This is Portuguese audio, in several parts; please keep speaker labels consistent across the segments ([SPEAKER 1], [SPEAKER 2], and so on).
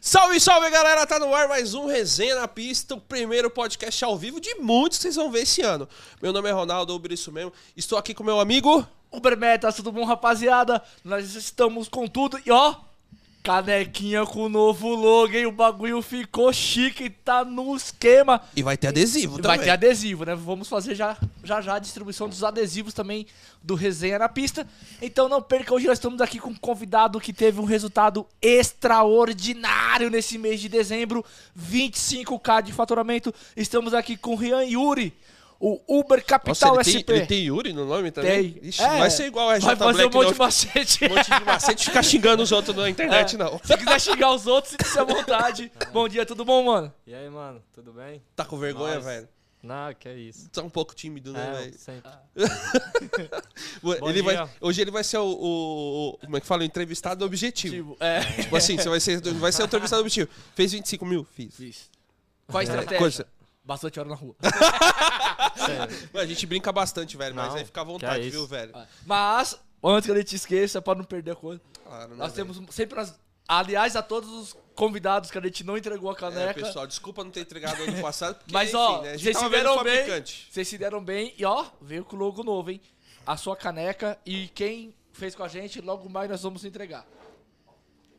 [SPEAKER 1] Salve, salve galera, tá no ar mais um Resenha na Pista, o primeiro podcast ao vivo de muitos que vocês vão ver esse ano. Meu nome é Ronaldo, Uber isso mesmo, estou aqui com meu amigo...
[SPEAKER 2] Uber Meta, tá tudo bom, rapaziada? Nós estamos com tudo e ó, canequinha com o novo logo, hein? O bagulho ficou chique, tá no esquema.
[SPEAKER 1] E vai ter adesivo
[SPEAKER 2] Vai
[SPEAKER 1] também.
[SPEAKER 2] ter adesivo, né? Vamos fazer já, já já a distribuição dos adesivos também do Resenha na Pista. Então não perca, hoje nós estamos aqui com um convidado que teve um resultado extraordinário nesse mês de dezembro, 25k de faturamento. Estamos aqui com o Rian Yuri, o Uber
[SPEAKER 1] Nossa,
[SPEAKER 2] Capital
[SPEAKER 1] ele
[SPEAKER 2] SP.
[SPEAKER 1] tem, ele tem Yuri no nome também?
[SPEAKER 2] Tem.
[SPEAKER 1] Ixi,
[SPEAKER 2] É.
[SPEAKER 1] vai ser igual a
[SPEAKER 2] Vai
[SPEAKER 1] Jota
[SPEAKER 2] fazer um
[SPEAKER 1] Black,
[SPEAKER 2] monte de
[SPEAKER 1] não.
[SPEAKER 2] macete.
[SPEAKER 1] Um monte de macete ficar xingando os outros na internet,
[SPEAKER 2] É.
[SPEAKER 1] não.
[SPEAKER 2] Se quiser xingar os outros, sinta-se à vontade. Bom dia, tudo bom, mano?
[SPEAKER 3] E aí, mano, tudo bem?
[SPEAKER 1] Tá com vergonha,
[SPEAKER 3] Nossa.
[SPEAKER 1] velho?
[SPEAKER 3] Não, que é isso.
[SPEAKER 1] Tá um pouco tímido, né,
[SPEAKER 3] É,
[SPEAKER 1] velho?
[SPEAKER 3] sempre. Bom
[SPEAKER 1] Ele vai,
[SPEAKER 3] dia.
[SPEAKER 1] hoje ele vai ser o, o- o- Como é que fala? O entrevistado objetivo.
[SPEAKER 2] Tipo, é.
[SPEAKER 1] Tipo assim, você vai ser, vai ser o entrevistado objetivo. Fez 25 mil? Fiz.
[SPEAKER 2] Fiz. Qual a estratégia?
[SPEAKER 1] Coisa.
[SPEAKER 2] Bastante hora na rua.
[SPEAKER 3] Sempre.
[SPEAKER 1] Mano, A gente brinca bastante, velho, mas
[SPEAKER 3] Não,
[SPEAKER 1] aí fica à
[SPEAKER 3] que é
[SPEAKER 1] vontade,
[SPEAKER 3] isso.
[SPEAKER 1] viu, velho?
[SPEAKER 2] Mas, antes que eu te esqueça, pra não perder a coisa,
[SPEAKER 1] Claro, né,
[SPEAKER 2] nós
[SPEAKER 1] velho?
[SPEAKER 2] temos um- sempre as. Aliás, a todos os convidados que a gente não entregou a
[SPEAKER 1] É,
[SPEAKER 2] caneca.
[SPEAKER 1] pessoal, desculpa não ter entregado ano passado, porque,
[SPEAKER 2] Mas,
[SPEAKER 1] enfim,
[SPEAKER 2] ó,
[SPEAKER 1] né? A gente
[SPEAKER 2] vocês
[SPEAKER 1] tava
[SPEAKER 2] se
[SPEAKER 1] vendo o
[SPEAKER 2] deram bem.
[SPEAKER 1] fabricante.
[SPEAKER 2] Vocês se deram bem e ó, veio com o logo novo, hein? A sua caneca e quem fez com a gente, logo mais nós vamos entregar.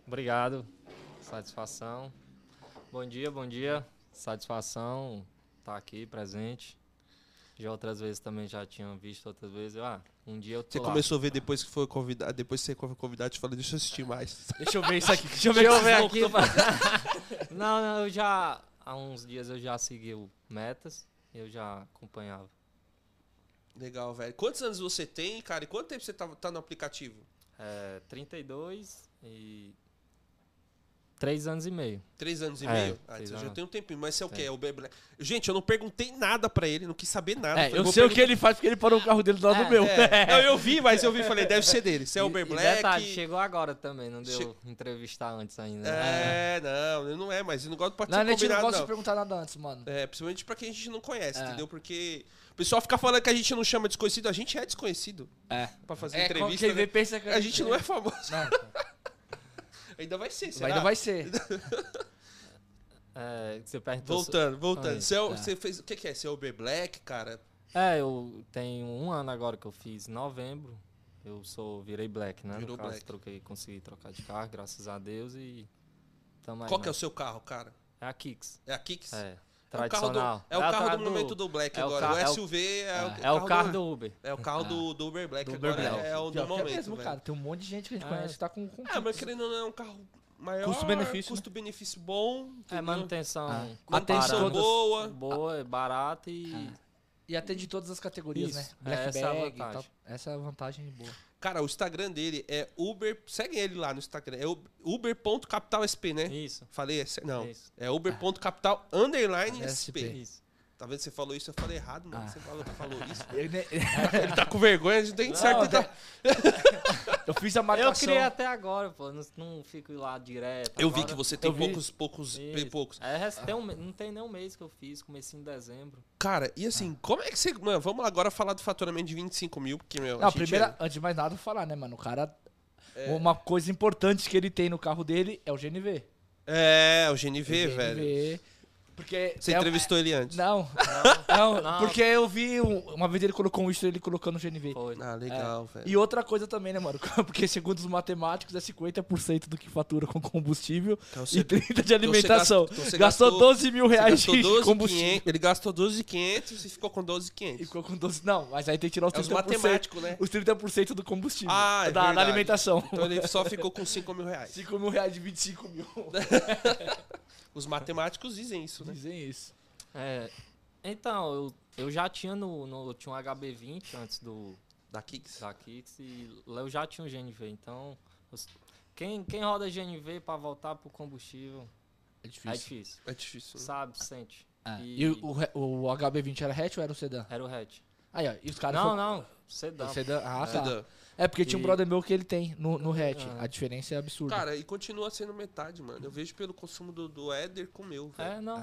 [SPEAKER 3] Obrigado. Satisfação. Bom dia, bom dia. Satisfação tá aqui presente. Já outras vezes também já tinha visto outras vezes. Ah, um dia eu tô
[SPEAKER 1] Você
[SPEAKER 3] lá.
[SPEAKER 1] começou a ver depois que foi convidado, depois que você foi convidado, te falou, deixa eu assistir mais.
[SPEAKER 2] Deixa eu ver isso aqui. Deixa eu ver,
[SPEAKER 3] Deixa eu
[SPEAKER 2] esses
[SPEAKER 3] ver
[SPEAKER 2] loucos
[SPEAKER 3] aqui.
[SPEAKER 2] tão fazendo.
[SPEAKER 3] mano. não, não, eu já há uns dias eu já segui o metas, eu já acompanhava.
[SPEAKER 1] Legal, velho. Quantos anos você tem, cara? E quanto tempo você tá, tá no aplicativo?
[SPEAKER 3] É, 32 e 3 anos e meio.
[SPEAKER 1] Três anos e
[SPEAKER 3] É,
[SPEAKER 1] meio? Ah,
[SPEAKER 3] três
[SPEAKER 1] então já
[SPEAKER 3] anos.
[SPEAKER 1] tem um tempinho. Mas você é o
[SPEAKER 3] Tem.
[SPEAKER 1] quê? É o Uber Black? Gente, eu não perguntei nada pra ele, não quis saber nada.
[SPEAKER 2] É,
[SPEAKER 1] Falei,
[SPEAKER 2] eu
[SPEAKER 1] vou
[SPEAKER 2] sei o que
[SPEAKER 1] perguntar-
[SPEAKER 2] ele faz porque ele parou o carro dele do lado do meu.
[SPEAKER 1] É. Não, eu vi, mas eu vi e falei, deve ser dele. Você é
[SPEAKER 3] E-
[SPEAKER 1] Uber
[SPEAKER 3] e
[SPEAKER 1] Black.
[SPEAKER 3] detalhe, chegou agora também, não deu
[SPEAKER 1] Che-
[SPEAKER 3] entrevistar antes ainda. né?
[SPEAKER 1] É, não, ele não é, mas eu não gosto de
[SPEAKER 2] Não, a
[SPEAKER 1] participar
[SPEAKER 2] gente não
[SPEAKER 1] combinado,
[SPEAKER 2] gosta
[SPEAKER 1] não.
[SPEAKER 2] de perguntar nada antes, mano.
[SPEAKER 1] É, principalmente pra quem a gente não conhece,
[SPEAKER 2] É.
[SPEAKER 1] entendeu? Porque o pessoal fica falando que a gente não chama desconhecido, a gente é desconhecido
[SPEAKER 2] É.
[SPEAKER 1] pra fazer
[SPEAKER 2] É, quando
[SPEAKER 1] entrevista.
[SPEAKER 2] quem vê
[SPEAKER 1] né?
[SPEAKER 2] pensa que
[SPEAKER 1] A gente não é famoso.
[SPEAKER 2] Não, assim,
[SPEAKER 1] Ainda vai ser, será?
[SPEAKER 2] ainda vai ser.
[SPEAKER 3] É, que você perguntou. se-
[SPEAKER 1] Voltando, voltando.
[SPEAKER 3] Ah,
[SPEAKER 1] Você, é o-
[SPEAKER 3] tá.
[SPEAKER 1] você fez. O que, que é? Você é Uber Black, cara?
[SPEAKER 3] É, eu tenho um ano agora que eu fiz, novembro. Eu sou, virei black, né?
[SPEAKER 1] Virou
[SPEAKER 3] no caso,
[SPEAKER 1] black.
[SPEAKER 3] troquei, consegui trocar de carro, graças a Deus. E. Tamo aí,
[SPEAKER 1] Qual que é o
[SPEAKER 3] mano.
[SPEAKER 1] seu carro, cara?
[SPEAKER 3] É a Kicks.
[SPEAKER 1] É a Kicks?
[SPEAKER 3] É.
[SPEAKER 1] É o carro do,
[SPEAKER 3] Tradicional.
[SPEAKER 1] é o carro
[SPEAKER 3] tra-
[SPEAKER 1] do momento do Black
[SPEAKER 3] é o
[SPEAKER 1] agora.
[SPEAKER 3] ca- é
[SPEAKER 1] o
[SPEAKER 3] o-
[SPEAKER 1] SUV é,
[SPEAKER 3] É,
[SPEAKER 1] o
[SPEAKER 3] é o carro
[SPEAKER 1] do.
[SPEAKER 3] do Uber.
[SPEAKER 1] É o carro do, do Uber Black
[SPEAKER 3] Do
[SPEAKER 1] agora.
[SPEAKER 3] Uber Black.
[SPEAKER 1] É o do
[SPEAKER 2] Pior que
[SPEAKER 1] momento.
[SPEAKER 2] é mesmo,
[SPEAKER 1] velho.
[SPEAKER 2] cara. Tem um monte de gente que a gente
[SPEAKER 3] É.
[SPEAKER 2] conhece que tá com. com
[SPEAKER 1] Ah, mas querendo ou não, é um carro maior.
[SPEAKER 2] Custo-benefício, né?
[SPEAKER 1] Custo-benefício bom.
[SPEAKER 3] É
[SPEAKER 1] entendeu?
[SPEAKER 3] manutenção.
[SPEAKER 2] Ah.
[SPEAKER 1] Manutenção
[SPEAKER 3] comparando-
[SPEAKER 1] boa. Ah.
[SPEAKER 3] Boa, é barata e.
[SPEAKER 2] E atende todas as categorias,
[SPEAKER 3] Isso,
[SPEAKER 2] né?
[SPEAKER 3] é, essa é a
[SPEAKER 2] Blackbag e tal.
[SPEAKER 3] vantagem.
[SPEAKER 2] Essa é a vantagem boa.
[SPEAKER 1] Cara, o Instagram dele é Uber. Seguem ele lá no Instagram. É Ub- uber.capitalsp, né?
[SPEAKER 3] Isso.
[SPEAKER 1] Falei, é, cer- não.
[SPEAKER 3] Isso.
[SPEAKER 1] É uber.capital underline
[SPEAKER 2] SP.
[SPEAKER 1] sp.
[SPEAKER 3] Isso.
[SPEAKER 1] Talvez você falou isso, eu falei errado, mano.
[SPEAKER 2] Ah.
[SPEAKER 1] Você falou, falou isso.
[SPEAKER 2] Eu, ne-
[SPEAKER 1] Ele tá com vergonha, a gente tem
[SPEAKER 2] Não,
[SPEAKER 1] certo.
[SPEAKER 2] velho.
[SPEAKER 1] então.
[SPEAKER 2] eu fiz a
[SPEAKER 3] Eu
[SPEAKER 2] marcação.
[SPEAKER 3] criei até agora, pô. Não, não fico lá direto.
[SPEAKER 1] Eu vi
[SPEAKER 3] agora.
[SPEAKER 1] que você tem
[SPEAKER 2] Eu vi.
[SPEAKER 1] poucos, poucos,
[SPEAKER 3] Isso.
[SPEAKER 1] bem poucos.
[SPEAKER 3] É, resta- tem um me- não tem nem um mês que eu fiz, comecei em dezembro.
[SPEAKER 1] Cara, e assim, como é que você. Mano, vamos lá agora falar do faturamento de 25 mil, porque, meu.
[SPEAKER 2] Não,
[SPEAKER 1] a gente
[SPEAKER 2] primeira,
[SPEAKER 1] é-
[SPEAKER 2] antes de mais nada, falar, né, mano? O cara.
[SPEAKER 1] É.
[SPEAKER 2] Uma coisa importante que ele tem no carro dele é o GNV.
[SPEAKER 1] É, o GNV, velho.
[SPEAKER 2] Porque.
[SPEAKER 1] Você
[SPEAKER 2] é-
[SPEAKER 1] entrevistou ele antes.
[SPEAKER 2] Não, não, porque eu vi um- uma vez ele colocou um history ele colocando o GNV.
[SPEAKER 3] Foi.
[SPEAKER 1] Ah, legal, velho.
[SPEAKER 2] E outra coisa também, né, mano? Porque segundo os matemáticos é 50% do que fatura com combustível
[SPEAKER 1] Então,
[SPEAKER 2] e 30% de
[SPEAKER 1] então você
[SPEAKER 2] alimentação.
[SPEAKER 1] gastou- então você
[SPEAKER 2] gastou,
[SPEAKER 1] gastou-
[SPEAKER 2] 12 mil
[SPEAKER 1] Você
[SPEAKER 2] reais
[SPEAKER 1] gastou
[SPEAKER 2] de
[SPEAKER 1] 12.500,
[SPEAKER 2] combustível.
[SPEAKER 1] Ele gastou 12,500 e ficou com
[SPEAKER 2] E
[SPEAKER 1] 12,500.
[SPEAKER 2] ficou com 12. Não, mas aí tem que tirar os
[SPEAKER 1] É os
[SPEAKER 2] 30%.
[SPEAKER 1] matemáticos, né?
[SPEAKER 2] Os 30% do combustível.
[SPEAKER 1] Ah, é
[SPEAKER 2] da, da
[SPEAKER 1] verdade.
[SPEAKER 2] alimentação.
[SPEAKER 1] Então ele só ficou com 5 mil reais.
[SPEAKER 2] 5 mil reais de 25 mil.
[SPEAKER 1] Os matemáticos dizem isso, né?
[SPEAKER 2] Dizem isso.
[SPEAKER 3] É, então, eu, eu já tinha no, no- eu tinha um HB20 antes do
[SPEAKER 1] Da Kicks.
[SPEAKER 3] da Kicks e lá eu já tinha um GNV. Então, os- quem, quem roda GNV pra voltar pro combustível
[SPEAKER 2] É
[SPEAKER 3] é
[SPEAKER 2] difícil. Ah,
[SPEAKER 3] difícil.
[SPEAKER 1] É difícil. né?
[SPEAKER 3] Sabe, sente.
[SPEAKER 2] E, o, re- o HB20 era hatch ou era o sedã?
[SPEAKER 3] Era o hatch.
[SPEAKER 2] Aí, ó, e os caras.
[SPEAKER 3] não,
[SPEAKER 2] foram-
[SPEAKER 3] não, sedã.
[SPEAKER 2] O sedã. Ah, tá.
[SPEAKER 1] Entendeu?
[SPEAKER 2] É, porque tinha um
[SPEAKER 3] E-
[SPEAKER 2] brother meu que ele tem no, no hatch.
[SPEAKER 3] Ah.
[SPEAKER 2] A diferença é absurda.
[SPEAKER 1] Cara, e continua sendo metade, mano. Eu vejo pelo consumo do, do Éder com o meu, velho.
[SPEAKER 3] É, não.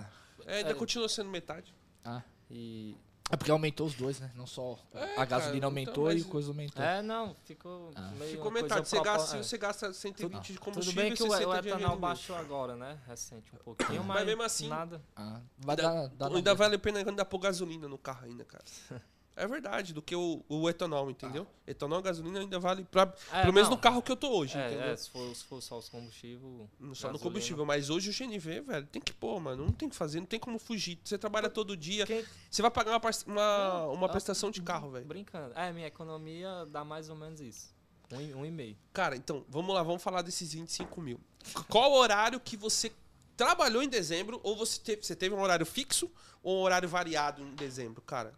[SPEAKER 1] É, ainda
[SPEAKER 3] É.
[SPEAKER 1] continua sendo metade.
[SPEAKER 2] Ah.
[SPEAKER 3] E
[SPEAKER 2] É porque aumentou os dois, né? Não só a
[SPEAKER 1] cara,
[SPEAKER 2] gasolina
[SPEAKER 1] então,
[SPEAKER 2] aumentou e
[SPEAKER 1] mas-
[SPEAKER 2] o coisa aumentou.
[SPEAKER 3] É, não, ficou meio
[SPEAKER 1] Ficou
[SPEAKER 3] uma
[SPEAKER 1] metade.
[SPEAKER 3] coisa
[SPEAKER 1] Você
[SPEAKER 3] propor-
[SPEAKER 1] gasta,
[SPEAKER 3] é.
[SPEAKER 1] você gasta 120 de
[SPEAKER 3] Tudo
[SPEAKER 1] combustível
[SPEAKER 3] bem
[SPEAKER 1] e
[SPEAKER 3] que o, o
[SPEAKER 1] 60 de
[SPEAKER 3] etanol
[SPEAKER 1] etanol
[SPEAKER 3] baixou agora, né? Recente um pouquinho, mas,
[SPEAKER 1] mesmo assim-
[SPEAKER 3] nada.
[SPEAKER 2] Ah, vai
[SPEAKER 1] Ainda-
[SPEAKER 2] dar, dar na
[SPEAKER 1] Ainda
[SPEAKER 2] mesma.
[SPEAKER 1] vale a pena ainda pôr gasolina no carro ainda, cara. É verdade, do que o, o etanol, entendeu? Etanol e gasolina ainda vale pra,
[SPEAKER 3] Tá. É,
[SPEAKER 1] pelo menos
[SPEAKER 3] não.
[SPEAKER 1] no carro que eu tô hoje, entendeu?
[SPEAKER 3] É, é, se, for, se for só os combustíveis.
[SPEAKER 1] Não Só no combustível, mas hoje o GNV, velho, tem que pôr, mano. Não tem que fazer, não tem como fugir. Você trabalha todo dia,
[SPEAKER 3] Quem-
[SPEAKER 1] você vai pagar uma, parce- uma, uma
[SPEAKER 3] ah,
[SPEAKER 1] prestação de carro, velho.
[SPEAKER 3] Brincando. É, minha economia dá mais ou menos isso. Um, e- um e meio.
[SPEAKER 1] Cara, então, vamos lá, vamos falar desses 25 mil. Qual horário que você trabalhou em dezembro? Ou você teve, você teve um horário fixo ou um horário variado em dezembro, cara?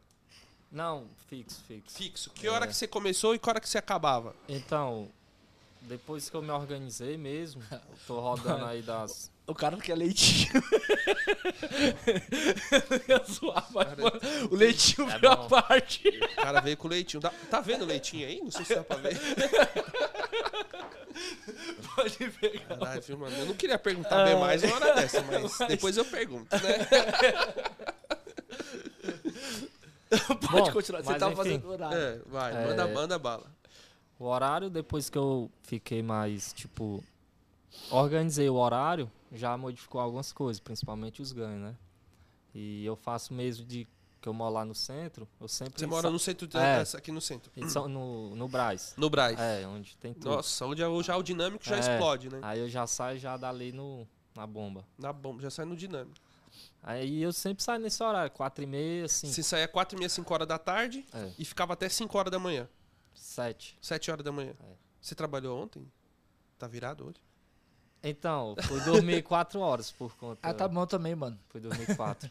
[SPEAKER 3] Não, fixo, fixo.
[SPEAKER 1] Fixo. Que
[SPEAKER 3] É.
[SPEAKER 1] hora que você começou e que hora que você acabava?
[SPEAKER 3] Então, depois que eu me organizei mesmo, eu tô rodando aí das.
[SPEAKER 2] O cara quer leitinho. Eu ia zoar, mas,
[SPEAKER 1] Cara,
[SPEAKER 2] mano, o leitinho
[SPEAKER 3] é
[SPEAKER 2] virou a
[SPEAKER 3] bom.
[SPEAKER 2] parte.
[SPEAKER 1] O cara veio com leitinho. Tá, tá vendo o leitinho aí? Não sei se dá pra ver.
[SPEAKER 2] Pode pegar.
[SPEAKER 1] Caralho, viu, mano? Eu não queria perguntar bem mais uma hora dessa, mas depois eu pergunto, né?
[SPEAKER 2] Pode
[SPEAKER 3] Bom,
[SPEAKER 2] continuar. Você
[SPEAKER 3] mas
[SPEAKER 2] tava
[SPEAKER 3] enfim.
[SPEAKER 2] fazendo horário.
[SPEAKER 1] É, vai,
[SPEAKER 3] É.
[SPEAKER 1] manda, manda bala.
[SPEAKER 3] O horário, depois que eu fiquei mais, tipo. Organizei o horário, já modificou algumas coisas, principalmente os ganhos, né? E eu faço mesmo de que eu moro lá no centro, eu sempre.
[SPEAKER 1] Você mora no centro, de-
[SPEAKER 3] É.
[SPEAKER 1] aqui no centro.
[SPEAKER 3] Eles são no, no Braz.
[SPEAKER 1] No Braz.
[SPEAKER 3] É, onde tem tudo.
[SPEAKER 1] Nossa, onde é o- já o dinâmico já
[SPEAKER 3] É.
[SPEAKER 1] explode, né?
[SPEAKER 3] Aí eu já saio já dali no, na bomba.
[SPEAKER 1] Na bomba, já sai no dinâmico.
[SPEAKER 3] Aí eu sempre saio nesse horário, 4 e meia, 5,
[SPEAKER 1] Você saía 4 e meia, 5 horas da tarde
[SPEAKER 3] É.
[SPEAKER 1] e ficava até 5 horas da manhã.
[SPEAKER 3] 7.
[SPEAKER 1] 7 horas da manhã.
[SPEAKER 3] É.
[SPEAKER 1] Você trabalhou ontem? Tá virado hoje?
[SPEAKER 3] Então, fui dormir 4 horas por conta.
[SPEAKER 2] Ah, tá bom também, mano.
[SPEAKER 3] Fui dormir 4.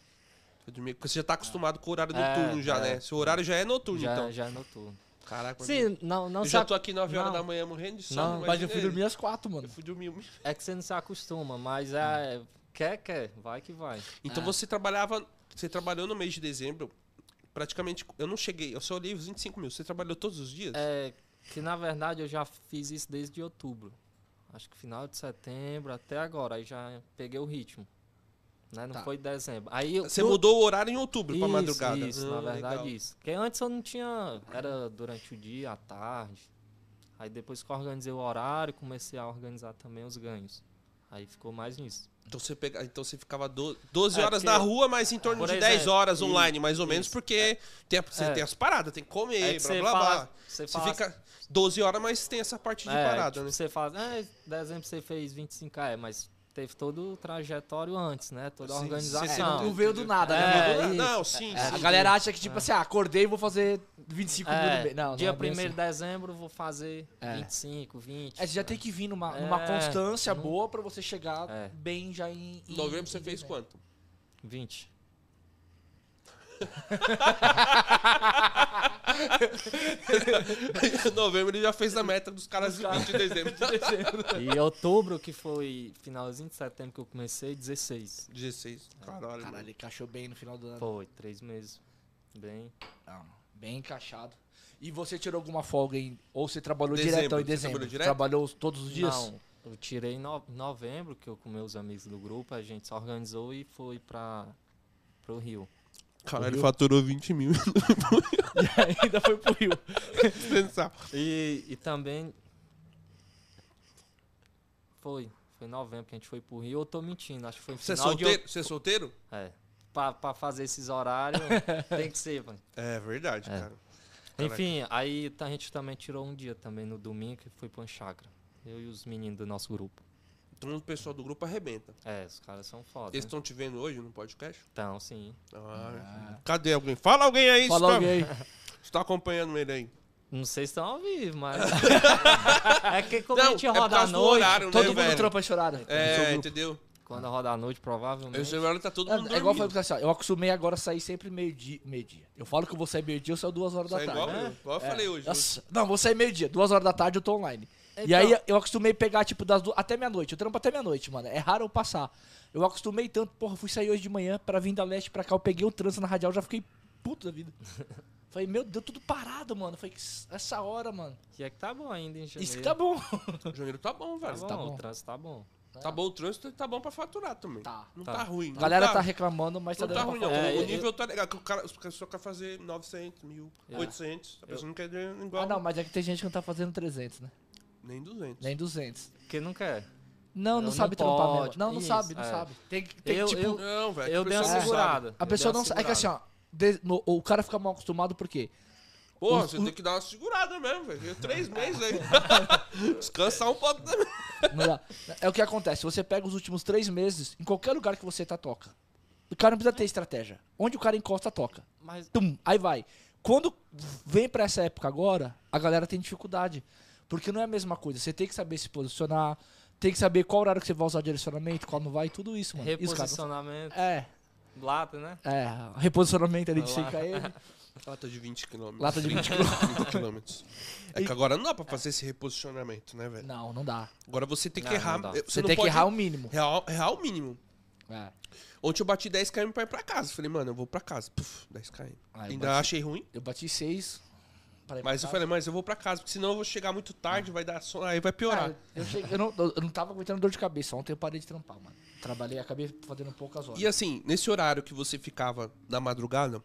[SPEAKER 1] Foi dormir, Porque você já tá acostumado com o horário
[SPEAKER 3] É,
[SPEAKER 1] noturno já,
[SPEAKER 3] é.
[SPEAKER 1] né? Seu horário já é noturno,
[SPEAKER 3] já,
[SPEAKER 1] então.
[SPEAKER 3] já é noturno.
[SPEAKER 1] Caraca, eu
[SPEAKER 3] Sim, não, não se
[SPEAKER 1] já
[SPEAKER 3] ac...
[SPEAKER 1] tô aqui 9 horas
[SPEAKER 3] não.
[SPEAKER 1] da manhã morrendo de sono.
[SPEAKER 3] Não,
[SPEAKER 2] Mas eu
[SPEAKER 1] imagina
[SPEAKER 2] fui
[SPEAKER 1] ele.
[SPEAKER 2] dormir às quatro, mano.
[SPEAKER 1] Eu fui dormir.
[SPEAKER 3] é que você não se acostuma, mas é.
[SPEAKER 1] Hum.
[SPEAKER 3] Quer, quer, vai que vai.
[SPEAKER 1] Então
[SPEAKER 2] Ah.
[SPEAKER 1] você trabalhava. Você trabalhou no mês de dezembro. Praticamente, eu não cheguei, eu só olhei os 25 mil. Você trabalhou todos os dias?
[SPEAKER 3] É que na verdade eu já fiz isso desde outubro. Acho que final de setembro até agora. Aí já peguei o ritmo. Né? Não
[SPEAKER 2] Tá.
[SPEAKER 3] foi dezembro. Aí eu-
[SPEAKER 1] Você
[SPEAKER 3] eu-
[SPEAKER 1] mudou o horário em outubro pra
[SPEAKER 3] Isso,
[SPEAKER 1] madrugada.
[SPEAKER 3] Isso,
[SPEAKER 1] Ah,
[SPEAKER 3] na verdade,
[SPEAKER 1] legal.
[SPEAKER 3] isso. Porque antes eu não tinha. Era durante o dia, à tarde. Aí depois que eu organizei o horário, comecei a organizar também os ganhos. Aí ficou mais nisso.
[SPEAKER 1] Então você, pega, então você ficava do- 12
[SPEAKER 3] É,
[SPEAKER 1] horas
[SPEAKER 3] porque-
[SPEAKER 1] na rua, mas em torno
[SPEAKER 3] Por
[SPEAKER 1] de
[SPEAKER 3] exemplo,
[SPEAKER 1] 10 horas
[SPEAKER 3] isso,
[SPEAKER 1] online, mais ou menos,
[SPEAKER 3] isso.
[SPEAKER 1] porque tem, a- você
[SPEAKER 3] É.
[SPEAKER 1] tem as paradas, tem que comer,
[SPEAKER 3] Aí
[SPEAKER 1] blá
[SPEAKER 3] É você
[SPEAKER 1] blá
[SPEAKER 3] fala-
[SPEAKER 1] blá.
[SPEAKER 3] Você
[SPEAKER 1] Você
[SPEAKER 3] fala. assim,
[SPEAKER 1] fica 12 horas, mas tem essa parte de
[SPEAKER 3] é,
[SPEAKER 1] parada,
[SPEAKER 3] tipo,
[SPEAKER 1] né?
[SPEAKER 3] Você fala, é, dezembro você fez 25k, é, mas teve todo o trajetório antes, né? Toda a
[SPEAKER 1] Sim, você
[SPEAKER 2] É, não,
[SPEAKER 3] organização.
[SPEAKER 2] veio do nada,
[SPEAKER 3] É,
[SPEAKER 2] né?
[SPEAKER 1] não,
[SPEAKER 2] mano?
[SPEAKER 3] isso.
[SPEAKER 1] não, sim,
[SPEAKER 2] É,
[SPEAKER 1] sim.
[SPEAKER 2] a galera acha que, tipo assim, ah, acordei e vou fazer 25 mil
[SPEAKER 3] É,
[SPEAKER 2] no mês. Não, não
[SPEAKER 3] dia
[SPEAKER 2] é bem
[SPEAKER 3] 1 de
[SPEAKER 2] assim.
[SPEAKER 3] dezembro vou fazer
[SPEAKER 2] É.
[SPEAKER 3] 25, 20.
[SPEAKER 2] É, você já tem que vir numa, numa
[SPEAKER 3] É,
[SPEAKER 2] constância
[SPEAKER 3] não-
[SPEAKER 2] boa pra você chegar
[SPEAKER 3] É.
[SPEAKER 2] bem já em. em
[SPEAKER 1] Em novembro você
[SPEAKER 2] em
[SPEAKER 1] fez
[SPEAKER 2] dezembro.
[SPEAKER 1] quanto?
[SPEAKER 3] 20.
[SPEAKER 1] em novembro ele já fez a meta dos caras de 20 de dezembro.
[SPEAKER 3] E outubro, que foi finalzinho de setembro que eu comecei, 16.
[SPEAKER 1] 16.
[SPEAKER 3] É.
[SPEAKER 1] Caralho.
[SPEAKER 2] Caralho, ele encaixou bem no final do ano.
[SPEAKER 3] Foi, três meses. Bem.
[SPEAKER 2] Não, bem encaixado. E você tirou alguma folga em. Ou você trabalhou
[SPEAKER 1] Dezembro,
[SPEAKER 2] direto em
[SPEAKER 1] você
[SPEAKER 2] dezembro?
[SPEAKER 1] trabalhou direto?
[SPEAKER 2] Trabalhou os- todos os dias?
[SPEAKER 3] Não, eu tirei em no- novembro, que eu com meus amigos do grupo, a gente se organizou e foi pra, pro Rio.
[SPEAKER 1] Caralho, faturou 20 mil.
[SPEAKER 2] Ainda foi pro Rio.
[SPEAKER 1] Pensar.
[SPEAKER 3] E, e também. Foi, foi em novembro que a gente foi pro Rio, eu tô mentindo, acho que foi
[SPEAKER 1] Você é
[SPEAKER 3] final de
[SPEAKER 1] solteiro? Você é solteiro?
[SPEAKER 3] out- É. Pra, pra fazer esses horários, tem que ser, mano.
[SPEAKER 1] É verdade,
[SPEAKER 3] É.
[SPEAKER 1] cara. Caraca.
[SPEAKER 3] Enfim, aí tá- a gente também tirou um dia também no domingo que foi pra uma chácara. Eu e os meninos do nosso grupo.
[SPEAKER 1] Então o pessoal do grupo arrebenta.
[SPEAKER 3] É, os caras são foda.
[SPEAKER 1] Eles
[SPEAKER 3] Né?
[SPEAKER 1] estão te vendo hoje no podcast?
[SPEAKER 3] Então, sim.
[SPEAKER 1] Ah, Cadê alguém? Fala alguém aí,
[SPEAKER 2] Falou
[SPEAKER 1] se tá-
[SPEAKER 2] alguém.
[SPEAKER 1] se tá acompanhando ele aí.
[SPEAKER 3] Não sei se estão ao vivo, mas. é que quando a
[SPEAKER 1] Não,
[SPEAKER 3] gente
[SPEAKER 1] é por
[SPEAKER 3] roda à
[SPEAKER 1] causa do
[SPEAKER 3] noite.
[SPEAKER 1] horário, né,
[SPEAKER 2] Todo mundo
[SPEAKER 1] velho?
[SPEAKER 2] trampa né? chorado.
[SPEAKER 1] É, entendeu?
[SPEAKER 3] Quando roda à noite,
[SPEAKER 1] Eu
[SPEAKER 3] provavelmente.
[SPEAKER 1] sei, agora tá todo mundo
[SPEAKER 2] É, é igual eu
[SPEAKER 1] dormindo.
[SPEAKER 2] falei pra você, ó, eu acostumei agora a sair sempre meio-dia. Meio-dia. Eu falo que eu vou sair meio-dia, eu saio duas horas
[SPEAKER 1] Isso é
[SPEAKER 2] da
[SPEAKER 1] igual,
[SPEAKER 2] tarde.
[SPEAKER 1] eu, igual eu falei hoje.
[SPEAKER 2] né? Nossa, não, vou sair meio-dia, duas horas da tarde eu tô online. E
[SPEAKER 3] Então-
[SPEAKER 2] aí eu acostumei pegar, tipo, das duas até meia-noite. Eu trampo até meia-noite, mano. É raro eu passar. Eu acostumei tanto, porra, fui sair hoje de manhã pra vir da leste pra cá. Eu peguei o trânsito na radial, já fiquei puto da vida. Falei, meu, deu tudo parado, mano. Falei, "Ss- essa hora, mano.
[SPEAKER 3] E é que tá bom ainda, em janeiro.
[SPEAKER 2] Isso que tá bom.
[SPEAKER 1] O janeiro tá bom,
[SPEAKER 3] Tá
[SPEAKER 1] velho.
[SPEAKER 3] bom,
[SPEAKER 2] tá bom.
[SPEAKER 3] o trânsito tá bom.
[SPEAKER 1] Tá bom o trânsito, tá bom pra faturar também.
[SPEAKER 2] Tá.
[SPEAKER 1] Não tá,
[SPEAKER 3] Tá.
[SPEAKER 1] ruim.
[SPEAKER 2] A galera
[SPEAKER 1] não
[SPEAKER 2] tá reclamando, mas tá
[SPEAKER 1] Não
[SPEAKER 2] dando
[SPEAKER 1] tá
[SPEAKER 2] pra
[SPEAKER 1] ruim, não.
[SPEAKER 3] É,
[SPEAKER 1] o
[SPEAKER 3] eu-
[SPEAKER 1] nível tá legal. que O cara, o pessoal quer fazer 900, 1000,
[SPEAKER 3] É.
[SPEAKER 1] 800. A pessoa não quer ganhar igual.
[SPEAKER 2] Ah, não, mas é que tem gente que não tá fazendo 300, né?
[SPEAKER 1] Nem 200.
[SPEAKER 2] Nem 200.
[SPEAKER 3] Porque não
[SPEAKER 1] É
[SPEAKER 3] quer.
[SPEAKER 2] Não, não,
[SPEAKER 3] Não, não
[SPEAKER 2] sabe trampar
[SPEAKER 3] pode.
[SPEAKER 2] mesmo. Não, não
[SPEAKER 3] Isso,
[SPEAKER 2] sabe, não
[SPEAKER 3] é.
[SPEAKER 2] sabe. Tem que, tem que,
[SPEAKER 3] Eu-
[SPEAKER 2] tipo,
[SPEAKER 3] eu-
[SPEAKER 1] Não, velho.
[SPEAKER 3] Eu
[SPEAKER 1] o
[SPEAKER 3] dei
[SPEAKER 1] pessoal
[SPEAKER 3] uma
[SPEAKER 1] não sabe.
[SPEAKER 3] segurada.
[SPEAKER 2] a
[SPEAKER 3] eu
[SPEAKER 2] pessoa
[SPEAKER 3] dei
[SPEAKER 2] não
[SPEAKER 3] uma
[SPEAKER 2] sabe. É que assim, ó, de- no- o cara fica mal acostumado por quê?
[SPEAKER 1] Porra,
[SPEAKER 2] Os-
[SPEAKER 1] você
[SPEAKER 2] os-
[SPEAKER 1] tem que dar uma segurada mesmo, velho. Eu Três meses aí. Descansar um pouco também.
[SPEAKER 2] Não dá. É o que acontece. Você pega os últimos três meses, em qualquer lugar que você tá, toca. O cara não precisa ter estratégia. Onde o cara encosta, toca.
[SPEAKER 3] Mas
[SPEAKER 2] Tum, aí vai. Quando vem pra essa época agora, a galera tem dificuldade. Porque não é a mesma coisa. Você tem que saber se posicionar, tem que saber qual horário que você vai usar direcionamento, qual não vai, tudo isso, mano. Isso, cara.
[SPEAKER 3] reposicionamento,
[SPEAKER 2] É,
[SPEAKER 3] lata, né?
[SPEAKER 2] é. Reposicionamento ali de
[SPEAKER 3] Lá.
[SPEAKER 2] 5km.
[SPEAKER 1] Lata de 20 km.
[SPEAKER 2] Lata de 20 km.
[SPEAKER 1] 30 km. É que agora não dá pra fazer esse reposicionamento, né, velho?
[SPEAKER 2] Não, não dá.
[SPEAKER 1] Agora você tem que
[SPEAKER 3] Não,
[SPEAKER 1] errar.
[SPEAKER 3] não dá.
[SPEAKER 1] Você,
[SPEAKER 2] Você
[SPEAKER 1] não
[SPEAKER 2] tem que
[SPEAKER 1] pode
[SPEAKER 2] errar um o mínimo.
[SPEAKER 1] Real, real mínimo.
[SPEAKER 2] É.
[SPEAKER 1] Ontem eu bati 10 km pra ir pra casa. Falei, mano, eu vou pra casa. Puf, 10 km.
[SPEAKER 2] Ah, eu
[SPEAKER 1] Ainda
[SPEAKER 2] bati-
[SPEAKER 1] achei ruim.
[SPEAKER 2] Eu bati "Tá, 6.
[SPEAKER 1] Mas eu falei, mas eu vou pra casa, porque senão eu vou chegar muito tarde,
[SPEAKER 2] Ah.
[SPEAKER 1] vai dar sono, aí vai piorar.
[SPEAKER 2] Cara, eu, cheguei, eu, não, eu não tava aguentando dor de cabeça. Ontem eu parei de trampar, mano. Trabalhei, acabei fazendo poucas horas.
[SPEAKER 1] E assim, nesse horário que você ficava na madrugada,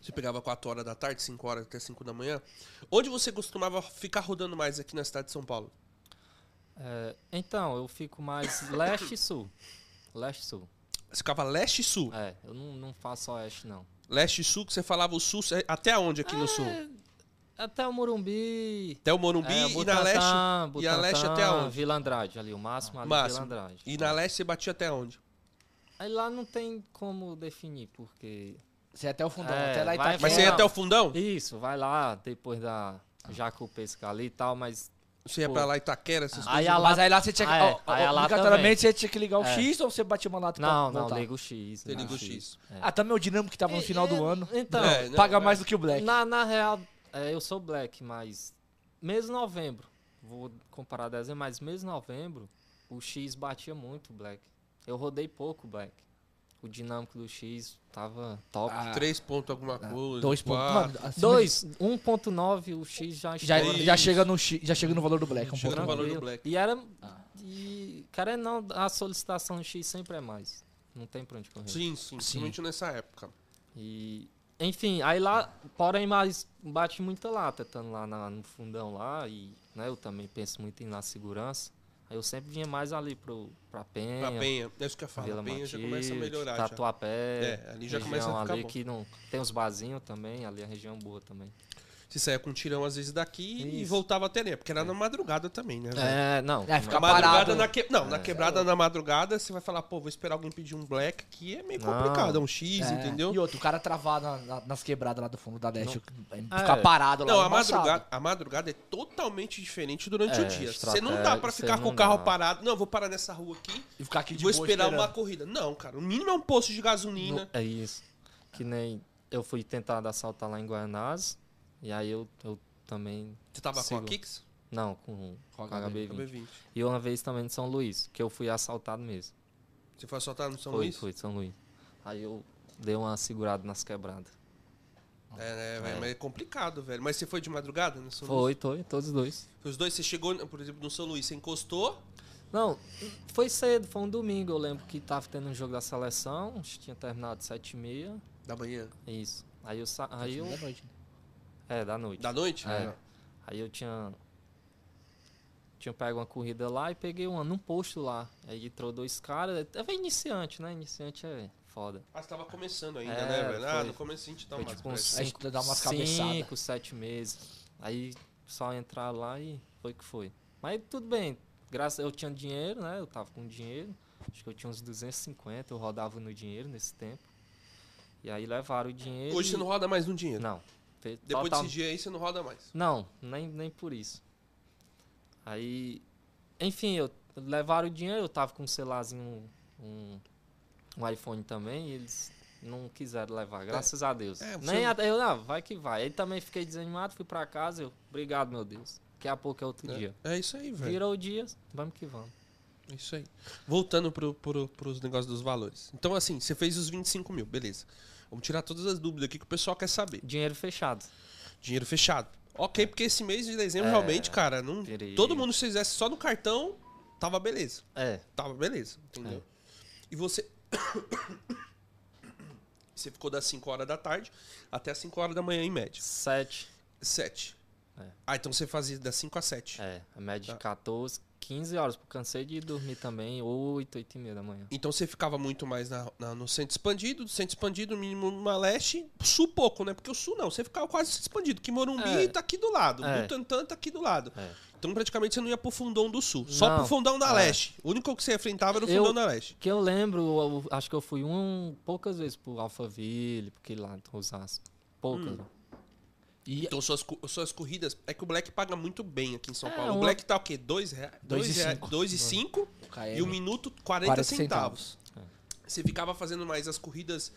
[SPEAKER 1] você pegava 4 horas da tarde, 5 horas até 5 da manhã, onde você costumava ficar rodando mais aqui na cidade de São Paulo?
[SPEAKER 3] É, então, eu fico mais leste e sul. Leste e sul.
[SPEAKER 1] Você ficava leste e sul.
[SPEAKER 3] É, eu não, não faço oeste, não.
[SPEAKER 1] Leste e sul, que você falava o sul, cê- até onde aqui no sul?
[SPEAKER 3] Até o Morumbi.
[SPEAKER 1] Até o Morumbi
[SPEAKER 3] é,
[SPEAKER 1] e na leste.
[SPEAKER 3] Butantã,
[SPEAKER 1] e a leste
[SPEAKER 3] Butantã,
[SPEAKER 1] até aonde?
[SPEAKER 3] Vila Andrade ali, o máximo ali,
[SPEAKER 1] Máximo.
[SPEAKER 3] Vila Andrade.
[SPEAKER 1] E na leste você batia até onde?
[SPEAKER 3] Aí lá não tem como definir, porque...
[SPEAKER 2] Você ia até o fundão,
[SPEAKER 3] É,
[SPEAKER 2] até lá e
[SPEAKER 3] vai-
[SPEAKER 2] tá
[SPEAKER 1] Mas
[SPEAKER 3] É,
[SPEAKER 1] você ia
[SPEAKER 3] não.
[SPEAKER 1] até o fundão?
[SPEAKER 3] Isso, vai lá depois da Jacupesca ali e tal, mas...
[SPEAKER 1] Você ia
[SPEAKER 3] Pô.
[SPEAKER 1] pra lá Itaquera, essas coisas.
[SPEAKER 3] Aí a
[SPEAKER 2] Mas
[SPEAKER 3] lata...
[SPEAKER 2] aí lá você tinha que.
[SPEAKER 3] Ah, é.
[SPEAKER 2] ó, ó,
[SPEAKER 3] Aí a lata
[SPEAKER 2] obrigatoriamente você tinha que ligar o
[SPEAKER 3] É.
[SPEAKER 2] X ou você batia uma lata
[SPEAKER 3] Não,
[SPEAKER 2] pra
[SPEAKER 3] não,
[SPEAKER 2] Tá, voltar?
[SPEAKER 3] liga o X.
[SPEAKER 1] Você
[SPEAKER 3] né?
[SPEAKER 1] liga o X.
[SPEAKER 2] Ah, também o Dinamo que tava no
[SPEAKER 3] E-
[SPEAKER 2] final
[SPEAKER 3] e-
[SPEAKER 2] do ano.
[SPEAKER 3] Então,
[SPEAKER 1] É, não,
[SPEAKER 2] Paga
[SPEAKER 1] é.
[SPEAKER 2] mais do que o Black.
[SPEAKER 3] Na, na real, é, eu sou black, mas mês de novembro, vou comparar dezembro, mas mês de novembro, o X batia muito o black. Eu rodei pouco o black. O dinâmico do X tava top.
[SPEAKER 2] Ah,
[SPEAKER 1] Três pontos alguma coisa.
[SPEAKER 2] Dois pontos.
[SPEAKER 1] quatro.
[SPEAKER 2] Mano, acima
[SPEAKER 3] Dois, 1.9, o X já
[SPEAKER 2] de- Ah, Já,
[SPEAKER 3] estoura.
[SPEAKER 1] Isso.
[SPEAKER 2] já, chega no X, já chega no valor do Black. Um
[SPEAKER 1] Chega
[SPEAKER 2] pouco.
[SPEAKER 1] no valor
[SPEAKER 3] Tranquilo.
[SPEAKER 1] do black.
[SPEAKER 3] E era... E, cara, é não, a solicitação do X sempre é mais. Não tem pra onde correr.
[SPEAKER 1] Sim, sim, principalmente nessa época.
[SPEAKER 3] E, enfim, aí lá, porém, mas bate muita lata, estando lá na- no fundão lá, e né, eu também penso muito em na segurança. Aí eu sempre vinha mais ali pro, pra Penha,
[SPEAKER 1] Pra Penha, é isso que eu falo.
[SPEAKER 3] Vila tá
[SPEAKER 1] Penha já começa a
[SPEAKER 3] Matilde,
[SPEAKER 1] melhorar. já.
[SPEAKER 3] Tatuapé,
[SPEAKER 1] É, ali já
[SPEAKER 3] região
[SPEAKER 1] começa a ficar
[SPEAKER 3] ali
[SPEAKER 1] bom.
[SPEAKER 3] que não tem os barzinhos também, ali é a região boa também.
[SPEAKER 1] Você saia com um tirão às vezes daqui e
[SPEAKER 3] Isso.
[SPEAKER 1] voltava até ali, porque era na madrugada também, né? velho?
[SPEAKER 3] É, não.
[SPEAKER 2] É, fica
[SPEAKER 1] Na
[SPEAKER 3] não,
[SPEAKER 1] madrugada,
[SPEAKER 2] parado.
[SPEAKER 1] na que- não, na
[SPEAKER 3] É.
[SPEAKER 1] quebrada na madrugada, você vai falar, pô, vou esperar alguém pedir um black, que é meio
[SPEAKER 3] Não.
[SPEAKER 1] complicado, é um X,
[SPEAKER 2] É.
[SPEAKER 1] entendeu?
[SPEAKER 2] E outro, o cara travado na- na- nas quebradas lá do fundo da Leste.
[SPEAKER 3] Ah,
[SPEAKER 2] Ficar
[SPEAKER 3] é.
[SPEAKER 2] parado lá.
[SPEAKER 1] Não,
[SPEAKER 2] é
[SPEAKER 1] a
[SPEAKER 2] embaçado.
[SPEAKER 1] madrugada, a madrugada é totalmente diferente durante
[SPEAKER 3] É,
[SPEAKER 1] o dia. Você não dá
[SPEAKER 3] estratégia,
[SPEAKER 1] pra
[SPEAKER 3] você
[SPEAKER 1] ficar com
[SPEAKER 3] não
[SPEAKER 1] o carro
[SPEAKER 3] dá.
[SPEAKER 1] parado. Não, eu vou parar nessa rua aqui
[SPEAKER 2] E ficar aqui
[SPEAKER 1] e
[SPEAKER 2] de
[SPEAKER 1] vou
[SPEAKER 2] boa
[SPEAKER 1] esperar
[SPEAKER 2] esperando.
[SPEAKER 1] uma corrida. Não, cara, o mínimo é um posto de gasolina.
[SPEAKER 3] É isso. Que nem eu fui tentado assaltar lá em Guanás, e aí eu, eu também...
[SPEAKER 1] Você tava com
[SPEAKER 3] Sigo.
[SPEAKER 1] a Kicks?
[SPEAKER 3] Não, com,
[SPEAKER 2] Com
[SPEAKER 3] com,
[SPEAKER 2] a
[SPEAKER 3] HB20.
[SPEAKER 1] HB20.
[SPEAKER 3] E uma vez também em São Luís, que eu fui assaltado mesmo.
[SPEAKER 1] Você foi assaltado no São
[SPEAKER 3] foi,
[SPEAKER 1] Luís?
[SPEAKER 3] foi, São Luís. Aí eu dei uma segurada nas quebradas.
[SPEAKER 1] É, né, velho, mas é complicado, velho. Mas você foi de madrugada no São Luís?
[SPEAKER 3] Foi, foi, todos os dois.
[SPEAKER 1] Foi Os dois, você chegou, por exemplo, no São Luís, você encostou,
[SPEAKER 3] Não, foi cedo, foi um domingo. Eu lembro que tava tendo um jogo da seleção, acho que tinha terminado 7h30.
[SPEAKER 1] Da manhã.
[SPEAKER 3] Isso. Aí eu sa... Aí eu.
[SPEAKER 2] Da noite, né?
[SPEAKER 3] É, da noite.
[SPEAKER 1] Da noite?
[SPEAKER 3] É. Aí eu tinha. Tinha pego uma corrida lá e peguei uma num posto lá. Aí entrou dois caras. É iniciante, né? Iniciante é foda.
[SPEAKER 1] Ah, você tava começando ainda,
[SPEAKER 3] É,
[SPEAKER 1] né, velho? Ah,
[SPEAKER 3] foi.
[SPEAKER 1] no começo a gente tava
[SPEAKER 3] Foi
[SPEAKER 1] mais
[SPEAKER 3] tipo uns
[SPEAKER 1] pressa.
[SPEAKER 2] Aí
[SPEAKER 3] cinco,
[SPEAKER 2] tu dá umas
[SPEAKER 3] cinco,
[SPEAKER 2] cabeçadas.
[SPEAKER 3] sete meses. Aí só entrar lá e foi que foi. Mas tudo bem. Graças eu tinha dinheiro, né? Eu tava com dinheiro. Acho que eu tinha uns 250, eu rodava no dinheiro nesse tempo. E aí levaram o dinheiro.
[SPEAKER 1] Hoje
[SPEAKER 3] e-
[SPEAKER 1] você não roda mais no dinheiro.
[SPEAKER 3] Não. Fe-
[SPEAKER 1] Depois
[SPEAKER 3] total-
[SPEAKER 1] desse dia aí, você não roda mais.
[SPEAKER 3] Não, nem, nem por isso. Aí, enfim, eu levaram o dinheiro, eu tava com um celularzinho, um, um iPhone também, e eles não quiseram levar, graças a Deus.
[SPEAKER 1] É, você-
[SPEAKER 3] nem a- eu, não, vai que vai. Aí também fiquei desanimado, fui pra casa, eu, obrigado, meu Deus. Daqui a pouco é outro dia.
[SPEAKER 1] É, é isso aí, velho.
[SPEAKER 3] Virou o dia, vamos que vamos.
[SPEAKER 1] É isso aí. Voltando pro, pro, pros negócios dos valores. Então, assim, você fez os 25 mil, beleza. Vamos tirar todas as dúvidas aqui que o pessoal quer saber.
[SPEAKER 3] Dinheiro fechado.
[SPEAKER 1] Dinheiro fechado. Ok, porque esse mês de dezembro,
[SPEAKER 3] É,
[SPEAKER 1] realmente, cara, não,
[SPEAKER 3] perigo.
[SPEAKER 1] todo mundo se fizesse só no cartão, tava beleza.
[SPEAKER 3] É,
[SPEAKER 1] Tava beleza, entendeu? E você. você ficou das 5 horas da tarde até as 5 horas da manhã, em média.
[SPEAKER 3] sete
[SPEAKER 1] 7.
[SPEAKER 3] É.
[SPEAKER 1] Ah, então você fazia das 5 às 7.
[SPEAKER 3] É, a média
[SPEAKER 1] Tá.
[SPEAKER 3] de 14, 15 horas. porque eu Cansei de dormir também, 8, 8 e meia da manhã.
[SPEAKER 1] Então você ficava muito mais na- na- no centro expandido, do centro expandido, mínimo uma leste, sul pouco, né? Porque o sul não, você ficava quase expandido, que Morumbi
[SPEAKER 3] É.
[SPEAKER 1] tá aqui do lado,
[SPEAKER 3] É.
[SPEAKER 1] Butantã tá aqui do lado.
[SPEAKER 3] É.
[SPEAKER 1] Então praticamente você não ia pro fundão do sul, só
[SPEAKER 3] Não.
[SPEAKER 1] pro fundão da
[SPEAKER 3] É.
[SPEAKER 1] leste. O único que você enfrentava era o
[SPEAKER 3] Eu-
[SPEAKER 1] fundão da leste.
[SPEAKER 3] Que eu lembro, eu- acho que eu fui um poucas vezes pro Alphaville, porque lá em Osasco.
[SPEAKER 1] Hum.
[SPEAKER 3] Poucas.
[SPEAKER 2] E
[SPEAKER 1] Então suas, cu- suas corridas. É que o Black paga muito bem aqui em São
[SPEAKER 3] É,
[SPEAKER 1] Paulo. O
[SPEAKER 3] uma-
[SPEAKER 1] Black tá o quê? 2 reais?
[SPEAKER 2] Dois e
[SPEAKER 1] 2 reais.
[SPEAKER 2] cinco.
[SPEAKER 1] 2 e 5
[SPEAKER 2] o é KM,
[SPEAKER 1] e o minuto 40,
[SPEAKER 2] 40
[SPEAKER 1] centavos. Você ficava fazendo mais as corridas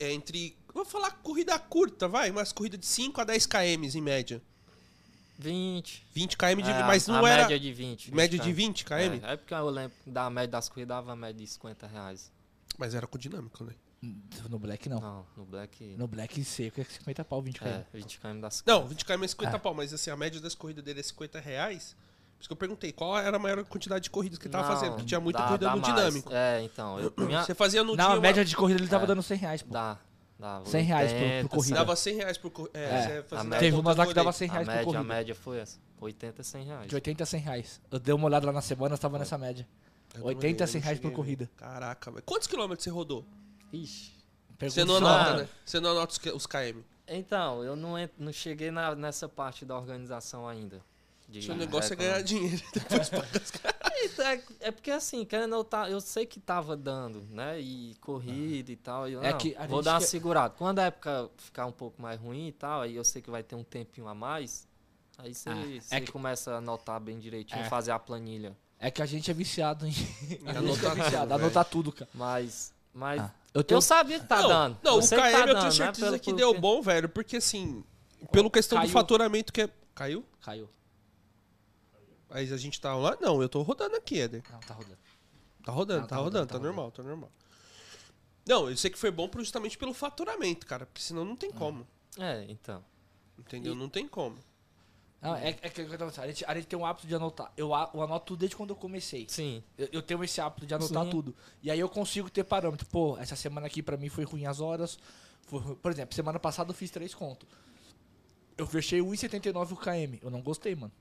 [SPEAKER 1] é, entre. Vou falar corrida curta, vai, mas corrida de 5 a 10 km em média.
[SPEAKER 3] 20.
[SPEAKER 1] 20 km de.
[SPEAKER 3] É,
[SPEAKER 1] mas
[SPEAKER 3] a-
[SPEAKER 1] não
[SPEAKER 3] a
[SPEAKER 1] era.
[SPEAKER 3] média de 20.
[SPEAKER 1] média de
[SPEAKER 3] km.
[SPEAKER 1] 20 km?
[SPEAKER 3] É, é porque eu lembro da média das corridas dava a média de 50 reais.
[SPEAKER 1] Mas era com dinâmico, né?
[SPEAKER 2] Hum, No Black não.
[SPEAKER 3] Não, no Black.
[SPEAKER 2] No Black seco é 50 pau, 20
[SPEAKER 3] Ah. É,
[SPEAKER 2] KM.
[SPEAKER 3] 20 km das
[SPEAKER 1] Não, 20 km é 50
[SPEAKER 2] É.
[SPEAKER 1] pau, mas assim, a média das corridas dele é 50 reais. Por isso que eu perguntei qual era a maior quantidade de corridas que ele tava
[SPEAKER 3] Não,
[SPEAKER 1] fazendo, porque tinha muita
[SPEAKER 3] dá-
[SPEAKER 1] corrida
[SPEAKER 3] dá
[SPEAKER 1] no
[SPEAKER 3] mais.
[SPEAKER 1] dinâmico.
[SPEAKER 3] É, então. Eu, minha,
[SPEAKER 1] Você fazia no
[SPEAKER 2] Não,
[SPEAKER 1] dia.
[SPEAKER 2] a
[SPEAKER 1] uma-
[SPEAKER 2] média de corrida ele tava
[SPEAKER 3] É.
[SPEAKER 2] dando 100 reais, pô.
[SPEAKER 3] dá. dava
[SPEAKER 2] Cem reais por- por
[SPEAKER 3] 80,
[SPEAKER 2] corrida.
[SPEAKER 1] Dava 100 reais por corrida.
[SPEAKER 2] É.
[SPEAKER 1] É, você fazia uma
[SPEAKER 3] A média.
[SPEAKER 2] Teve
[SPEAKER 1] conta
[SPEAKER 2] umas lá que
[SPEAKER 1] por aí.
[SPEAKER 2] dava 100
[SPEAKER 3] A
[SPEAKER 2] reais por
[SPEAKER 3] média, a
[SPEAKER 2] corrida.
[SPEAKER 3] média foi essa. 80, 100 reais.
[SPEAKER 2] De 80 a 100 reais. Eu dei uma olhada lá na semana, tava nessa média.
[SPEAKER 1] Eu
[SPEAKER 2] 80 a
[SPEAKER 1] não
[SPEAKER 2] 100 reais
[SPEAKER 1] cheguei
[SPEAKER 2] por
[SPEAKER 1] a ver.
[SPEAKER 2] corrida.
[SPEAKER 1] Caraca, velho. Quantos quilômetros você rodou?
[SPEAKER 3] Ixi.
[SPEAKER 2] Pergunta
[SPEAKER 1] Você não
[SPEAKER 2] só.
[SPEAKER 1] anota,
[SPEAKER 3] Ah.
[SPEAKER 1] né? Você não anota os K- os KM.
[SPEAKER 3] Então, eu não, en- não cheguei na- nessa parte da organização ainda. De
[SPEAKER 1] Seu negócio é ganhar dinheiro.
[SPEAKER 3] Então, É, é porque assim, querendo ou tá, eu sei que tava dando, né? E corrida e tal. e eu,
[SPEAKER 2] É
[SPEAKER 3] não,
[SPEAKER 2] que a
[SPEAKER 3] vou
[SPEAKER 2] gente
[SPEAKER 3] dar uma
[SPEAKER 2] que-
[SPEAKER 3] segurada. Quando a época ficar um pouco mais ruim e tal, aí eu sei que vai ter um tempinho a mais. Aí você
[SPEAKER 2] Ah,
[SPEAKER 3] você
[SPEAKER 2] é que-
[SPEAKER 3] começa a anotar bem direitinho,
[SPEAKER 2] É.
[SPEAKER 3] fazer a planilha.
[SPEAKER 2] É que a gente é viciado em.
[SPEAKER 1] Em
[SPEAKER 2] A gente é
[SPEAKER 1] anotar
[SPEAKER 2] viciado,
[SPEAKER 1] tudo,
[SPEAKER 2] anotar tudo, cara. Ah,
[SPEAKER 3] Mas. mas
[SPEAKER 2] Eu
[SPEAKER 3] Eu
[SPEAKER 2] tenho um-
[SPEAKER 3] sabia que tá
[SPEAKER 1] não,
[SPEAKER 3] dando.
[SPEAKER 1] Não,
[SPEAKER 3] eu
[SPEAKER 1] o KM
[SPEAKER 3] sei que tá
[SPEAKER 1] eu
[SPEAKER 3] dando,
[SPEAKER 1] tenho
[SPEAKER 3] né,
[SPEAKER 1] certeza
[SPEAKER 3] pelo-
[SPEAKER 1] que
[SPEAKER 3] pelo
[SPEAKER 1] deu
[SPEAKER 3] que-
[SPEAKER 1] bom, velho. Porque assim, pelo questão do
[SPEAKER 2] caiu.
[SPEAKER 1] faturamento que é. Caiu?
[SPEAKER 2] Caiu.
[SPEAKER 1] Mas a gente tá lá? Não, eu tô rodando aqui, Eder.
[SPEAKER 2] Não, tá rodando.
[SPEAKER 1] Tá rodando,
[SPEAKER 2] Não,
[SPEAKER 1] tá,
[SPEAKER 2] tá
[SPEAKER 1] rodando,
[SPEAKER 2] rodando,
[SPEAKER 1] tá,
[SPEAKER 2] tá rodando.
[SPEAKER 1] normal, tá normal. Não, eu sei que foi bom por- justamente pelo faturamento, cara. Porque senão não tem como.
[SPEAKER 3] É, então.
[SPEAKER 1] Entendeu? Não tem como.
[SPEAKER 2] Não, é, é que eu tava falando, a gente, a gente tem um hábito de anotar. Eu, a- eu anoto tudo desde quando eu comecei.
[SPEAKER 3] Sim.
[SPEAKER 2] Eu, eu tenho esse hábito de anotar
[SPEAKER 3] Sim.
[SPEAKER 2] tudo. E aí eu consigo ter parâmetro. Pô, essa semana aqui pra mim foi ruim as horas. Foi ru- por exemplo, semana passada eu fiz 3 conto. Eu fechei 1,79 o KM. Eu não gostei, mano.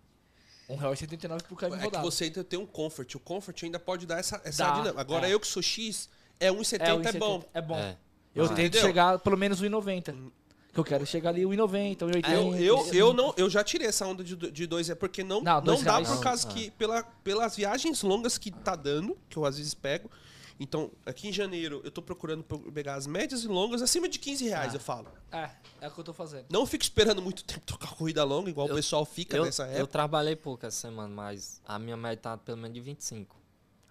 [SPEAKER 2] R$1,79 pro
[SPEAKER 3] Tá
[SPEAKER 2] KM
[SPEAKER 1] É que
[SPEAKER 2] rodado.
[SPEAKER 1] você ainda tem um comfort. O comfort ainda pode dar essa, essa
[SPEAKER 2] Dá,
[SPEAKER 1] dinâmica. Agora
[SPEAKER 2] é.
[SPEAKER 1] eu que sou X, é 1,70 é, bom.
[SPEAKER 2] É bom.
[SPEAKER 3] É.
[SPEAKER 2] Eu
[SPEAKER 1] Ah,
[SPEAKER 2] tenho que
[SPEAKER 1] entendeu?
[SPEAKER 2] chegar pelo menos 1,90. Que eu quero chegar ali 1,90,
[SPEAKER 3] É
[SPEAKER 2] 1,80.
[SPEAKER 1] Eu, É, eu, eu, não, eu já tirei essa onda de, do- de dois, é porque não, não,
[SPEAKER 2] Não, dois
[SPEAKER 1] dá
[SPEAKER 2] reais
[SPEAKER 1] por
[SPEAKER 3] não.
[SPEAKER 1] causa
[SPEAKER 3] Ah.
[SPEAKER 1] que, pela, pelas viagens longas que tá dando, que eu às vezes pego. Então, aqui em janeiro, eu tô procurando pe- pegar as médias e longas acima de 15 reais,
[SPEAKER 2] Ah.
[SPEAKER 3] Tá.
[SPEAKER 1] eu falo.
[SPEAKER 2] É, é o que eu tô fazendo.
[SPEAKER 1] Não fico esperando muito tempo trocar corrida longa, igual o
[SPEAKER 3] Eu-
[SPEAKER 1] pessoal fica
[SPEAKER 3] Eu,
[SPEAKER 1] nessa
[SPEAKER 3] eu
[SPEAKER 1] época.
[SPEAKER 3] trabalhei pouco essa semana, mas a minha média tá pelo menos de 25.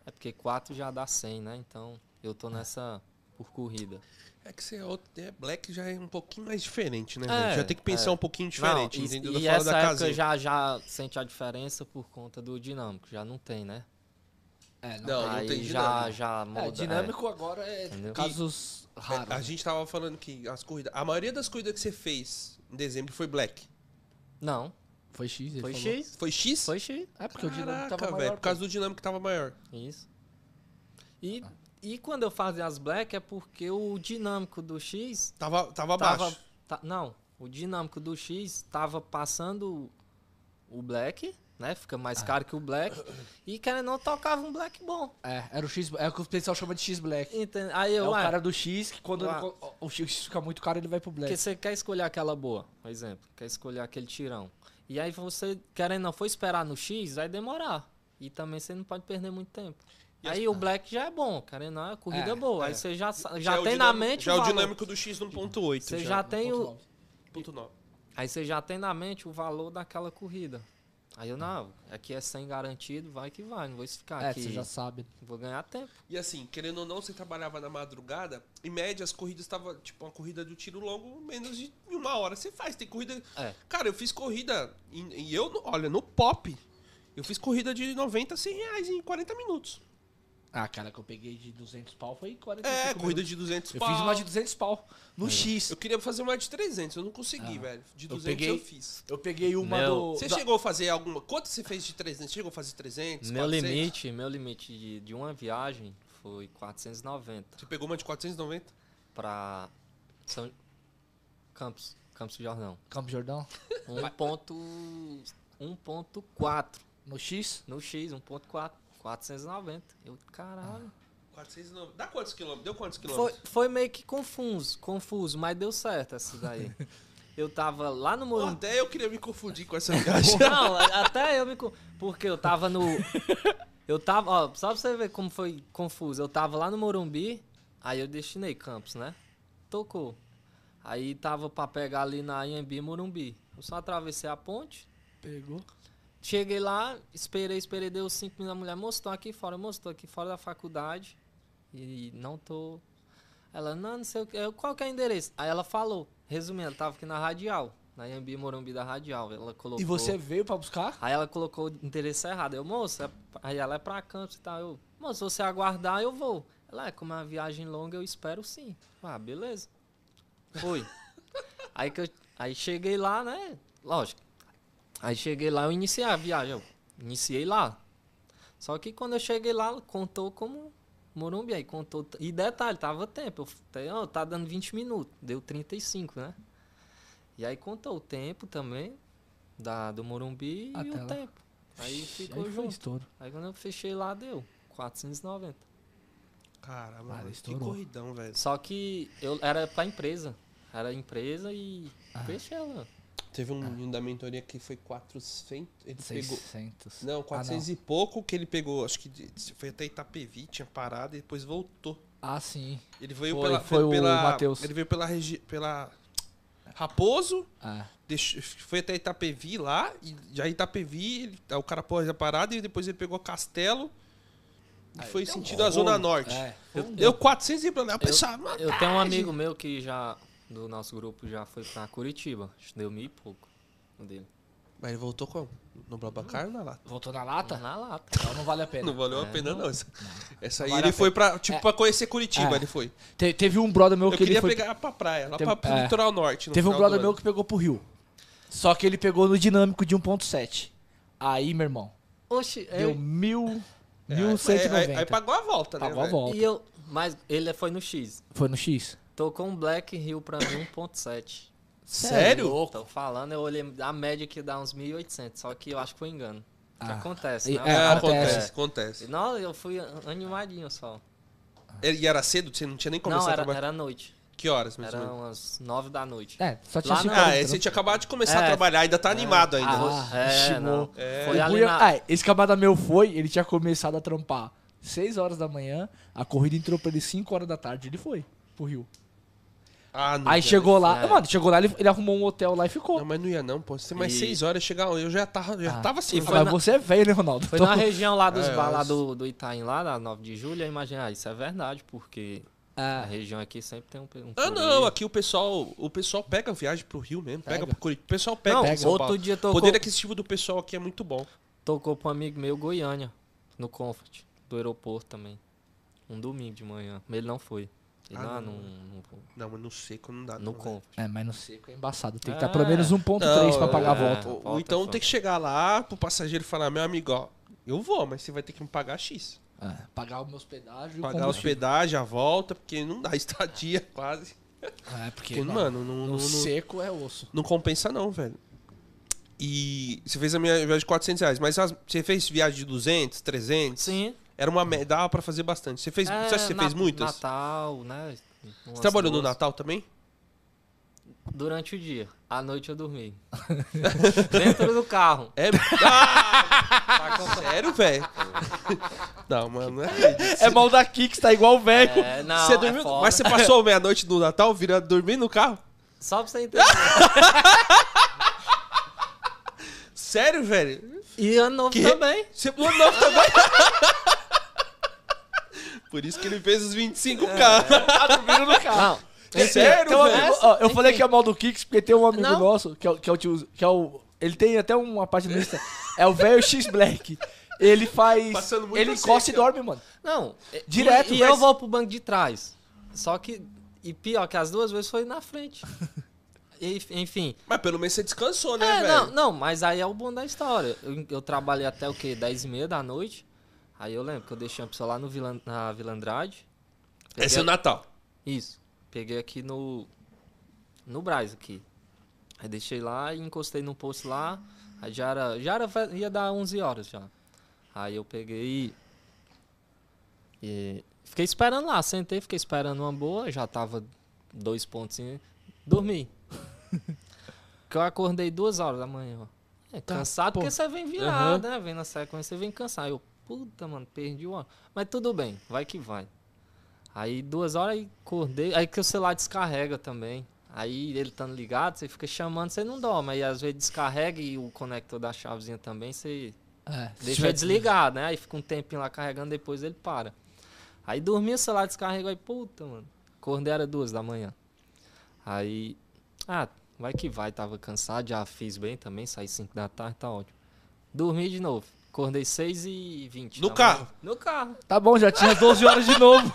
[SPEAKER 3] É porque 4 já dá 100, né? Então eu tô nessa por corrida.
[SPEAKER 1] É que você é, outro, é black já é um pouquinho mais diferente, né?
[SPEAKER 3] É,
[SPEAKER 1] velho? já tem que pensar
[SPEAKER 3] é.
[SPEAKER 1] um pouquinho diferente,
[SPEAKER 3] Não, e-
[SPEAKER 1] entendeu?
[SPEAKER 3] E,
[SPEAKER 1] Da fora
[SPEAKER 3] essa
[SPEAKER 1] da
[SPEAKER 3] época
[SPEAKER 1] casinha.
[SPEAKER 3] já, já sente a diferença por conta do dinâmico. Já não tem, né?
[SPEAKER 2] É,
[SPEAKER 1] Não,
[SPEAKER 2] tá.
[SPEAKER 1] não
[SPEAKER 3] Aí
[SPEAKER 1] tem
[SPEAKER 3] já,
[SPEAKER 1] dinâmico.
[SPEAKER 3] já muda.
[SPEAKER 2] É, dinâmico agora é
[SPEAKER 3] Entendeu?
[SPEAKER 2] casos raros.
[SPEAKER 1] É, A gente tava falando que as corridas. A maioria das corridas que você fez em dezembro foi black.
[SPEAKER 3] Não,
[SPEAKER 2] Foi X, ele
[SPEAKER 3] foi
[SPEAKER 2] falou.
[SPEAKER 3] X.
[SPEAKER 1] Foi X?
[SPEAKER 3] Foi X.
[SPEAKER 2] É porque o dinâmico
[SPEAKER 1] Caraca,
[SPEAKER 2] tava maior.
[SPEAKER 1] velho. Por causa do dinâmico que tava maior.
[SPEAKER 3] Isso. E, e quando eu fazia as black é porque o dinâmico do X
[SPEAKER 1] Tava, tava
[SPEAKER 3] tava,
[SPEAKER 1] baixo.
[SPEAKER 3] tá- não, o dinâmico do X tava passando o black, né? Fica mais
[SPEAKER 1] Ah.
[SPEAKER 3] caro que o black. E cara não tocava um black bom.
[SPEAKER 2] É, era o X, é o que o pessoal chama de X Black.
[SPEAKER 3] Entende? Aí
[SPEAKER 2] É
[SPEAKER 3] eu,
[SPEAKER 2] o
[SPEAKER 3] ué,
[SPEAKER 2] cara do X que quando
[SPEAKER 3] Ué.
[SPEAKER 2] ele co- o X fica muito caro, ele vai pro Black.
[SPEAKER 3] porque você quer escolher aquela boa, por exemplo, quer escolher aquele tirão. E aí você, querendo ou não, for esperar no X, vai demorar. E também você não pode perder muito tempo.
[SPEAKER 1] E
[SPEAKER 3] aí o black já é bom, querendo ou não, a corrida
[SPEAKER 2] É,
[SPEAKER 3] é boa.
[SPEAKER 1] é.
[SPEAKER 3] Aí você já, sa-
[SPEAKER 1] é
[SPEAKER 3] já
[SPEAKER 1] o
[SPEAKER 3] tem na
[SPEAKER 1] dinâmico-
[SPEAKER 3] mente
[SPEAKER 1] Já
[SPEAKER 3] o
[SPEAKER 1] é o
[SPEAKER 3] valor.
[SPEAKER 1] dinâmico do X 1.8.
[SPEAKER 3] Você
[SPEAKER 1] já.
[SPEAKER 3] já tem o,
[SPEAKER 1] 1.9.
[SPEAKER 3] Aí você já tem na mente o valor daquela corrida. Aí eu, não, aqui é 100 garantido, vai Ah, que vai, não vou ficar
[SPEAKER 2] É,
[SPEAKER 3] aqui.
[SPEAKER 2] você já sabe.
[SPEAKER 3] Vou ganhar tempo.
[SPEAKER 1] E assim, querendo ou não, você trabalhava na madrugada, em média as corridas estavam, tipo, uma corrida do tiro longo, menos de uma hora você faz. Tem corrida.
[SPEAKER 3] É.
[SPEAKER 1] Cara, eu fiz corrida, e, e eu, no- olha, no pop, eu fiz corrida de 90, 100 reais em 40 minutos.
[SPEAKER 2] Ah, cara, que eu peguei de 200 pau foi 45
[SPEAKER 1] É,
[SPEAKER 2] minutos.
[SPEAKER 1] corrida de 200
[SPEAKER 2] Eu
[SPEAKER 1] pau.
[SPEAKER 2] fiz uma de 200 pau
[SPEAKER 3] É.
[SPEAKER 2] no X.
[SPEAKER 1] Eu queria fazer uma de 300, eu não consegui, velho. De
[SPEAKER 2] Ah. eu
[SPEAKER 1] 200 eu,
[SPEAKER 2] peguei-
[SPEAKER 1] fiz.
[SPEAKER 2] Eu peguei uma
[SPEAKER 3] Meu.
[SPEAKER 2] do...
[SPEAKER 1] Você
[SPEAKER 2] da-
[SPEAKER 1] chegou a fazer alguma? Quanto você fez de 300? Chegou a fazer 300?
[SPEAKER 3] Meu
[SPEAKER 1] 400?
[SPEAKER 3] limite, meu limite de, de uma viagem foi 490
[SPEAKER 1] Você pegou uma de 490?
[SPEAKER 3] pra São Campos, Campos do Jordão.
[SPEAKER 2] Campo Jordão,
[SPEAKER 3] 1.4
[SPEAKER 2] no X.
[SPEAKER 3] no X, 1.4, 490. Eu, caralho.
[SPEAKER 1] 490. Dá quantos quilômetros? Deu quantos
[SPEAKER 3] Foi,
[SPEAKER 2] um.
[SPEAKER 1] quilômetros?
[SPEAKER 3] foi meio que confuso, confuso, mas deu certo essa daí. Eu tava lá no
[SPEAKER 1] Pô,
[SPEAKER 3] Morumbi.
[SPEAKER 1] até eu queria me confundir com essa viagem.
[SPEAKER 3] Não, a- até eu me. co- Porque eu tava no. Eu tava. Ó, só pra você ver como foi confuso. Eu tava lá no Morumbi, aí eu destinei Campos, né? Tocou. Aí tava pra pegar ali na IMB Morumbi. Eu só atravessei a ponte.
[SPEAKER 2] Pegou.
[SPEAKER 3] Cheguei lá, esperei, esperei, deu cinco minutos. A mulher mostrou aqui fora, mostrou aqui fora da faculdade. E não tô. Ela, não, não sei o que. eu, Qual que é o endereço? Aí ela falou, resumindo, eu tava aqui na Radial. Na IMB Morumbi da Radial. Ela colocou.
[SPEAKER 2] E você veio pra buscar?
[SPEAKER 3] Aí ela colocou o endereço errado. Eu, moça, é- aí ela é pra Campos e tal. Eu, moça, se você aguardar, eu vou. Ela, é, como é uma viagem longa, eu espero sim. Ah, beleza. Fui. aí, que eu, aí cheguei lá, né? Lógico. Aí cheguei lá, eu iniciei a viagem. Eu iniciei lá. Só que quando eu cheguei lá, ela contou como Morumbi. Aí contou. t- E detalhe, tava tempo. Eu falei, ó, tá dando 20 minutos. Deu 35, né? E aí contou o tempo também da, do Morumbi
[SPEAKER 2] Até
[SPEAKER 3] e o
[SPEAKER 2] lá.
[SPEAKER 3] tempo. Aí ficou
[SPEAKER 2] Aí foi
[SPEAKER 3] junto.
[SPEAKER 2] estouro.
[SPEAKER 3] Aí quando eu fechei lá, deu 490.
[SPEAKER 1] Caramba,
[SPEAKER 2] Ah,
[SPEAKER 1] mano, que
[SPEAKER 2] estourou.
[SPEAKER 1] corridão, velho.
[SPEAKER 3] Só que eu era pra empresa. Era empresa e
[SPEAKER 2] Ah.
[SPEAKER 3] fechei ela.
[SPEAKER 1] Teve
[SPEAKER 2] É.
[SPEAKER 1] um menino da mentoria que foi 400. Ele pegou.
[SPEAKER 2] 600.
[SPEAKER 1] Não, 400 e pouco que ele pegou. Acho que de- foi até Itapevi, tinha parado e depois voltou.
[SPEAKER 2] Ah, sim.
[SPEAKER 1] Ele veio
[SPEAKER 2] Foi-
[SPEAKER 1] pela.
[SPEAKER 2] foi o
[SPEAKER 1] pela-
[SPEAKER 2] Matheus.
[SPEAKER 1] Ele veio pela. regi- pela Raposo,
[SPEAKER 2] Ah.
[SPEAKER 1] deixou- foi até Itapevi lá, e já Itapevi, ele- o cara pôs a parada e depois ele pegou Castelo e foi sentido à Zona Norte.
[SPEAKER 2] É.
[SPEAKER 1] Deu 400 e pra pensar, mano.
[SPEAKER 3] Eu tenho um amigo meu que já, do nosso grupo, já foi pra Curitiba. Acho que Deu mil e pouco. O dele.
[SPEAKER 1] Mas ele voltou como? No Blabacar ou na lata?
[SPEAKER 2] Voltou na lata?
[SPEAKER 3] Na lata.
[SPEAKER 2] Então não vale a pena.
[SPEAKER 1] Não valeu a pena, não. Essa, essa aí
[SPEAKER 2] Vale a
[SPEAKER 1] ele foi pra, tipo,
[SPEAKER 2] É.
[SPEAKER 1] pra conhecer Curitiba,
[SPEAKER 2] É.
[SPEAKER 1] ele foi.
[SPEAKER 2] Te- teve um brother meu
[SPEAKER 1] Eu
[SPEAKER 2] que ele
[SPEAKER 1] queria
[SPEAKER 2] foi.
[SPEAKER 1] pegar pra praia, lá
[SPEAKER 2] Tem-
[SPEAKER 1] pra, pro
[SPEAKER 2] é.
[SPEAKER 1] litoral norte. no
[SPEAKER 2] Teve um
[SPEAKER 1] final
[SPEAKER 2] brother
[SPEAKER 1] do
[SPEAKER 2] meu
[SPEAKER 1] ano.
[SPEAKER 2] que pegou pro Rio. Só que ele pegou no dinâmico de 1.7. Aí, meu irmão,
[SPEAKER 3] Oxi,
[SPEAKER 2] deu
[SPEAKER 3] eu,
[SPEAKER 2] mil.
[SPEAKER 1] É, aí- Aí,
[SPEAKER 2] 1190.
[SPEAKER 1] aí pagou a volta, né?
[SPEAKER 2] Pagou a
[SPEAKER 1] velho?
[SPEAKER 2] Tá, volta.
[SPEAKER 3] e eu. Mas ele é, foi no X.
[SPEAKER 2] Foi no X.
[SPEAKER 3] Tocou um Black Hill pra mim 1.7.
[SPEAKER 1] Sério?
[SPEAKER 3] Tô falando, eu olhei a média que dá uns 1.800, só que eu acho que foi engano. Que
[SPEAKER 2] Ah.
[SPEAKER 3] acontece,
[SPEAKER 2] E-
[SPEAKER 3] né?
[SPEAKER 1] É,
[SPEAKER 2] É,
[SPEAKER 1] acontece,
[SPEAKER 2] acontece.
[SPEAKER 1] acontece.
[SPEAKER 3] Não, eu fui animadinho só.
[SPEAKER 1] E era cedo? Você não tinha nem
[SPEAKER 3] Não,
[SPEAKER 1] começado a
[SPEAKER 3] era,
[SPEAKER 1] trabalhar?
[SPEAKER 3] era noite.
[SPEAKER 1] Que horas, mais ou
[SPEAKER 3] Era
[SPEAKER 1] menos?
[SPEAKER 3] umas 9 da noite.
[SPEAKER 2] É, só tinha
[SPEAKER 3] Lá na-
[SPEAKER 2] 50.
[SPEAKER 1] Ah, é, você tinha acabado de começar a
[SPEAKER 3] É.
[SPEAKER 1] trabalhar, ainda tá animado ainda. né?
[SPEAKER 2] Ah,
[SPEAKER 3] é,
[SPEAKER 2] chegou.
[SPEAKER 3] não.
[SPEAKER 1] É.
[SPEAKER 3] Foi ali
[SPEAKER 2] Guia-
[SPEAKER 3] na.
[SPEAKER 2] ah, esse camarada meu foi, ele tinha começado a trampar 6 horas da manhã, a corrida entrou pra ele 5 horas da tarde, ele foi pro Rio.
[SPEAKER 1] Ah, não.
[SPEAKER 2] Aí
[SPEAKER 1] cara.
[SPEAKER 2] chegou lá,
[SPEAKER 3] É.
[SPEAKER 2] mano, chegou lá, ele, ele arrumou um hotel lá e ficou.
[SPEAKER 1] Não, mas não ia não, pô. Se mais
[SPEAKER 3] E-
[SPEAKER 1] seis horas chegar, eu já tava, já
[SPEAKER 2] Ah.
[SPEAKER 1] tava assim.
[SPEAKER 3] E
[SPEAKER 1] velho.
[SPEAKER 2] mas
[SPEAKER 3] na-
[SPEAKER 2] você é velho, né, Ronaldo?
[SPEAKER 3] Foi
[SPEAKER 2] Então-
[SPEAKER 3] na região lá dos
[SPEAKER 1] É,
[SPEAKER 3] bar lá
[SPEAKER 1] mas-
[SPEAKER 3] do, do Itaim, lá na 9 de julho, eu imaginei, ah, isso é verdade, porque a
[SPEAKER 2] Ah,
[SPEAKER 3] região aqui sempre tem um. pe- um
[SPEAKER 1] É. Ah,
[SPEAKER 3] turismo.
[SPEAKER 1] não, aqui o pessoal, o pessoal pega viagem pro Rio mesmo, pega,
[SPEAKER 2] Pega.
[SPEAKER 1] pro Curitiba. O pessoal pega,
[SPEAKER 3] Não,
[SPEAKER 1] em São
[SPEAKER 3] outro
[SPEAKER 1] Paulo.
[SPEAKER 3] dia
[SPEAKER 1] O
[SPEAKER 3] tocou,
[SPEAKER 1] poder aquisitivo do pessoal aqui é muito bom.
[SPEAKER 3] tocou pra um amigo meu, Goiânia, no Comfort, do aeroporto também. Um domingo de manhã. Mas ele não foi. Ele,
[SPEAKER 1] Ah,
[SPEAKER 3] ah,
[SPEAKER 1] não.
[SPEAKER 3] não, não, vou.
[SPEAKER 1] Não, mas no seco não dá.
[SPEAKER 3] no
[SPEAKER 1] não,
[SPEAKER 3] Comfort.
[SPEAKER 2] é, mas no seco é embaçado. Tem que
[SPEAKER 3] É.
[SPEAKER 2] estar pelo menos
[SPEAKER 1] Não,
[SPEAKER 2] 1.3 pra pagar a
[SPEAKER 1] é,
[SPEAKER 2] volta.
[SPEAKER 1] ou- Ou
[SPEAKER 3] Volta,
[SPEAKER 1] então
[SPEAKER 3] volta.
[SPEAKER 1] tem que chegar lá pro passageiro falar, meu amigo, ó, eu vou, mas você vai ter que me pagar X.
[SPEAKER 2] É, pagar o meu hospedagem e assim? o
[SPEAKER 1] Pagar a
[SPEAKER 2] combustível.
[SPEAKER 1] hospedagem, a volta, porque não dá estadia quase.
[SPEAKER 2] É, porque,
[SPEAKER 1] Porque,
[SPEAKER 2] mano,
[SPEAKER 1] mano, não,
[SPEAKER 2] no,
[SPEAKER 1] não, não,
[SPEAKER 2] seco é osso.
[SPEAKER 1] não compensa não, velho. E você fez a minha viagem de 400 reais, mas as- você fez viagem de 200, 300?
[SPEAKER 3] Sim.
[SPEAKER 1] Era uma... me- dava pra fazer bastante. Você fez... você acha que você
[SPEAKER 3] É, na-
[SPEAKER 1] fez muitas?
[SPEAKER 3] Natal, né?
[SPEAKER 1] Você
[SPEAKER 3] umas
[SPEAKER 1] trabalhou no
[SPEAKER 3] duas.
[SPEAKER 1] Natal também?
[SPEAKER 3] Durante o dia. À noite eu dormi. Dentro do carro.
[SPEAKER 1] É... Ah! Sério, velho? Não, mano, não é...
[SPEAKER 2] É mal daqui que tá igual o velho.
[SPEAKER 3] É, não,
[SPEAKER 1] Você
[SPEAKER 3] é
[SPEAKER 1] dormiu-
[SPEAKER 3] foda.
[SPEAKER 1] mas você passou meia-noite no Natal virando, dormindo no carro?
[SPEAKER 3] Só pra você entender.
[SPEAKER 1] Sério, velho?
[SPEAKER 3] E ano novo também.
[SPEAKER 1] Você pulou no novo também? Por isso que ele fez os
[SPEAKER 3] É.
[SPEAKER 1] 25k.
[SPEAKER 2] Tá dormindo no carro.
[SPEAKER 3] Não.
[SPEAKER 1] É sério,
[SPEAKER 2] Tem um
[SPEAKER 1] velho?
[SPEAKER 2] amigo- ó, eu falei
[SPEAKER 3] Enfim.
[SPEAKER 2] que é mal do Kicks porque tem um amigo
[SPEAKER 3] Não.
[SPEAKER 2] nosso, que é, o- que é o tio. Que é o, ele tem até uma página no Insta. É o velho X Black. Ele faz.
[SPEAKER 1] Passando muita
[SPEAKER 2] ele encosta e
[SPEAKER 1] seca.
[SPEAKER 2] dorme, mano.
[SPEAKER 3] Não, é-
[SPEAKER 2] Direto,
[SPEAKER 3] E, e
[SPEAKER 2] mas-
[SPEAKER 3] eu vou pro banco de trás. Só que. E pior que as duas vezes foi na frente. E, enfim.
[SPEAKER 1] Mas pelo menos você descansou, né,
[SPEAKER 3] É,
[SPEAKER 1] velho?
[SPEAKER 3] não, não, mas aí é o bom da história. Eu, eu trabalhei até o quê? 10 e meia da noite. Aí eu lembro que eu deixei a pessoa lá no Vila, na Vila Andrade. Peguei
[SPEAKER 1] Esse é o Natal.
[SPEAKER 3] Isso. Peguei aqui no. No Braz aqui. Aí deixei lá e encostei no posto lá. Aí já era. Já era, fe- ia dar 11 horas já. Aí eu peguei. E. Fiquei esperando lá, sentei, fiquei esperando uma boa, já tava dois pontos. Dormi. que eu acordei duas horas da manhã, ó. É,
[SPEAKER 2] Tá,
[SPEAKER 3] cansado
[SPEAKER 2] pô.
[SPEAKER 3] porque você vem virado, né? Vem na sequência, você vem cansado. Eu, puta, mano, perdi o ano. Mas tudo bem, vai que vai. Aí duas horas aí acordei, aí que o celular descarrega também. Aí ele estando ligado, você fica chamando, você não dorme. Aí às vezes descarrega e o conector da chavezinha também, você
[SPEAKER 2] É, se
[SPEAKER 3] deixa
[SPEAKER 2] tiver-
[SPEAKER 3] desligado, né? Aí fica um tempinho lá carregando, depois ele para. Aí dormi, o celular descarregou, aí puta, mano. Acordei era duas da manhã. Aí, ah, vai que vai, tava cansado, já fiz bem também, saí cinco da tarde, tá ótimo. Dormi de novo, acordei seis e vinte.
[SPEAKER 1] No
[SPEAKER 3] da
[SPEAKER 1] carro?
[SPEAKER 3] manhã. No carro.
[SPEAKER 2] Tá bom, já tinha 12 horas de novo.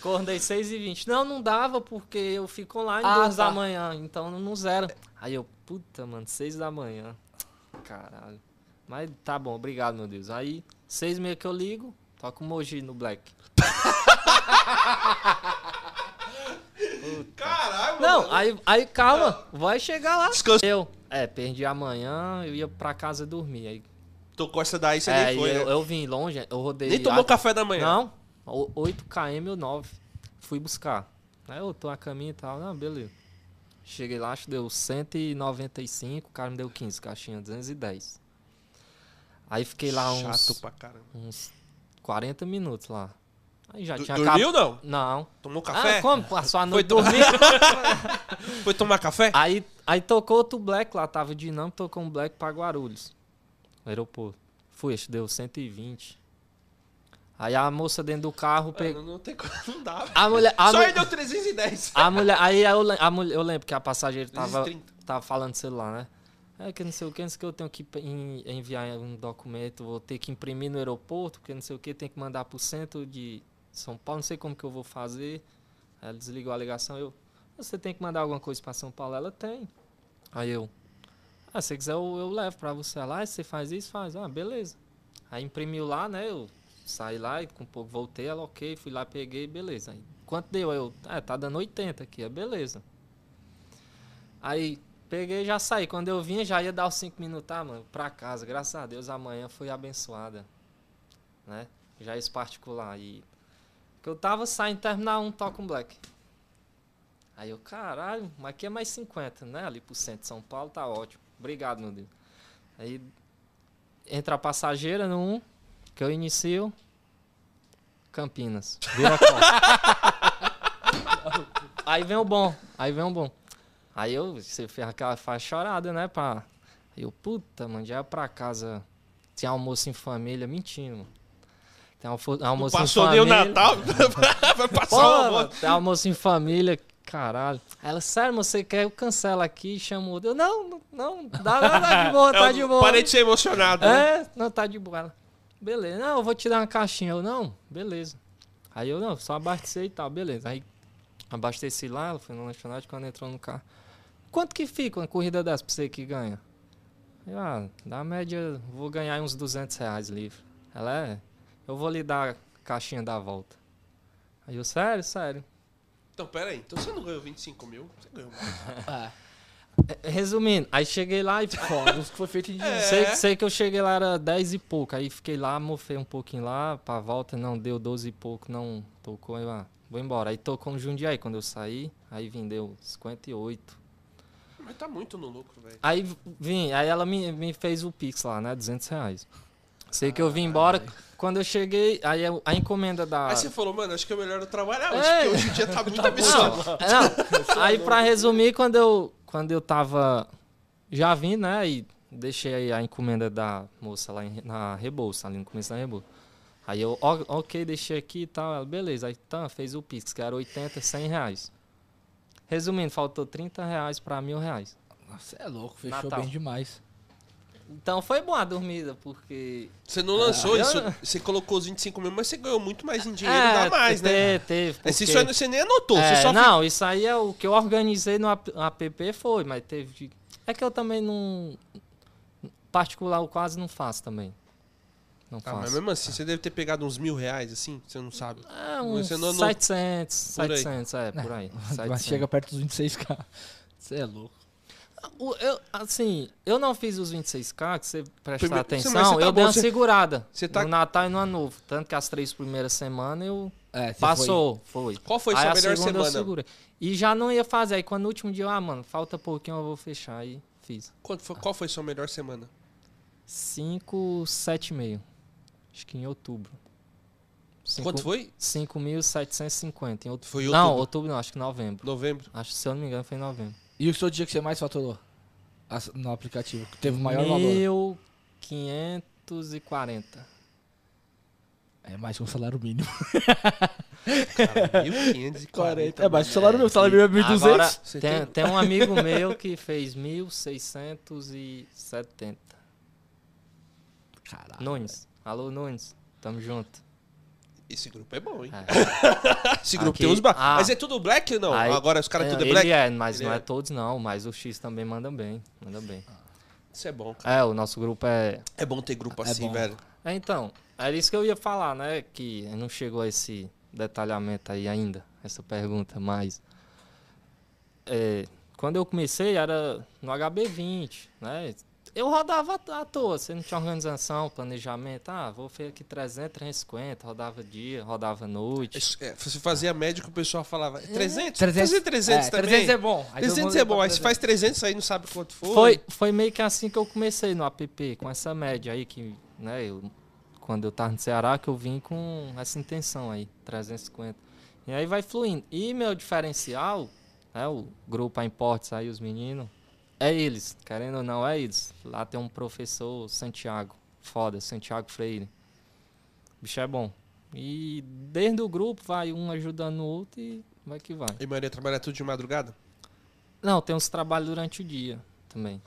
[SPEAKER 3] Acordei 6 e 20 Não, não dava porque eu fico online
[SPEAKER 2] Ah,
[SPEAKER 3] 2
[SPEAKER 2] tá.
[SPEAKER 3] da manhã, então não- não zera. Aí eu, puta, mano, 6 da manhã. Caralho. Mas tá bom, obrigado, meu Deus. Aí, 6 e meia que eu ligo, toco o Moji no Black.
[SPEAKER 1] Caralho,
[SPEAKER 3] Não, aí, aí calma, vai chegar lá.
[SPEAKER 1] Descansa.
[SPEAKER 3] Eu, é, perdi amanhã, eu ia pra casa dormir. Aí,
[SPEAKER 1] Tocou essa daí, você
[SPEAKER 3] é,
[SPEAKER 1] nem foi,
[SPEAKER 3] eu,
[SPEAKER 1] né?
[SPEAKER 3] eu vim longe, eu rodei.
[SPEAKER 1] Nem tomou
[SPEAKER 3] a-
[SPEAKER 1] café da manhã.
[SPEAKER 3] Não, o- 8 km ou 9. Fui buscar. Aí eu tô a caminho e tal. Não, beleza. Cheguei lá, acho que deu 195, o cara me deu 15, caixinha 210. Aí fiquei lá uns,
[SPEAKER 1] Chato pra caramba.
[SPEAKER 3] uns 40 minutos lá. Aí já
[SPEAKER 1] Du-
[SPEAKER 3] tinha
[SPEAKER 1] dormiu,
[SPEAKER 3] acabado.
[SPEAKER 1] não?
[SPEAKER 3] Não.
[SPEAKER 1] Tomou café?
[SPEAKER 3] Ah, como? Passou a
[SPEAKER 1] Foi
[SPEAKER 3] noite
[SPEAKER 1] dormir?
[SPEAKER 3] dormindo?
[SPEAKER 1] foi tomar café?
[SPEAKER 3] Aí, aí tocou outro black lá, tava dinâmico, tocou um black pra Guarulhos. Aeroporto. Fui, acho que deu 120. Aí a moça dentro do carro pegou.
[SPEAKER 1] Mano, Ah, não tem como, não dá. velho.
[SPEAKER 3] A mulher. A
[SPEAKER 1] Só
[SPEAKER 3] mu-
[SPEAKER 1] aí deu 310.
[SPEAKER 3] a mulher. Aí eu, lem- a mulher, eu lembro que a passageira tava,
[SPEAKER 1] 230.
[SPEAKER 3] tava falando do celular, né? É que não sei o que, não sei o que, eu tenho que pe- em- enviar um documento, vou ter que imprimir no aeroporto, porque não sei o que, tem que mandar pro centro de São Paulo, não sei como que eu vou fazer. Aí Ela desligou a ligação, eu. Você tem que mandar alguma coisa pra São Paulo? Ela tem. Aí eu. Ah, se você quiser, eu, eu levo pra você lá, e você faz isso, faz. Ah, beleza. Aí imprimiu lá, né? Eu saí lá e com um pouco voltei, ela ok, fui lá, peguei, beleza. Aí, quanto deu? Aí Eu, ah, tá dando 80 aqui, é beleza. Aí peguei e já saí. Quando eu vinha, já ia dar os 5 minutos, ah, mano, pra casa. Graças a Deus, amanhã foi abençoada, né? Já esse particular. E que eu tava saindo, terminar um toque um black. Aí eu, caralho, mas aqui é mais 50, né? Ali pro centro de São Paulo tá ótimo. Obrigado, meu Deus. Aí entra a passageira no 1, que eu inicio. Campinas. Vira a costa. aí vem o bom, aí vem o bom. Aí eu, você fez aquela faz chorada, né, pá? Aí eu, puta, mano, já ia pra casa. Tinha almoço em família, mentindo, mano. Tem alfo- almoço em
[SPEAKER 1] Passou nem o
[SPEAKER 3] família.
[SPEAKER 1] Natal. Vai passar
[SPEAKER 3] Pô,
[SPEAKER 1] o
[SPEAKER 3] mano,
[SPEAKER 1] almoço.
[SPEAKER 3] tem almoço em família, caralho. Aí Ela, sério, moço, você quer? Eu cancelo aqui e chamo outro. Eu, não, não, não, dá, dá, dá de boa, tá
[SPEAKER 1] É, Eu
[SPEAKER 3] de boa.
[SPEAKER 1] Parei de ser emocionado. né?
[SPEAKER 3] É, não, tá de boa. Ela, beleza, não, eu vou te dar uma caixinha. Eu, não, beleza. Aí eu, não, só abasteci e tal, beleza. Aí abasteci lá, ela foi no lanchonete, quando entrou no carro. Quanto que fica uma corrida dessa pra você que ganha? Eu, ah, da média, vou ganhar uns 200 reais livre. Ela é, eu vou lhe dar a caixinha da volta. Aí eu, sério, sério.
[SPEAKER 1] Então, pera aí. Então você não ganhou 25 mil? Você ganhou. mais.
[SPEAKER 2] Ah,
[SPEAKER 3] Resumindo, aí cheguei lá e
[SPEAKER 2] pô, a música foi feita em dia.
[SPEAKER 1] É.
[SPEAKER 3] Sei, sei que eu cheguei lá, era 10 e pouco. Aí fiquei lá, mofei um pouquinho lá, pra volta, não deu 12 e pouco, não tocou. Eu, ah, vou embora. Aí tocou no Jundiaí quando eu saí, aí vim, deu 58.
[SPEAKER 1] Mas tá muito no lucro, velho.
[SPEAKER 3] Aí vim, aí ela me, me fez o Pix lá, né? 200 reais. Sei que eu vim embora. Quando eu cheguei, aí eu- a encomenda da.
[SPEAKER 1] Aí você falou, mano, acho que é melhor eu trabalhar hoje,
[SPEAKER 3] Ah. É.
[SPEAKER 1] porque hoje em dia tá muito
[SPEAKER 3] Não,
[SPEAKER 1] absurdo.
[SPEAKER 3] não. Aí pra resumir, quando eu, quando eu tava. Já vim, né? E deixei aí a encomenda da moça lá em- na Rebouça, ali no começo da Rebouça. Aí eu, ó, ok, deixei aqui e tal. Ela, beleza. Aí tá, fez o Pix, que era 80, 100 reais. Resumindo, faltou 30 reais pra mil reais.
[SPEAKER 2] Nossa, é louco, fechou
[SPEAKER 3] Natal.
[SPEAKER 2] bem demais.
[SPEAKER 3] Então foi boa a dormida, porque.
[SPEAKER 1] Você não lançou
[SPEAKER 3] Ah, eu
[SPEAKER 1] isso.
[SPEAKER 3] não-
[SPEAKER 1] Você colocou os 25 mil, mas você ganhou muito mais em dinheiro, dá mais, né?
[SPEAKER 3] É, te- Teve,
[SPEAKER 1] Mas isso
[SPEAKER 3] porque-
[SPEAKER 1] aí você nem anotou.
[SPEAKER 3] É,
[SPEAKER 1] você só
[SPEAKER 3] não, isso aí é o que eu organizei no ap- app foi, mas teve. de- É que eu também não. Particular eu quase não faço também. Não
[SPEAKER 1] Ah, mas
[SPEAKER 3] faço.
[SPEAKER 1] mesmo assim, você deve ter pegado uns mil reais, assim, você não sabe.
[SPEAKER 3] É, uns
[SPEAKER 1] você não- não-
[SPEAKER 3] 700,
[SPEAKER 1] Por aí.
[SPEAKER 3] 700, é, por aí.
[SPEAKER 2] Mas
[SPEAKER 3] 700.
[SPEAKER 2] chega perto dos 26k. Você é louco.
[SPEAKER 3] O- eu, assim, eu não fiz os 26K, que você prestar
[SPEAKER 1] Primeiro-
[SPEAKER 3] atenção,
[SPEAKER 1] mas você tá
[SPEAKER 3] eu
[SPEAKER 1] bom,
[SPEAKER 3] dei uma
[SPEAKER 1] você-
[SPEAKER 3] segurada
[SPEAKER 1] você tá-
[SPEAKER 3] no Natal e no Ano Novo. Tanto que as três primeiras semanas eu...
[SPEAKER 2] É, você
[SPEAKER 3] Passou, foi.
[SPEAKER 1] Qual foi
[SPEAKER 3] Aí
[SPEAKER 1] sua
[SPEAKER 3] a
[SPEAKER 1] melhor
[SPEAKER 3] segunda eu
[SPEAKER 1] semana?
[SPEAKER 3] segurei. E já não ia fazer, aí quando no último dia, eu, ah, mano, falta pouquinho, eu vou fechar, e fiz.
[SPEAKER 1] Quanto foi- qual foi sua melhor semana?
[SPEAKER 3] 5, 7,5. Acho que em outubro. Cinco-
[SPEAKER 1] Quanto foi?
[SPEAKER 3] 5.750. Em outubro.
[SPEAKER 1] Foi em
[SPEAKER 3] Não,
[SPEAKER 1] outubro.
[SPEAKER 3] outubro não, acho que novembro.
[SPEAKER 1] Novembro.
[SPEAKER 3] Acho, se eu não me engano, foi em novembro.
[SPEAKER 2] E o seu dia que você mais faturou? As- No aplicativo, que teve o maior valor.
[SPEAKER 3] 1.540.
[SPEAKER 2] É mais que um salário mínimo.
[SPEAKER 1] Cara, então, 1540.
[SPEAKER 2] É mais que o salário mínimo. O salário mínimo é 1.200.
[SPEAKER 3] Agora,
[SPEAKER 1] né? Você
[SPEAKER 3] tem, tem um amigo meu que fez 1.670.
[SPEAKER 2] Caralho.
[SPEAKER 3] Nunes. Alô, Nunes. Tamo junto.
[SPEAKER 1] Esse grupo é bom, hein?
[SPEAKER 3] É.
[SPEAKER 1] Esse grupo
[SPEAKER 3] Aqui-
[SPEAKER 1] tem os ba...
[SPEAKER 3] Ah.
[SPEAKER 1] Mas é tudo black ou não?
[SPEAKER 3] Aí-
[SPEAKER 1] Agora os caras tudo é
[SPEAKER 3] ele
[SPEAKER 1] black?
[SPEAKER 3] é, mas
[SPEAKER 1] Ele
[SPEAKER 3] não é.
[SPEAKER 1] é.
[SPEAKER 3] todos não. Mas o X também manda bem. Manda bem.
[SPEAKER 1] Isso é bom, cara.
[SPEAKER 3] É, o nosso grupo é...
[SPEAKER 1] É bom ter grupo
[SPEAKER 2] É
[SPEAKER 1] assim,
[SPEAKER 2] bom.
[SPEAKER 1] velho.
[SPEAKER 3] é. Então, era isso que eu ia falar, né? Que não chegou a esse detalhamento aí ainda, essa pergunta, mas... é, quando eu comecei era no HB20, né? Eu rodava à toa, você não tinha organização, planejamento. Ah, vou fazer aqui 300, 350, rodava dia, rodava noite.
[SPEAKER 1] Isso- é, você fazia média que o pessoal falava. 300?
[SPEAKER 2] 300,
[SPEAKER 1] Fazer 300
[SPEAKER 2] é,
[SPEAKER 1] também.
[SPEAKER 2] 300 é bom. Aí todo
[SPEAKER 1] 300
[SPEAKER 2] mundo
[SPEAKER 1] é bom.
[SPEAKER 2] bota
[SPEAKER 1] Aí você faz 300 aí não sabe quanto foi.
[SPEAKER 3] Foi, foi meio que assim que eu comecei no app, com essa média aí que, né, eu, quando eu tava no Ceará, que eu vim com essa intenção aí, 350. E aí vai fluindo. E meu diferencial, né, o grupo A Importes aí, os meninos, é eles, querendo ou não, é eles. Lá tem um professor, Santiago, foda, Santiago Freire. O bicho é bom. E desde o grupo vai um ajudando o outro e vai que vai.
[SPEAKER 1] E a maioria trabalha tudo de madrugada?
[SPEAKER 3] Não, tem uns trabalhos durante o dia também.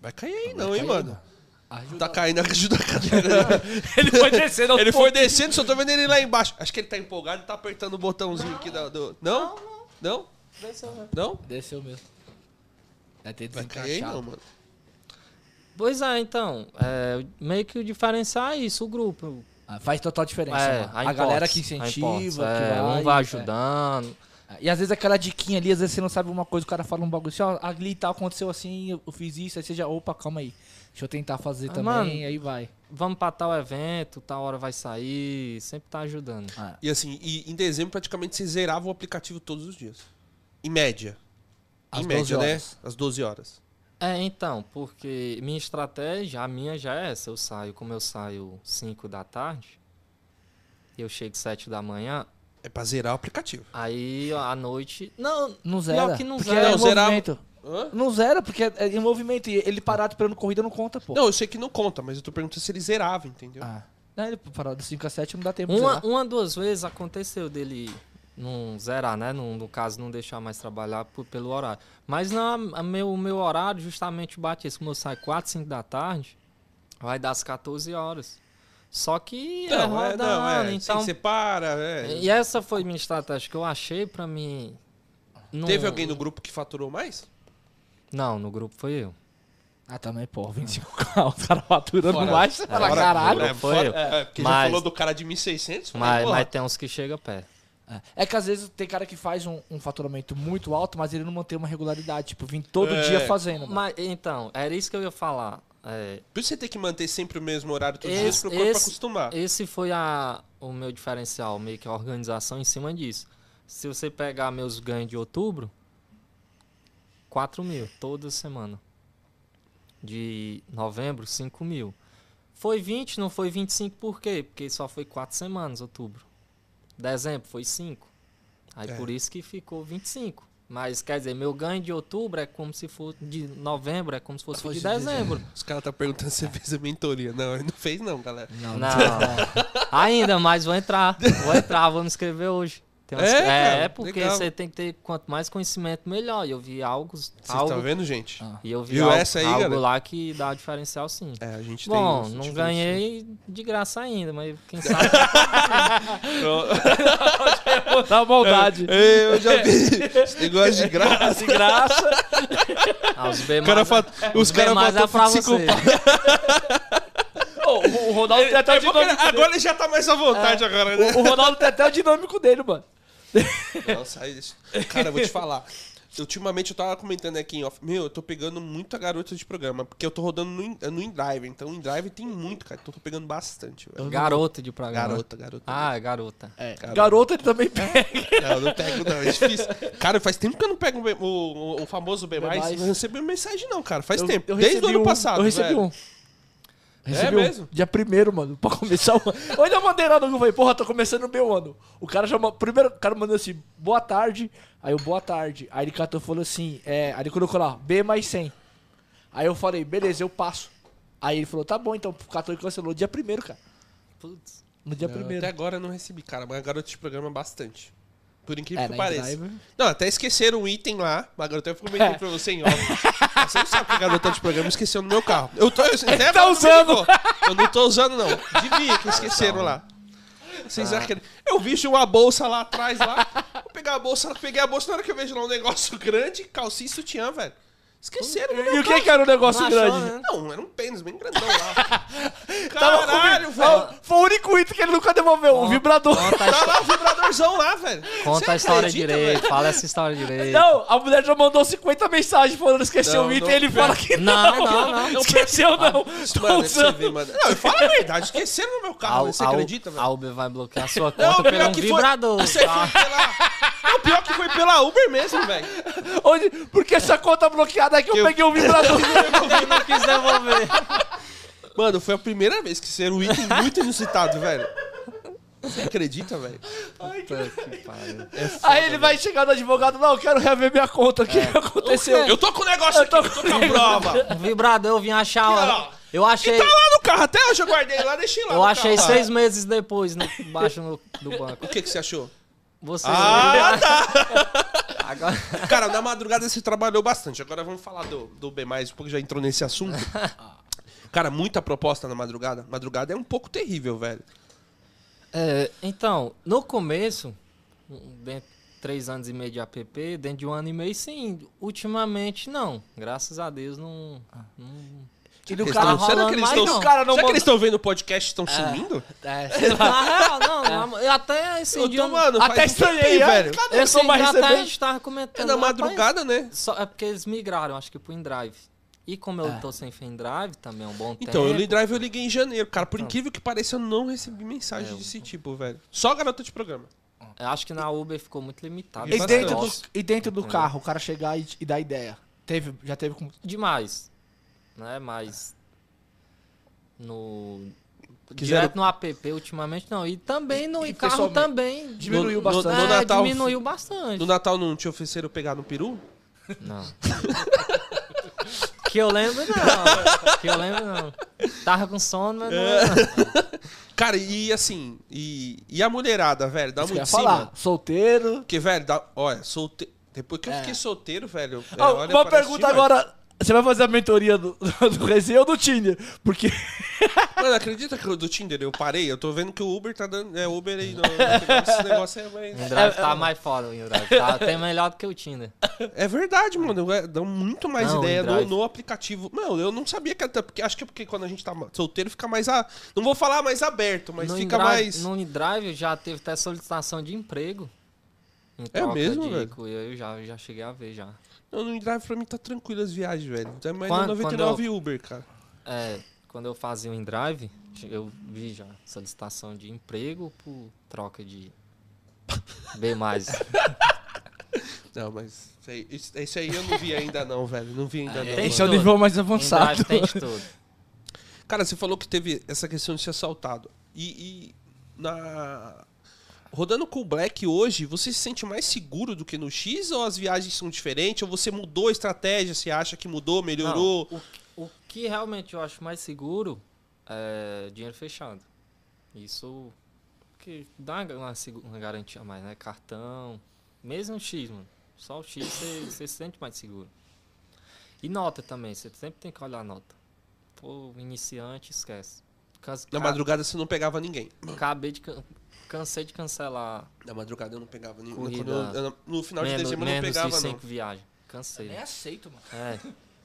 [SPEAKER 1] Vai cair aí não,
[SPEAKER 2] Vai
[SPEAKER 1] hein,
[SPEAKER 2] cair,
[SPEAKER 1] mano?
[SPEAKER 2] Ajuda.
[SPEAKER 1] Tá caindo, ajuda a cadeira.
[SPEAKER 2] Ele foi descendo aos
[SPEAKER 1] ele foi descendo, só tô vendo ele lá embaixo. Acho que ele tá empolgado e tá apertando o botãozinho aqui da- do. Não? Não? um Não?
[SPEAKER 2] Desceu mesmo. Vai ter
[SPEAKER 1] Vai cair aí não,
[SPEAKER 2] desencaixado.
[SPEAKER 1] mano.
[SPEAKER 3] Pois é, então, é, meio que o diferencial é isso, o grupo.
[SPEAKER 2] Ah, Faz total diferença,
[SPEAKER 3] É,
[SPEAKER 2] mano. A,
[SPEAKER 3] importa,
[SPEAKER 2] galera que
[SPEAKER 3] a
[SPEAKER 2] incentiva,
[SPEAKER 3] importa,
[SPEAKER 2] que
[SPEAKER 3] é,
[SPEAKER 2] vai...
[SPEAKER 3] um vai
[SPEAKER 2] é.
[SPEAKER 3] ajudando.
[SPEAKER 2] E às vezes aquela diquinha ali, às vezes você não sabe uma coisa, o cara fala um bagulho assim, ó, ali e tal, aconteceu assim, eu eu fiz isso, aí você já, opa, calma aí. Deixa eu tentar fazer
[SPEAKER 3] Ah,
[SPEAKER 2] também,
[SPEAKER 3] mano.
[SPEAKER 2] aí vai.
[SPEAKER 3] Vamos pra tal evento, tal hora vai sair, sempre tá ajudando.
[SPEAKER 1] E assim, e em dezembro praticamente você zerava o aplicativo todos os dias. Em média.
[SPEAKER 2] Às
[SPEAKER 1] em média,
[SPEAKER 2] 12 horas.
[SPEAKER 1] né? Às 12 horas.
[SPEAKER 3] É, então, porque minha estratégia, a minha já é essa. Eu saio, como eu saio 5 da tarde, eu chego 7 da manhã,
[SPEAKER 1] É pra zerar o aplicativo.
[SPEAKER 3] aí à noite. Não,
[SPEAKER 2] Não
[SPEAKER 3] Pior
[SPEAKER 2] zera.
[SPEAKER 3] que não
[SPEAKER 2] porque
[SPEAKER 3] zera.
[SPEAKER 2] é
[SPEAKER 1] Não,
[SPEAKER 2] em
[SPEAKER 1] zerava-
[SPEAKER 2] movimento.
[SPEAKER 1] Hã?
[SPEAKER 2] Não zera, porque é é em movimento. E ele parado esperando corrida não conta, pô.
[SPEAKER 1] Não, eu sei que não conta, mas eu tô perguntando se ele zerava, entendeu?
[SPEAKER 2] Ah. Não, ele parado de 5 a 7 não dá tempo de
[SPEAKER 1] né?
[SPEAKER 3] Uma,
[SPEAKER 2] zerar.
[SPEAKER 3] uma, duas vezes aconteceu dele não zerar, né? Não- no caso, não deixar mais trabalhar por- pelo horário. Mas na, a meu, meu horário justamente bate isso. Como eu saio 4, 5 da tarde, vai das 14 horas. Só que é
[SPEAKER 1] Não, é,
[SPEAKER 3] rodando,
[SPEAKER 1] não, é.
[SPEAKER 3] então...
[SPEAKER 1] Sim, você para, é.
[SPEAKER 3] E essa foi minha estratégia que eu achei pra mim... não-
[SPEAKER 1] Teve alguém no grupo que faturou mais?
[SPEAKER 3] Não, no grupo foi eu.
[SPEAKER 2] Ah, também, pô, 25k, os caras faturando
[SPEAKER 1] Fora-
[SPEAKER 2] mais, você fala, caralho.
[SPEAKER 1] É,
[SPEAKER 3] foi
[SPEAKER 1] fora-
[SPEAKER 3] eu.
[SPEAKER 1] é, porque já
[SPEAKER 3] Mas-
[SPEAKER 1] falou do cara de 1.600. falei,
[SPEAKER 3] Mas,
[SPEAKER 1] porra,
[SPEAKER 3] mas tem uns que chega perto.
[SPEAKER 2] É que às vezes tem cara que faz um, um faturamento muito alto, mas ele não mantém uma regularidade. Tipo, vim todo
[SPEAKER 1] É.
[SPEAKER 2] dia fazendo. mano.
[SPEAKER 3] Mas, então, era isso que eu ia falar. É,
[SPEAKER 1] Por isso você tem que manter sempre o mesmo horário todos os dias
[SPEAKER 3] Esse-
[SPEAKER 1] pro corpo
[SPEAKER 3] esse-
[SPEAKER 1] acostumar.
[SPEAKER 3] Esse foi a- o meu diferencial, meio que a organização em cima disso. Se você pegar meus ganhos de outubro, 4 mil toda semana. De novembro, 5 mil. Foi 20, não foi 25, por quê? Porque só foi 4 semanas, outubro. Dezembro foi 5. Aí
[SPEAKER 1] É.
[SPEAKER 3] por isso que ficou 25. Mas quer dizer, meu ganho de outubro é como se fosse. De novembro é como se fosse, o
[SPEAKER 2] Fosse
[SPEAKER 3] de
[SPEAKER 2] de dezembro.
[SPEAKER 3] dezembro.
[SPEAKER 1] Os caras tá perguntando se você fez a mentoria. Não, ele não fez não, galera.
[SPEAKER 3] Não. Ainda, mas vou entrar. Vou entrar, vou me inscrever hoje. Tem umas-
[SPEAKER 1] É,
[SPEAKER 3] é,
[SPEAKER 1] cara,
[SPEAKER 3] é porque
[SPEAKER 1] legal.
[SPEAKER 3] você tem que ter quanto mais conhecimento, melhor. E eu vi algo.
[SPEAKER 1] Vocês
[SPEAKER 3] algo Ah.
[SPEAKER 1] estão vendo, gente?
[SPEAKER 3] E eu vi
[SPEAKER 1] Viu
[SPEAKER 3] algo,
[SPEAKER 1] essa aí,
[SPEAKER 3] algo
[SPEAKER 1] galera?
[SPEAKER 3] lá que dá diferencial sim.
[SPEAKER 1] É, a gente
[SPEAKER 3] Bom,
[SPEAKER 1] tem. os
[SPEAKER 3] não
[SPEAKER 1] diferentes-
[SPEAKER 3] ganhei de graça ainda, mas quem sabe.
[SPEAKER 2] Da maldade.
[SPEAKER 1] Ei, eu já vi esse negócio é de graça.
[SPEAKER 2] De graça.
[SPEAKER 3] Ah, os B+,
[SPEAKER 1] O cara fat- Os
[SPEAKER 3] os B+,
[SPEAKER 1] caras
[SPEAKER 3] é
[SPEAKER 1] botam
[SPEAKER 3] pra
[SPEAKER 1] pra se
[SPEAKER 3] você.
[SPEAKER 1] culpar.
[SPEAKER 2] Ô, o- o Ronaldo tem até o
[SPEAKER 1] É bom que ele-
[SPEAKER 2] dinâmico
[SPEAKER 1] Agora ele já tá mais à
[SPEAKER 3] É.
[SPEAKER 1] vontade agora, né?
[SPEAKER 2] dele. O Ronaldo tem até o dinâmico dele, mano.
[SPEAKER 1] Não, sai disso. Cara, eu vou te falar. Ultimamente eu tava comentando aqui em off. Meu, eu tô pegando muita garota de programa. Porque eu tô rodando no, in- no InDrive. Então, InDrive tem muito, cara. Então, eu tô pegando bastante, velho.
[SPEAKER 2] Uhum.
[SPEAKER 3] Garota de programa.
[SPEAKER 1] Garota, garota.
[SPEAKER 3] Ah, é garota. É.
[SPEAKER 1] Garota.
[SPEAKER 2] Garoto ele também pega.
[SPEAKER 1] Não, eu não pego, não. É difícil. Cara, faz tempo que eu não pego o, B- o- o- o famoso B.
[SPEAKER 2] B+.
[SPEAKER 1] Eu não recebi mensagem, não, cara. Faz
[SPEAKER 2] Eu-
[SPEAKER 1] tempo.
[SPEAKER 2] eu
[SPEAKER 1] Desde o
[SPEAKER 2] recebi
[SPEAKER 1] ano
[SPEAKER 2] um-
[SPEAKER 1] passado.
[SPEAKER 2] Eu recebi
[SPEAKER 1] velho. É
[SPEAKER 2] um. Recebi um.
[SPEAKER 1] mesmo?
[SPEAKER 2] Dia primeiro, mano, pra começar o ano. Eu ainda mandei lá no grupo, falei, porra, tô começando o meu ano. O cara já ma- Primeiro, o cara mandou assim, boa tarde. Aí eu, boa tarde. Aí ele catou e falou assim, é. Aí ele colocou lá, B mais 100. Aí eu falei, beleza, eu passo. Aí ele falou, tá bom, então, catou e cancelou dia primeiro, cara.
[SPEAKER 3] Putz.
[SPEAKER 2] No dia
[SPEAKER 1] Não,
[SPEAKER 2] primeiro.
[SPEAKER 1] Até agora É, eu não recebi, cara. Mas a garota de programa bastante. Por incrível
[SPEAKER 2] É,
[SPEAKER 1] que
[SPEAKER 2] na
[SPEAKER 1] pareça.
[SPEAKER 2] InDrive.
[SPEAKER 1] Não, até esqueceram um item lá. Mas agora eu até comentei pra você em off. Você não sabe que a garota de programa esqueceu no meu carro. Eu tô. Eu, até agora
[SPEAKER 2] tá
[SPEAKER 1] não me
[SPEAKER 2] usando.
[SPEAKER 1] ligou. Eu não tô usando, não. Devia que esqueceram lá. Vocês acham que. Eu vi uma bolsa lá atrás lá. Vou pegar a bolsa, peguei a bolsa na hora que eu vejo lá um negócio grande, calcinha e sutiã, velho. Esqueceram no meu
[SPEAKER 2] E o que que era o negócio
[SPEAKER 3] Não achou,
[SPEAKER 2] grande?
[SPEAKER 3] né?
[SPEAKER 1] Não, era um pênis bem grandão lá.
[SPEAKER 2] Tava
[SPEAKER 1] Caralho,
[SPEAKER 2] comigo.
[SPEAKER 1] velho.
[SPEAKER 2] Foi o único item que ele nunca devolveu, o vibrador.
[SPEAKER 3] Conta, a
[SPEAKER 1] Tá
[SPEAKER 3] histó-
[SPEAKER 1] lá o vibradorzão lá, velho. Você
[SPEAKER 3] conta a história
[SPEAKER 1] acredita,
[SPEAKER 3] direito.
[SPEAKER 1] velho?
[SPEAKER 3] Fala essa história direito.
[SPEAKER 2] Não, a mulher já mandou 50 mensagens falando esqueceu
[SPEAKER 1] Não,
[SPEAKER 2] o item
[SPEAKER 1] não,
[SPEAKER 2] e ele fala que
[SPEAKER 3] Não, não, não.
[SPEAKER 2] Esqueceu não. Tô
[SPEAKER 1] Mano, é pra você
[SPEAKER 2] usando.
[SPEAKER 1] ver, mano. Não, eu falo a verdade, esqueceram no meu carro,
[SPEAKER 3] Al-
[SPEAKER 1] você
[SPEAKER 3] Al-
[SPEAKER 1] acredita, velho?
[SPEAKER 3] A Uber vai bloquear a sua
[SPEAKER 1] Não,
[SPEAKER 3] conta pelo um vibrador.
[SPEAKER 1] Você
[SPEAKER 3] tá?
[SPEAKER 1] foi pela. Não, pior que foi pela Uber mesmo, velho.
[SPEAKER 2] Onde, porque essa conta bloqueada é que eu,
[SPEAKER 1] Eu-
[SPEAKER 2] peguei o vibrador.
[SPEAKER 3] não quis devolver.
[SPEAKER 1] Mano, foi a primeira vez que ser um item muito inusitado, velho. Você acredita, velho?
[SPEAKER 3] Puta que pariu.
[SPEAKER 2] Aí ele vai chegar no advogado, não, eu quero rever minha conta, o que aconteceu?
[SPEAKER 1] Eu tô com o negócio
[SPEAKER 2] Eu tô
[SPEAKER 1] aqui, eu tô com a prova.
[SPEAKER 3] Um vibrador, eu vim achar
[SPEAKER 1] Aqui, ó.
[SPEAKER 3] lá. Eu achei,
[SPEAKER 1] Tá lá no carro, até hoje eu guardei lá, deixei lá.
[SPEAKER 3] eu é
[SPEAKER 1] no
[SPEAKER 3] achei
[SPEAKER 1] carro, Tá.
[SPEAKER 3] seis meses depois, no, embaixo no- do banco.
[SPEAKER 1] O que, que você achou?
[SPEAKER 3] Você
[SPEAKER 1] Ah, tá.
[SPEAKER 3] agora,
[SPEAKER 1] Cara, na madrugada você trabalhou bastante. Agora vamos falar do, do B, porque já entrou nesse assunto. Cara, muita proposta na madrugada. Madrugada é um pouco terrível, velho.
[SPEAKER 3] É, então, no começo, um- dentro de três anos e meio de app, dentro de um ano e meio, sim. Ultimamente, não. Graças a Deus, não. não-
[SPEAKER 2] E no
[SPEAKER 1] Eles
[SPEAKER 2] cara,
[SPEAKER 1] tão- será
[SPEAKER 3] rolando
[SPEAKER 1] que eles
[SPEAKER 3] mais
[SPEAKER 1] estão.
[SPEAKER 3] não.
[SPEAKER 2] O cara não
[SPEAKER 1] será que
[SPEAKER 2] manda-
[SPEAKER 1] eles estão vendo o podcast e estão sumindo?
[SPEAKER 3] É, sei lá. Na real, não. Eu até esse
[SPEAKER 1] Eu
[SPEAKER 3] dia.
[SPEAKER 1] tô, mano,
[SPEAKER 2] Até
[SPEAKER 1] faz um
[SPEAKER 2] estranhei,
[SPEAKER 1] tempinho,
[SPEAKER 2] é?
[SPEAKER 1] velho.
[SPEAKER 2] Cadê?
[SPEAKER 3] eu
[SPEAKER 2] não
[SPEAKER 3] sei
[SPEAKER 2] tô mais
[SPEAKER 3] já até a
[SPEAKER 2] recebendo.
[SPEAKER 3] gente tava
[SPEAKER 1] É
[SPEAKER 3] comentando.
[SPEAKER 1] na
[SPEAKER 3] rapaz,
[SPEAKER 1] madrugada, né?
[SPEAKER 3] Só é porque eles migraram, acho que pro InDrive. E como eu tô sem InDrive também há um bom tempo.
[SPEAKER 1] Então, eu li drive eu liguei em janeiro, cara.
[SPEAKER 2] Então.
[SPEAKER 1] Por incrível que pareça, eu não recebi
[SPEAKER 2] É,
[SPEAKER 1] mensagem desse tipo, velho. Só garota de programa.
[SPEAKER 3] eu É, acho que na Uber ficou muito limitado.
[SPEAKER 2] E
[SPEAKER 1] Mas
[SPEAKER 2] dentro, do,
[SPEAKER 3] Nossa,
[SPEAKER 2] e dentro do carro, o cara chegar e, e dar ideia. Teve, já teve como.
[SPEAKER 3] Demais. Né? Mas. No.
[SPEAKER 1] Quiseram-
[SPEAKER 3] Direto no app, ultimamente não. E também no
[SPEAKER 2] E- e
[SPEAKER 3] carro
[SPEAKER 2] pessoalmente?
[SPEAKER 3] também.
[SPEAKER 2] Diminuiu
[SPEAKER 1] No-
[SPEAKER 2] bastante.
[SPEAKER 1] no-
[SPEAKER 3] É,
[SPEAKER 1] Natal-
[SPEAKER 3] diminuiu bastante.
[SPEAKER 1] No Natal não te ofereceram pegar no peru?
[SPEAKER 3] Não. que eu lembro, não. Que eu lembro, não. Tava com sono, mas
[SPEAKER 2] É.
[SPEAKER 3] não.
[SPEAKER 1] Cara, e assim, e, e a mulherada, velho? Dá
[SPEAKER 2] Isso que eu
[SPEAKER 1] muito
[SPEAKER 2] ia
[SPEAKER 1] em cima.
[SPEAKER 2] falar. Solteiro.
[SPEAKER 1] Porque, velho, dá- olha, solteiro. Depois que eu fiquei solteiro, velho. é,
[SPEAKER 2] Ah,
[SPEAKER 1] olha,
[SPEAKER 2] É. uma
[SPEAKER 1] parece
[SPEAKER 2] pergunta
[SPEAKER 1] demais.
[SPEAKER 2] agora. Você vai fazer a mentoria do, do Resenha ou do Tinder? Porque
[SPEAKER 1] Mano, acredita que eu- do Tinder eu parei? Eu tô vendo que o Uber tá dando. É, Uber aí. Não, esse negócio é mais.
[SPEAKER 3] O Indrive tá mais foda, o Indrive. Tá até melhor do que o Tinder.
[SPEAKER 1] É verdade, mano. é- Dá muito mais
[SPEAKER 3] Não,
[SPEAKER 1] ideia no,
[SPEAKER 3] drive.
[SPEAKER 1] no aplicativo. Mano, eu não sabia que até. Porque, acho que é porque quando a gente tá solteiro fica mais. A, não vou falar mais aberto, mas
[SPEAKER 3] no
[SPEAKER 1] fica
[SPEAKER 3] InDrive-
[SPEAKER 1] mais.
[SPEAKER 3] No InDrive já teve até solicitação de emprego. Em troca
[SPEAKER 1] É mesmo,
[SPEAKER 3] de
[SPEAKER 1] velho?
[SPEAKER 3] cu- Eu já, já cheguei a ver já.
[SPEAKER 1] Não, no drive pra mim tá tranquilo as viagens, velho. Tá mais
[SPEAKER 3] Quando-
[SPEAKER 1] no 99 Uber, cara.
[SPEAKER 3] É, quando eu fazia o InDrive, eu vi já solicitação de emprego por troca de B+.
[SPEAKER 1] Não, mas. Isso aí, isso- isso aí eu não vi ainda, não, velho. Não vi ainda, não.
[SPEAKER 3] Ah, é? Tem
[SPEAKER 1] mano.
[SPEAKER 2] esse é o nível mais avançado.
[SPEAKER 3] InDrive tem de tudo.
[SPEAKER 1] Cara, você falou que teve essa questão de ser assaltado. E, e na. Rodando com o Black hoje, você se sente mais seguro do que no X ou as viagens são diferentes? Ou você mudou a estratégia? Você acha que mudou, melhorou?
[SPEAKER 3] Não, o, o que realmente eu acho mais seguro é dinheiro fechado. Isso que dá uma, uma segu- uma garantia a mais, né? Cartão, mesmo o X, mano. Só o X você você se sente mais seguro. E nota também, você sempre tem que olhar a nota. Pô, iniciante, esquece. Cas-
[SPEAKER 1] Na
[SPEAKER 3] ca-
[SPEAKER 1] madrugada você não pegava ninguém.
[SPEAKER 3] Acabei de. can- Cansei de cancelar.
[SPEAKER 1] Na madrugada eu não pegava ninguém.
[SPEAKER 3] Corrida.
[SPEAKER 1] Quando eu- eu- no final de
[SPEAKER 3] Menos,
[SPEAKER 1] dezembro eu não
[SPEAKER 3] menos de
[SPEAKER 1] pegava, não.
[SPEAKER 3] cinco viagens. Cansei.
[SPEAKER 2] Nem aceito, mano.
[SPEAKER 3] É.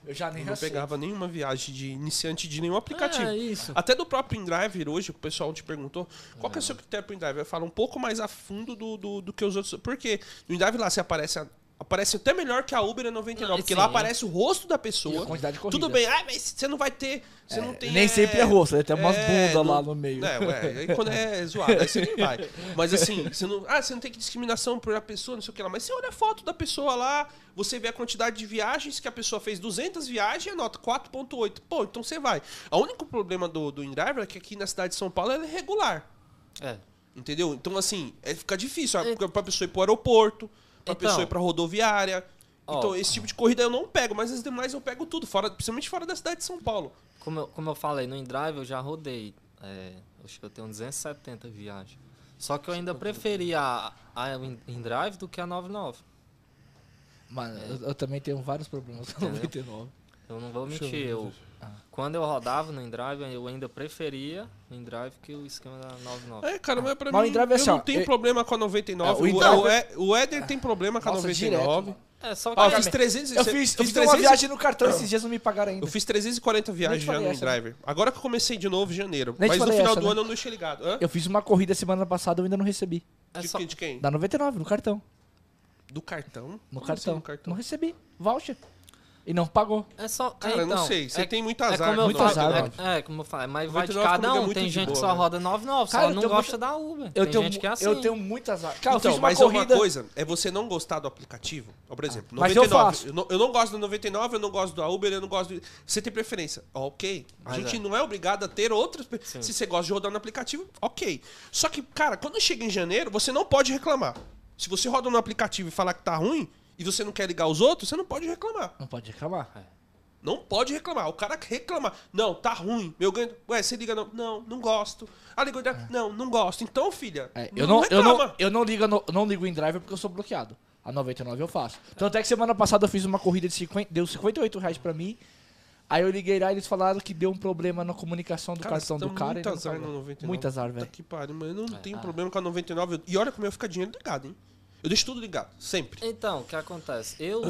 [SPEAKER 2] Eu já
[SPEAKER 1] Eu
[SPEAKER 2] nem
[SPEAKER 1] não
[SPEAKER 2] aceito.
[SPEAKER 1] pegava nenhuma viagem de iniciante de nenhum aplicativo.
[SPEAKER 3] É isso.
[SPEAKER 1] Até do próprio Pendrive hoje, o pessoal te perguntou qual que é o seu critério pro Pendrive. Eu falo um pouco mais a fundo do, do, do que os outros. Porque no Pendrive lá você aparece, a- aparece até melhor que a Uber é 99,
[SPEAKER 3] Ah,
[SPEAKER 1] porque
[SPEAKER 3] sim.
[SPEAKER 1] lá aparece o rosto da
[SPEAKER 2] E
[SPEAKER 1] pessoa.
[SPEAKER 2] a quantidade de corridas.
[SPEAKER 1] Tudo bem, ah, mas você não vai ter. Você não tem.
[SPEAKER 2] nem sempre é rosto, né? tem umas
[SPEAKER 1] é,
[SPEAKER 2] bundas lá
[SPEAKER 1] não-
[SPEAKER 2] no meio.
[SPEAKER 1] É, ué, aí quando é zoado, aí você nem vai. Mas assim, você não. Ah, você não tem que discriminação por a pessoa, não sei o que lá. Mas você olha a foto da pessoa lá, você vê a quantidade de viagens que a pessoa fez, 200 viagens e anota 4,8. Pô, então você vai. O único problema do, do InDriver é que aqui na cidade de São Paulo ela é regular.
[SPEAKER 3] É.
[SPEAKER 1] Entendeu? Então, assim, é, fica difícil ah, pra pessoa ir pro aeroporto, pra
[SPEAKER 3] Então.
[SPEAKER 1] pessoa ir pra rodoviária.
[SPEAKER 3] Ó.
[SPEAKER 1] então, esse tipo de corrida eu não pego, mas as demais eu pego tudo, fora, principalmente fora da cidade de São Paulo.
[SPEAKER 3] Como eu, como eu falei, no InDrive eu já rodei. É, eu acho que eu tenho 270 viagens. Só que eu ainda preferia a, a in- InDrive do que a 99.
[SPEAKER 2] Mano, eu, eu também tenho vários problemas com 99.
[SPEAKER 3] Eu não vou
[SPEAKER 2] Deixa eu
[SPEAKER 3] mentir.
[SPEAKER 2] ver, Ah.
[SPEAKER 3] Eu, quando eu rodava no InDrive, eu ainda preferia o InDrive que o esquema da 99.
[SPEAKER 1] É, cara, mas pra
[SPEAKER 2] Mas o
[SPEAKER 1] mim
[SPEAKER 2] Indrave é
[SPEAKER 1] eu
[SPEAKER 2] assim,
[SPEAKER 1] não
[SPEAKER 2] ó,
[SPEAKER 1] tenho
[SPEAKER 2] e-
[SPEAKER 1] problema com a 99.
[SPEAKER 2] É, o
[SPEAKER 1] o,
[SPEAKER 2] Indrave-
[SPEAKER 1] o E- o Éder tem problema com a
[SPEAKER 2] Nossa,
[SPEAKER 1] 99.
[SPEAKER 2] direto, mano.
[SPEAKER 3] É, só que
[SPEAKER 1] Ó, eu
[SPEAKER 3] eu
[SPEAKER 1] fiz 300,
[SPEAKER 2] Eu fiz, eu fiz uma
[SPEAKER 1] 300
[SPEAKER 2] viagem no cartão esses dias não me pagaram ainda.
[SPEAKER 1] Eu fiz 340 viagens
[SPEAKER 2] te
[SPEAKER 1] já
[SPEAKER 2] falei
[SPEAKER 1] no
[SPEAKER 2] essa,
[SPEAKER 1] InDriver. Agora que eu comecei de novo em janeiro.
[SPEAKER 2] Nem te
[SPEAKER 1] mas no
[SPEAKER 2] falei
[SPEAKER 1] final
[SPEAKER 2] essa,
[SPEAKER 1] do
[SPEAKER 2] né?
[SPEAKER 1] ano eu não deixei ligado. Hã?
[SPEAKER 2] Eu fiz uma corrida semana passada eu ainda não recebi.
[SPEAKER 3] é
[SPEAKER 1] de,
[SPEAKER 3] só-
[SPEAKER 1] quem, de quem?
[SPEAKER 2] Da 99, no cartão.
[SPEAKER 1] Do cartão?
[SPEAKER 2] No
[SPEAKER 1] Como assim
[SPEAKER 2] cartão.
[SPEAKER 1] no
[SPEAKER 2] Não recebi. Voucher. E não pagou.
[SPEAKER 3] É só.
[SPEAKER 1] Cara, eu
[SPEAKER 3] então,
[SPEAKER 1] não sei. Você
[SPEAKER 3] é,
[SPEAKER 1] tem muito
[SPEAKER 3] é
[SPEAKER 1] azar.
[SPEAKER 3] como eu
[SPEAKER 1] com
[SPEAKER 2] muito
[SPEAKER 1] o
[SPEAKER 3] falo,
[SPEAKER 2] azar,
[SPEAKER 1] nome.
[SPEAKER 2] mano.
[SPEAKER 3] é, é como eu falo, mas vai de
[SPEAKER 1] 99
[SPEAKER 3] cada
[SPEAKER 1] comigo é
[SPEAKER 3] um.
[SPEAKER 1] muito
[SPEAKER 3] Tem
[SPEAKER 1] de
[SPEAKER 3] gente que
[SPEAKER 1] boa,
[SPEAKER 3] só
[SPEAKER 1] velho.
[SPEAKER 3] roda 99,
[SPEAKER 2] Cara,
[SPEAKER 3] só
[SPEAKER 2] eu
[SPEAKER 3] não
[SPEAKER 2] tenho
[SPEAKER 3] gosta da Uber.
[SPEAKER 2] Eu
[SPEAKER 3] tem
[SPEAKER 2] tenho,
[SPEAKER 3] gente
[SPEAKER 2] mu-
[SPEAKER 3] que é assim.
[SPEAKER 2] eu tenho muito azar. Cara, eu
[SPEAKER 1] Então,
[SPEAKER 2] fiz uma
[SPEAKER 1] mas
[SPEAKER 2] corrida.
[SPEAKER 1] uma coisa é você não gostar do aplicativo. Ó, Por exemplo,
[SPEAKER 2] Mas eu
[SPEAKER 1] 99.
[SPEAKER 2] faço.
[SPEAKER 1] não, eu não gosto do 99, eu não gosto da Uber, eu não gosto do... Você tem preferência. Ó, Ok. A
[SPEAKER 3] Mas
[SPEAKER 1] gente
[SPEAKER 3] é.
[SPEAKER 1] não é obrigado a ter outras... pre-
[SPEAKER 3] Sim.
[SPEAKER 1] Se você gosta de rodar no aplicativo, ok. Só que, cara, quando chega em janeiro, você não pode reclamar. Se você roda no aplicativo e falar que tá ruim, e você não quer ligar os outros, você não pode reclamar.
[SPEAKER 2] Não pode reclamar.
[SPEAKER 1] Não pode reclamar. O cara reclama. Não, tá ruim. Meu ganho... Ué, você liga não. Não, não gosto. Ah, ligou... Não, não gosto. Então, filha,
[SPEAKER 2] É, eu, não, eu,
[SPEAKER 1] reclama.
[SPEAKER 2] não, eu não ligo no, não ligo em driver porque eu sou bloqueado. A 99 eu faço. Tanto é que semana passada eu fiz uma corrida de 50, deu 58 reais pra mim. Aí eu liguei lá e eles falaram que deu um problema na comunicação do cartão
[SPEAKER 1] você
[SPEAKER 2] do
[SPEAKER 1] tá
[SPEAKER 2] cara.
[SPEAKER 1] Muito
[SPEAKER 2] e não
[SPEAKER 1] azar
[SPEAKER 2] pagou.
[SPEAKER 1] na 99.
[SPEAKER 2] Muito azar, velho. É,
[SPEAKER 1] Puta que pariu, mano. Eu não tenho problema com a 99. Eu- E olha como eu fico dinheiro ligado, hein? Eu deixo tudo ligado, sempre.
[SPEAKER 3] Então, o que acontece? Eu.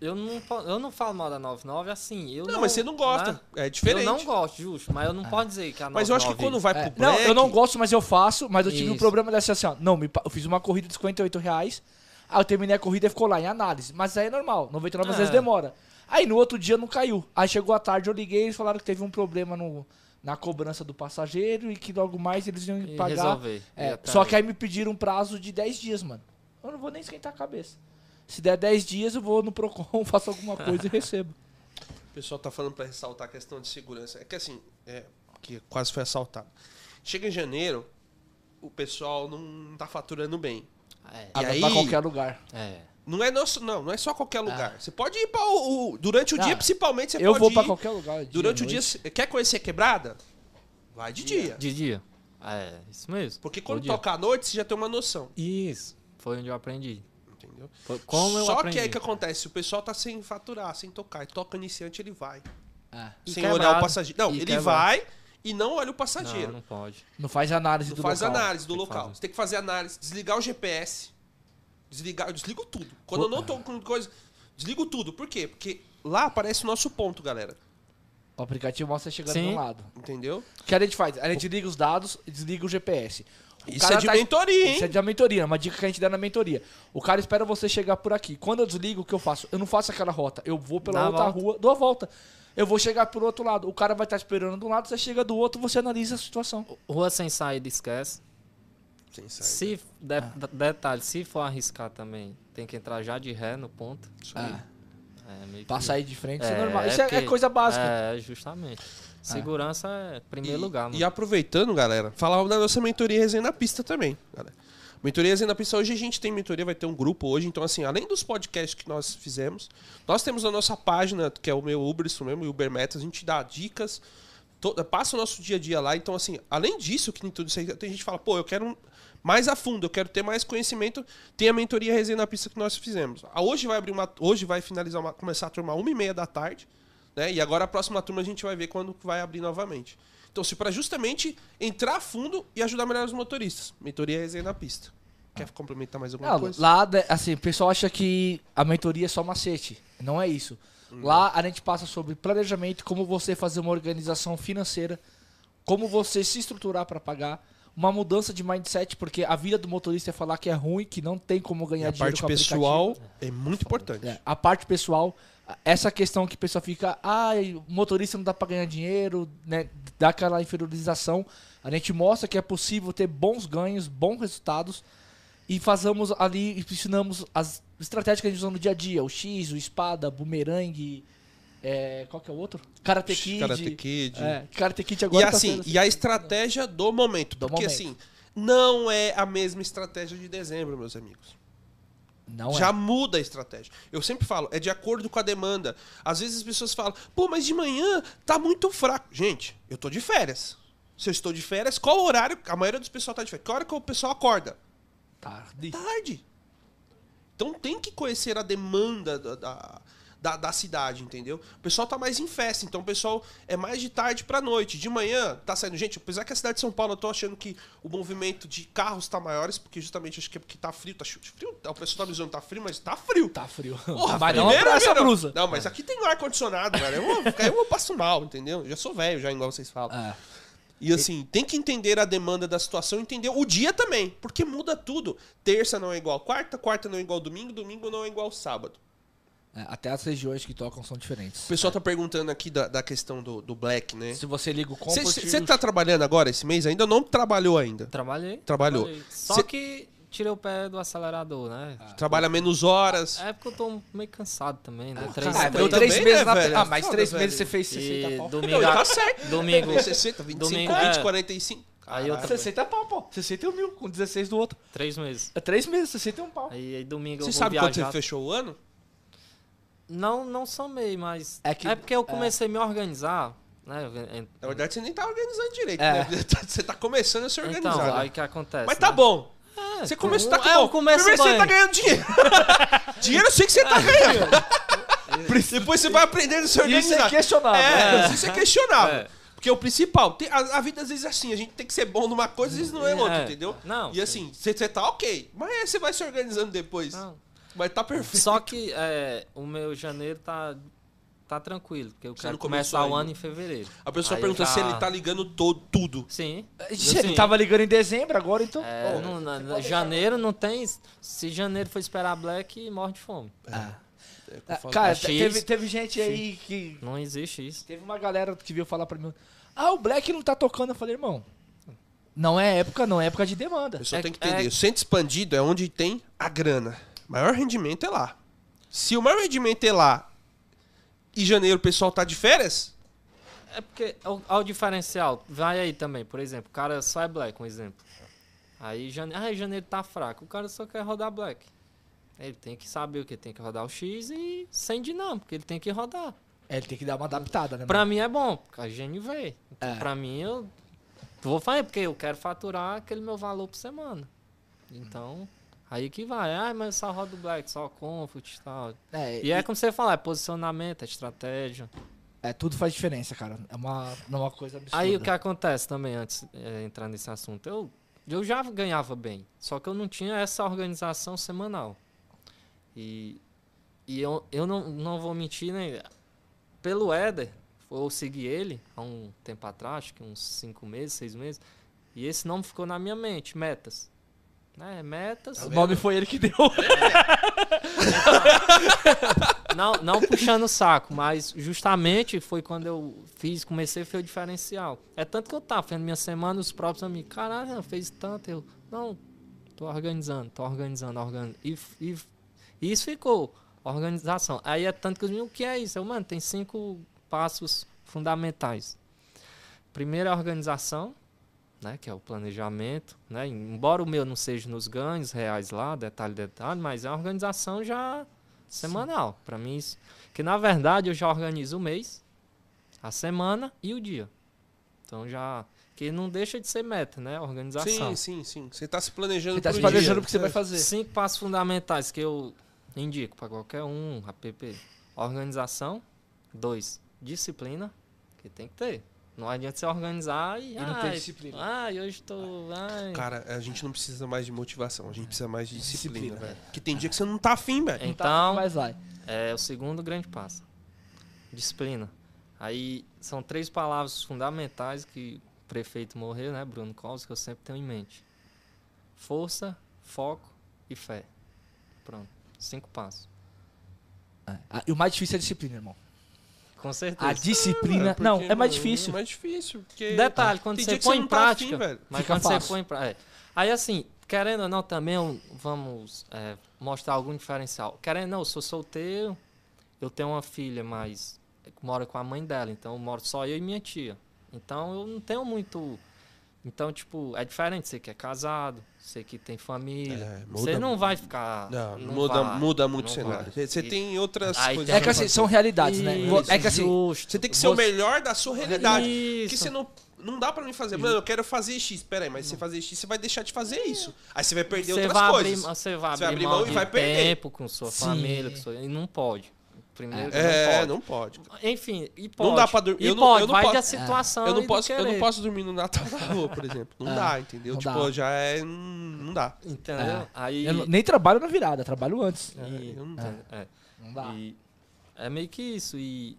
[SPEAKER 3] Eu não, fa- eu não falo mal da 99 assim. Eu
[SPEAKER 1] Não,
[SPEAKER 3] não,
[SPEAKER 1] mas você não gosta.
[SPEAKER 3] né?
[SPEAKER 1] É diferente.
[SPEAKER 3] Eu não gosto, justo, mas eu não posso dizer que a 99
[SPEAKER 1] mas eu acho que quando vai
[SPEAKER 2] É,
[SPEAKER 1] pro
[SPEAKER 2] não,
[SPEAKER 1] Black...
[SPEAKER 2] eu não gosto, mas eu faço. Mas eu tive um
[SPEAKER 3] Isso.
[SPEAKER 2] problema dessa assim, ó. Não, me pa- eu fiz uma corrida de 58 reais. Aí eu terminei a corrida e ficou lá em análise. Mas aí é normal, 99 às
[SPEAKER 3] É.
[SPEAKER 2] vezes demora. Aí no outro dia não caiu. Aí chegou a tarde, eu liguei e eles falaram que teve um problema no, na cobrança do passageiro e que logo mais eles iam
[SPEAKER 3] E
[SPEAKER 2] pagar.
[SPEAKER 3] resolver.
[SPEAKER 2] É,
[SPEAKER 3] E atrás.
[SPEAKER 2] só que aí me pediram um prazo de 10 dias, mano. Eu não vou nem esquentar a cabeça. Se der 10 dias, eu vou no Procon, faço alguma coisa e recebo.
[SPEAKER 1] O pessoal tá falando pra ressaltar a questão de segurança. É que assim, é, que quase foi assaltado. Chega em janeiro, o pessoal não tá faturando bem.
[SPEAKER 3] É.
[SPEAKER 2] Ah,
[SPEAKER 1] E
[SPEAKER 2] não, pra
[SPEAKER 1] aí-
[SPEAKER 2] qualquer lugar.
[SPEAKER 3] é.
[SPEAKER 1] Não é nosso, não, não é só qualquer lugar. Você pode ir para o, o- durante o
[SPEAKER 2] Ah,
[SPEAKER 1] dia, principalmente você
[SPEAKER 2] eu
[SPEAKER 1] pode
[SPEAKER 2] vou
[SPEAKER 1] ir
[SPEAKER 2] pra qualquer lugar. dia,
[SPEAKER 1] durante o dia,
[SPEAKER 2] noite.
[SPEAKER 1] cê- quer conhecer quebrada? Vai de dia.
[SPEAKER 3] De dia. É, isso mesmo.
[SPEAKER 1] Porque
[SPEAKER 3] Bom
[SPEAKER 1] quando
[SPEAKER 3] dia.
[SPEAKER 1] toca à noite, você já tem uma noção.
[SPEAKER 3] Isso. Foi onde eu aprendi.
[SPEAKER 1] Entendeu?
[SPEAKER 3] Foi como eu
[SPEAKER 1] Só
[SPEAKER 3] aprendi.
[SPEAKER 1] que aí que acontece, o pessoal tá sem faturar, sem tocar. E toca iniciante, ele vai.
[SPEAKER 2] Ah,
[SPEAKER 3] E
[SPEAKER 1] sem
[SPEAKER 3] quebrado.
[SPEAKER 1] olhar o passageiro. Não,
[SPEAKER 3] E
[SPEAKER 1] ele
[SPEAKER 3] quebrado.
[SPEAKER 1] vai e não olha o
[SPEAKER 3] Não,
[SPEAKER 1] passageiro.
[SPEAKER 3] não pode.
[SPEAKER 2] não faz análise
[SPEAKER 1] Não
[SPEAKER 2] do
[SPEAKER 1] faz
[SPEAKER 2] local.
[SPEAKER 1] análise do
[SPEAKER 3] Tem que
[SPEAKER 1] local.
[SPEAKER 3] fazer.
[SPEAKER 1] Você tem que fazer análise, desligar o GPS. Desligar, eu desligo tudo. Quando eu não tô com coisa, desligo tudo. Por quê? Porque lá aparece o nosso ponto, galera.
[SPEAKER 2] O aplicativo mostra chegando de
[SPEAKER 3] Sim.
[SPEAKER 2] um lado.
[SPEAKER 1] Entendeu?
[SPEAKER 2] O que a gente faz? A gente liga os dados e desliga o GPS. O
[SPEAKER 1] Isso
[SPEAKER 2] cara
[SPEAKER 1] é de
[SPEAKER 2] tá-
[SPEAKER 1] mentoria, hein?
[SPEAKER 2] Isso é de uma mentoria, uma dica que a gente dá na mentoria. O cara espera você chegar por aqui. Quando eu desligo, o que eu faço? Eu não faço aquela rota. Eu vou pela
[SPEAKER 3] Dá a
[SPEAKER 2] outra
[SPEAKER 3] volta.
[SPEAKER 2] rua, dou a volta. Eu vou chegar por outro lado. O cara vai estar esperando de um lado, você chega do outro, você analisa a situação.
[SPEAKER 3] Rua sem saída, esquece.
[SPEAKER 1] Sem saída.
[SPEAKER 3] Se, de- de- detalhe, se for arriscar também, tem que entrar já de ré no ponto.
[SPEAKER 1] Isso aí.
[SPEAKER 3] É, meio que-
[SPEAKER 2] Pra sair de frente, isso é normal.
[SPEAKER 3] é
[SPEAKER 2] Isso é, é
[SPEAKER 3] porque-
[SPEAKER 2] coisa básica.
[SPEAKER 3] É, justamente. Segurança é primeiro
[SPEAKER 1] E-
[SPEAKER 3] lugar, mano.
[SPEAKER 1] E aproveitando, galera, falar da nossa mentoria Resenha na Pista também, galera. Mentoria Resenha na Pista, hoje a gente tem mentoria, vai ter um grupo hoje, então assim, além dos podcasts que nós fizemos, nós temos a nossa página, que é o meu Uber, isso mesmo, Uber Metas, a gente dá dicas, to- passa o nosso dia a dia lá. Então, assim, além disso, que nem tudo isso aí, tem gente que fala, pô, eu quero um- mais a fundo, eu quero ter mais conhecimento. Tem a mentoria resenha na pista que nós fizemos. A- Hoje vai abrir uma. Hoje vai finalizar uma- começar a turma uma e meia da tarde, né? E agora a próxima turma a gente vai ver quando vai abrir novamente. Então, se para justamente entrar a fundo e ajudar melhor os motoristas. Mentoria resenha na pista. Quer complementar mais alguma
[SPEAKER 2] Não,
[SPEAKER 1] coisa?
[SPEAKER 2] lá, de- assim, o pessoal acha que a mentoria é só macete. Não é isso.
[SPEAKER 1] Hum.
[SPEAKER 2] Lá a gente passa sobre planejamento, como você fazer uma organização financeira, como você se estruturar para pagar, uma mudança de mindset, porque a vida do motorista é falar que é ruim, que não tem como
[SPEAKER 1] E
[SPEAKER 2] ganhar
[SPEAKER 1] a
[SPEAKER 2] dinheiro
[SPEAKER 1] parte
[SPEAKER 2] com aplicativo.
[SPEAKER 1] pessoal é muito importante.
[SPEAKER 2] É, a parte pessoal, essa questão que o pessoal fica, ai, o motorista não dá pra ganhar dinheiro, né? Dá aquela inferiorização. A gente mostra que é possível ter bons ganhos, bons resultados. E fazemos ali, ensinamos as estratégias que a gente usa no dia a dia. O X, o espada, bumerangue. é, qual que é o outro? Karate Kid.
[SPEAKER 1] Karate Kid.
[SPEAKER 2] É, Karate
[SPEAKER 1] E
[SPEAKER 2] Kid agora tá
[SPEAKER 1] assim,
[SPEAKER 2] sendo
[SPEAKER 1] e a estratégia do momento.
[SPEAKER 2] Do
[SPEAKER 1] porque
[SPEAKER 2] momento.
[SPEAKER 1] assim, não é a mesma estratégia de dezembro, meus amigos.
[SPEAKER 2] Não é.
[SPEAKER 1] Já muda a estratégia. Eu sempre falo, é de acordo com a demanda. Às vezes as pessoas falam, pô, mas de manhã tá muito fraco. Gente, eu tô de férias. Se eu estou de férias, qual o horário? A maioria dos pessoal tá de férias. Que hora que o pessoal acorda?
[SPEAKER 2] Tarde.
[SPEAKER 1] Tarde. Então tem que conhecer a demanda da, da, da- da cidade, entendeu? O pessoal tá mais em festa, então o pessoal é mais de tarde pra noite. De manhã tá saindo. Gente, apesar que a cidade de São Paulo, eu tô achando que o movimento de carros tá maior, isso porque justamente acho que é porque tá frio, tá chu- frio. tá- O pessoal tá me zoando, tá frio, mas tá frio.
[SPEAKER 2] Tá frio.
[SPEAKER 1] Porra,
[SPEAKER 2] Mas não
[SPEAKER 1] primeiro
[SPEAKER 2] pra essa
[SPEAKER 1] verão.
[SPEAKER 2] blusa.
[SPEAKER 1] Não, mas aqui tem um ar-condicionado, cara. Eu, eu, eu passo mal, entendeu? Eu já sou velho, já igual vocês falam.
[SPEAKER 2] É.
[SPEAKER 1] E assim, tem que entender a demanda da situação, entender o dia também, porque muda tudo. Terça não é igual quarta, quarta não é igual domingo, domingo não é igual sábado.
[SPEAKER 2] É, Até as regiões que tocam são
[SPEAKER 1] O
[SPEAKER 2] diferentes.
[SPEAKER 1] pessoal tá perguntando aqui da, da questão do, do black, né?
[SPEAKER 2] Se você liga o combo...
[SPEAKER 1] Você tá trabalhando agora esse mês ainda ou não trabalhou ainda?
[SPEAKER 3] Trabalhei.
[SPEAKER 1] Trabalhou.
[SPEAKER 3] trabalhei. Só
[SPEAKER 1] Cê-
[SPEAKER 3] que tirei o pé do acelerador, né?
[SPEAKER 1] Trabalha menos horas.
[SPEAKER 3] É porque eu tô meio cansado também, né?
[SPEAKER 2] Ah,
[SPEAKER 3] Três,
[SPEAKER 1] caralho,
[SPEAKER 2] deu
[SPEAKER 1] eu
[SPEAKER 3] três-
[SPEAKER 2] três
[SPEAKER 1] também,
[SPEAKER 2] meses
[SPEAKER 1] né,
[SPEAKER 2] na
[SPEAKER 1] velho?
[SPEAKER 2] velho? Ah, mas
[SPEAKER 1] Foda,
[SPEAKER 2] três
[SPEAKER 1] velho.
[SPEAKER 2] meses você fez 60
[SPEAKER 3] E
[SPEAKER 2] pau.
[SPEAKER 1] Não,
[SPEAKER 3] domingo,
[SPEAKER 1] tá certo.
[SPEAKER 3] domingo,
[SPEAKER 1] 60, 25,
[SPEAKER 3] Domingo,
[SPEAKER 1] 20,
[SPEAKER 3] é.
[SPEAKER 1] 45.
[SPEAKER 3] Aí eu
[SPEAKER 1] Caralho.
[SPEAKER 3] tra-
[SPEAKER 2] 60 pau, pô. 61 mil com 16 do outro.
[SPEAKER 3] três meses.
[SPEAKER 2] É três meses, 61 pau.
[SPEAKER 3] Aí, aí domingo
[SPEAKER 1] Você
[SPEAKER 3] eu vou
[SPEAKER 1] sabe quanto
[SPEAKER 3] viajar.
[SPEAKER 1] você fechou o ano?
[SPEAKER 3] Não, não somei, mas
[SPEAKER 2] É
[SPEAKER 3] é,
[SPEAKER 2] que-
[SPEAKER 3] porque eu comecei a me organizar, né? Eu- en-
[SPEAKER 1] Na verdade, você nem tá organizando direito,
[SPEAKER 2] É.
[SPEAKER 1] né? Você tá começando a se organizar.
[SPEAKER 3] Então,
[SPEAKER 1] né?
[SPEAKER 3] aí que acontece.
[SPEAKER 1] Mas tá
[SPEAKER 3] né?
[SPEAKER 1] bom.
[SPEAKER 3] É,
[SPEAKER 1] Você
[SPEAKER 3] com-
[SPEAKER 1] começou, tá com
[SPEAKER 3] é,
[SPEAKER 1] bom.
[SPEAKER 3] eu começo É.
[SPEAKER 1] Primeiro você
[SPEAKER 3] bem.
[SPEAKER 1] tá ganhando dinheiro. dinheiro eu sei que você tá ganhando. Depois você vai aprendendo a se
[SPEAKER 2] Isso
[SPEAKER 1] organizar.
[SPEAKER 2] é questionável.
[SPEAKER 1] É, isso é questionável.
[SPEAKER 3] né? É.
[SPEAKER 1] Porque o principal, tem- a, a vida às vezes é assim, a gente tem que ser bom numa coisa, às vezes não é
[SPEAKER 3] É.
[SPEAKER 1] outra, entendeu?
[SPEAKER 3] Não,
[SPEAKER 1] E assim, você você tá ok, mas aí você vai se organizando depois.
[SPEAKER 3] Não.
[SPEAKER 1] Mas tá perfeito.
[SPEAKER 3] Só que é, o meu janeiro tá, tá tranquilo, porque eu
[SPEAKER 1] Você
[SPEAKER 3] quero
[SPEAKER 1] não começou
[SPEAKER 3] começar o
[SPEAKER 1] ainda.
[SPEAKER 3] ano em fevereiro.
[SPEAKER 1] A pessoa
[SPEAKER 3] Aí
[SPEAKER 1] pergunta
[SPEAKER 3] já-
[SPEAKER 1] se ele tá ligando todo, tudo.
[SPEAKER 3] Sim.
[SPEAKER 2] Gente,
[SPEAKER 3] Sim.
[SPEAKER 2] ele tava ligando em dezembro agora, então...
[SPEAKER 3] É,
[SPEAKER 2] Pô,
[SPEAKER 3] não- na-
[SPEAKER 2] você
[SPEAKER 3] na-
[SPEAKER 2] pode
[SPEAKER 3] janeiro não tem. Se janeiro for esperar Black, morre de fome.
[SPEAKER 1] É, que eu
[SPEAKER 2] deixar.
[SPEAKER 1] falo.
[SPEAKER 2] Ah, Cara,
[SPEAKER 3] É X.
[SPEAKER 2] teve, teve gente aí que...
[SPEAKER 3] Não existe isso.
[SPEAKER 2] Teve uma galera que veio falar pra mim... Ah, o Black não tá tocando. Eu falei, irmão... Não é época, não. É época de
[SPEAKER 1] A
[SPEAKER 2] demanda.
[SPEAKER 1] pessoa
[SPEAKER 3] É-
[SPEAKER 1] tem que entender.
[SPEAKER 3] é-
[SPEAKER 1] O centro expandido é onde tem a grana. Maior rendimento é lá. Se o maior rendimento é lá e janeiro o pessoal tá de férias,
[SPEAKER 3] É porque olha o diferencial. Vai aí também, por exemplo, o cara só é black, um exemplo. Aí janeiro, ah, janeiro tá fraco, o cara só quer rodar black. Ele tem que saber o que tem que rodar o X e sem dinâmica, ele tem que rodar.
[SPEAKER 2] É, ele tem que dar uma adaptada, né?
[SPEAKER 3] Pra
[SPEAKER 2] mano?
[SPEAKER 3] mim é bom, porque a gente vê. Então,
[SPEAKER 2] É.
[SPEAKER 3] Pra mim eu vou fazer, porque eu quero faturar aquele meu valor por semana. Então, aí que vai. Ah, mas só roda o black, só comfort e tal.
[SPEAKER 2] É,
[SPEAKER 3] E é como você fala, é posicionamento, é estratégia.
[SPEAKER 2] É, tudo faz diferença, cara. É uma, não é uma coisa absurda.
[SPEAKER 3] Aí o que acontece também, antes de entrar nesse assunto, eu, eu já ganhava bem, só que eu não tinha essa organização semanal. E, e eu, eu não, não vou mentir, né? Pelo Éder, eu segui ele há um tempo atrás, acho que uns cinco meses, seis meses, e esse nome ficou na minha mente, Metas. Né? Metas.
[SPEAKER 2] O nome foi ele que deu.
[SPEAKER 3] Não, não puxando o saco, mas justamente foi quando eu fiz, comecei, foi o diferencial. É tanto que eu tava fazendo minha semana, os próprios amigos, caralho, Renan, fez tanto, eu, não, tô organizando, tô organizando, organizando. E, f- e f- e isso ficou, organização. Aí é tanto que eu digo, o que é isso? Eu, mano, tem cinco passos fundamentais. Primeiro é a organização, né, que é o planejamento, né? Embora o meu não seja nos ganhos reais lá, detalhe, detalhe, mas é a organização já semanal. Para mim, isso. Que na verdade eu já organizo o mês, a semana e o dia. Então já. Que não deixa de ser meta, né? Organização.
[SPEAKER 1] Sim, sim, sim. Você tá se planejando
[SPEAKER 2] Você tá
[SPEAKER 1] pro
[SPEAKER 2] se
[SPEAKER 1] dia.
[SPEAKER 2] planejando o que você vai
[SPEAKER 1] É.
[SPEAKER 2] fazer.
[SPEAKER 3] Cinco passos fundamentais que eu indico para qualquer um, app. Organização. Dois, disciplina, que tem que ter. Não adianta você organizar e,
[SPEAKER 2] E não ter
[SPEAKER 3] ai,
[SPEAKER 2] disciplina.
[SPEAKER 3] Ai, hoje estou. Ai.
[SPEAKER 1] Cara, a gente não precisa mais de motivação, a gente precisa mais de disciplina,
[SPEAKER 2] Disciplina,
[SPEAKER 1] velho. Porque tem dia que você não tá afim, velho.
[SPEAKER 2] Não tá,
[SPEAKER 3] Então,
[SPEAKER 2] mas vai.
[SPEAKER 3] É o segundo grande passo. Disciplina. Aí são três palavras fundamentais que o prefeito morreu, né, Bruno Covas, que eu sempre tenho em mente. Força, foco e fé. Pronto. Cinco passos.
[SPEAKER 2] Ah, E o mais difícil é a disciplina, irmão.
[SPEAKER 3] Com
[SPEAKER 2] A
[SPEAKER 3] certeza.
[SPEAKER 2] disciplina.
[SPEAKER 1] É, porque,
[SPEAKER 2] não, é
[SPEAKER 1] mano,
[SPEAKER 2] mais difícil.
[SPEAKER 1] É mais difícil, porque...
[SPEAKER 3] Detalhe, quando
[SPEAKER 1] Tem
[SPEAKER 3] você
[SPEAKER 1] dia que
[SPEAKER 3] põe
[SPEAKER 1] você
[SPEAKER 3] em
[SPEAKER 1] não tá
[SPEAKER 3] prática.
[SPEAKER 1] afim, velho.
[SPEAKER 3] mas
[SPEAKER 2] Fica
[SPEAKER 3] quando
[SPEAKER 2] fácil.
[SPEAKER 3] você põe em prática. Aí assim, querendo ou não, também eu- vamos é, mostrar algum diferencial. Querendo ou não, eu sou solteiro, eu tenho uma filha, mas mora com a mãe dela, então moro só eu e minha tia. Então eu não tenho muito. Então, tipo, é diferente. Você que é casado, você que tem família.
[SPEAKER 1] É,
[SPEAKER 3] você
[SPEAKER 1] muda-
[SPEAKER 3] não vai ficar.
[SPEAKER 1] Não, muda,
[SPEAKER 3] vai,
[SPEAKER 1] muda muito o
[SPEAKER 3] não
[SPEAKER 1] cenário.
[SPEAKER 3] vai.
[SPEAKER 1] Você
[SPEAKER 3] E-
[SPEAKER 1] tem outras
[SPEAKER 3] Aí
[SPEAKER 1] coisas.
[SPEAKER 3] tem
[SPEAKER 2] É
[SPEAKER 1] pra
[SPEAKER 2] que assim,
[SPEAKER 1] fazer.
[SPEAKER 2] são realidades, né?
[SPEAKER 3] Isso,
[SPEAKER 2] É que assim,
[SPEAKER 3] justo.
[SPEAKER 1] Você tem que ser o
[SPEAKER 2] você-
[SPEAKER 1] melhor da sua realidade. Porque
[SPEAKER 3] Isso.
[SPEAKER 1] você não. Não dá pra mim fazer. Mano, eu quero fazer X. Pera aí, mas se você fazer X, você vai deixar de fazer isso. Aí você vai perder
[SPEAKER 3] É. Você
[SPEAKER 1] outras
[SPEAKER 3] vai abrir,
[SPEAKER 1] coisas.
[SPEAKER 3] você vai
[SPEAKER 1] Você
[SPEAKER 3] abrir,
[SPEAKER 1] vai abrir
[SPEAKER 3] mão,
[SPEAKER 1] mão e
[SPEAKER 3] de
[SPEAKER 1] vai perder.
[SPEAKER 3] tempo com sua
[SPEAKER 2] Sim.
[SPEAKER 3] família, com sua... e não pode. Primeiro que
[SPEAKER 1] É,
[SPEAKER 3] não
[SPEAKER 1] não pode.
[SPEAKER 3] pode. Enfim, e pode.
[SPEAKER 1] dá pra dormir.
[SPEAKER 3] E
[SPEAKER 1] Eu não-
[SPEAKER 3] pode,
[SPEAKER 1] eu não
[SPEAKER 3] vai
[SPEAKER 1] posso- É,
[SPEAKER 3] da situação
[SPEAKER 1] Eu
[SPEAKER 3] e
[SPEAKER 1] não,
[SPEAKER 3] do
[SPEAKER 1] posso, eu não
[SPEAKER 3] querer. Ah,
[SPEAKER 1] posso dormir no Natal na rua, por exemplo. Não
[SPEAKER 2] É,
[SPEAKER 1] dá, entendeu?
[SPEAKER 2] não
[SPEAKER 1] tipo,
[SPEAKER 2] dá.
[SPEAKER 1] já é. Não não dá.
[SPEAKER 3] Entendeu?
[SPEAKER 2] É.
[SPEAKER 3] Aí...
[SPEAKER 2] eu não- nem trabalho na virada, trabalho antes.
[SPEAKER 3] e-
[SPEAKER 1] Eu não dá.
[SPEAKER 3] é.
[SPEAKER 2] Não dá.
[SPEAKER 3] E é meio que isso. E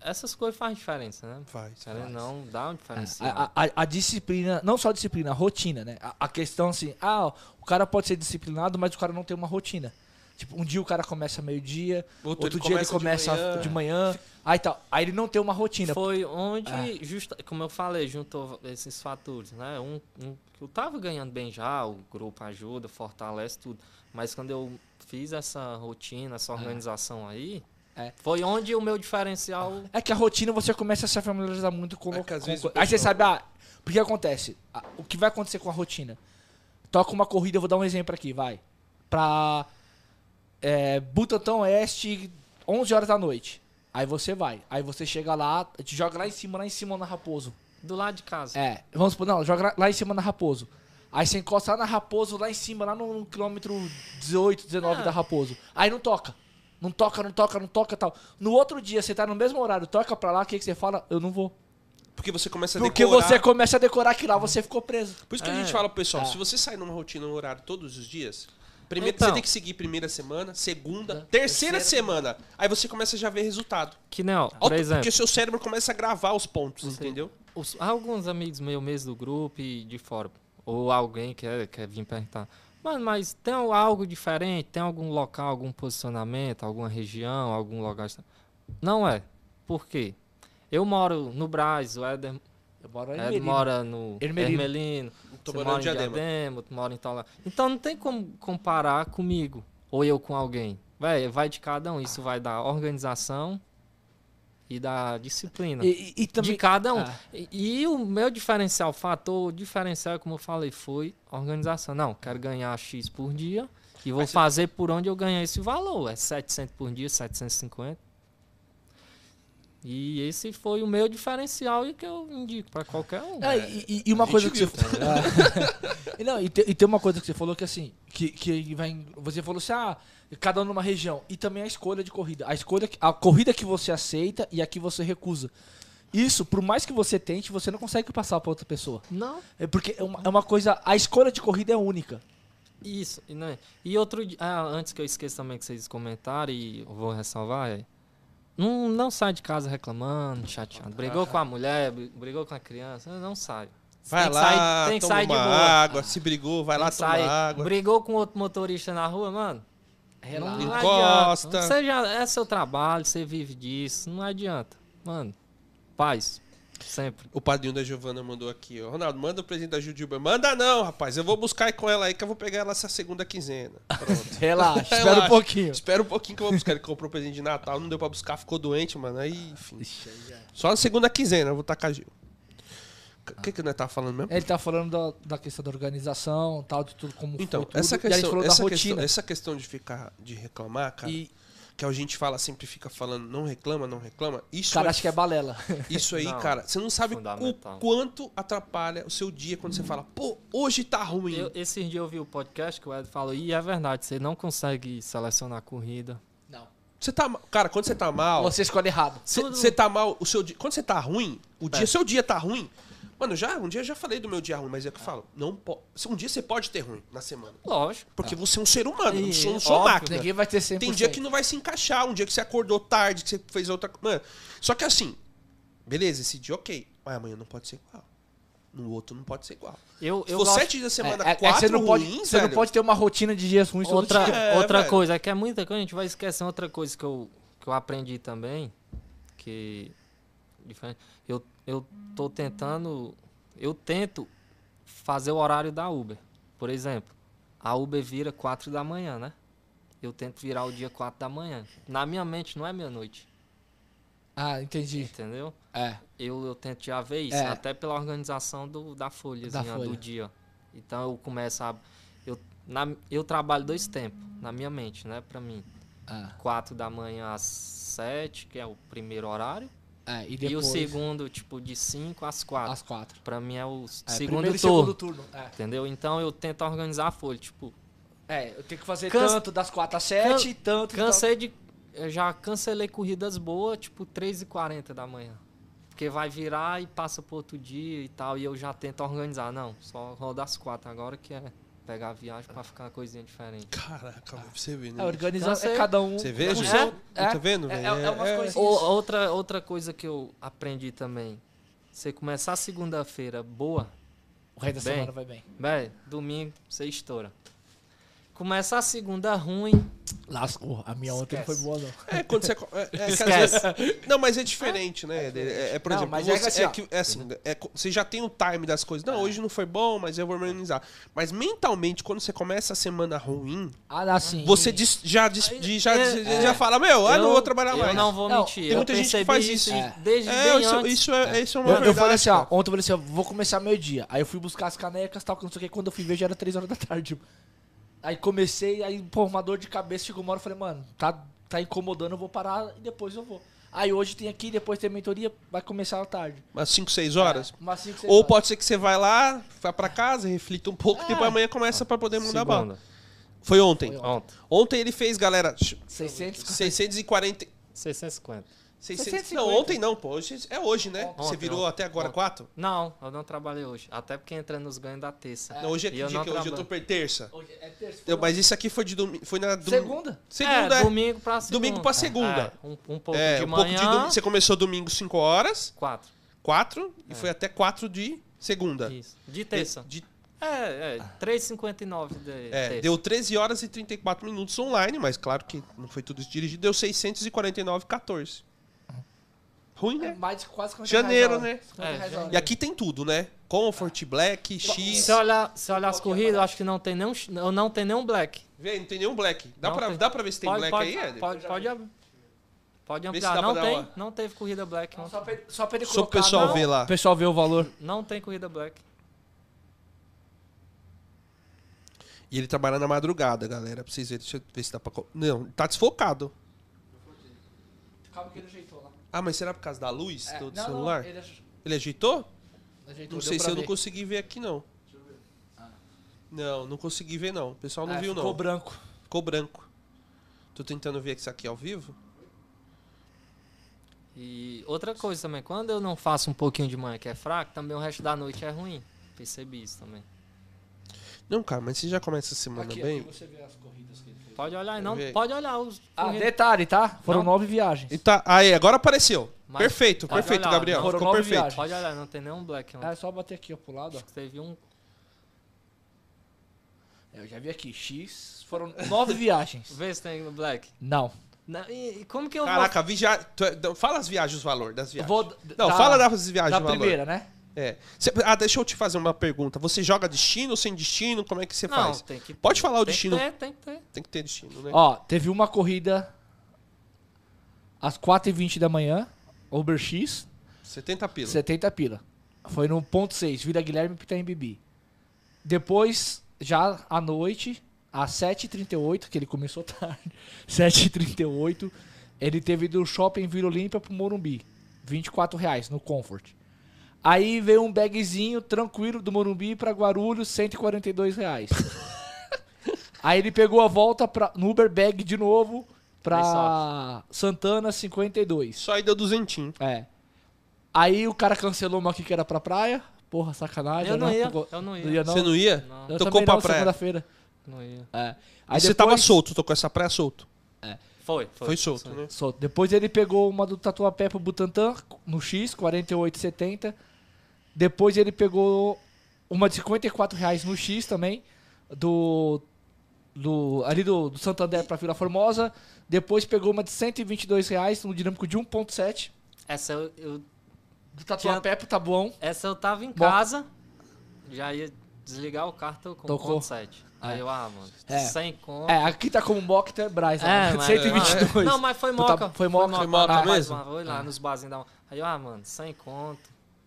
[SPEAKER 3] essas coisas fazem diferença, né?
[SPEAKER 1] Vai, vai.
[SPEAKER 3] Ela não dá uma diferença.
[SPEAKER 2] É, A, a- a- a disciplina, não só a disciplina, a rotina, né? A, a questão assim, ah, o cara pode ser disciplinado, mas o cara não tem uma rotina. Tipo, um dia o cara começa meio-dia, outro, dia ele começa de manhã, aí tal. Aí ele não tem uma rotina.
[SPEAKER 3] Foi onde,
[SPEAKER 2] é.
[SPEAKER 3] justa- como eu falei, juntou esses fatores, né? Um, um- eu tava ganhando bem já, o grupo ajuda, fortalece tudo. Mas quando eu fiz essa rotina, essa organização aí,
[SPEAKER 2] É.
[SPEAKER 3] foi onde o meu diferencial.
[SPEAKER 2] É que a rotina você começa a se familiarizar muito com,
[SPEAKER 1] É que às
[SPEAKER 2] com-
[SPEAKER 1] vezes o
[SPEAKER 2] Aí você
[SPEAKER 1] pessoal-
[SPEAKER 2] sabe, ah, porque acontece? Ah, O que vai acontecer com a rotina? Toca uma corrida, eu vou dar um exemplo aqui, vai. Pra é, Butantão Oeste, 11 horas da noite. Aí você vai. Aí você chega lá, te joga lá em cima, lá em cima na Raposo.
[SPEAKER 3] Do lado de casa.
[SPEAKER 2] É, vamos supor, não, joga lá- lá em cima na Raposo. Aí você encosta lá na Raposo, lá em cima, lá no, no quilômetro 18, 19
[SPEAKER 3] Ah.
[SPEAKER 2] da Raposo. Aí não toca. Não toca, não toca, não toca tal. No outro dia, você tá no mesmo horário, toca pra lá, o que, que você fala? Eu não vou.
[SPEAKER 1] Porque você começa a
[SPEAKER 2] Porque
[SPEAKER 1] decorar.
[SPEAKER 2] você começa a decorar que lá você ficou preso.
[SPEAKER 1] Por isso que a
[SPEAKER 3] É.
[SPEAKER 1] gente fala pro pessoal,
[SPEAKER 2] Tá.
[SPEAKER 1] se você sair numa rotina no horário todos os dias, primeiro
[SPEAKER 3] Então.
[SPEAKER 1] você tem que seguir primeira semana, segunda, terceira, semana. Aí você começa a já ver resultado.
[SPEAKER 3] Que não, por
[SPEAKER 1] Auto-
[SPEAKER 3] exemplo.
[SPEAKER 1] Porque seu cérebro começa a gravar os pontos, entendeu?
[SPEAKER 3] os- alguns amigos meus mesmo do grupo e de fora, ou alguém quer, quer vir perguntar, mano, mas tem al- algo diferente? Tem algum local, algum posicionamento, alguma região, algum lugar? esta- Não é. Por quê? Eu moro no Brás, o Éder,
[SPEAKER 1] É,
[SPEAKER 2] Eu moro
[SPEAKER 3] Éder mora no
[SPEAKER 2] Ermelino.
[SPEAKER 3] Ermelino,
[SPEAKER 1] Tô
[SPEAKER 3] você
[SPEAKER 1] morando
[SPEAKER 3] mora
[SPEAKER 1] em
[SPEAKER 3] em
[SPEAKER 1] Diadema.
[SPEAKER 3] Diadema, tu mora em tal lá. Então não tem como comparar comigo, ou eu com alguém. Véi, vai de cada um, isso vai da organização e da disciplina
[SPEAKER 1] né?
[SPEAKER 2] E, e- e também.
[SPEAKER 3] de cada um.
[SPEAKER 1] é.
[SPEAKER 2] Ah.
[SPEAKER 3] E, e o meu diferencial, o fator diferencial, como eu falei, foi a organização. Não, quero ganhar X por dia e vou
[SPEAKER 1] Mas você-
[SPEAKER 3] fazer por onde eu ganhar esse valor. É 700 por dia, 750. E esse foi o meu diferencial e que eu indico para qualquer um.
[SPEAKER 1] É.
[SPEAKER 2] Ah, e, e- e uma coisa que você.
[SPEAKER 1] né?
[SPEAKER 2] Ah. E não, e, te- e tem uma coisa que você falou que assim, que, que vai. em- Você falou assim, ah, cada um numa região. E também a escolha de corrida. A escolha, que- a corrida que você aceita e a que você recusa. Isso, por mais que você tente, você não consegue passar pra outra pessoa.
[SPEAKER 3] Não,
[SPEAKER 2] É porque é uma, é uma coisa. A escolha de corrida é única.
[SPEAKER 3] Isso, e, né? e outro di- ah, antes que eu esqueça também que vocês comentaram e eu vou ressalvar, é, não, não sai de casa reclamando, chateado.
[SPEAKER 1] Ah.
[SPEAKER 3] Brigou com a mulher, bri- brigou com a criança, não sai. Você
[SPEAKER 1] Vai
[SPEAKER 3] tem que
[SPEAKER 1] lá,
[SPEAKER 3] sair- tem que
[SPEAKER 1] toma
[SPEAKER 3] sair de
[SPEAKER 1] uma
[SPEAKER 3] boa.
[SPEAKER 1] água, se brigou, vai lá,
[SPEAKER 3] Não
[SPEAKER 1] toma
[SPEAKER 3] sai.
[SPEAKER 1] água.
[SPEAKER 3] Brigou com outro motorista na rua, mano. Não,
[SPEAKER 2] Não-
[SPEAKER 3] não
[SPEAKER 1] Encosta.
[SPEAKER 3] adianta. Você já, é seu trabalho, você vive disso, não adianta. Mano, paz, sempre.
[SPEAKER 1] O padrinho da Giovana mandou aqui, ó. Ronaldo, manda o presente da Judilba. Manda não, rapaz. Eu vou buscar aí com ela aí que eu vou pegar ela essa segunda quinzena. Pronto.
[SPEAKER 2] Relaxa, espera
[SPEAKER 1] Relaxa.
[SPEAKER 2] um pouquinho.
[SPEAKER 1] Espera um pouquinho que eu vou buscar. Ele comprou o presente de Natal, não deu pra buscar, ficou doente, mano. Aí, enfim. Só na segunda quinzena, eu vou tacar Gil. O que, que nós tá falando mesmo?
[SPEAKER 2] Ele tá falando da, da questão da organização, tal, de tudo como
[SPEAKER 1] Então,
[SPEAKER 2] foi tudo.
[SPEAKER 1] essa
[SPEAKER 2] e a gente
[SPEAKER 1] questão,
[SPEAKER 2] falou
[SPEAKER 1] essa
[SPEAKER 2] da
[SPEAKER 1] questão,
[SPEAKER 2] rotina.
[SPEAKER 1] essa questão de ficar, de reclamar, cara.
[SPEAKER 2] E
[SPEAKER 1] que a gente fala sempre fica falando, não reclama, não reclama. Isso
[SPEAKER 2] O cara
[SPEAKER 1] é
[SPEAKER 2] acha que é balela.
[SPEAKER 1] Isso aí,
[SPEAKER 3] Não,
[SPEAKER 1] cara, você não sabe o
[SPEAKER 3] fundamental. Uhum.
[SPEAKER 1] quanto atrapalha o seu dia quando você fala, pô, hoje tá ruim.
[SPEAKER 3] Eu, esses dias eu vi o podcast que o Ed falou, e é verdade, você não consegue selecionar a corrida.
[SPEAKER 2] Não.
[SPEAKER 1] Você tá mal. Cara, quando você tá mal,
[SPEAKER 2] Você escolhe errado.
[SPEAKER 1] você
[SPEAKER 3] tudo- É.
[SPEAKER 1] você tá mal, o seu dia. Quando você tá ruim, o dia, seu dia tá ruim. Mano, já, um dia eu já falei do meu dia ruim, mas é que eu falo, não po- Um dia você pode ter ruim na semana.
[SPEAKER 3] Lógico.
[SPEAKER 1] Porque você é um ser humano, eu não sou, não
[SPEAKER 3] E,
[SPEAKER 1] sou
[SPEAKER 3] óbvio, né?
[SPEAKER 1] máquina.
[SPEAKER 2] Ninguém vai ter 100%.
[SPEAKER 1] Tem dia que não é vai se encaixar, um dia que você acordou tarde, que você fez outra coisa. Mano, só que assim, beleza, esse dia ok, mas amanhã não pode ser igual. No outro não pode ser igual.
[SPEAKER 3] Eu,
[SPEAKER 1] Se
[SPEAKER 3] eu
[SPEAKER 1] for
[SPEAKER 3] gosto-
[SPEAKER 1] sete dias da semana,
[SPEAKER 2] É, é, é que
[SPEAKER 1] quatro
[SPEAKER 2] você não pode,
[SPEAKER 1] ruins,
[SPEAKER 2] você não
[SPEAKER 1] velho,
[SPEAKER 2] pode ter uma rotina de dias ruins todo
[SPEAKER 3] outra,
[SPEAKER 2] dia.
[SPEAKER 1] um dia.
[SPEAKER 3] outra
[SPEAKER 1] É, velho.
[SPEAKER 3] coisa, é que é muita coisa, a gente vai esquecer outra coisa que eu, que eu aprendi também, que diferente, eu, eu tô tentando, eu tento fazer o horário da Uber. Por exemplo, a Uber vira 4 da manhã, né? Eu tento virar o dia 4 da manhã. Na minha mente não é meia-noite,
[SPEAKER 2] Ah, entendi.
[SPEAKER 3] entendeu?
[SPEAKER 2] É.
[SPEAKER 3] Eu, eu tento já ver isso,
[SPEAKER 2] É.
[SPEAKER 3] até pela organização do, da folhazinha
[SPEAKER 2] Da folha.
[SPEAKER 3] do dia. Então eu começo a. Eu, na, eu trabalho dois tempos na minha mente, né? Pra mim.
[SPEAKER 2] Ah,
[SPEAKER 3] 4 da manhã às 7, que é o primeiro horário.
[SPEAKER 2] é. E
[SPEAKER 3] E o
[SPEAKER 2] depois,
[SPEAKER 3] segundo, tipo, de 5 às 4.
[SPEAKER 2] às quatro.
[SPEAKER 3] Pra mim é o
[SPEAKER 2] É,
[SPEAKER 3] segundo
[SPEAKER 2] primeiro e
[SPEAKER 3] turno.
[SPEAKER 2] segundo turno. É.
[SPEAKER 3] Entendeu? Então eu tento organizar a folha. Tipo,
[SPEAKER 2] É, eu tenho que fazer
[SPEAKER 3] Cansa-
[SPEAKER 2] tanto das 4 às 7, tanto.
[SPEAKER 3] cansei de. Eu já cancelei corridas boas, tipo, 3 e 40 da manhã. Porque vai virar e passa pro outro dia e tal. E eu já tento organizar. Não, só rodar às 4 agora que é pegar a viagem pra ficar uma coisinha diferente.
[SPEAKER 1] Caraca, pra você vê,
[SPEAKER 2] Tal.
[SPEAKER 1] né?
[SPEAKER 2] É, organização
[SPEAKER 3] Cansei.
[SPEAKER 2] é cada um.
[SPEAKER 1] Você vê,
[SPEAKER 2] com
[SPEAKER 1] gente?
[SPEAKER 2] seu-
[SPEAKER 1] É, tá vendo,
[SPEAKER 2] é-
[SPEAKER 1] velho?
[SPEAKER 2] é umas
[SPEAKER 1] É.
[SPEAKER 2] coisas-
[SPEAKER 3] Ou- outra, outra coisa que eu aprendi também. Você começar a segunda-feira boa,
[SPEAKER 2] O resto da
[SPEAKER 3] Bem.
[SPEAKER 2] semana vai bem.
[SPEAKER 3] Véi, domingo você estoura. Começa a segunda ruim.
[SPEAKER 2] Lascou. A minha ontem não foi
[SPEAKER 3] Esquece.
[SPEAKER 2] boa, não.
[SPEAKER 1] É, quando você. co- É, é, que às
[SPEAKER 3] Esquece.
[SPEAKER 1] vezes- não, mas é diferente, né? É, é, por
[SPEAKER 2] Não,
[SPEAKER 1] exemplo,
[SPEAKER 2] mas é que
[SPEAKER 1] você,
[SPEAKER 2] assim,
[SPEAKER 1] é
[SPEAKER 2] ó. É.
[SPEAKER 1] que, é assim, é co- você já tem o time das coisas. Não, hoje não foi bom, mas eu vou me organizar. Mas mentalmente, quando você começa a semana ruim,
[SPEAKER 2] Ah, dá sim.
[SPEAKER 1] você dis- já, dis- de- já,
[SPEAKER 3] é,
[SPEAKER 1] já fala, meu, ah, não vou trabalhar
[SPEAKER 3] eu
[SPEAKER 1] mais.
[SPEAKER 3] não vou
[SPEAKER 2] Não,
[SPEAKER 3] mentir.
[SPEAKER 1] tem muita
[SPEAKER 3] eu
[SPEAKER 1] gente que
[SPEAKER 3] percebi
[SPEAKER 1] faz isso.
[SPEAKER 3] e
[SPEAKER 2] É.
[SPEAKER 3] desde
[SPEAKER 1] É,
[SPEAKER 3] bem
[SPEAKER 1] isso,
[SPEAKER 3] antes.
[SPEAKER 1] isso é, isso é uma
[SPEAKER 2] Eu, eu
[SPEAKER 1] verdade.
[SPEAKER 2] falei assim,
[SPEAKER 1] cara.
[SPEAKER 2] ó, ontem eu falei assim, ó, vou começar meio-dia. Aí eu fui buscar as canecas, tal, que não sei o que. Quando eu fui ver, já era 3 horas da tarde. Aí comecei, aí, pô, uma dor de cabeça, chegou uma hora, eu falei, mano, tá, tá incomodando, eu vou parar e depois eu vou. Aí hoje tem aqui, depois tem mentoria, vai começar à tarde. assim
[SPEAKER 1] Umas 5, 6 horas.
[SPEAKER 2] Umas 5, 6
[SPEAKER 1] Ou pode ser que você vai lá, vá pra casa, reflita um pouco, e depois amanhã começa pra poder mudar a bala.
[SPEAKER 3] Segunda.
[SPEAKER 1] Foi ontem.
[SPEAKER 2] É. Foi ontem.
[SPEAKER 3] Ontem.
[SPEAKER 1] Ontem ele fez, galera,
[SPEAKER 2] 600.
[SPEAKER 1] 640...
[SPEAKER 3] 650.
[SPEAKER 1] 600,
[SPEAKER 2] 650.
[SPEAKER 1] não, ontem não, pô. Hoje é hoje, né?
[SPEAKER 3] Ontem,
[SPEAKER 1] Você virou
[SPEAKER 3] ontem.
[SPEAKER 1] até agora
[SPEAKER 3] Ontem.
[SPEAKER 1] 4?
[SPEAKER 3] Não, eu não trabalhei hoje. Até porque entra nos ganhos da terça.
[SPEAKER 1] Não, hoje é
[SPEAKER 3] E
[SPEAKER 1] que
[SPEAKER 3] eu
[SPEAKER 1] dia
[SPEAKER 3] não
[SPEAKER 1] que hoje eu tô
[SPEAKER 3] trabalho.
[SPEAKER 1] per terça.
[SPEAKER 2] Hoje é terça.
[SPEAKER 1] Eu- mas isso aqui foi de domingo. Foi na dom-
[SPEAKER 2] Segunda?
[SPEAKER 1] Segunda, é.
[SPEAKER 3] é, domingo pra segunda.
[SPEAKER 1] Domingo pra segunda.
[SPEAKER 3] É, um, um pouco
[SPEAKER 1] É,
[SPEAKER 3] de
[SPEAKER 1] um pouco
[SPEAKER 3] manhã.
[SPEAKER 1] de domingo. Você começou domingo 5 horas,
[SPEAKER 3] Quatro.
[SPEAKER 1] 4, e foi até 4 de segunda.
[SPEAKER 3] Isso. De É. terça.
[SPEAKER 1] De-
[SPEAKER 3] É, é. 3,59 de
[SPEAKER 1] é,
[SPEAKER 3] terça.
[SPEAKER 1] deu 13 horas e 34 minutos online, mas claro que não foi tudo isso dirigido. Deu 649,14. Ruim,
[SPEAKER 2] É
[SPEAKER 1] né?
[SPEAKER 2] mais de quase 40
[SPEAKER 1] Janeiro,
[SPEAKER 2] reais a hora.
[SPEAKER 1] né?
[SPEAKER 2] 50
[SPEAKER 3] É,
[SPEAKER 2] reais a
[SPEAKER 3] janeiro.
[SPEAKER 2] hora.
[SPEAKER 1] E aqui tem tudo, né? Comfort, Black, X.
[SPEAKER 3] Se olhar, se olhar as corridas, eu acho que não tem nenhum, ch- não não tem nenhum black.
[SPEAKER 1] Vê, não tem nenhum Black. Dá,
[SPEAKER 3] Não
[SPEAKER 1] pra,
[SPEAKER 3] tem.
[SPEAKER 1] dá pra ver se tem Black
[SPEAKER 3] pode,
[SPEAKER 1] aí, Éder?
[SPEAKER 3] Pode, pode, ab- pode
[SPEAKER 1] Vê se
[SPEAKER 3] ampliar.
[SPEAKER 1] dá pra
[SPEAKER 3] Não
[SPEAKER 1] dar
[SPEAKER 3] tem,
[SPEAKER 1] uma-
[SPEAKER 3] não teve corrida black. Não,
[SPEAKER 2] Então, Só pra, ele- só pra ele
[SPEAKER 1] Só pro
[SPEAKER 2] colocar,
[SPEAKER 1] pessoal
[SPEAKER 2] não-
[SPEAKER 1] ver lá.
[SPEAKER 2] O pessoal ver o valor.
[SPEAKER 3] não tem corrida black.
[SPEAKER 1] E ele trabalha na madrugada, galera. Pra vocês verem. Deixa eu ver se dá pra. co- Não, tá desfocado.
[SPEAKER 2] Calma que ele ajeitou lá.
[SPEAKER 1] Ah, mas será por causa da luz
[SPEAKER 2] É,
[SPEAKER 1] do
[SPEAKER 2] não, não,
[SPEAKER 1] celular? ele...
[SPEAKER 2] ele aj-
[SPEAKER 1] ajeitou?
[SPEAKER 2] ajeitou,
[SPEAKER 1] Não
[SPEAKER 2] deu
[SPEAKER 1] sei se
[SPEAKER 2] pra
[SPEAKER 1] eu não
[SPEAKER 2] ver.
[SPEAKER 1] consegui ver aqui, não. Não, não consegui ver, não. O pessoal não
[SPEAKER 2] É,
[SPEAKER 1] viu,
[SPEAKER 2] Ah. Ficou
[SPEAKER 1] não.
[SPEAKER 2] branco.
[SPEAKER 1] Ficou branco. Tô tentando ver isso aqui ao vivo.
[SPEAKER 3] E outra coisa também, quando eu não faço um pouquinho de manhã que é fraco, também o resto da noite é ruim. Percebi isso também.
[SPEAKER 1] Não, cara, mas você já começa a semana
[SPEAKER 2] Aqui,
[SPEAKER 1] bem.
[SPEAKER 2] aqui você vê as corridas que ele fez.
[SPEAKER 3] Pode olhar, e
[SPEAKER 1] Quer
[SPEAKER 3] não,
[SPEAKER 1] ver?
[SPEAKER 3] pode olhar os
[SPEAKER 2] Ah,
[SPEAKER 3] corridas.
[SPEAKER 2] detalhe, tá? Foram
[SPEAKER 3] Não.
[SPEAKER 2] nove viagens.
[SPEAKER 1] E tá, aí, agora apareceu.
[SPEAKER 3] Mas-
[SPEAKER 1] perfeito,
[SPEAKER 3] Olha
[SPEAKER 1] perfeito,
[SPEAKER 3] lá,
[SPEAKER 1] Gabriel.
[SPEAKER 3] não.
[SPEAKER 1] Ficou
[SPEAKER 2] Foram nove
[SPEAKER 1] perfeito.
[SPEAKER 2] viagens.
[SPEAKER 3] Pode olhar, não tem nenhum black.
[SPEAKER 1] Então.
[SPEAKER 3] Não.
[SPEAKER 2] Ah, é só bater aqui, ó, pro lado, ó.
[SPEAKER 3] Acho que teve um.
[SPEAKER 2] É, Eu já vi aqui, X. Foram nove viagens.
[SPEAKER 3] Vê se tem black.
[SPEAKER 2] Não.
[SPEAKER 3] Não, e, e como que eu
[SPEAKER 1] Caraca, viaja... tu é- não, fala as viagens, os valor das
[SPEAKER 2] Eu
[SPEAKER 1] viagens.
[SPEAKER 2] vou d-
[SPEAKER 1] Não,
[SPEAKER 2] da-
[SPEAKER 1] fala das viagens,
[SPEAKER 2] Da
[SPEAKER 1] o valor.
[SPEAKER 2] primeira, né?
[SPEAKER 1] É. Cê- ah, deixa eu te fazer uma pergunta. Você joga destino, sem destino? Como é que você
[SPEAKER 3] vou. Não,
[SPEAKER 1] faz?
[SPEAKER 3] tem que
[SPEAKER 1] Pode falar o
[SPEAKER 3] tem que
[SPEAKER 1] destino.
[SPEAKER 3] ter, tem que ter.
[SPEAKER 1] Tem que ter destino, né?
[SPEAKER 2] Ó, teve uma corrida às 4h20 da manhã, Uber X,
[SPEAKER 1] 70 pila.
[SPEAKER 2] 70 pila. Foi no ponto 6, Vila Guilherme e Pitaim Bibi. Depois, já à noite, às 7h38, que ele começou tarde, 7h38, ele teve do shopping Vila Olímpia pro Morumbi. 24 reais no Comfort. Aí veio um bagzinho tranquilo do Morumbi pra Guarulhos, 142 reais. Aí ele pegou a volta pra, no Uber Bag de novo pra Santana, 52.
[SPEAKER 1] Só aí deu duzentinho.
[SPEAKER 2] É. Aí o cara cancelou uma aqui que era pra praia. Porra, sacanagem.
[SPEAKER 3] Eu não
[SPEAKER 2] né?
[SPEAKER 3] ia,
[SPEAKER 2] Pegou-
[SPEAKER 3] eu não ia.
[SPEAKER 2] ia, não?
[SPEAKER 1] Você não ia?
[SPEAKER 3] Não.
[SPEAKER 2] Eu
[SPEAKER 1] Tocou
[SPEAKER 2] também
[SPEAKER 1] pra
[SPEAKER 2] não,
[SPEAKER 1] praia.
[SPEAKER 2] segunda-feira.
[SPEAKER 3] Não ia.
[SPEAKER 2] É.
[SPEAKER 1] Aí você tava solto, tocou essa praia solto.
[SPEAKER 3] Foi,
[SPEAKER 1] Foi,
[SPEAKER 3] foi.
[SPEAKER 1] solto,
[SPEAKER 3] Foi.
[SPEAKER 1] né?
[SPEAKER 2] solto. Depois ele pegou uma do Tatuapé pro Butantã, no X, 48,70. Depois ele pegou uma de 54 reais no X também, do... do ali do, do Santander pra Vila Formosa. Depois pegou uma de 122 reais no dinâmico de 1.7,
[SPEAKER 3] Essa eu, eu-
[SPEAKER 2] do Tatuapé pro Tabuão.
[SPEAKER 3] essa eu tava em
[SPEAKER 2] Bom.
[SPEAKER 3] casa, já ia desligar o carro, tocou com
[SPEAKER 2] Tocou.
[SPEAKER 3] ponto 7. Aí eu, ah, mano,
[SPEAKER 2] É.
[SPEAKER 3] sem conta.
[SPEAKER 2] É, aqui tá como Mock, então é Braz, né?
[SPEAKER 3] mas-
[SPEAKER 2] 122.
[SPEAKER 3] Não, mas foi
[SPEAKER 2] Tá,
[SPEAKER 3] moca.
[SPEAKER 2] foi moca, É.
[SPEAKER 1] foi moca
[SPEAKER 3] rapaz,
[SPEAKER 1] mesmo?
[SPEAKER 3] mano, Foi lá nos barzinhos da moca. Aí, eu, ah, mano, sem conto.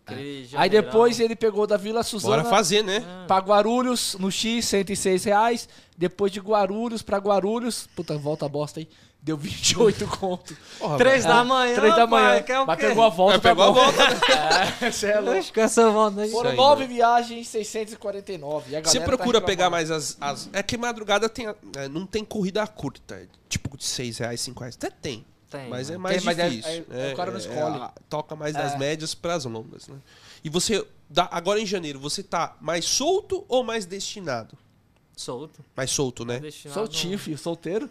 [SPEAKER 3] aquele
[SPEAKER 2] Aí
[SPEAKER 3] janeirão.
[SPEAKER 2] depois ele pegou da Vila Suzana
[SPEAKER 1] Bora fazer, né?
[SPEAKER 2] pra Guarulhos, no X, 106 reais. Depois de Guarulhos pra Guarulhos, puta, volta bosta aí, deu 28 conto.
[SPEAKER 1] Porra,
[SPEAKER 3] Três
[SPEAKER 1] velho.
[SPEAKER 3] da manhã.
[SPEAKER 2] 3 da manhã, é
[SPEAKER 3] Pai, quer o
[SPEAKER 2] mas
[SPEAKER 3] quê?
[SPEAKER 2] pegou a volta
[SPEAKER 1] Mas pegou a
[SPEAKER 2] pra
[SPEAKER 1] volta. né?
[SPEAKER 2] É, cê é louco.
[SPEAKER 3] Acho que essa volta aí.
[SPEAKER 2] Foram
[SPEAKER 1] aí,
[SPEAKER 2] 9 viagens, 649. E a
[SPEAKER 1] Você
[SPEAKER 2] galera tá
[SPEAKER 1] procura
[SPEAKER 2] reclamando.
[SPEAKER 1] pegar mais as, as- É que madrugada tem, a- é, não tem corrida curta. Tipo de 6 reais, 5 reais. Até tem.
[SPEAKER 3] Tem,
[SPEAKER 1] mas é
[SPEAKER 3] mano.
[SPEAKER 1] mais
[SPEAKER 2] Tem, mas é-
[SPEAKER 1] difícil.
[SPEAKER 2] é- o cara não escolhe. É.
[SPEAKER 1] a- toca mais das médias pras longas, né? E você. dá- agora em janeiro, você tá mais solto ou mais destinado?
[SPEAKER 3] Solto.
[SPEAKER 1] Mais solto, né?
[SPEAKER 3] Destinado
[SPEAKER 2] Soltinho, filho, solteiro.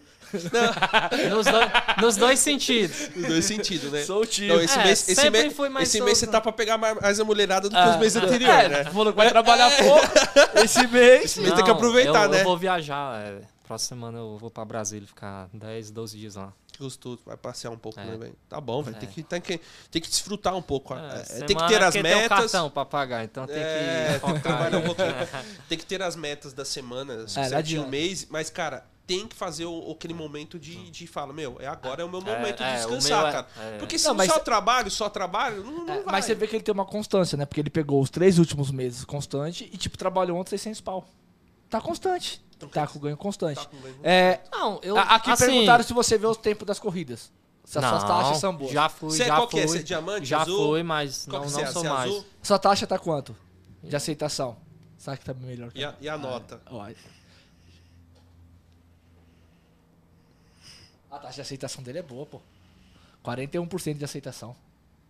[SPEAKER 3] no- Nos, dois, nos dois sentidos.
[SPEAKER 2] é-
[SPEAKER 1] Nos dois sentidos, né?
[SPEAKER 2] Soltinho.
[SPEAKER 1] Não, esse
[SPEAKER 3] É,
[SPEAKER 1] mês, esse
[SPEAKER 3] sempre
[SPEAKER 1] mês,
[SPEAKER 3] foi mais
[SPEAKER 1] esse mês você
[SPEAKER 3] solto.
[SPEAKER 1] tá pra pegar mais, mais a mulherada do que os meses
[SPEAKER 2] é,
[SPEAKER 1] anteriores, né?
[SPEAKER 2] falou que vai trabalhar pouco esse mês.
[SPEAKER 1] Mas tem que aproveitar,
[SPEAKER 3] eu,
[SPEAKER 1] né?
[SPEAKER 3] Eu vou viajar. é, próxima semana eu vou pra Brasília ficar 10, 12 dias lá.
[SPEAKER 1] Que gostoso, vai passear um pouco,
[SPEAKER 3] É.
[SPEAKER 1] né, velho? Tá bom, velho.
[SPEAKER 3] É.
[SPEAKER 1] Tem, que, tem, que, tem que desfrutar um pouco.
[SPEAKER 3] É,
[SPEAKER 1] É, tem que
[SPEAKER 3] semana
[SPEAKER 1] ter
[SPEAKER 3] é
[SPEAKER 1] as
[SPEAKER 3] porque Tem um
[SPEAKER 1] metas.
[SPEAKER 3] cartão pra pagar, então tem
[SPEAKER 1] É,
[SPEAKER 3] que focar.
[SPEAKER 1] trabalhar um
[SPEAKER 3] né?
[SPEAKER 1] pouquinho. tem que ter as metas da semana,
[SPEAKER 2] É, não
[SPEAKER 1] certinho
[SPEAKER 2] adianta.
[SPEAKER 1] o mês, mas, cara, tem que fazer o, aquele momento de, de fala, meu, é agora é o meu
[SPEAKER 3] É,
[SPEAKER 1] momento
[SPEAKER 3] é,
[SPEAKER 1] de
[SPEAKER 3] o meu
[SPEAKER 1] descansar,
[SPEAKER 3] é-
[SPEAKER 1] cara.
[SPEAKER 3] é.
[SPEAKER 1] Porque se
[SPEAKER 2] Não,
[SPEAKER 1] não,
[SPEAKER 2] mas-
[SPEAKER 1] só trabalho, só trabalho, não, não
[SPEAKER 2] É,
[SPEAKER 1] vai.
[SPEAKER 2] mas você vê que ele tem uma constância, né? Porque ele pegou os três últimos meses constante e, tipo, trabalhou ontem 600 pau. Tá constante. Tá com ganho constante.
[SPEAKER 1] Então Tá com ganho.
[SPEAKER 2] É,
[SPEAKER 3] Não, eu.
[SPEAKER 2] a- aqui
[SPEAKER 3] assim,
[SPEAKER 2] perguntaram se você vê o tempo das corridas. Se as suas
[SPEAKER 3] não,
[SPEAKER 2] taxas são boas.
[SPEAKER 3] Já fui,
[SPEAKER 1] Você é
[SPEAKER 3] já
[SPEAKER 1] qual que
[SPEAKER 3] fui.
[SPEAKER 1] é? Você é diamante,
[SPEAKER 3] Já
[SPEAKER 1] azul?
[SPEAKER 3] fui, mas
[SPEAKER 1] Qual
[SPEAKER 3] não,
[SPEAKER 1] que
[SPEAKER 3] não
[SPEAKER 1] você é?
[SPEAKER 3] sou
[SPEAKER 1] Você é
[SPEAKER 3] mais.
[SPEAKER 1] azul?
[SPEAKER 2] Sua taxa tá quanto? De aceitação. Sabe que tá melhor.
[SPEAKER 1] E a, e
[SPEAKER 3] É.
[SPEAKER 1] a nota?
[SPEAKER 2] Ó, A taxa de aceitação dele é boa, pô. 41% de aceitação.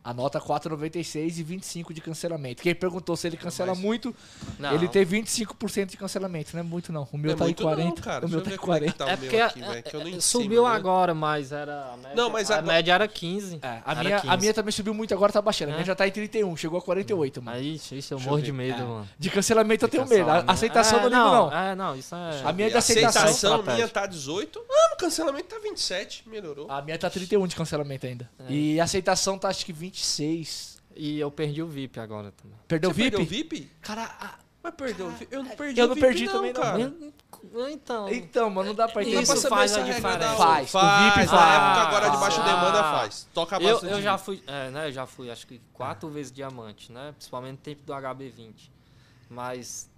[SPEAKER 2] A nota 4,96 e 25% de cancelamento. Quem perguntou se ele cancela muito,
[SPEAKER 3] Não.
[SPEAKER 2] ele tem 25% de cancelamento. Não é muito, não. O meu
[SPEAKER 1] Não é
[SPEAKER 2] tá em
[SPEAKER 1] muito não,
[SPEAKER 2] 40.
[SPEAKER 1] cara.
[SPEAKER 2] o meu
[SPEAKER 1] Deixa eu
[SPEAKER 2] tá em
[SPEAKER 1] ver como é
[SPEAKER 2] 40.
[SPEAKER 1] que tá o meu aqui,
[SPEAKER 3] é,
[SPEAKER 1] velho, que eu
[SPEAKER 3] é,
[SPEAKER 1] nem sei,
[SPEAKER 3] subiu
[SPEAKER 1] mano.
[SPEAKER 3] agora, mas era. A média,
[SPEAKER 1] Não, mas
[SPEAKER 3] a
[SPEAKER 1] agora-
[SPEAKER 3] média era 15.
[SPEAKER 2] É, a,
[SPEAKER 3] era
[SPEAKER 2] minha,
[SPEAKER 3] 15.
[SPEAKER 2] a minha também subiu muito, agora tá baixando. A minha
[SPEAKER 3] É?
[SPEAKER 2] já tá em 31, chegou a 48, mano.
[SPEAKER 3] Aí, isso, isso
[SPEAKER 1] Deixa
[SPEAKER 3] eu
[SPEAKER 1] eu
[SPEAKER 3] morro
[SPEAKER 1] ver.
[SPEAKER 3] de medo,
[SPEAKER 2] É.
[SPEAKER 3] mano.
[SPEAKER 2] De cancelamento eu tenho medo.
[SPEAKER 3] Cancelamento.
[SPEAKER 2] A- Aceitação
[SPEAKER 3] É,
[SPEAKER 2] não ligo, não.
[SPEAKER 3] É, não, isso é.
[SPEAKER 2] A minha é
[SPEAKER 1] E
[SPEAKER 2] de
[SPEAKER 1] a aceitação,
[SPEAKER 2] aceitação.
[SPEAKER 1] minha
[SPEAKER 3] Estratégia.
[SPEAKER 1] tá 18. Ah, no cancelamento tá 27. Melhorou.
[SPEAKER 2] A minha tá 31 de cancelamento ainda.
[SPEAKER 3] É.
[SPEAKER 2] E a aceitação tá acho que 26.
[SPEAKER 3] E eu perdi o VIP agora também.
[SPEAKER 2] Perdeu o
[SPEAKER 1] Você
[SPEAKER 2] VIP?
[SPEAKER 1] perdeu o VIP?
[SPEAKER 2] Cara, a-
[SPEAKER 1] Mas
[SPEAKER 3] Ah,
[SPEAKER 1] perdeu o VIP? Eu não perdi
[SPEAKER 2] eu
[SPEAKER 1] o
[SPEAKER 2] não
[SPEAKER 1] VIP
[SPEAKER 2] perdi também, não.
[SPEAKER 1] cara.
[SPEAKER 3] Então.
[SPEAKER 2] então, mano, não dá pra entender.
[SPEAKER 1] Dá pra
[SPEAKER 3] Isso
[SPEAKER 1] saber
[SPEAKER 3] faz
[SPEAKER 1] essa
[SPEAKER 3] a
[SPEAKER 2] né,
[SPEAKER 1] regra
[SPEAKER 3] diferença.
[SPEAKER 1] da-
[SPEAKER 2] Faz, o VIP
[SPEAKER 1] Na
[SPEAKER 2] faz.
[SPEAKER 1] época agora de
[SPEAKER 2] Ah.
[SPEAKER 1] baixa demanda faz. Toca
[SPEAKER 3] Eu,
[SPEAKER 1] bastante.
[SPEAKER 3] eu já fui, é, né, eu já fui, acho que quatro vezes diamante, né? Principalmente no tempo do HB20. Mas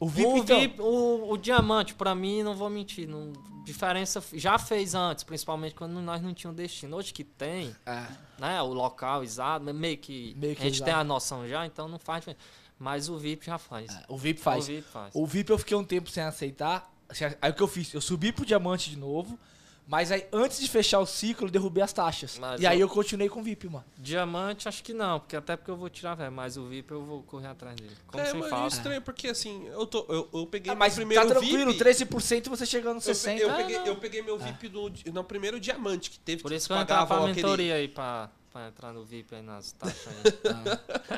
[SPEAKER 2] O VIP,
[SPEAKER 3] o,
[SPEAKER 2] então.
[SPEAKER 3] VIP, o, o diamante, pra mim, não vou mentir, não- diferença f- já fez antes, principalmente quando nós não tínhamos destino. Hoje que tem,
[SPEAKER 2] É.
[SPEAKER 3] né, o local exato, mas meio que,
[SPEAKER 2] Meio que
[SPEAKER 3] a gente
[SPEAKER 2] exato.
[SPEAKER 3] tem a noção já, então não faz diferença. Mas o VIP já faz.
[SPEAKER 2] então. O VIP É, faz.
[SPEAKER 3] O VIP faz.
[SPEAKER 2] O VIP eu fiquei um tempo sem aceitar. Assim, Aí o que eu fiz? Eu subi pro diamante de novo. Mas aí, antes de fechar o ciclo, eu derrubei as taxas.
[SPEAKER 3] Mas
[SPEAKER 2] e aí
[SPEAKER 3] eu-
[SPEAKER 2] eu continuei com o VIP, mano.
[SPEAKER 3] Diamante, acho que não, porque até porque eu vou tirar, velho, mas o VIP eu vou correr atrás dele. Como
[SPEAKER 1] É,
[SPEAKER 3] você
[SPEAKER 1] mano,
[SPEAKER 3] fala.
[SPEAKER 1] estranho, porque assim, eu, tô, eu, eu peguei
[SPEAKER 2] Ah,
[SPEAKER 1] meu
[SPEAKER 2] mas
[SPEAKER 1] primeiro
[SPEAKER 2] tá tranquilo,
[SPEAKER 1] VIP.
[SPEAKER 2] 13% você chegando nos
[SPEAKER 1] eu,
[SPEAKER 2] 60%.
[SPEAKER 1] eu
[SPEAKER 2] Ah,
[SPEAKER 1] peguei,
[SPEAKER 2] não.
[SPEAKER 1] eu peguei meu VIP no, di- no primeiro diamante que teve.
[SPEAKER 3] Por
[SPEAKER 1] que
[SPEAKER 3] isso que eu entrar
[SPEAKER 1] pagava
[SPEAKER 3] pra
[SPEAKER 1] aquele-
[SPEAKER 3] mentoria aí, pra, pra entrar no VIP aí nas taxas aí.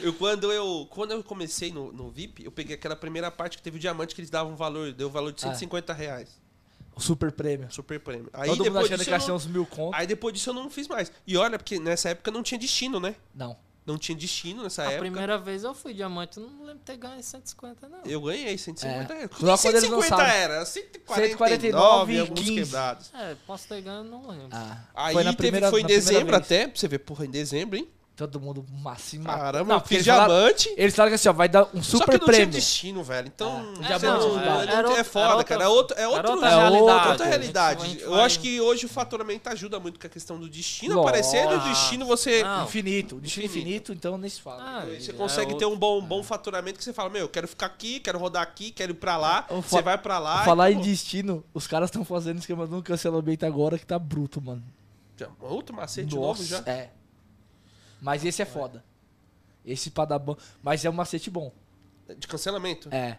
[SPEAKER 1] Eu, quando, eu, quando eu comecei no, no VIP, eu peguei aquela primeira parte que teve o diamante que eles davam um valor, deu o valor de
[SPEAKER 2] Ah.
[SPEAKER 1] 150 reais.
[SPEAKER 2] O super prêmio.
[SPEAKER 1] Super prêmio. Aí
[SPEAKER 2] Todo mundo
[SPEAKER 1] depois
[SPEAKER 2] achando
[SPEAKER 1] disso
[SPEAKER 2] que um
[SPEAKER 1] eu
[SPEAKER 2] ia ser
[SPEAKER 1] não-
[SPEAKER 2] uns mil contos.
[SPEAKER 1] Aí depois disso eu não fiz mais. E olha, porque nessa época não tinha destino, né?
[SPEAKER 2] Não.
[SPEAKER 1] Não tinha destino nessa
[SPEAKER 3] A
[SPEAKER 1] época.
[SPEAKER 3] primeira vez eu fui diamante, eu não lembro de ter ganho 150, não.
[SPEAKER 1] Eu ganhei 150
[SPEAKER 2] É.
[SPEAKER 1] reais.
[SPEAKER 2] Logo quando eles
[SPEAKER 1] 150
[SPEAKER 2] lançaram.
[SPEAKER 1] era, 149
[SPEAKER 2] 149,
[SPEAKER 1] e alguns
[SPEAKER 2] 15.
[SPEAKER 1] quebrados.
[SPEAKER 3] É, posso ter ganho, não lembro.
[SPEAKER 2] Ah,
[SPEAKER 1] Aí
[SPEAKER 2] foi na
[SPEAKER 1] teve-
[SPEAKER 2] primeira
[SPEAKER 1] foi em
[SPEAKER 2] na primeira
[SPEAKER 1] dezembro
[SPEAKER 2] vez.
[SPEAKER 1] até, pra você ver, porra, em dezembro, hein?
[SPEAKER 2] Todo mundo ma- se matou.
[SPEAKER 1] Caramba,
[SPEAKER 2] Não,
[SPEAKER 1] eu
[SPEAKER 2] porque
[SPEAKER 1] fiz
[SPEAKER 2] eles falaram-
[SPEAKER 1] diamante.
[SPEAKER 2] Eles falaram que assim, ó, vai dar um
[SPEAKER 1] Só que
[SPEAKER 2] super
[SPEAKER 1] não tinha
[SPEAKER 2] prêmio.
[SPEAKER 1] destino, velho. Então,
[SPEAKER 2] É.
[SPEAKER 1] sei
[SPEAKER 2] Diamante
[SPEAKER 1] lá,
[SPEAKER 2] não,
[SPEAKER 1] é,
[SPEAKER 3] era outra-
[SPEAKER 1] foda,
[SPEAKER 3] era outra-
[SPEAKER 1] cara. É outro, é
[SPEAKER 3] era
[SPEAKER 1] outro,
[SPEAKER 3] outra
[SPEAKER 1] é outra-
[SPEAKER 2] realidade.
[SPEAKER 1] outra
[SPEAKER 3] A gente-
[SPEAKER 1] realidade.
[SPEAKER 3] a gente
[SPEAKER 1] Eu
[SPEAKER 3] vai-
[SPEAKER 1] acho que hoje o faturamento ajuda muito com a questão do destino
[SPEAKER 2] Nossa.
[SPEAKER 1] aparecer e do destino você
[SPEAKER 3] Não.
[SPEAKER 2] Infinito. Destino
[SPEAKER 1] Infinito.
[SPEAKER 2] infinito, então nem se fala.
[SPEAKER 3] Ah,
[SPEAKER 1] Você
[SPEAKER 3] é
[SPEAKER 1] consegue ter
[SPEAKER 3] outro-
[SPEAKER 1] um bom, bom faturamento que você fala, meu, eu quero ficar aqui, quero rodar aqui, quero ir pra lá,
[SPEAKER 2] Eu
[SPEAKER 1] você
[SPEAKER 2] fa-
[SPEAKER 1] vai pra lá. e
[SPEAKER 2] Falar em
[SPEAKER 1] acabou.
[SPEAKER 2] destino, os caras estão fazendo esquema de um cancelamento agora que tá bruto, mano.
[SPEAKER 1] Já- Outro macete novo já.
[SPEAKER 2] É. Mas esse é foda. Esse pra dar bom. Mas é um macete bom.
[SPEAKER 1] De cancelamento.
[SPEAKER 2] É.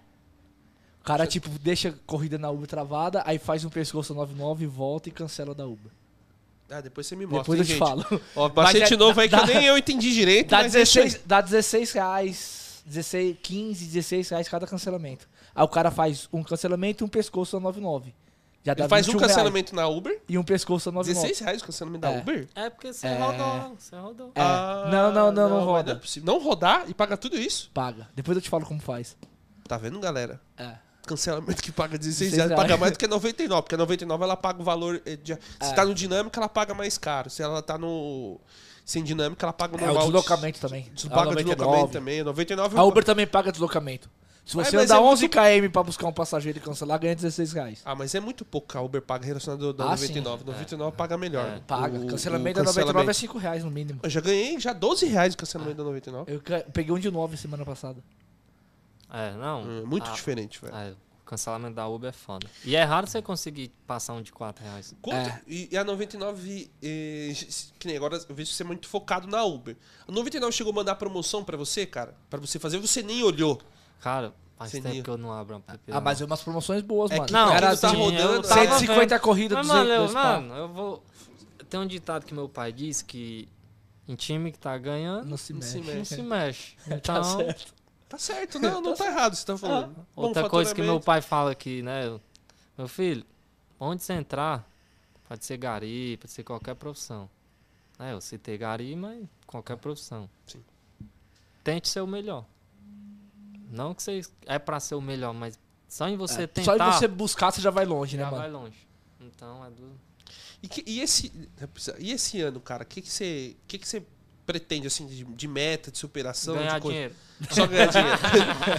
[SPEAKER 2] O cara, tipo, deixa a corrida na Uber travada, aí faz um pescoço 99, volta e cancela da Uber.
[SPEAKER 1] Ah, depois você me mostra.
[SPEAKER 2] Depois eu
[SPEAKER 1] hein,
[SPEAKER 2] te
[SPEAKER 1] gente?
[SPEAKER 2] falo.
[SPEAKER 1] Ó, macete
[SPEAKER 2] é-
[SPEAKER 1] novo aí que
[SPEAKER 2] dá-
[SPEAKER 1] eu nem eu entendi direito.
[SPEAKER 2] Dá
[SPEAKER 1] mas é deixa
[SPEAKER 2] 16, dá 16 reais. 16, 15, 16 reais cada cancelamento. Aí o cara faz um cancelamento e um pescoço a 99. Já
[SPEAKER 1] aí.
[SPEAKER 2] dá
[SPEAKER 1] Ele faz
[SPEAKER 2] 21
[SPEAKER 1] um cancelamento na Uber.
[SPEAKER 2] reais. E um pescoço a 99.
[SPEAKER 1] 16 reais o cancelamento da
[SPEAKER 2] É.
[SPEAKER 1] Uber?
[SPEAKER 3] É porque você
[SPEAKER 2] É.
[SPEAKER 3] rodou, você rodou.
[SPEAKER 2] É. não, não, não, não,
[SPEAKER 1] mas
[SPEAKER 2] roda.
[SPEAKER 1] é possível. Não rodar e pagar tudo isso?
[SPEAKER 2] Paga. Depois eu te falo como faz.
[SPEAKER 1] Tá vendo, galera?
[SPEAKER 2] É.
[SPEAKER 1] Cancelamento que paga 16
[SPEAKER 2] 16
[SPEAKER 1] reais, paga
[SPEAKER 2] reais.
[SPEAKER 1] mais do que 99, porque a 99 ela paga o valor. eh, de- se
[SPEAKER 2] É.
[SPEAKER 1] tá no dinâmico, ela paga mais caro. Se ela tá no. Sem dinâmico, ela paga o
[SPEAKER 2] É o
[SPEAKER 1] normal.
[SPEAKER 2] deslocamento também.
[SPEAKER 1] Des-
[SPEAKER 2] É o
[SPEAKER 1] paga o
[SPEAKER 2] 99.
[SPEAKER 1] deslocamento também. é 99
[SPEAKER 2] A Uber também paga deslocamento. Se
[SPEAKER 1] Mas-
[SPEAKER 2] você
[SPEAKER 1] mas
[SPEAKER 2] andar
[SPEAKER 1] é muito-
[SPEAKER 2] 11 km pra buscar um passageiro e cancelar, ganha 16 reais.
[SPEAKER 1] Ah, mas é muito pouco que a Uber paga relacionado ao da
[SPEAKER 2] Ah, sim.
[SPEAKER 1] 99. 99 paga melhor.
[SPEAKER 3] É.
[SPEAKER 2] Paga.
[SPEAKER 1] O-
[SPEAKER 2] cancelamento
[SPEAKER 1] o
[SPEAKER 2] da 99 é
[SPEAKER 1] cancelamento.
[SPEAKER 2] 5 reais no mínimo.
[SPEAKER 1] Eu já ganhei já 12 reais o cancelamento da 99.
[SPEAKER 2] Eu ca- peguei um de 9 semana passada.
[SPEAKER 3] É, não.
[SPEAKER 1] Hum, muito
[SPEAKER 3] a-
[SPEAKER 1] diferente, velho.
[SPEAKER 3] é, o cancelamento da Uber é foda. E é raro você conseguir passar um de 4 reais.
[SPEAKER 1] Quanto-
[SPEAKER 2] É.
[SPEAKER 1] E e a 99, eh, que nem agora eu vejo você muito focado na Uber. A 99 chegou a mandar promoção pra você, cara? Pra você fazer, você nem olhou.
[SPEAKER 3] Cara, faz
[SPEAKER 1] Sem
[SPEAKER 3] tempo
[SPEAKER 1] nível.
[SPEAKER 3] que eu não abro um app.
[SPEAKER 2] Ah, mas é umas promoções boas,
[SPEAKER 1] É
[SPEAKER 2] mano.
[SPEAKER 1] que
[SPEAKER 3] Não,
[SPEAKER 1] o
[SPEAKER 2] cara,
[SPEAKER 1] tá
[SPEAKER 2] assim,
[SPEAKER 1] rodando,
[SPEAKER 3] eu
[SPEAKER 1] tá-
[SPEAKER 3] tava vendo.
[SPEAKER 2] 150 corridas,
[SPEAKER 3] Mas,
[SPEAKER 2] 200
[SPEAKER 3] mano, eu,
[SPEAKER 2] dois pau.
[SPEAKER 3] mano, eu vou. Tem um ditado que meu pai diz que em time que tá ganhando,
[SPEAKER 2] Não se
[SPEAKER 1] Não se
[SPEAKER 2] mexe.
[SPEAKER 1] mexe.
[SPEAKER 3] não se mexe. Então,
[SPEAKER 2] Tá certo.
[SPEAKER 1] Tá certo, não, não tá errado, você tá falando. Bom
[SPEAKER 3] outra coisa que meu
[SPEAKER 1] faturamento.
[SPEAKER 3] pai fala aqui, né? eu- Meu filho, onde você entrar, pode ser gari, pode ser qualquer profissão. É, eu citei gari, mas qualquer profissão.
[SPEAKER 1] Sim.
[SPEAKER 3] Tente ser o melhor. Não que você é pra ser o melhor, mas só em você tentar,
[SPEAKER 2] É, Só em você buscar, você já vai longe, né,
[SPEAKER 3] já vai
[SPEAKER 2] mano?
[SPEAKER 3] longe. Então, é do...
[SPEAKER 1] E, que- e esse, e esse ano, cara, o que, que, você, que, que você pretende, assim, de, de meta, de superação?
[SPEAKER 3] ganhar
[SPEAKER 1] de coisa?
[SPEAKER 3] dinheiro.
[SPEAKER 1] Só ganhar dinheiro.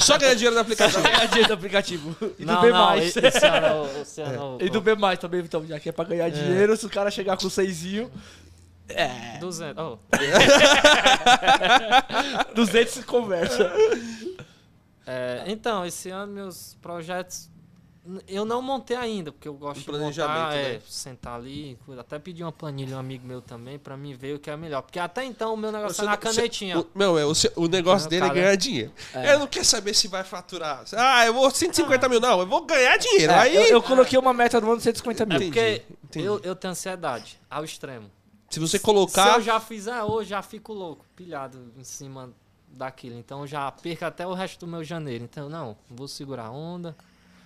[SPEAKER 1] Só ganhar dinheiro no aplicativo.
[SPEAKER 2] Ganhar dinheiro do aplicativo. E do
[SPEAKER 3] não,
[SPEAKER 2] B+. É.
[SPEAKER 3] não, é esse esse ano, esse ano
[SPEAKER 2] E do B+, também, então, já que é pra ganhar dinheiro, se o cara chegar com é, seisinho,
[SPEAKER 3] 200. Oh,
[SPEAKER 2] 200 se conversa.
[SPEAKER 3] É, então, esse ano meus projetos n- eu não montei ainda, porque eu gosto
[SPEAKER 1] Um
[SPEAKER 3] de
[SPEAKER 1] planejamento,
[SPEAKER 3] montar,
[SPEAKER 1] né?
[SPEAKER 3] é, sentar ali, cu- até pedir uma planilha a um amigo meu também pra mim ver o que é melhor, porque até então o meu negócio
[SPEAKER 1] Você
[SPEAKER 3] é na
[SPEAKER 1] não- você-
[SPEAKER 3] canetinha.
[SPEAKER 1] O, não, é, o, seu- o negócio
[SPEAKER 3] Ah,
[SPEAKER 1] dele
[SPEAKER 3] cara.
[SPEAKER 1] é ganhar dinheiro. Ele não quer saber se vai faturar. Ah, eu vou 150 mil, não, eu vou ganhar dinheiro.
[SPEAKER 2] É,
[SPEAKER 1] Aí.
[SPEAKER 2] eu, eu coloquei uma meta do ano de 150
[SPEAKER 3] É
[SPEAKER 2] mil.
[SPEAKER 3] porque
[SPEAKER 1] entendi.
[SPEAKER 3] Eu, eu tenho ansiedade ao extremo.
[SPEAKER 1] Se você
[SPEAKER 3] Se
[SPEAKER 1] colocar.
[SPEAKER 3] eu já fizer hoje, já fico louco, pilhado em cima daquilo. Então eu já perco até o resto do meu janeiro. Então, não, vou segurar a onda.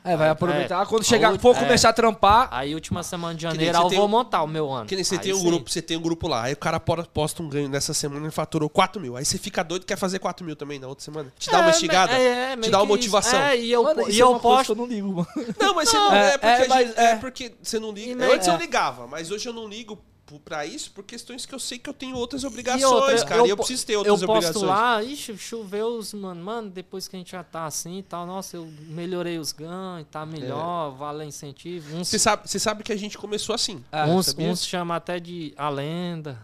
[SPEAKER 2] É, vai
[SPEAKER 3] É,
[SPEAKER 2] aproveitar. Quando
[SPEAKER 3] a
[SPEAKER 2] chegar,
[SPEAKER 3] outra-
[SPEAKER 2] for
[SPEAKER 3] é.
[SPEAKER 2] começar a trampar,
[SPEAKER 3] Aí, última semana de
[SPEAKER 1] nem
[SPEAKER 3] janeiro,
[SPEAKER 1] você
[SPEAKER 3] eu
[SPEAKER 1] tem
[SPEAKER 3] vou
[SPEAKER 1] um-
[SPEAKER 3] montar o meu ano.
[SPEAKER 1] Que nem você
[SPEAKER 3] Aí
[SPEAKER 1] tem um
[SPEAKER 3] sim.
[SPEAKER 1] grupo, você tem um grupo lá, aí o cara po- posta um ganho nessa semana e faturou 4 mil. Aí você fica doido quer fazer 4 mil também na outra semana. Te dá
[SPEAKER 3] É,
[SPEAKER 1] uma
[SPEAKER 3] me-
[SPEAKER 1] instigada?
[SPEAKER 3] é, é,
[SPEAKER 1] te
[SPEAKER 3] meio
[SPEAKER 1] dá uma
[SPEAKER 3] que isso.
[SPEAKER 1] motivação.
[SPEAKER 3] É, e eu,
[SPEAKER 2] mano,
[SPEAKER 3] e
[SPEAKER 2] isso é
[SPEAKER 3] eu
[SPEAKER 2] uma coisa que
[SPEAKER 3] posto
[SPEAKER 2] eu não ligo, mano.
[SPEAKER 1] Não, mas você
[SPEAKER 3] Não,
[SPEAKER 1] não. É,
[SPEAKER 2] é,
[SPEAKER 1] porque, a
[SPEAKER 2] mas-
[SPEAKER 1] gente- é
[SPEAKER 2] é.
[SPEAKER 1] porque você não liga.
[SPEAKER 3] E
[SPEAKER 1] Eu
[SPEAKER 3] nem-
[SPEAKER 1] antes eu
[SPEAKER 3] é.
[SPEAKER 1] ligava, mas hoje eu não ligo p- pra isso por questões que eu sei que eu tenho outras obrigações,
[SPEAKER 3] outra,
[SPEAKER 1] cara. e eu
[SPEAKER 3] po-
[SPEAKER 1] preciso ter
[SPEAKER 3] eu
[SPEAKER 1] outras
[SPEAKER 3] posto
[SPEAKER 1] obrigações.
[SPEAKER 3] lá, ixi, choveu os, mano, mano, depois que a gente já tá assim e tal, nossa, eu melhorei os ganhos, tá melhor, vale incentivo. Uns,
[SPEAKER 1] É. Você sabe, você sabe que a gente começou assim.
[SPEAKER 2] É,
[SPEAKER 3] uns,
[SPEAKER 1] sabia?
[SPEAKER 3] uns chama até de a lenda.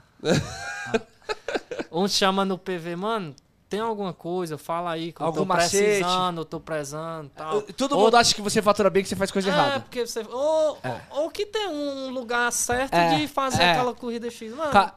[SPEAKER 3] uns chama no PV, mano, tem alguma coisa, fala aí que eu
[SPEAKER 2] Algum
[SPEAKER 3] tô
[SPEAKER 2] macete?
[SPEAKER 3] precisando, eu tô prezando e tal.
[SPEAKER 2] Todo mundo acha que você fatura bem, que você faz coisa
[SPEAKER 3] É,
[SPEAKER 2] errada.
[SPEAKER 3] porque você. Ou, ou que tem um lugar certo
[SPEAKER 2] É,
[SPEAKER 3] de fazer
[SPEAKER 2] é.
[SPEAKER 3] aquela corrida X. Mano,
[SPEAKER 2] Ca-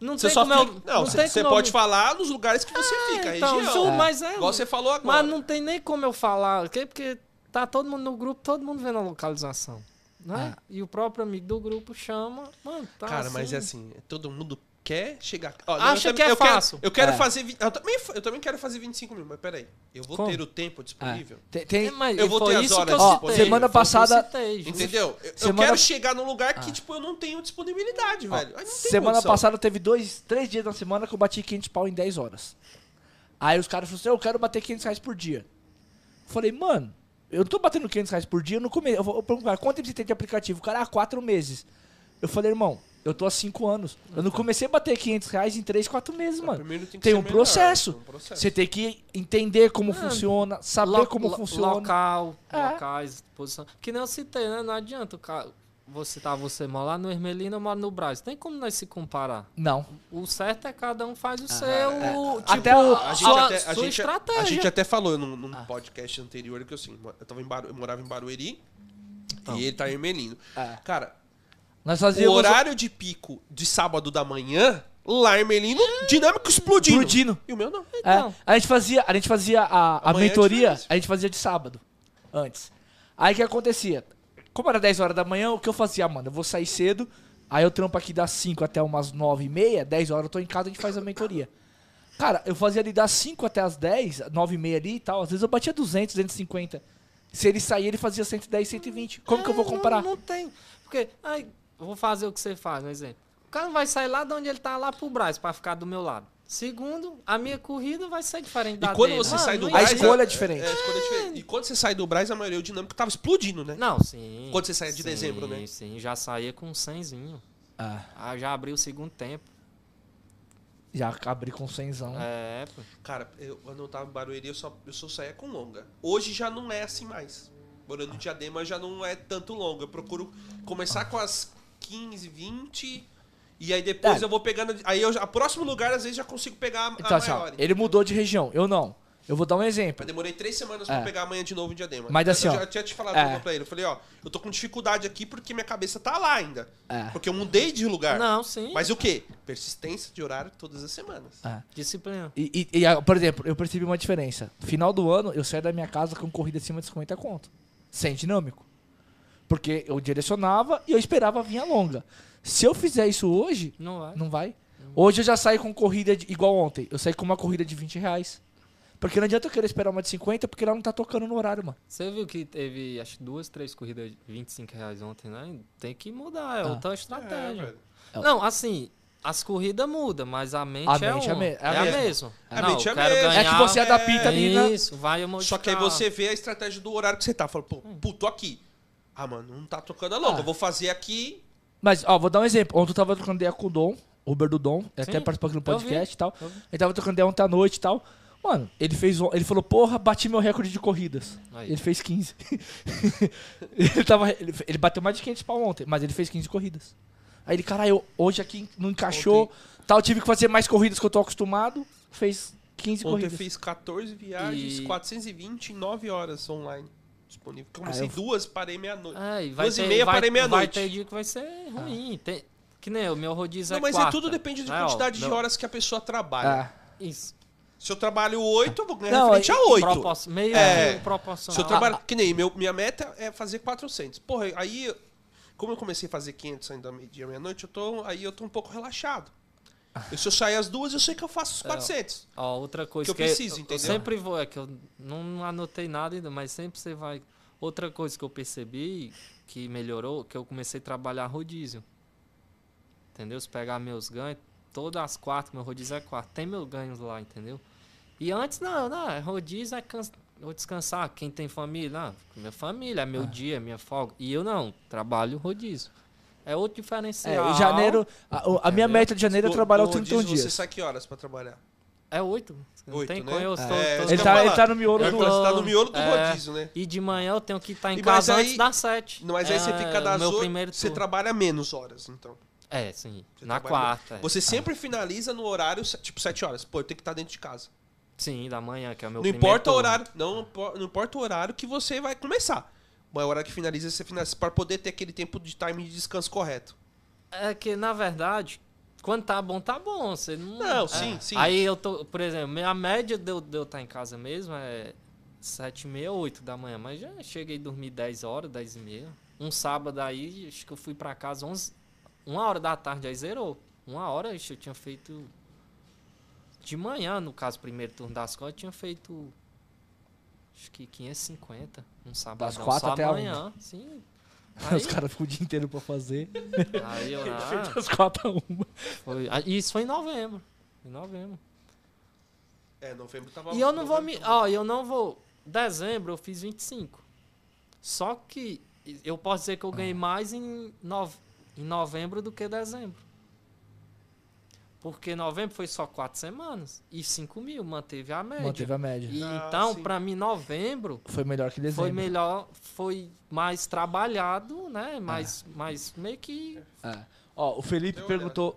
[SPEAKER 3] não
[SPEAKER 1] Você
[SPEAKER 3] tem
[SPEAKER 1] só
[SPEAKER 3] como eu.
[SPEAKER 1] fica... Não,
[SPEAKER 3] tem
[SPEAKER 1] você você
[SPEAKER 3] como eu-
[SPEAKER 1] pode falar nos lugares que você fica, a
[SPEAKER 3] Então,
[SPEAKER 1] região.
[SPEAKER 3] Ju, mas é.
[SPEAKER 1] Igual você falou agora.
[SPEAKER 3] Mas não tem nem como eu falar, ok? Porque tá todo mundo no grupo, todo mundo vendo a localização. Né?
[SPEAKER 2] É.
[SPEAKER 3] E o próprio amigo do grupo chama. Mano, tá.
[SPEAKER 1] Cara, mas é
[SPEAKER 3] assim.
[SPEAKER 1] assim, todo mundo quer chegar. Ó,
[SPEAKER 3] Acha
[SPEAKER 1] também-
[SPEAKER 3] que é
[SPEAKER 1] eu quero-
[SPEAKER 3] fácil.
[SPEAKER 1] eu quero
[SPEAKER 2] É.
[SPEAKER 1] fazer. vi- Eu também, fa- eu também quero fazer 25 mil, mas peraí. Eu vou
[SPEAKER 3] Como?
[SPEAKER 1] ter o tempo disponível.
[SPEAKER 2] Tem, tem-
[SPEAKER 3] É, mas
[SPEAKER 1] Eu vou
[SPEAKER 3] foi
[SPEAKER 1] ter as
[SPEAKER 3] isso que eu
[SPEAKER 1] horas
[SPEAKER 2] Ó,
[SPEAKER 3] citei,
[SPEAKER 2] semana
[SPEAKER 3] foi o que eu
[SPEAKER 2] passada-
[SPEAKER 3] citei, Ju.
[SPEAKER 1] Entendeu? Eu, eu
[SPEAKER 2] Semana-
[SPEAKER 1] quero chegar num lugar
[SPEAKER 3] Ah.
[SPEAKER 1] que, tipo, eu não tenho disponibilidade, velho. Aí não tem
[SPEAKER 2] Semana
[SPEAKER 1] condição.
[SPEAKER 2] passada teve dois, três dias na semana que eu bati 500 pau em 10 horas. Aí os caras falaram assim, eu quero bater 500 reais por dia. Eu Falei, mano, eu não tô batendo 500 reais por dia no começo. "Ah, Eu vou eu pergunto pro cara, quanto tempo você tem de aplicativo? O cara, ah, quatro meses. Eu falei, irmão, Eu tô há 5 anos. Eu não comecei a bater 500 reais em 3, 4 meses, mano.
[SPEAKER 1] Primeiro tem que
[SPEAKER 2] Tem
[SPEAKER 1] ser
[SPEAKER 2] um
[SPEAKER 1] melhor,
[SPEAKER 2] processo.
[SPEAKER 1] tem um processo.
[SPEAKER 2] Você tem que entender como funciona, saber
[SPEAKER 3] Lo-
[SPEAKER 2] Tá como
[SPEAKER 3] lo-
[SPEAKER 2] funciona.
[SPEAKER 3] Local,
[SPEAKER 2] É.
[SPEAKER 3] locais, posição. Que nem eu citei, né? Não adianta o cara. Você tá, você mora lá no Hermelino, eu moro no Brás. Tem como nós se comparar.
[SPEAKER 2] Não.
[SPEAKER 3] O certo é cada um faz o seu. Tipo,
[SPEAKER 2] Até o-
[SPEAKER 1] A gente,
[SPEAKER 3] sua,
[SPEAKER 1] até, a,
[SPEAKER 3] sua
[SPEAKER 1] gente,
[SPEAKER 3] estratégia.
[SPEAKER 1] a gente até falou num, num
[SPEAKER 2] Ah.
[SPEAKER 1] podcast anterior que eu, assim, eu, tava em Baru- eu morava em Barueri e ele tá em Hermelino.
[SPEAKER 2] Então. É.
[SPEAKER 1] Cara,
[SPEAKER 2] Nós
[SPEAKER 1] o
[SPEAKER 2] fazíamos.
[SPEAKER 1] horário de pico de sábado da manhã, lá em Hermelino, dinâmico explodindo.
[SPEAKER 2] Explodindo.
[SPEAKER 1] E o meu não.
[SPEAKER 2] É,
[SPEAKER 3] Então.
[SPEAKER 2] a gente fazia, a gente fazia a, a
[SPEAKER 1] Amanhã é
[SPEAKER 2] mentoria,
[SPEAKER 1] diferente.
[SPEAKER 2] a gente fazia de sábado, antes. Aí o que acontecia? Como era 10 horas da manhã, o que eu fazia, Ah, mano? Eu vou sair cedo, aí eu trampo aqui das 5 até umas 9 e meia, 10 horas eu tô em casa, a gente faz a mentoria. Cara, eu fazia ali das 5 até as 10, 9 e meia ali e tal, às vezes eu batia 200, 250. Se ele sair, ele fazia 110, 120. Como que eu vou
[SPEAKER 3] É,
[SPEAKER 2] comparar?
[SPEAKER 3] Não, não tem. Porque, ai, eu vou fazer o que você faz, um exemplo. O cara não vai sair lá de onde ele tá, lá pro Brás, pra ficar do meu lado. Segundo, a minha corrida vai ser diferente da
[SPEAKER 1] E quando
[SPEAKER 3] dele.
[SPEAKER 1] você
[SPEAKER 3] Mano,
[SPEAKER 1] sai do
[SPEAKER 3] não
[SPEAKER 2] A
[SPEAKER 1] Brás.
[SPEAKER 3] existe-
[SPEAKER 2] escolha é diferente.
[SPEAKER 1] a escolha é diferente. E quando você sai do Brás, a maioria o dinâmico tava explodindo, né?
[SPEAKER 3] Não, sim.
[SPEAKER 1] Quando você saía de
[SPEAKER 3] sim,
[SPEAKER 1] dezembro, né?
[SPEAKER 3] Sim, já saía com um 100zinho.
[SPEAKER 2] Ah,
[SPEAKER 3] Ah, já abriu o segundo tempo.
[SPEAKER 2] já abri com
[SPEAKER 1] Hum.
[SPEAKER 2] 100zão.
[SPEAKER 3] É, pô.
[SPEAKER 1] Cara, eu, quando eu tava em Barueri, eu só, eu só saía com longa. Hoje já não é assim mais. Morando em Diadema já não é tanto longa. Eu procuro começar com as 15, 20. E aí depois
[SPEAKER 2] Tá.
[SPEAKER 1] eu vou pegando. Aí eu, já- a próximo lugar, às vezes, já consigo pegar a,
[SPEAKER 2] Então,
[SPEAKER 1] a
[SPEAKER 2] assim, ó,
[SPEAKER 1] Tá maior.
[SPEAKER 2] ele mudou de região, eu não. Eu vou dar um exemplo.
[SPEAKER 1] Eu demorei três semanas
[SPEAKER 2] É.
[SPEAKER 1] pra pegar amanhã de novo em Diadema.
[SPEAKER 2] Mas assim,
[SPEAKER 1] eu,
[SPEAKER 2] ó,
[SPEAKER 1] já tinha te falado
[SPEAKER 2] é.
[SPEAKER 1] uma pra ele. Eu falei, ó, eu tô com dificuldade aqui porque minha cabeça tá lá ainda.
[SPEAKER 2] É.
[SPEAKER 1] Porque eu mudei de lugar.
[SPEAKER 3] Não, sim.
[SPEAKER 1] Mas o quê? Persistência de horário todas as semanas.
[SPEAKER 2] Ah.
[SPEAKER 3] Disciplina.
[SPEAKER 2] E, e- e, ah, por exemplo, eu percebi uma diferença. Final do ano, eu saio da minha casa com corrida acima de 50 conto. Sem dinâmico. Porque eu direcionava e eu esperava vir a longa. Se eu fizer isso hoje,
[SPEAKER 3] Não vai.
[SPEAKER 2] não vai. Hoje eu já saio com corrida de- igual ontem. Eu saí com uma corrida de 20 reais. Porque não adianta eu querer esperar uma de 50, porque ela não tá tocando no horário, mano.
[SPEAKER 3] Você viu que teve, acho, duas, três corridas de 25 reais ontem, né? Tem que mudar, é
[SPEAKER 2] Ah.
[SPEAKER 3] outra
[SPEAKER 1] É,
[SPEAKER 3] estratégia.
[SPEAKER 1] velho.
[SPEAKER 2] É.
[SPEAKER 3] Não, assim, as corridas mudam, mas a mente,
[SPEAKER 2] A
[SPEAKER 3] é,
[SPEAKER 2] mente é
[SPEAKER 3] uma.
[SPEAKER 2] me- é
[SPEAKER 3] é, a
[SPEAKER 2] mesma.
[SPEAKER 3] mesma.
[SPEAKER 1] A
[SPEAKER 3] Não,
[SPEAKER 1] mente é
[SPEAKER 3] eu quero
[SPEAKER 1] mesma.
[SPEAKER 2] É
[SPEAKER 3] ganhar.
[SPEAKER 2] que você adapta
[SPEAKER 1] é,
[SPEAKER 2] ali, né?
[SPEAKER 3] Isso, vai modificar.
[SPEAKER 1] Só que aí você vê a estratégia do horário que você tá. Fala, pô, puto aqui. Ah, mano, não tá tocando a longa.
[SPEAKER 2] Ah.
[SPEAKER 1] Eu vou fazer aqui.
[SPEAKER 2] Mas, ó, vou dar um exemplo. Ontem eu tava trocando ideia com o Dom, o Uber do Dom, ele até
[SPEAKER 3] Sim,
[SPEAKER 2] participou aqui no
[SPEAKER 3] eu vi,
[SPEAKER 2] podcast e tal.
[SPEAKER 3] eu vi.
[SPEAKER 2] Ele tava trocando ideia ontem à noite e tal. Mano, ele fez. on- Ele falou, porra, bati meu recorde de corridas.
[SPEAKER 3] Aí.
[SPEAKER 2] Ele fez 15. ele, tava, ele, ele bateu mais de 500 pau ontem, mas ele fez 15 corridas. Aí ele, caralho, eu- hoje aqui não encaixou, tal, tive que fazer mais corridas que eu tô acostumado. Fez 15
[SPEAKER 1] Ontem eu
[SPEAKER 2] corridas.
[SPEAKER 1] fiz 14 viagens,
[SPEAKER 3] E-
[SPEAKER 1] 420 em 9 horas online. Disponível.
[SPEAKER 2] Ah,
[SPEAKER 1] Comecei
[SPEAKER 2] eu-
[SPEAKER 1] duas, parei meia-noite.
[SPEAKER 3] É, e vai
[SPEAKER 1] Duas e
[SPEAKER 3] ter-
[SPEAKER 1] meia,
[SPEAKER 3] vai-
[SPEAKER 1] parei meia-noite.
[SPEAKER 3] Vai ter dia que vai ser ruim.
[SPEAKER 2] Ah.
[SPEAKER 3] Tem- que nem o meu rodízio
[SPEAKER 1] Não,
[SPEAKER 3] é
[SPEAKER 1] mas
[SPEAKER 3] quarta,
[SPEAKER 1] é tudo depende da
[SPEAKER 3] né, ó,
[SPEAKER 1] quantidade de
[SPEAKER 3] meu-
[SPEAKER 1] horas que a pessoa trabalha.
[SPEAKER 2] Ah,
[SPEAKER 3] Isso.
[SPEAKER 1] Se eu trabalho 8, eu vou ganhar
[SPEAKER 2] Não,
[SPEAKER 1] referente a 8.
[SPEAKER 3] Propor- meio
[SPEAKER 1] É.
[SPEAKER 3] é. proporcional.
[SPEAKER 1] Se eu trabalho. Que nem meu, minha meta é fazer 400. Porra, aí. Como eu comecei a fazer 500 ainda meio-dia, meia-noite, eu tô, aí eu tô um pouco relaxado. E se eu sair às duas, eu sei que eu faço os 400.
[SPEAKER 3] Ó, outra coisa
[SPEAKER 1] eu
[SPEAKER 3] que,
[SPEAKER 1] preciso,
[SPEAKER 3] eu,
[SPEAKER 1] entendeu?
[SPEAKER 3] eu sempre vou, é que eu não anotei nada ainda, mas sempre você vai. Outra coisa que eu percebi que melhorou, que eu comecei a trabalhar rodízio. Entendeu? Se pegar meus ganhos, todas as quartas, meu rodízio é quarto, tem meus ganhos lá, entendeu? E antes não, não, é rodízio é cansa- vou descansar, quem tem família, não, minha família, é meu dia, é minha folga. E eu não, trabalho rodízio. É outro
[SPEAKER 2] é,
[SPEAKER 3] diferencial.
[SPEAKER 2] em janeiro. A, o- a minha
[SPEAKER 3] Entendeu?
[SPEAKER 2] meta de janeiro é
[SPEAKER 1] Do-
[SPEAKER 2] trabalhar
[SPEAKER 1] do
[SPEAKER 2] 31
[SPEAKER 1] rodízio, Tipo, Você
[SPEAKER 2] dias.
[SPEAKER 1] sai que horas pra trabalhar?
[SPEAKER 3] É oito. Não
[SPEAKER 1] Oito,
[SPEAKER 3] tem
[SPEAKER 1] né?
[SPEAKER 3] como eu
[SPEAKER 1] É,
[SPEAKER 3] sou- tô-
[SPEAKER 1] isso
[SPEAKER 2] Ele
[SPEAKER 1] que
[SPEAKER 2] tá,
[SPEAKER 1] eu ia
[SPEAKER 2] ele tá no miolo
[SPEAKER 1] É,
[SPEAKER 2] do.
[SPEAKER 1] você tá no miolo do
[SPEAKER 3] É.
[SPEAKER 1] rodízio, né?
[SPEAKER 3] E de manhã eu tenho que estar em
[SPEAKER 1] E mas
[SPEAKER 3] casa
[SPEAKER 1] aí-
[SPEAKER 3] antes das sete.
[SPEAKER 1] Mas aí
[SPEAKER 3] É,
[SPEAKER 1] você fica das
[SPEAKER 3] meu
[SPEAKER 1] 8,
[SPEAKER 3] primeiro
[SPEAKER 1] você
[SPEAKER 3] turno.
[SPEAKER 1] trabalha menos horas, então.
[SPEAKER 3] É, sim.
[SPEAKER 1] Você
[SPEAKER 3] na
[SPEAKER 1] trabalha-
[SPEAKER 3] quarta. é.
[SPEAKER 1] Você sempre finaliza no horário, se- tipo, 7 horas. Pô, eu tenho que estar dentro de casa.
[SPEAKER 3] Sim, da manhã, que é o meu
[SPEAKER 1] não
[SPEAKER 3] primeiro
[SPEAKER 1] importa o
[SPEAKER 3] turno.
[SPEAKER 1] horário, não, impo- não importa o horário que você vai começar. Mas o horário que finaliza, você finaliza para poder ter aquele tempo de time de descanso correto.
[SPEAKER 3] É que, na verdade, quando tá bom, tá bom. Você não...
[SPEAKER 1] Não,
[SPEAKER 3] é.
[SPEAKER 1] sim, sim.
[SPEAKER 3] Aí eu tô, por exemplo, minha média de eu estar em casa mesmo é sete e meia, oito da manhã. Mas já cheguei a dormir 10 horas, dez e meia. Um sábado aí, acho que eu fui pra casa 11, uma hora da tarde, aí zerou. Uma hora, acho que eu tinha feito... De manhã, no caso, primeiro turno das quatro, eu tinha feito... Acho que 550, um sábado.
[SPEAKER 2] quatro
[SPEAKER 3] só
[SPEAKER 2] até a
[SPEAKER 3] amanhã. Sim.
[SPEAKER 2] Os caras ficam o dia inteiro pra fazer.
[SPEAKER 3] Aí eu... ah,
[SPEAKER 2] Feito as 4 a 1.
[SPEAKER 3] foi- ah, isso foi em novembro. Em novembro.
[SPEAKER 1] É, novembro tava
[SPEAKER 3] E eu não vou
[SPEAKER 1] novembro então.
[SPEAKER 3] me. Ó, eu não vou. Dezembro eu fiz
[SPEAKER 2] Ah.
[SPEAKER 3] 25. Só que eu posso dizer que eu ganhei mais em, nove, em novembro do que dezembro. Porque novembro foi só quatro semanas e 5 mil, manteve a média.
[SPEAKER 2] Manteve a média.
[SPEAKER 3] E,
[SPEAKER 1] Ah,
[SPEAKER 3] então,
[SPEAKER 1] sim.
[SPEAKER 3] para mim, novembro
[SPEAKER 2] Foi melhor que dezembro.
[SPEAKER 3] foi melhor, foi mais trabalhado, né? Mais,
[SPEAKER 2] Ah.
[SPEAKER 3] mais meio que
[SPEAKER 2] É. Ó, o Felipe
[SPEAKER 1] Deu uma
[SPEAKER 2] perguntou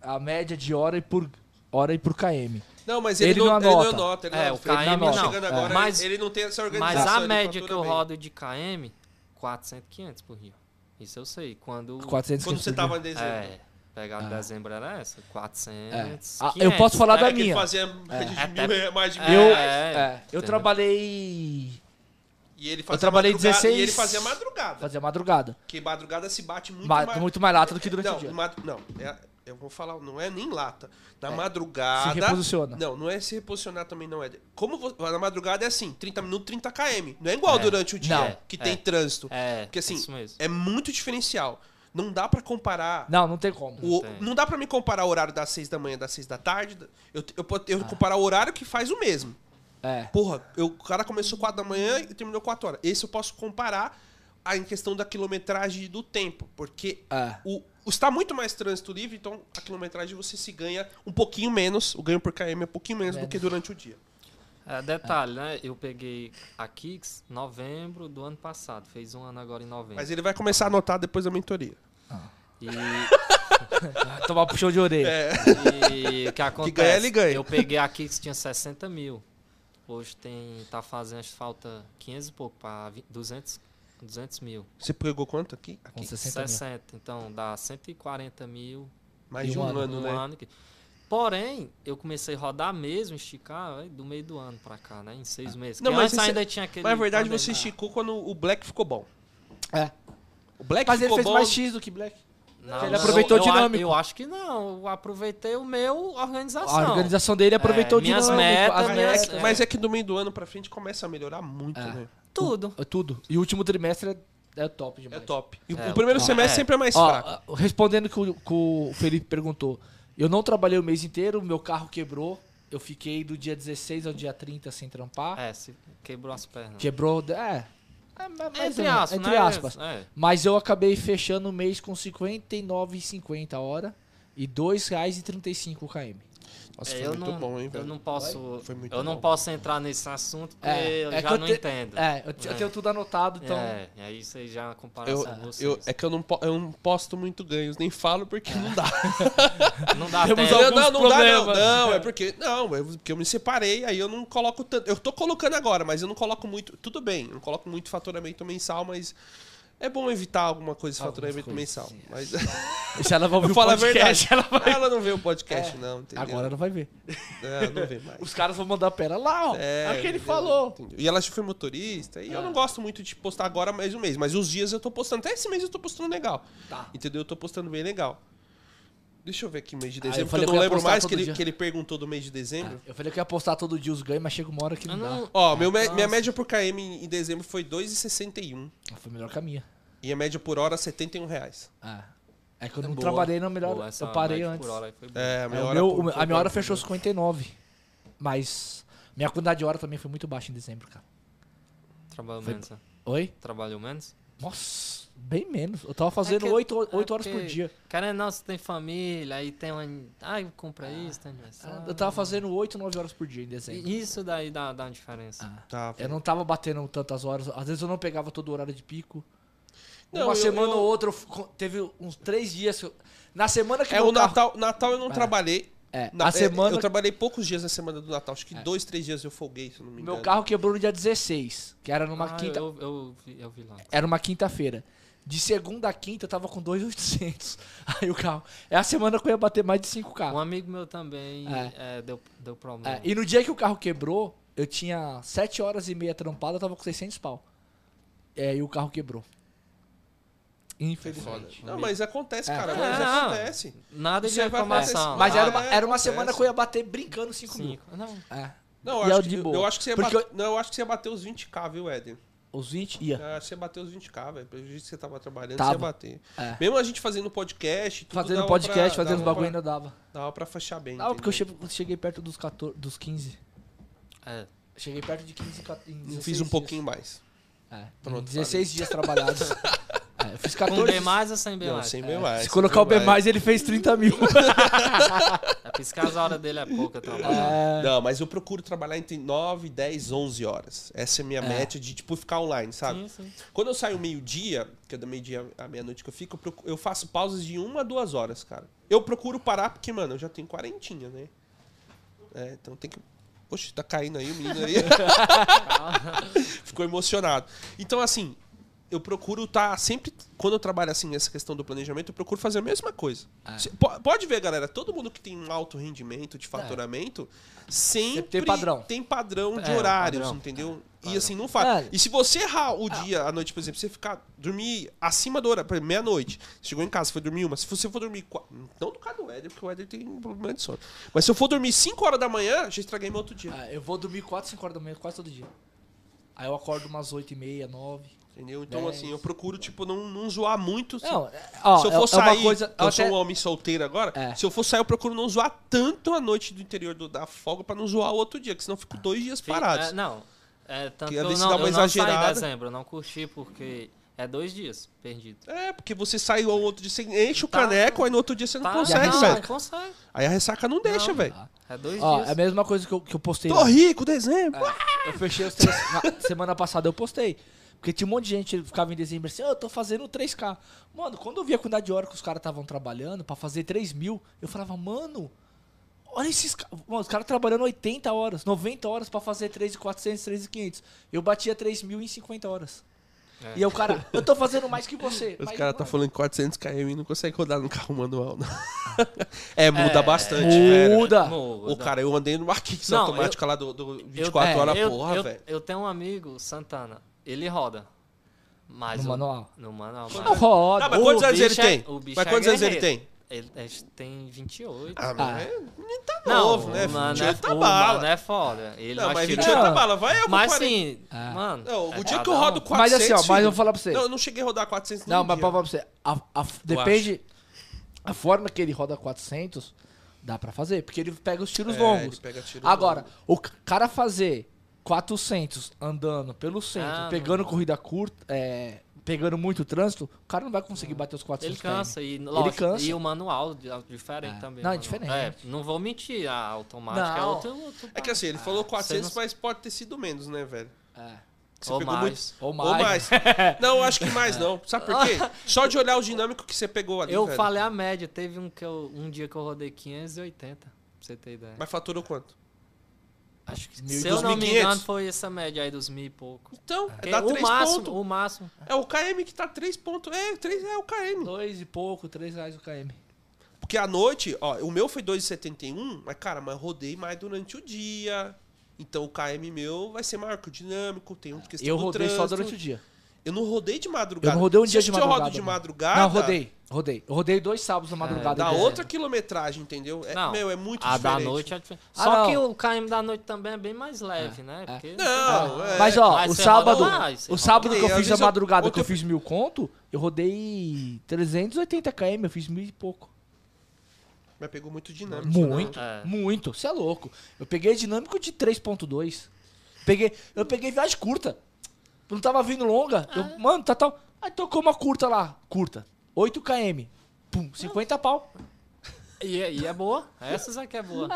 [SPEAKER 2] a média de hora e por, hora e por KM.
[SPEAKER 1] Não, mas ele,
[SPEAKER 2] Ele
[SPEAKER 1] não,
[SPEAKER 2] não
[SPEAKER 1] ele não
[SPEAKER 2] anota.
[SPEAKER 1] anota. Ele
[SPEAKER 3] É,
[SPEAKER 1] não,
[SPEAKER 3] o KM
[SPEAKER 1] ele tá
[SPEAKER 2] não.
[SPEAKER 1] chegando
[SPEAKER 2] É.
[SPEAKER 1] agora,
[SPEAKER 3] Mas-
[SPEAKER 1] ele não tem essa organização.
[SPEAKER 3] Mas a
[SPEAKER 1] ele
[SPEAKER 3] média que eu
[SPEAKER 1] fatura bem.
[SPEAKER 3] rodo de KM, 400, 500 por rio. Isso eu sei. Quando,
[SPEAKER 2] 400
[SPEAKER 1] Quando você tava em dezembro.
[SPEAKER 3] é, pegada
[SPEAKER 2] Ah.
[SPEAKER 3] de dezembro era essa, É, 400,
[SPEAKER 2] Ah,
[SPEAKER 3] 500.
[SPEAKER 2] eu posso falar
[SPEAKER 1] Era
[SPEAKER 2] da
[SPEAKER 1] que
[SPEAKER 2] minha.
[SPEAKER 1] fazia média de
[SPEAKER 3] Até-
[SPEAKER 1] mil, re- mais de mil
[SPEAKER 2] Eu,
[SPEAKER 1] reais.
[SPEAKER 2] é, eu
[SPEAKER 3] entendeu?
[SPEAKER 2] trabalhei.
[SPEAKER 1] E ele fazia
[SPEAKER 2] trabalhei
[SPEAKER 1] madrugada-
[SPEAKER 2] 16
[SPEAKER 1] E ele fazia madrugada.
[SPEAKER 2] Fazia madrugada.
[SPEAKER 1] Porque madrugada se bate muito
[SPEAKER 2] Ma-
[SPEAKER 1] mais.
[SPEAKER 2] Muito mais lata do que durante o
[SPEAKER 1] não,
[SPEAKER 2] dia.
[SPEAKER 1] ma- não, é- eu vou falar, não é nem lata. Na
[SPEAKER 2] É.
[SPEAKER 1] madrugada.
[SPEAKER 2] Se reposiciona.
[SPEAKER 1] Não, não é se reposicionar também, não é. Como vo- na madrugada é assim, 30 minutos, 30 km. Não é igual
[SPEAKER 3] É.
[SPEAKER 1] durante o dia,
[SPEAKER 3] Não.
[SPEAKER 1] que
[SPEAKER 3] É.
[SPEAKER 1] tem trânsito.
[SPEAKER 3] É,
[SPEAKER 1] Porque assim,
[SPEAKER 3] isso mesmo.
[SPEAKER 1] é muito diferencial. Não dá pra comparar.
[SPEAKER 2] Não, não tem como.
[SPEAKER 1] o-
[SPEAKER 3] tem.
[SPEAKER 1] não dá pra me comparar o horário das 6 da manhã, das 6 da tarde. Eu, eu, po-
[SPEAKER 2] Ah.
[SPEAKER 1] eu comparar o horário que faz o mesmo.
[SPEAKER 2] É.
[SPEAKER 1] Porra, eu- o cara começou 4 da manhã e terminou 4 horas. Esse eu posso comparar a, em questão da quilometragem e do tempo, porque
[SPEAKER 2] É.
[SPEAKER 1] o, o- está muito mais trânsito livre, então a quilometragem você se ganha um pouquinho menos, o ganho por KM é um pouquinho menos do
[SPEAKER 2] Menos.
[SPEAKER 1] que durante o dia.
[SPEAKER 3] É, detalhe, né? Eu peguei a Kicks novembro do ano passado. Fez um ano agora em novembro.
[SPEAKER 1] Mas ele vai começar a anotar depois da mentoria.
[SPEAKER 3] E,
[SPEAKER 2] Vai Tomar puxão de orelha.
[SPEAKER 3] e o que acontece?
[SPEAKER 1] ganha, ele ganha.
[SPEAKER 3] Eu peguei a Kicks, tinha 60 mil. Hoje tem, tá fazendo, acho que falta 500 e pouco para 200, 200 mil.
[SPEAKER 1] Você pegou quanto aqui?
[SPEAKER 2] Com
[SPEAKER 1] Aqui.
[SPEAKER 2] 60 mil.
[SPEAKER 3] 60, então dá 140 mil
[SPEAKER 1] Mais
[SPEAKER 2] E
[SPEAKER 1] de um
[SPEAKER 2] um
[SPEAKER 1] ano,
[SPEAKER 2] ano,
[SPEAKER 3] um
[SPEAKER 1] né?
[SPEAKER 3] ano. que- Porém, eu comecei a rodar mesmo, esticar véi, do meio do ano pra cá, né? Em seis meses.
[SPEAKER 1] Não,
[SPEAKER 3] Porque
[SPEAKER 1] mas
[SPEAKER 3] antes
[SPEAKER 1] esse-
[SPEAKER 3] ainda tinha aquele.
[SPEAKER 1] Mas na verdade
[SPEAKER 3] também,
[SPEAKER 1] você
[SPEAKER 3] né?
[SPEAKER 1] esticou quando o Black ficou bom.
[SPEAKER 2] É.
[SPEAKER 1] O Black
[SPEAKER 2] Mas ele
[SPEAKER 1] ficou
[SPEAKER 2] fez
[SPEAKER 1] bom.
[SPEAKER 2] mais X do que Black.
[SPEAKER 3] Não,
[SPEAKER 2] Ele
[SPEAKER 3] não,
[SPEAKER 2] aproveitou
[SPEAKER 3] eu, eu a-
[SPEAKER 2] dinâmico.
[SPEAKER 3] Eu, acho que não. Eu aproveitei o meu organização.
[SPEAKER 2] A organização dele aproveitou
[SPEAKER 3] É,
[SPEAKER 2] de
[SPEAKER 3] minhas
[SPEAKER 2] novo.
[SPEAKER 3] metas,
[SPEAKER 2] as
[SPEAKER 1] mas,
[SPEAKER 3] minhas-
[SPEAKER 1] é
[SPEAKER 2] metas.
[SPEAKER 1] que, mas é que do meio do ano pra frente começa a melhorar muito,
[SPEAKER 2] É.
[SPEAKER 1] né?
[SPEAKER 3] Tudo.
[SPEAKER 2] É Tudo. E o último trimestre é, é top
[SPEAKER 1] É
[SPEAKER 2] demais.
[SPEAKER 1] top. E
[SPEAKER 3] É,
[SPEAKER 1] o primeiro
[SPEAKER 3] o-
[SPEAKER 1] semestre
[SPEAKER 3] é.
[SPEAKER 1] sempre é mais
[SPEAKER 2] Ó,
[SPEAKER 1] fraco.
[SPEAKER 2] ó, respondendo o que o, que o Felipe perguntou. Eu não trabalhei o mês inteiro, meu carro quebrou. Eu fiquei do dia 16 ao dia 30 sem trampar.
[SPEAKER 3] É, se quebrou as pernas.
[SPEAKER 2] Quebrou. É. é ma- mais
[SPEAKER 3] Entre
[SPEAKER 2] ou menos,
[SPEAKER 3] aspas,
[SPEAKER 2] entre
[SPEAKER 3] né?
[SPEAKER 2] aspas.
[SPEAKER 3] É.
[SPEAKER 2] Mas eu acabei fechando o mês com 59,50 a hora e R$ 2,35 o KM.
[SPEAKER 1] Nossa,
[SPEAKER 3] É,
[SPEAKER 1] foi
[SPEAKER 3] eu
[SPEAKER 1] muito
[SPEAKER 3] não,
[SPEAKER 1] bom, hein,
[SPEAKER 3] eu
[SPEAKER 1] velho?
[SPEAKER 3] não posso,
[SPEAKER 1] Foi muito
[SPEAKER 3] eu não
[SPEAKER 1] bom.
[SPEAKER 3] posso entrar nesse assunto porque
[SPEAKER 2] É,
[SPEAKER 3] eu
[SPEAKER 2] é
[SPEAKER 3] já
[SPEAKER 2] que eu
[SPEAKER 3] não
[SPEAKER 2] te-
[SPEAKER 3] entendo.
[SPEAKER 2] É, eu, te- eu
[SPEAKER 3] É.
[SPEAKER 2] tenho tudo anotado, então.
[SPEAKER 3] É, e aí você já é uma comparação
[SPEAKER 1] Eu,
[SPEAKER 3] com vocês.
[SPEAKER 1] eu- é que eu não, po- eu não posto muito ganhos, nem falo porque não dá.
[SPEAKER 3] Não dá
[SPEAKER 2] Temos
[SPEAKER 3] tempo.
[SPEAKER 2] algum-
[SPEAKER 1] não, não, não dá, não.
[SPEAKER 2] problemas.
[SPEAKER 1] Não, é porque. Não, é porque eu me separei, aí eu não coloco tanto. Eu tô colocando agora, mas eu não coloco muito. Tudo bem, eu não coloco muito faturamento mensal, mas. É bom evitar alguma coisa de
[SPEAKER 2] Algumas
[SPEAKER 1] faturamento
[SPEAKER 2] coisas,
[SPEAKER 1] mensal.
[SPEAKER 2] sim.
[SPEAKER 1] Mas
[SPEAKER 2] Se ela vai ouvir
[SPEAKER 1] eu
[SPEAKER 2] o
[SPEAKER 1] falo a
[SPEAKER 2] podcast,
[SPEAKER 1] verdade. Ela,
[SPEAKER 2] ela vai.
[SPEAKER 1] não vê o podcast, não, entendeu?
[SPEAKER 2] É. Agora não vai ver.
[SPEAKER 1] Não, não vê mais.
[SPEAKER 2] Os caras vão mandar pera lá, ó.
[SPEAKER 1] É,
[SPEAKER 2] É, o que ele
[SPEAKER 1] entendeu?
[SPEAKER 2] falou.
[SPEAKER 1] Entendi. E ela já foi motorista, e eu
[SPEAKER 2] Ah.
[SPEAKER 1] não gosto muito de postar agora mais um mês, mas os dias eu tô postando. Até esse mês eu tô postando legal.
[SPEAKER 2] Tá.
[SPEAKER 1] Entendeu? Eu tô postando bem legal. Deixa eu ver aqui o mês de
[SPEAKER 2] Ah, eu
[SPEAKER 1] dezembro, porque
[SPEAKER 2] falei
[SPEAKER 1] eu
[SPEAKER 2] que
[SPEAKER 1] não
[SPEAKER 2] eu ia
[SPEAKER 1] lembro
[SPEAKER 2] postar
[SPEAKER 1] mais
[SPEAKER 2] todo
[SPEAKER 1] que ele,
[SPEAKER 2] dia.
[SPEAKER 1] que ele perguntou do mês de dezembro.
[SPEAKER 2] Eu falei que ia postar todo dia os ganhos, mas chega uma hora que não,
[SPEAKER 3] Eu não-
[SPEAKER 1] Ó, meu me- minha
[SPEAKER 3] Nossa.
[SPEAKER 1] média por KM em em dezembro foi 2,61.
[SPEAKER 2] dá. Foi melhor que a minha.
[SPEAKER 1] E a média por hora, R$ 71 reais.
[SPEAKER 2] Ah, É que eu não
[SPEAKER 3] Boa.
[SPEAKER 2] trabalhei não melhor.
[SPEAKER 3] Boa, essa
[SPEAKER 2] eu parei
[SPEAKER 3] média por
[SPEAKER 2] antes.
[SPEAKER 3] hora aí foi boa.
[SPEAKER 1] É,
[SPEAKER 2] É,
[SPEAKER 1] a
[SPEAKER 2] o
[SPEAKER 1] minha
[SPEAKER 2] meu- o
[SPEAKER 1] hora,
[SPEAKER 2] meu-
[SPEAKER 1] por-
[SPEAKER 2] a minha hora
[SPEAKER 1] por-
[SPEAKER 2] fechou 59. Mas minha quantidade de hora também foi muito baixa em dezembro, cara.
[SPEAKER 3] Trabalhou
[SPEAKER 2] Foi-
[SPEAKER 3] menos, né?
[SPEAKER 2] Oi?
[SPEAKER 3] Trabalhou menos?
[SPEAKER 2] Nossa, bem menos. Eu tava fazendo
[SPEAKER 3] que-
[SPEAKER 2] 8,
[SPEAKER 3] é
[SPEAKER 2] horas por
[SPEAKER 3] porque-
[SPEAKER 2] dia.
[SPEAKER 3] Cara, não, você tem família, aí tem uma... Ai, compra isso, tem aniversário.
[SPEAKER 2] Ah. Eu tava fazendo 8, 9 horas por dia em dezembro.
[SPEAKER 3] E Isso daí dá, dá uma diferença.
[SPEAKER 2] Ah,
[SPEAKER 1] Tá,
[SPEAKER 2] eu não tava batendo tantas horas. Às vezes eu não pegava todo o horário de pico.
[SPEAKER 1] Não,
[SPEAKER 2] Uma
[SPEAKER 1] eu-
[SPEAKER 2] semana
[SPEAKER 1] eu-
[SPEAKER 2] ou outra, eu f- co- teve uns 3 dias. que eu- Na semana que
[SPEAKER 1] É,
[SPEAKER 2] meu
[SPEAKER 1] o
[SPEAKER 2] carro-
[SPEAKER 1] Natal, Natal eu não
[SPEAKER 2] É.
[SPEAKER 1] trabalhei.
[SPEAKER 2] É,
[SPEAKER 1] Na,
[SPEAKER 2] a semana
[SPEAKER 1] Eu trabalhei poucos dias na semana do Natal. Acho que
[SPEAKER 2] É.
[SPEAKER 1] dois, três dias eu folguei, se eu não me engano.
[SPEAKER 2] Meu carro quebrou no dia 16, que era numa
[SPEAKER 3] Ah,
[SPEAKER 2] quinta,
[SPEAKER 3] eu, eu, vi, eu vi lá.
[SPEAKER 2] era uma quinta-feira. De segunda a quinta eu tava com 2,800. Aí o carro. É a semana que eu ia bater mais de 5k.
[SPEAKER 3] Um amigo meu também é, deu, deu problema.
[SPEAKER 2] Ah. É, e no dia que o carro quebrou, eu tinha 7 horas e meia trampada, eu tava com 600 pau. É, e o carro quebrou. Infelizmente.
[SPEAKER 1] Foda. Não, mas acontece,
[SPEAKER 2] É.
[SPEAKER 1] cara.
[SPEAKER 3] É,
[SPEAKER 1] Mas
[SPEAKER 3] não.
[SPEAKER 1] acontece.
[SPEAKER 3] Nada de
[SPEAKER 1] Isso aí vai
[SPEAKER 3] reclamação.
[SPEAKER 1] acontecer.
[SPEAKER 2] Mas era
[SPEAKER 1] Ah,
[SPEAKER 2] uma,
[SPEAKER 1] é,
[SPEAKER 2] era uma
[SPEAKER 1] acontece.
[SPEAKER 2] semana que eu ia bater brincando 5 mil.
[SPEAKER 3] Cinco. Não,
[SPEAKER 2] É,
[SPEAKER 1] Não,
[SPEAKER 2] E
[SPEAKER 1] eu
[SPEAKER 2] é
[SPEAKER 1] acho,
[SPEAKER 2] o de
[SPEAKER 1] que, eu,
[SPEAKER 2] boa.
[SPEAKER 1] eu acho que você ia
[SPEAKER 2] Porque
[SPEAKER 1] bater, Não, eu acho que você ia bater os 20k, viu, Éder?
[SPEAKER 2] os 20
[SPEAKER 1] Eu
[SPEAKER 2] ia.
[SPEAKER 1] acho que você ia bater os 20k, velho. Pelo jeito que você tava trabalhando, você
[SPEAKER 2] Tava.
[SPEAKER 1] ia bater.
[SPEAKER 2] É.
[SPEAKER 1] Mesmo a gente fazendo podcast, tudo
[SPEAKER 2] Fazendo
[SPEAKER 1] dava
[SPEAKER 2] podcast,
[SPEAKER 1] pra-
[SPEAKER 2] fazendo
[SPEAKER 1] dava
[SPEAKER 2] os bagulho
[SPEAKER 1] pra-
[SPEAKER 2] ainda dava.
[SPEAKER 1] Dava pra fechar bem.
[SPEAKER 2] Não, porque eu
[SPEAKER 1] entendeu?
[SPEAKER 2] cheguei, cheguei perto dos 14, dos 15.
[SPEAKER 3] é,
[SPEAKER 2] Cheguei perto de 15 em 16
[SPEAKER 1] Fiz um
[SPEAKER 2] dias.
[SPEAKER 1] pouquinho mais.
[SPEAKER 2] É, em
[SPEAKER 1] Pronto,
[SPEAKER 2] 16 dias trabalhados. É. É, eu fiz
[SPEAKER 3] Com
[SPEAKER 2] 14.
[SPEAKER 3] B mais ou sem B
[SPEAKER 1] Não,
[SPEAKER 3] mais?
[SPEAKER 1] sem
[SPEAKER 3] É.
[SPEAKER 1] B mais.
[SPEAKER 2] Se colocar o B,
[SPEAKER 1] sem
[SPEAKER 2] ele fez 30 mil.
[SPEAKER 3] A piscazada dele é pouca também.
[SPEAKER 2] é.
[SPEAKER 1] Não, mas eu procuro trabalhar entre 9, 10, 11 horas. Essa é a minha meta de, tipo, ficar online, sabe?
[SPEAKER 3] Sim, sim.
[SPEAKER 1] Quando eu saio meio-dia, que é do meio-dia à meia-noite que eu fico, eu, procu- eu faço pausas de uma a duas horas, cara. Eu procuro parar porque, mano, eu já tenho quarentinha, né? É, então tem que... Oxe, tá caindo aí o menino aí. Ficou emocionado. Então, assim, eu procuro estar sempre... Quando eu trabalho, assim, nessa questão do planejamento, eu procuro fazer a mesma coisa. Se- po- Pode ver, galera, todo mundo que tem um alto rendimento de faturamento sempre
[SPEAKER 2] tem padrão.
[SPEAKER 1] tem padrão de
[SPEAKER 3] É,
[SPEAKER 1] horários,
[SPEAKER 3] padrão.
[SPEAKER 1] entendeu? E
[SPEAKER 3] Padrão.
[SPEAKER 1] assim, não faz.
[SPEAKER 2] Velho.
[SPEAKER 1] E se você errar o
[SPEAKER 2] Ah.
[SPEAKER 1] dia, a noite, por exemplo, você ficar dormir acima da hora, por exemplo, meia-noite, chegou em casa, foi dormir uma, se você for dormir, qua- não do caso do Éder, porque o Éder tem um problema de sono. Mas se eu for dormir 5 horas da manhã, já estraguei meu outro dia,
[SPEAKER 2] Ah, eu vou dormir 4, 5 horas da manhã quase todo dia. Aí eu acordo umas 8 e meia, 9.
[SPEAKER 1] entendeu? Então
[SPEAKER 2] Dez.
[SPEAKER 1] assim, eu procuro tipo não, não zoar muito. assim.
[SPEAKER 2] É Não, é- ó,
[SPEAKER 1] se eu
[SPEAKER 2] é-
[SPEAKER 1] for
[SPEAKER 2] é
[SPEAKER 1] sair,
[SPEAKER 2] uma coisa...
[SPEAKER 1] que eu
[SPEAKER 2] eu
[SPEAKER 1] sou
[SPEAKER 2] até-
[SPEAKER 1] um homem solteiro agora,
[SPEAKER 2] É.
[SPEAKER 1] se eu for sair, eu procuro não zoar tanto a noite do interior do- da folga pra não zoar o outro dia, que senão eu
[SPEAKER 2] Ah.
[SPEAKER 1] fico dois dias
[SPEAKER 3] Fica-
[SPEAKER 1] parado.
[SPEAKER 3] é, não. É, tanto
[SPEAKER 1] Que
[SPEAKER 3] eu
[SPEAKER 1] às
[SPEAKER 3] não,
[SPEAKER 1] vezes dá uma
[SPEAKER 3] eu não saí em
[SPEAKER 1] exagerada.
[SPEAKER 3] dezembro, eu não curti porque é dois dias perdido.
[SPEAKER 1] É, porque você sai o outro dia, você enche o
[SPEAKER 3] Tá.
[SPEAKER 1] caneco, aí no outro dia você não
[SPEAKER 3] Tá,
[SPEAKER 1] consegue,
[SPEAKER 3] não,
[SPEAKER 1] velho.
[SPEAKER 3] não consegue.
[SPEAKER 1] Aí a ressaca não deixa,
[SPEAKER 3] Não.
[SPEAKER 1] velho.
[SPEAKER 3] É dois
[SPEAKER 2] Ó,
[SPEAKER 3] dias.
[SPEAKER 2] é a mesma coisa que eu, que eu postei.
[SPEAKER 1] Tô
[SPEAKER 2] lá.
[SPEAKER 1] rico,
[SPEAKER 3] É.
[SPEAKER 1] dezembro.
[SPEAKER 2] Eu fechei os três. na semana passada eu postei. Porque tinha um monte de gente que ficava em dezembro assim, "Ah, eu tô fazendo 3K. Mano, quando eu via a quantidade de hora que os caras estavam trabalhando pra fazer 3 mil, eu falava, mano, olha esses caras. Mano, os caras trabalhando 80 horas, 90 horas pra fazer 3,400, 3,500. Eu batia 3 mil em 50 horas.
[SPEAKER 3] É.
[SPEAKER 2] E aí o cara, eu tô fazendo mais que você.
[SPEAKER 1] Os
[SPEAKER 2] Mas,
[SPEAKER 1] caras tá
[SPEAKER 2] mano,
[SPEAKER 1] falando 400 km e não consegue rodar no carro manual, não. é, muda bastante, velho.
[SPEAKER 2] Muda!
[SPEAKER 3] Muda.
[SPEAKER 1] Ô, cara, eu andei numa Kicks
[SPEAKER 3] Não,
[SPEAKER 1] automática lá do, do 24
[SPEAKER 2] é,
[SPEAKER 1] horas,
[SPEAKER 3] É né? eu,
[SPEAKER 1] porra,
[SPEAKER 3] eu-
[SPEAKER 1] velho.
[SPEAKER 3] eu tenho um amigo, Santana. Ele roda. Mas
[SPEAKER 2] No
[SPEAKER 3] o-
[SPEAKER 2] manual.
[SPEAKER 3] No manual.
[SPEAKER 2] Não
[SPEAKER 3] Mas...
[SPEAKER 2] roda.
[SPEAKER 1] Tá, mas quantos
[SPEAKER 3] o
[SPEAKER 1] anos ele
[SPEAKER 3] bicho é-
[SPEAKER 1] tem?
[SPEAKER 3] o bicho
[SPEAKER 1] Mas
[SPEAKER 3] é
[SPEAKER 1] quantos anos ele
[SPEAKER 3] guerreiro.
[SPEAKER 1] tem?
[SPEAKER 3] Ele, ele tem 28.
[SPEAKER 1] Ah, mas
[SPEAKER 2] Ah.
[SPEAKER 1] é, menino tá
[SPEAKER 3] não,
[SPEAKER 1] novo, né?
[SPEAKER 3] O mano
[SPEAKER 1] 28
[SPEAKER 3] é,
[SPEAKER 1] tá
[SPEAKER 3] o mano
[SPEAKER 1] bala.
[SPEAKER 3] é foda. Ele
[SPEAKER 1] Não,
[SPEAKER 3] vai
[SPEAKER 1] mas
[SPEAKER 3] tirar-
[SPEAKER 1] 28 tá
[SPEAKER 2] Ah.
[SPEAKER 1] bala. Vai eu com
[SPEAKER 3] Mas
[SPEAKER 1] 40.
[SPEAKER 3] sim,
[SPEAKER 2] Ah.
[SPEAKER 3] mano.
[SPEAKER 1] Não,
[SPEAKER 3] é
[SPEAKER 1] o dia que
[SPEAKER 3] cada
[SPEAKER 1] eu rodo
[SPEAKER 3] um.
[SPEAKER 1] 400,
[SPEAKER 2] Mas assim, ó, mas eu
[SPEAKER 1] filho.
[SPEAKER 2] vou falar pra você.
[SPEAKER 1] Não, eu não cheguei a rodar 400
[SPEAKER 2] Não,
[SPEAKER 1] nenhum
[SPEAKER 2] mas
[SPEAKER 1] dia.
[SPEAKER 2] pra pra você. A, a- depende. A forma que ele roda 400, dá pra fazer. Porque ele pega os tiros
[SPEAKER 1] É, ele
[SPEAKER 2] longos.
[SPEAKER 1] pega tiro
[SPEAKER 2] Agora,
[SPEAKER 1] longo.
[SPEAKER 2] o c- cara fazer 400 andando pelo centro,
[SPEAKER 3] Ah,
[SPEAKER 2] pegando
[SPEAKER 3] não.
[SPEAKER 2] corrida curta, é, pegando muito trânsito, o cara não vai conseguir bater os 400
[SPEAKER 3] Ele cansa, e,
[SPEAKER 2] Ele
[SPEAKER 3] lógico,
[SPEAKER 2] cansa.
[SPEAKER 3] e o manual de- diferente
[SPEAKER 2] É.
[SPEAKER 3] também.
[SPEAKER 2] Não, é
[SPEAKER 3] manual.
[SPEAKER 2] diferente.
[SPEAKER 3] É, não vou mentir, a automática é
[SPEAKER 2] Não.
[SPEAKER 3] outro. outro
[SPEAKER 1] É que assim, ele falou 400,
[SPEAKER 3] Ah, não-
[SPEAKER 1] mas pode ter sido menos, né, velho?
[SPEAKER 2] É.
[SPEAKER 1] Você
[SPEAKER 3] Ou
[SPEAKER 1] pegou
[SPEAKER 3] mais.
[SPEAKER 1] muito-
[SPEAKER 2] Ou mais.
[SPEAKER 1] Ou mais. Não, acho que mais não. Sabe por quê? Só de olhar o dinâmico que você pegou ali,
[SPEAKER 3] Eu
[SPEAKER 1] velho.
[SPEAKER 3] falei a média, teve um, que eu, um dia que eu rodei 580, pra você ter ideia.
[SPEAKER 1] Mas faturou quanto?
[SPEAKER 3] Acho que,
[SPEAKER 2] Mil e
[SPEAKER 3] se eu não me
[SPEAKER 1] 2.500.
[SPEAKER 3] engano, foi essa média aí dos mil e pouco.
[SPEAKER 1] Então,
[SPEAKER 3] Porque
[SPEAKER 1] dá
[SPEAKER 3] é o
[SPEAKER 1] 3
[SPEAKER 3] máximo,
[SPEAKER 1] pontos.
[SPEAKER 3] o máximo.
[SPEAKER 1] É o KM que tá 3 pontos. É, 3 é o KM.
[SPEAKER 2] Dois e pouco, três reais o KM.
[SPEAKER 1] Porque à noite, ó, o meu foi 2,71, mas cara, mas rodei mais durante o dia. Então o KM meu vai ser maior que o dinâmico, tem um questão
[SPEAKER 2] Eu
[SPEAKER 1] do
[SPEAKER 2] rodei só
[SPEAKER 1] trânsito.
[SPEAKER 2] durante o dia.
[SPEAKER 1] Eu não rodei de madrugada.
[SPEAKER 2] Eu não rodei um
[SPEAKER 1] Se
[SPEAKER 2] dia de
[SPEAKER 1] Se eu rodo
[SPEAKER 2] madrugada,
[SPEAKER 1] de
[SPEAKER 2] mano.
[SPEAKER 1] madrugada...
[SPEAKER 2] Não, rodei. Rodei. Eu rodei dois sábados na madrugada.
[SPEAKER 1] Dá
[SPEAKER 2] entendeu?
[SPEAKER 1] outra quilometragem, entendeu? É,
[SPEAKER 3] Não,
[SPEAKER 1] meu, é muito
[SPEAKER 3] a
[SPEAKER 1] diferente.
[SPEAKER 3] da noite é diferente.
[SPEAKER 2] Ah,
[SPEAKER 3] Só
[SPEAKER 2] não.
[SPEAKER 3] que o KM da noite também é bem mais leve, né? Porque
[SPEAKER 1] Não, é...
[SPEAKER 2] Ah, Mas ó,
[SPEAKER 3] Mas
[SPEAKER 2] o
[SPEAKER 3] você
[SPEAKER 2] sábado,
[SPEAKER 3] roda mais, você
[SPEAKER 2] o sábado
[SPEAKER 1] roda
[SPEAKER 2] que eu
[SPEAKER 1] mais. Às
[SPEAKER 2] fiz a
[SPEAKER 1] vezes eu-
[SPEAKER 2] madrugada que
[SPEAKER 1] ontem
[SPEAKER 2] eu
[SPEAKER 1] eu
[SPEAKER 2] fiz mil conto, eu rodei 380 km, eu fiz mil e pouco.
[SPEAKER 1] Mas pegou muito dinâmico. né?
[SPEAKER 2] Muito,
[SPEAKER 3] É.
[SPEAKER 2] muito, você é louco. Eu peguei dinâmico de 3.2. Peguei, eu peguei viagem curta. Não tava vindo longa. Eu, mano, tá tal. Aí tocou uma curta lá, curta. 8 km. Pum, 50 pau.
[SPEAKER 3] E, é- e é boa. Essas aqui é boa.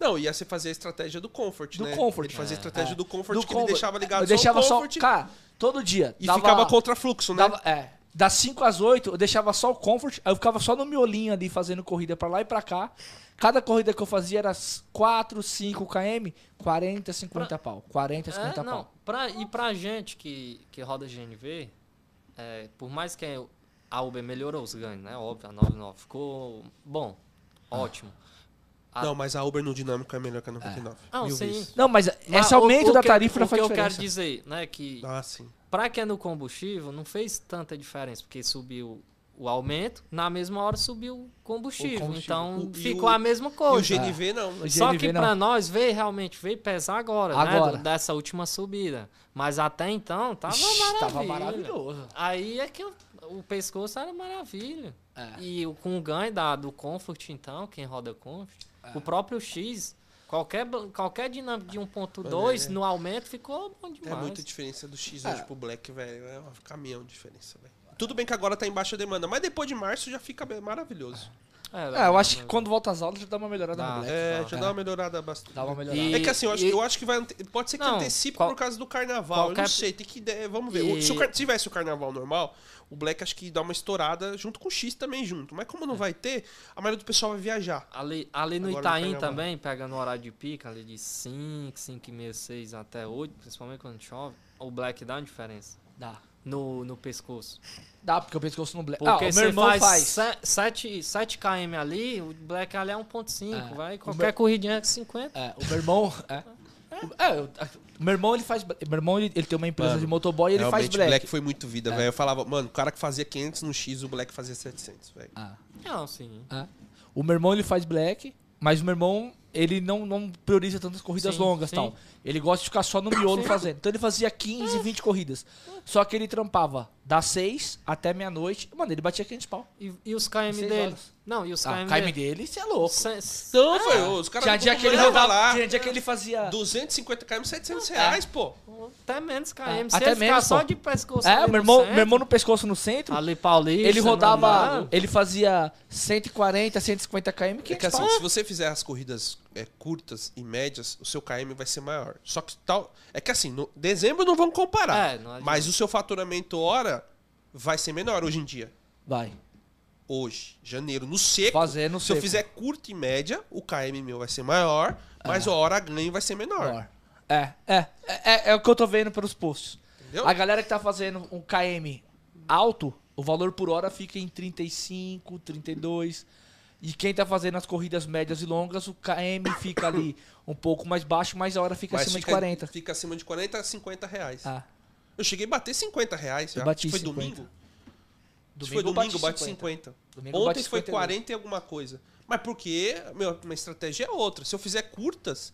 [SPEAKER 1] Não, ia você fazer a estratégia do comfort,
[SPEAKER 2] Do
[SPEAKER 1] né?
[SPEAKER 2] comfort.
[SPEAKER 1] Ele fazia a
[SPEAKER 2] É,
[SPEAKER 1] estratégia
[SPEAKER 2] é.
[SPEAKER 1] do comfort
[SPEAKER 2] Do
[SPEAKER 1] que
[SPEAKER 2] combo-
[SPEAKER 1] ele deixava ligado
[SPEAKER 2] eu deixava
[SPEAKER 1] só
[SPEAKER 2] só,
[SPEAKER 1] o comfort
[SPEAKER 2] cara, todo dia.
[SPEAKER 1] e
[SPEAKER 2] Dava-
[SPEAKER 1] ficava contra fluxo, né?
[SPEAKER 2] Dava- é. Das 5 às 8, eu deixava só o comfort, aí eu ficava só no miolinho ali fazendo corrida pra lá e pra cá. Cada corrida que eu fazia era 4, 5 km, 40, 50 pau. 40, 50
[SPEAKER 3] É, não.
[SPEAKER 2] pau.
[SPEAKER 3] Pra, e pra gente que, que roda GNV, é, por mais que a Uber melhorou os ganhos, né? Óbvio, a 99 ficou bom, ótimo. Ah.
[SPEAKER 1] Não, mas a Uber no dinâmico é melhor que a 99.
[SPEAKER 3] Não,
[SPEAKER 2] Mil
[SPEAKER 3] sim.
[SPEAKER 2] vezes. Não, mas
[SPEAKER 3] Mas
[SPEAKER 2] esse aumento
[SPEAKER 3] o- o
[SPEAKER 2] da
[SPEAKER 3] que eu-
[SPEAKER 2] tarifa não
[SPEAKER 3] O que
[SPEAKER 2] faz
[SPEAKER 3] eu quero
[SPEAKER 2] diferença.
[SPEAKER 3] dizer, né, que
[SPEAKER 1] Ah, sim.
[SPEAKER 3] pra quem é no combustível, não fez tanta diferença, porque subiu o aumento, na mesma hora subiu o combustível.
[SPEAKER 2] O combustível.
[SPEAKER 3] Então
[SPEAKER 1] O- e
[SPEAKER 3] ficou
[SPEAKER 1] o-
[SPEAKER 3] a mesma
[SPEAKER 1] E o
[SPEAKER 3] coisa.
[SPEAKER 1] GNV não. né?
[SPEAKER 2] O
[SPEAKER 3] Só
[SPEAKER 2] GNV
[SPEAKER 3] que
[SPEAKER 2] não.
[SPEAKER 3] pra nós veio realmente, veio pesar agora,
[SPEAKER 2] Agora.
[SPEAKER 3] né? do- Dessa última subida. Mas até então tava
[SPEAKER 2] Ixi,
[SPEAKER 3] maravilhoso.
[SPEAKER 2] tava maravilhoso.
[SPEAKER 3] Aí é que o, o pescoço era maravilha.
[SPEAKER 2] É.
[SPEAKER 3] E o- com o ganho da, do Comfort, então, quem roda Comfort,
[SPEAKER 2] É.
[SPEAKER 3] o próprio X, qualquer, bl- qualquer dinâmica de 1.2
[SPEAKER 1] Mano, é-
[SPEAKER 3] no aumento ficou bom
[SPEAKER 1] É
[SPEAKER 3] demais.
[SPEAKER 1] né? Tipo, muita diferença do X hoje pro Black, velho. É um é caminhão de diferença, velho. Tudo bem que agora tá em baixa demanda, mas depois de março já fica bem- maravilhoso.
[SPEAKER 2] É, eu acho que quando volta às aulas já dá uma melhorada
[SPEAKER 3] Ah, Dá.
[SPEAKER 2] no Black.
[SPEAKER 1] É, já dá uma melhorada bastante.
[SPEAKER 2] Dá uma melhorada.
[SPEAKER 3] E-
[SPEAKER 1] É que assim, eu acho,
[SPEAKER 3] e-
[SPEAKER 1] eu acho que vai. ante- Pode ser que
[SPEAKER 3] Não,
[SPEAKER 1] antecipe
[SPEAKER 3] qual-
[SPEAKER 1] por causa do carnaval. Eu
[SPEAKER 3] qualquer-
[SPEAKER 1] não sei, tem que. é, Vamos ver.
[SPEAKER 3] E-
[SPEAKER 1] Se o car- se tivesse o carnaval normal, o Black acho que dá uma estourada junto com o X também junto. Mas como
[SPEAKER 3] É.
[SPEAKER 1] não vai ter, a maioria do pessoal vai viajar.
[SPEAKER 3] Ali, ali no
[SPEAKER 1] Agora não
[SPEAKER 3] Itaim
[SPEAKER 1] pega mais.
[SPEAKER 3] também, pega no horário de pica, ali de 5, 5 e meia, 6 até 8, principalmente quando chove, o black dá uma diferença
[SPEAKER 2] Dá.
[SPEAKER 3] no, no pescoço.
[SPEAKER 2] Dá, porque eu pescoço no Black.
[SPEAKER 3] Porque
[SPEAKER 2] ah, o
[SPEAKER 3] você
[SPEAKER 2] meu irmão faz.
[SPEAKER 3] faz, 7, km ali, o black ali é 1.5,
[SPEAKER 2] É,
[SPEAKER 3] vai,
[SPEAKER 2] o
[SPEAKER 3] qualquer
[SPEAKER 2] meu-
[SPEAKER 3] corridinha é 50.
[SPEAKER 2] É, o meu irmão. É. O- é, eu- o meu irmão ele faz. Meu irmão ele, ele tem uma empresa
[SPEAKER 1] Mano,
[SPEAKER 2] de motoboy e ele faz
[SPEAKER 1] Realmente,
[SPEAKER 2] black.
[SPEAKER 1] foi muito vida,
[SPEAKER 2] É.
[SPEAKER 1] velho. Eu falava, mano, o cara que fazia 500 no X, o Black fazia 700, velho.
[SPEAKER 2] Ah,
[SPEAKER 3] Não, sim.
[SPEAKER 2] ah. O meu irmão ele faz black, mas o meu irmão ele não, não prioriza tantas corridas
[SPEAKER 3] Sim,
[SPEAKER 2] longas e
[SPEAKER 3] sim.
[SPEAKER 2] tal. Ele gosta de ficar só no miolo
[SPEAKER 3] Sim.
[SPEAKER 2] fazendo. Então ele fazia 15, 20 corridas. Só que ele trampava das 6 até meia-noite. Mano, ele batia 500 pau.
[SPEAKER 3] E, e os KM
[SPEAKER 2] Seis
[SPEAKER 3] dele?
[SPEAKER 2] horas.
[SPEAKER 3] Não, e os
[SPEAKER 2] Ah,
[SPEAKER 3] KM
[SPEAKER 2] o time
[SPEAKER 3] dele?
[SPEAKER 2] dele, você é louco. Ah,
[SPEAKER 3] Cem-
[SPEAKER 1] Então, velho, os caras
[SPEAKER 2] Tinha
[SPEAKER 1] do
[SPEAKER 2] dia que ele
[SPEAKER 1] Bolsonaro
[SPEAKER 2] rodava
[SPEAKER 1] lá.
[SPEAKER 2] Tinha dia que ele É. fazia.
[SPEAKER 1] 250 km, 700 reais, pô.
[SPEAKER 3] Até menos KM.
[SPEAKER 2] É,
[SPEAKER 3] Se
[SPEAKER 2] até
[SPEAKER 3] ele ficar
[SPEAKER 2] menos,
[SPEAKER 3] só
[SPEAKER 2] pô.
[SPEAKER 3] de pescoço
[SPEAKER 2] É,
[SPEAKER 3] ali
[SPEAKER 2] meu
[SPEAKER 3] no
[SPEAKER 2] irmão,
[SPEAKER 3] centro,
[SPEAKER 2] meu irmão no pescoço no centro.
[SPEAKER 3] Ali é Paulista.
[SPEAKER 2] ele rodava.
[SPEAKER 3] Nandá.
[SPEAKER 2] Ele fazia 140, 150 km. Que
[SPEAKER 1] É que assim, se você fizer as corridas é, curtas e médias, o seu KM vai ser maior. Só que tal. É que assim, no dezembro não vão comparar.
[SPEAKER 3] É, não adianta.
[SPEAKER 1] mas o seu faturamento hora vai ser menor hoje em dia.
[SPEAKER 2] Vai.
[SPEAKER 1] Hoje, janeiro, no seco.
[SPEAKER 2] Fazer no
[SPEAKER 1] se eu
[SPEAKER 2] seco.
[SPEAKER 1] fizer curta e média, o KM meu vai ser maior,
[SPEAKER 2] É.
[SPEAKER 1] mas a hora ganho vai ser menor.
[SPEAKER 2] Maior. É, é, é, é, é o que eu tô vendo pelos posts.
[SPEAKER 1] Entendeu?
[SPEAKER 2] A galera que tá fazendo um KM alto, o valor por hora fica em 35, 32. E quem tá fazendo as corridas médias e longas, o KM fica ali um pouco mais baixo, mas a hora fica
[SPEAKER 1] Mas
[SPEAKER 2] acima de 40.
[SPEAKER 1] Fica acima de 40 a 50 reais.
[SPEAKER 2] Ah,
[SPEAKER 1] Eu cheguei a bater 50 reais.
[SPEAKER 2] Eu
[SPEAKER 1] já.
[SPEAKER 2] bati
[SPEAKER 1] Acho que foi
[SPEAKER 2] 50.
[SPEAKER 1] domingo?
[SPEAKER 2] domingo
[SPEAKER 1] Se foi
[SPEAKER 2] eu
[SPEAKER 1] domingo,
[SPEAKER 2] bati
[SPEAKER 1] bate 50.
[SPEAKER 2] Domingo eu
[SPEAKER 1] Ontem
[SPEAKER 2] bati
[SPEAKER 1] foi
[SPEAKER 2] 52.
[SPEAKER 1] 40 e alguma coisa. Mas porque meu, minha estratégia é outra. Se eu fizer curtas,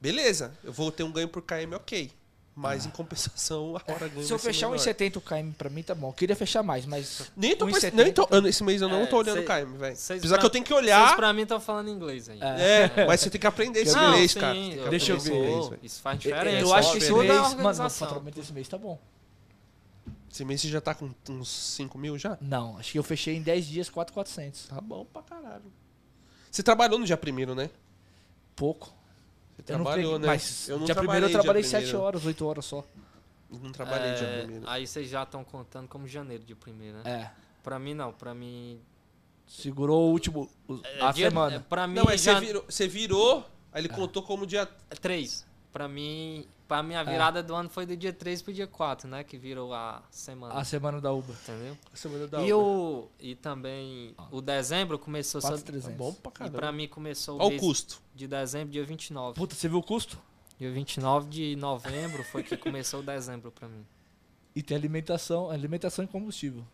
[SPEAKER 1] beleza, eu vou ter um ganho por KM, ok. Mas em compensação, a hora ganha.
[SPEAKER 2] Ah. Se eu fechar
[SPEAKER 1] um
[SPEAKER 2] um 70 KM pra mim, tá bom. Eu queria fechar mais, mas.
[SPEAKER 1] Nem tô,
[SPEAKER 2] 1,70.
[SPEAKER 1] pensando. nem tô eu- Esse mês eu não
[SPEAKER 3] É,
[SPEAKER 1] tô olhando
[SPEAKER 3] cê-
[SPEAKER 1] KM, velho.
[SPEAKER 3] cês
[SPEAKER 1] Apesar
[SPEAKER 3] pra-
[SPEAKER 1] que eu tenho que
[SPEAKER 3] Vocês
[SPEAKER 1] olhar.
[SPEAKER 3] pra mim estão falando inglês aí.
[SPEAKER 2] É.
[SPEAKER 1] É, mas você tem que aprender esse
[SPEAKER 3] Não,
[SPEAKER 1] inglês,
[SPEAKER 3] sim,
[SPEAKER 1] cara. Tem que
[SPEAKER 3] eu-
[SPEAKER 1] aprender
[SPEAKER 2] Deixa eu
[SPEAKER 1] esse
[SPEAKER 2] ver.
[SPEAKER 1] inglês,
[SPEAKER 3] Pô,
[SPEAKER 1] velho.
[SPEAKER 3] Isso faz
[SPEAKER 2] Eu,
[SPEAKER 3] diferença.
[SPEAKER 2] acho que
[SPEAKER 1] é
[SPEAKER 2] esse
[SPEAKER 1] só
[SPEAKER 3] Tudo
[SPEAKER 2] mês.
[SPEAKER 3] é
[SPEAKER 2] Mano, o
[SPEAKER 3] organização.
[SPEAKER 2] faturamento desse mês tá bom.
[SPEAKER 1] Esse mês você já tá com uns 5 mil já?
[SPEAKER 2] Não, acho que eu fechei em 10 dias 4,400.
[SPEAKER 1] Tá bom pra caralho. Você trabalhou no dia primeiro, né?
[SPEAKER 2] Pouco.
[SPEAKER 1] Você
[SPEAKER 2] Eu não
[SPEAKER 1] trabalhou,
[SPEAKER 2] peguei-
[SPEAKER 1] né?
[SPEAKER 2] Mas
[SPEAKER 1] Eu não
[SPEAKER 2] dia primeiro eu
[SPEAKER 1] dia
[SPEAKER 2] trabalhei
[SPEAKER 1] primeiro.
[SPEAKER 2] 7 horas, 8 horas só.
[SPEAKER 1] Não trabalhei
[SPEAKER 3] É,
[SPEAKER 1] dia primeiro.
[SPEAKER 3] Aí vocês já estão contando como janeiro de primeiro, né?
[SPEAKER 2] É.
[SPEAKER 3] Pra mim não, pra mim...
[SPEAKER 2] Segurou o último. o-
[SPEAKER 3] é,
[SPEAKER 2] a
[SPEAKER 3] dia- é,
[SPEAKER 2] semana.
[SPEAKER 3] Pra mim
[SPEAKER 1] Não, mas
[SPEAKER 3] já...
[SPEAKER 1] você virou, você virou, aí ele contou como dia.
[SPEAKER 3] é Três. Pra mim... Pra
[SPEAKER 2] É.
[SPEAKER 3] mim a virada do ano foi do dia 3 pro dia 4, né? Que virou a semana,
[SPEAKER 2] A semana da Uber.
[SPEAKER 3] entendeu?
[SPEAKER 1] a Semana da
[SPEAKER 3] e,
[SPEAKER 1] obra.
[SPEAKER 3] o, e também o dezembro começou... só-
[SPEAKER 2] 4,300.
[SPEAKER 1] Tá Bom pra
[SPEAKER 3] e
[SPEAKER 1] caramba.
[SPEAKER 3] pra mim começou o
[SPEAKER 1] Olha o
[SPEAKER 3] mês
[SPEAKER 1] custo.
[SPEAKER 3] de dezembro, dia 29.
[SPEAKER 2] Puta, você viu o custo?
[SPEAKER 3] Dia 29 de novembro foi que começou o dezembro pra mim.
[SPEAKER 2] E tem alimentação, alimentação e combustível.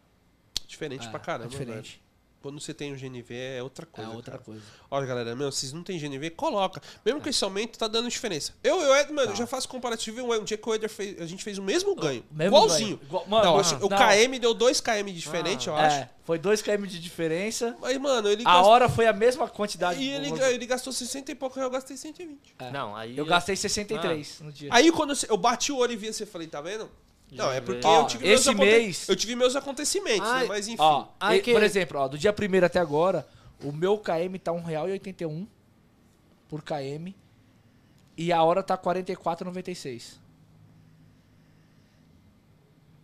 [SPEAKER 1] Diferente
[SPEAKER 2] É,
[SPEAKER 1] pra caramba.
[SPEAKER 2] é
[SPEAKER 1] diferente.
[SPEAKER 2] diferente.
[SPEAKER 1] Quando você tem o GNV é outra coisa.
[SPEAKER 2] é outra
[SPEAKER 1] cara.
[SPEAKER 2] coisa. É.
[SPEAKER 1] Olha, galera, meu, vocês não tem GNV, coloca. Mesmo que esse aumento tá dando diferença. Eu, eu Ed,
[SPEAKER 2] Tá.
[SPEAKER 1] mano, eu já faço comparativo. Um, um dia que o Eder fez, a gente fez o mesmo ganho.
[SPEAKER 2] Mesmo
[SPEAKER 1] igualzinho.
[SPEAKER 2] ganho. Igual- mano,
[SPEAKER 1] não, acho- o
[SPEAKER 2] não.
[SPEAKER 1] KM deu 2 KM de diferente, eu acho.
[SPEAKER 2] É, foi 2 km de diferença.
[SPEAKER 1] Mas, mano, ele
[SPEAKER 2] A
[SPEAKER 1] gastou.
[SPEAKER 2] hora foi a mesma quantidade.
[SPEAKER 1] E ele, ele gastou 60 e pouco, eu gastei 120.
[SPEAKER 2] É.
[SPEAKER 3] Não, aí...
[SPEAKER 2] Eu gastei
[SPEAKER 3] Ah.
[SPEAKER 2] 63 no dia.
[SPEAKER 1] Aí quando eu, eu bati o olho e vi, você falei, tá vendo? Não, é porque
[SPEAKER 3] Ó,
[SPEAKER 1] eu tive
[SPEAKER 2] esse
[SPEAKER 1] meus aconte-
[SPEAKER 2] mês-
[SPEAKER 1] Eu tive meus acontecimentos,
[SPEAKER 3] Ai,
[SPEAKER 1] né? Mas enfim.
[SPEAKER 2] Ó,
[SPEAKER 3] Aí
[SPEAKER 2] e-
[SPEAKER 3] que-
[SPEAKER 2] por exemplo, ó, do dia 1 até agora, o meu KM tá R$1,81 por KM e a hora tá 44,96.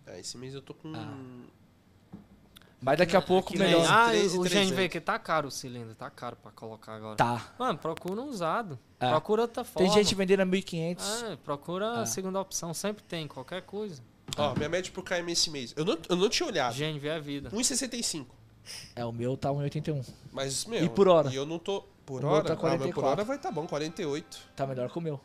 [SPEAKER 1] É, esse mês eu tô com.
[SPEAKER 2] Ah. Mas daqui a pouco
[SPEAKER 3] Que
[SPEAKER 1] nem-
[SPEAKER 2] melhor.
[SPEAKER 3] Ah,
[SPEAKER 1] 13,
[SPEAKER 3] o
[SPEAKER 1] 300.
[SPEAKER 3] GNV que tá caro o cilindro, tá caro pra colocar agora.
[SPEAKER 2] Tá.
[SPEAKER 3] Mano, procura um usado.
[SPEAKER 2] É.
[SPEAKER 3] Procura outra
[SPEAKER 2] Tem
[SPEAKER 3] forma.
[SPEAKER 2] gente vendendo a 1.500.
[SPEAKER 3] É, procura
[SPEAKER 2] É.
[SPEAKER 3] a segunda opção, sempre tem, qualquer coisa.
[SPEAKER 1] Ó, minha média pro KM esse mês. Eu não, eu não tinha olhado.
[SPEAKER 3] GNV é vida.
[SPEAKER 1] 1,65.
[SPEAKER 2] É, o meu tá 1,81.
[SPEAKER 1] Mas, meu.
[SPEAKER 2] E por hora?
[SPEAKER 1] E eu não tô. Por
[SPEAKER 2] O meu
[SPEAKER 1] hora? Ah,
[SPEAKER 2] tá
[SPEAKER 1] mas por
[SPEAKER 2] 44.
[SPEAKER 1] hora vai tá bom, 48.
[SPEAKER 2] Tá melhor que o meu.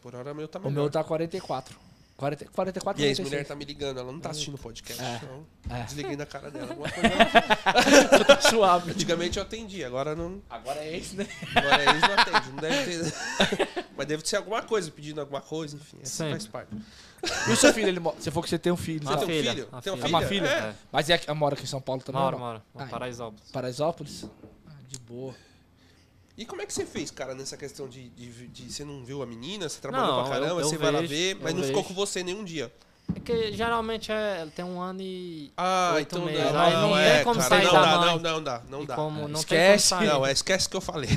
[SPEAKER 1] Por hora meu tá
[SPEAKER 2] O
[SPEAKER 1] melhor.
[SPEAKER 2] meu tá 44. 40, 44,
[SPEAKER 1] E a
[SPEAKER 2] 96.
[SPEAKER 1] ex-mulher tá me ligando, ela não tá assistindo o podcast.
[SPEAKER 2] É.
[SPEAKER 1] Então, desliguei na cara dela. Alguma coisa.
[SPEAKER 2] tá suave.
[SPEAKER 1] Antigamente eu atendi, agora não.
[SPEAKER 2] Agora é esse, né?
[SPEAKER 1] Agora eles não atendem. Não deve ter. Mas deve ser alguma coisa, pedindo alguma coisa, enfim. Essa
[SPEAKER 3] Sempre.
[SPEAKER 1] faz parte.
[SPEAKER 2] E o seu filho, ele mora. Você falou que você tem um filho.
[SPEAKER 1] Você
[SPEAKER 3] Ah,
[SPEAKER 2] né?
[SPEAKER 1] tem um
[SPEAKER 3] filha,
[SPEAKER 1] filho?
[SPEAKER 3] a
[SPEAKER 1] Tem
[SPEAKER 3] filha.
[SPEAKER 2] É uma filha?
[SPEAKER 1] É.
[SPEAKER 2] Mas é aqui, mora aqui em São Paulo também?
[SPEAKER 3] Mora,
[SPEAKER 2] ou não?
[SPEAKER 3] mora.
[SPEAKER 2] Ah,
[SPEAKER 3] Paraisópolis.
[SPEAKER 2] Paraisópolis? Ah, de boa.
[SPEAKER 1] E como é que você fez, cara, nessa questão de, de, de- você não viu a menina, você trabalhou
[SPEAKER 3] Não,
[SPEAKER 1] pra caramba,
[SPEAKER 3] eu- eu
[SPEAKER 1] você vai lá
[SPEAKER 3] vejo,
[SPEAKER 1] ver,
[SPEAKER 3] eu
[SPEAKER 1] mas não ficou
[SPEAKER 3] vejo.
[SPEAKER 1] com você nenhum dia.
[SPEAKER 3] É que geralmente é, tem um ano e.
[SPEAKER 1] Ah,
[SPEAKER 3] Oito
[SPEAKER 1] então
[SPEAKER 3] meses.
[SPEAKER 1] não,
[SPEAKER 3] Aí
[SPEAKER 1] não,
[SPEAKER 3] não
[SPEAKER 1] é,
[SPEAKER 3] tem como
[SPEAKER 1] cara,
[SPEAKER 3] sair
[SPEAKER 1] não
[SPEAKER 3] da
[SPEAKER 1] dá,
[SPEAKER 3] mãe.
[SPEAKER 1] não, não dá, não
[SPEAKER 3] e
[SPEAKER 1] dá.
[SPEAKER 3] como não
[SPEAKER 2] Esquece.
[SPEAKER 3] tem como sair.
[SPEAKER 1] Não, é, esquece que eu falei.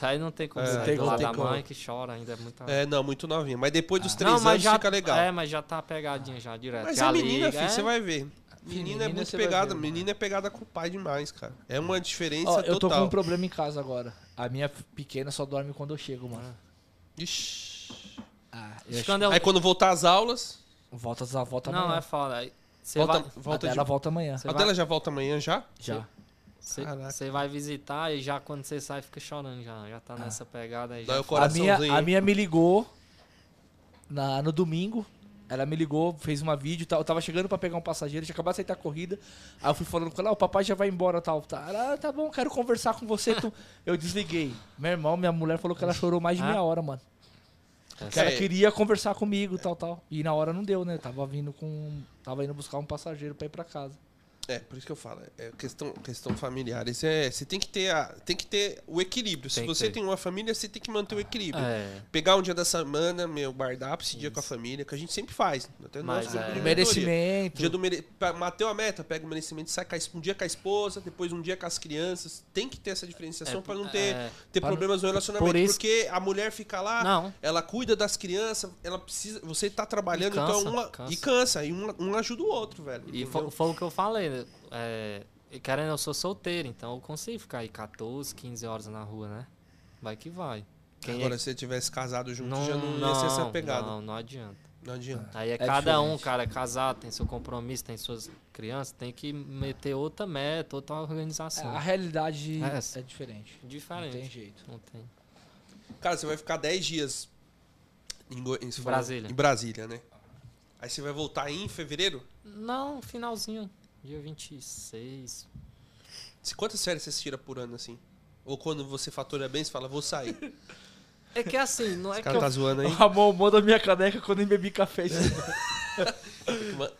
[SPEAKER 3] Aí não tem como
[SPEAKER 1] É,
[SPEAKER 3] sair
[SPEAKER 2] tem
[SPEAKER 3] do
[SPEAKER 2] como,
[SPEAKER 3] lado
[SPEAKER 2] tem
[SPEAKER 3] da
[SPEAKER 2] como.
[SPEAKER 3] mãe que chora ainda, é muita.
[SPEAKER 1] É, não, muito novinho. Mas depois dos três
[SPEAKER 3] não,
[SPEAKER 1] anos
[SPEAKER 3] mas já,
[SPEAKER 1] fica legal.
[SPEAKER 3] É, mas já tá pegadinha já direto.
[SPEAKER 1] Mas
[SPEAKER 3] Já
[SPEAKER 1] é menina,
[SPEAKER 3] liga,
[SPEAKER 1] filho,
[SPEAKER 3] é.
[SPEAKER 1] você vai ver. Menina é
[SPEAKER 2] menina
[SPEAKER 1] muito
[SPEAKER 2] você vai
[SPEAKER 1] pegada,
[SPEAKER 2] ver,
[SPEAKER 1] menina é pegada com o pai demais, cara. É uma diferença
[SPEAKER 2] Ó, eu tô com
[SPEAKER 1] total.
[SPEAKER 2] um problema em casa agora. A minha pequena só dorme quando eu chego, mano.
[SPEAKER 1] Ixi.
[SPEAKER 2] Ah, eu acho-
[SPEAKER 3] Escândalo.
[SPEAKER 1] Aí quando voltar às aulas,
[SPEAKER 2] Volta, ela volta
[SPEAKER 3] Não,
[SPEAKER 2] amanhã.
[SPEAKER 3] é foda. Aí Você
[SPEAKER 1] volta,
[SPEAKER 3] vai,
[SPEAKER 1] volta
[SPEAKER 2] a
[SPEAKER 1] de...
[SPEAKER 2] dela volta amanhã.
[SPEAKER 1] A
[SPEAKER 3] vai-
[SPEAKER 1] dela já volta amanhã já?
[SPEAKER 2] Já.
[SPEAKER 3] você-
[SPEAKER 1] Caraca.
[SPEAKER 3] você vai visitar e já quando você sai fica chorando já. Já
[SPEAKER 1] Ah.
[SPEAKER 3] tá nessa pegada aí.
[SPEAKER 1] Dói
[SPEAKER 3] Já.
[SPEAKER 1] o
[SPEAKER 2] A
[SPEAKER 1] coraçãozinho.
[SPEAKER 2] minha, a minha me ligou na, no domingo. Ela me ligou, fez uma vídeo e tal. Eu tava chegando pra pegar um passageiro, tinha acabado de aceitar a corrida. Aí eu fui falando com ela, "Ah, o papai já vai embora tal. Tá, ela, "Ah, tá bom, quero conversar com você. Então eu desliguei. Meu irmão, minha mulher falou que ela chorou mais de
[SPEAKER 3] Ah.
[SPEAKER 2] meia hora, mano. Que
[SPEAKER 1] É.
[SPEAKER 2] ela queria conversar comigo, tal, tal. E na hora não deu, né? Eu tava vindo com. Tava indo buscar um passageiro pra ir pra casa.
[SPEAKER 1] É, por isso que eu falo, é questão, questão familiar. Isso é, você tem que ter, a, tem que ter o equilíbrio. Se
[SPEAKER 3] Tem que
[SPEAKER 1] você
[SPEAKER 3] ter.
[SPEAKER 1] tem uma família, você tem que manter o equilíbrio.
[SPEAKER 3] É.
[SPEAKER 1] Pegar um dia da semana, meu, guardar pra esse dia com a família, que a gente sempre faz. Até no
[SPEAKER 3] Mas
[SPEAKER 1] nosso grupo
[SPEAKER 3] é-
[SPEAKER 1] de mentoria.
[SPEAKER 2] Merecimento.
[SPEAKER 1] Dia do mere... pra- Mateu a meta, pega o merecimento e sai com a es- um dia com a esposa, depois um dia com as crianças. Tem que ter essa diferenciação pra não ter, Ah,
[SPEAKER 3] é.
[SPEAKER 1] ter
[SPEAKER 2] Pra não-
[SPEAKER 1] problemas no relacionamento.
[SPEAKER 2] Por isso-
[SPEAKER 1] Porque a mulher fica lá,
[SPEAKER 3] Não.
[SPEAKER 1] ela cuida das crianças, ela precisa. Você tá trabalhando,
[SPEAKER 3] E cansa,
[SPEAKER 1] então uma.
[SPEAKER 3] cansa.
[SPEAKER 1] E cansa, e um, um ajuda o outro, velho.
[SPEAKER 3] E
[SPEAKER 1] entendeu?
[SPEAKER 3] foi, foi o que eu falei. né? É, e querendo, eu sou solteiro, então eu consigo ficar aí 14, 15 horas na rua, né? Vai que vai. Quem
[SPEAKER 1] Agora,
[SPEAKER 3] é...
[SPEAKER 1] se você tivesse casado junto, já não, ia ser essa pegada. Não,
[SPEAKER 3] Não, não adianta.
[SPEAKER 1] adianta.
[SPEAKER 3] Aí é,
[SPEAKER 2] É
[SPEAKER 3] cada um,
[SPEAKER 2] diferente.
[SPEAKER 3] cara, é casado, tem seu compromisso, tem suas crianças, tem que meter outra meta, outra organização.
[SPEAKER 2] É, A realidade
[SPEAKER 3] É.
[SPEAKER 2] é diferente. Não tem
[SPEAKER 3] Diferente.
[SPEAKER 2] jeito.
[SPEAKER 3] Não tem.
[SPEAKER 1] Cara, você vai ficar 10 dias em, Go- em-
[SPEAKER 3] Brasília.
[SPEAKER 1] em Brasília, né? Aí você vai voltar em fevereiro?
[SPEAKER 3] Não, finalzinho. Dia 26.
[SPEAKER 1] Se- Quantas férias você tira por ano, assim? Ou quando você fatura bem, você fala, vou sair.
[SPEAKER 3] É que assim, não
[SPEAKER 1] Os
[SPEAKER 3] é que
[SPEAKER 1] caras
[SPEAKER 3] eu...
[SPEAKER 1] tá zoando aí.
[SPEAKER 2] Ramon, manda minha caneca quando eu bebi café.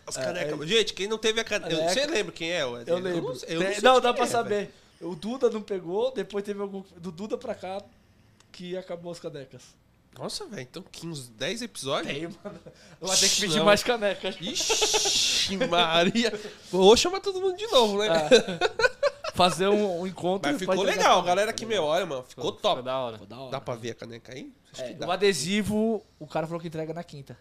[SPEAKER 1] As canecas. Gente, quem não teve a caneca.
[SPEAKER 2] É, Caneca.
[SPEAKER 1] Você lembra quem é? ué?
[SPEAKER 2] Eu lembro.
[SPEAKER 1] não sei- eu
[SPEAKER 2] Tem-
[SPEAKER 1] sei
[SPEAKER 2] não,
[SPEAKER 1] de
[SPEAKER 2] dá
[SPEAKER 1] quem
[SPEAKER 2] pra
[SPEAKER 1] é, velho.
[SPEAKER 2] saber. O Duda não pegou, depois teve algum. Do Duda pra cá que acabou as canecas.
[SPEAKER 1] Nossa, velho, então 15, 10 episódios?
[SPEAKER 2] Tem, mano. Vai ter que pedir
[SPEAKER 1] Não.
[SPEAKER 2] mais canecas.
[SPEAKER 1] Ixi, Maria. Vou chamar todo mundo de novo, né?
[SPEAKER 2] Ah, fazer um, um encontro.
[SPEAKER 1] Mas
[SPEAKER 2] e
[SPEAKER 1] ficou
[SPEAKER 2] fazer-
[SPEAKER 1] legal, galera que me olha, mano. Ficou top.
[SPEAKER 3] da hora.
[SPEAKER 2] Pô, da hora.
[SPEAKER 1] Dá pra ver a caneca aí? Acho
[SPEAKER 2] É,
[SPEAKER 1] que dá.
[SPEAKER 2] o adesivo, o cara falou que entrega na quinta.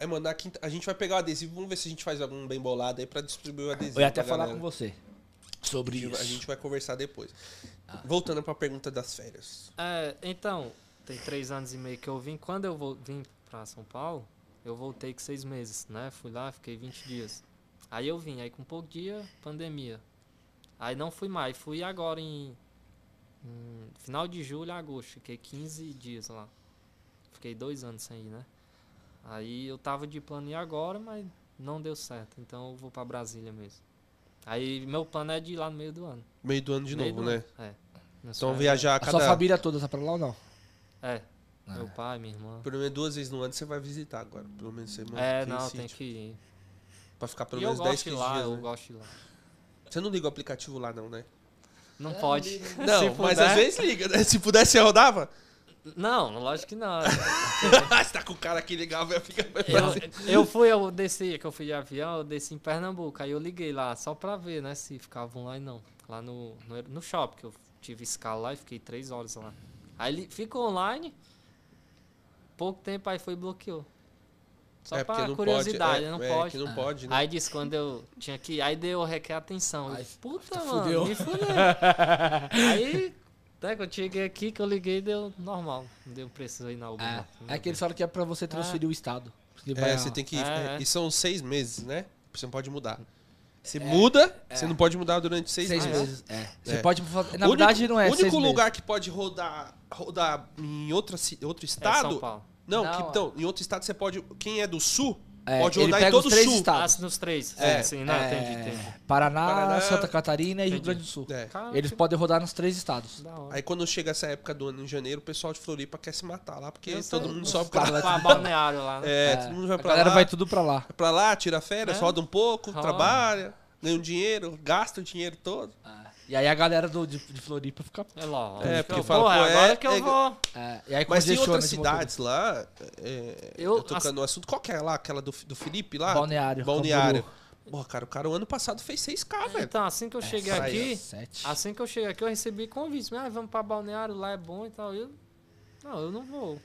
[SPEAKER 1] É, mano, na quinta, a gente vai pegar o adesivo, vamos ver se a gente faz algum bem bolado aí pra distribuir o adesivo.
[SPEAKER 2] Eu ia até
[SPEAKER 1] pra
[SPEAKER 2] falar
[SPEAKER 1] galera.
[SPEAKER 2] com você sobre
[SPEAKER 1] A gente vai- A
[SPEAKER 2] isso.
[SPEAKER 1] gente vai conversar depois. Voltando pra pergunta das férias.
[SPEAKER 3] É, então, tem três anos e meio que eu vim. Quando eu vo- vim pra São Paulo, eu voltei com seis meses, né? Fui lá, fiquei 20 dias. Aí eu vim, aí com pouco dia, pandemia. Aí não fui mais, fui agora em, em final de julho, agosto. Fiquei 15 dias lá. Fiquei dois anos sem ir, né? Aí eu tava de plano ir agora, mas não deu certo. Então eu vou pra Brasília mesmo. Aí meu plano é de ir lá no meio do ano.
[SPEAKER 1] Meio do ano de
[SPEAKER 3] Meio
[SPEAKER 1] novo,
[SPEAKER 3] do
[SPEAKER 1] né?
[SPEAKER 3] ano, É. Não sei,
[SPEAKER 1] Então
[SPEAKER 3] é-
[SPEAKER 1] viajar a
[SPEAKER 2] A sua
[SPEAKER 1] cada.
[SPEAKER 2] família toda tá pra lá ou não?
[SPEAKER 3] É. Meu pai, minha irmã.
[SPEAKER 1] Pelo menos duas vezes no ano você vai visitar agora. Pelo menos você mantém
[SPEAKER 3] É,
[SPEAKER 1] esse
[SPEAKER 3] não, tem
[SPEAKER 1] sítio.
[SPEAKER 3] que ir.
[SPEAKER 1] Pra ficar tipo, pelo
[SPEAKER 3] E eu
[SPEAKER 1] menos 10,
[SPEAKER 3] gosto de
[SPEAKER 1] 15
[SPEAKER 3] lá,
[SPEAKER 1] dias.
[SPEAKER 3] eu
[SPEAKER 1] né?
[SPEAKER 3] gosto de lá.
[SPEAKER 1] Você não liga o aplicativo lá, não, né?
[SPEAKER 3] Não pode. Se
[SPEAKER 1] Não, mas
[SPEAKER 3] puder-
[SPEAKER 1] às vezes liga, né? Se pudesse, você rodava?
[SPEAKER 3] Não, lógico que não. É,
[SPEAKER 1] você tá com o cara que ligava e fica.
[SPEAKER 3] Eu, eu fui, eu desci, é que eu fui de avião, eu desci em Pernambuco. Aí eu liguei lá, só pra ver, né, se ficavam lá e não. Lá no, no, aer- no shopping, que eu tive escala lá e fiquei três horas lá. Aí ele ficou online, pouco tempo aí foi e bloqueou. Só
[SPEAKER 1] é, porque
[SPEAKER 3] pra
[SPEAKER 1] não
[SPEAKER 3] curiosidade,
[SPEAKER 1] pode. é,
[SPEAKER 3] não
[SPEAKER 1] é,
[SPEAKER 3] pode. Ah.
[SPEAKER 1] que não pode, né?
[SPEAKER 3] Aí disse quando eu tinha que ir, aí deu requer atenção. Eu,
[SPEAKER 2] Ai,
[SPEAKER 3] Puta,
[SPEAKER 2] tá
[SPEAKER 3] mano,
[SPEAKER 2] fudeu.
[SPEAKER 3] me fudeu. aí, até que eu cheguei aqui, que eu liguei, deu normal. Não deu preciso ir na Uber.
[SPEAKER 2] É,
[SPEAKER 3] não. Não
[SPEAKER 2] é
[SPEAKER 3] deu
[SPEAKER 2] que eles falam que é pra você transferir
[SPEAKER 1] Ah.
[SPEAKER 2] o estado. Porque vai-
[SPEAKER 1] É, você tem que.
[SPEAKER 3] É,
[SPEAKER 1] é,
[SPEAKER 3] é.
[SPEAKER 1] E são seis meses, né? Você não pode mudar. Você muda,
[SPEAKER 3] é.
[SPEAKER 1] você não pode mudar durante seis,
[SPEAKER 2] Seis
[SPEAKER 1] meses.
[SPEAKER 2] meses. É. Você
[SPEAKER 1] É.
[SPEAKER 2] pode fazer. Na
[SPEAKER 1] O único-
[SPEAKER 2] verdade, não é.
[SPEAKER 1] O único
[SPEAKER 2] seis
[SPEAKER 1] lugar que pode rodar, rodar em outra, ci- outro
[SPEAKER 3] preciso. É São
[SPEAKER 1] estado.
[SPEAKER 3] Paulo.
[SPEAKER 1] não,
[SPEAKER 2] Não,
[SPEAKER 1] que-
[SPEAKER 2] ó.
[SPEAKER 1] então, em outro estado você pode. Quem é do sul,
[SPEAKER 2] meses. É,
[SPEAKER 1] pode
[SPEAKER 2] ele
[SPEAKER 1] rodar em
[SPEAKER 2] pega
[SPEAKER 1] todo
[SPEAKER 2] os
[SPEAKER 1] o
[SPEAKER 2] três
[SPEAKER 1] sul.
[SPEAKER 3] Ah,
[SPEAKER 2] estados.
[SPEAKER 3] nos três.
[SPEAKER 1] É.
[SPEAKER 3] É. Sim, não,
[SPEAKER 2] É,
[SPEAKER 3] entendi, entendi.
[SPEAKER 2] Paraná,
[SPEAKER 1] Paraná,
[SPEAKER 2] Santa Catarina e Rio
[SPEAKER 3] entendi.
[SPEAKER 2] Grande do Sul.
[SPEAKER 1] é.
[SPEAKER 3] Cara,
[SPEAKER 2] Eles
[SPEAKER 3] que
[SPEAKER 2] podem rodar nos três estados.
[SPEAKER 3] da hora.
[SPEAKER 1] Aí quando chega essa época do ano, em janeiro, o pessoal de Floripa quer se matar lá, porque
[SPEAKER 3] Eu
[SPEAKER 1] todo
[SPEAKER 3] sei,
[SPEAKER 1] mundo
[SPEAKER 3] os
[SPEAKER 1] sobe pra
[SPEAKER 3] caras
[SPEAKER 1] lá.
[SPEAKER 3] Pra balneário lá, né?
[SPEAKER 1] É, todo mundo vai
[SPEAKER 2] a
[SPEAKER 1] pra
[SPEAKER 2] galera
[SPEAKER 1] lá.
[SPEAKER 2] vai tudo pra lá.
[SPEAKER 1] Vai pra lá, tira férias,
[SPEAKER 3] É.
[SPEAKER 1] roda um pouco,
[SPEAKER 3] Roda.
[SPEAKER 1] trabalha, ganha um dinheiro, gasta o dinheiro todo.
[SPEAKER 2] É. E aí a galera do, de, de Floripa fica.
[SPEAKER 3] É lá.
[SPEAKER 1] É,
[SPEAKER 3] eu
[SPEAKER 1] porque
[SPEAKER 3] vou,
[SPEAKER 1] fala, pô, é-
[SPEAKER 3] agora que eu
[SPEAKER 1] é-
[SPEAKER 3] vou.
[SPEAKER 2] É, e aí
[SPEAKER 1] Mas em
[SPEAKER 2] congestiona
[SPEAKER 1] outras
[SPEAKER 2] esse motor.
[SPEAKER 1] cidades lá, é,
[SPEAKER 3] Eu-
[SPEAKER 1] eu tocando no assunto, qual que é lá? Aquela do, do Felipe lá?
[SPEAKER 2] Balneário,
[SPEAKER 1] Balneário. Pô, cara, o cara o ano passado fez 6K, velho.
[SPEAKER 3] Então, assim que eu cheguei
[SPEAKER 1] Essa aí,
[SPEAKER 3] aqui,
[SPEAKER 2] Sete.
[SPEAKER 3] assim que eu cheguei aqui, eu recebi convite. Ah, vamos pra Balneário, lá é bom e tal. Eu, não, eu não vou.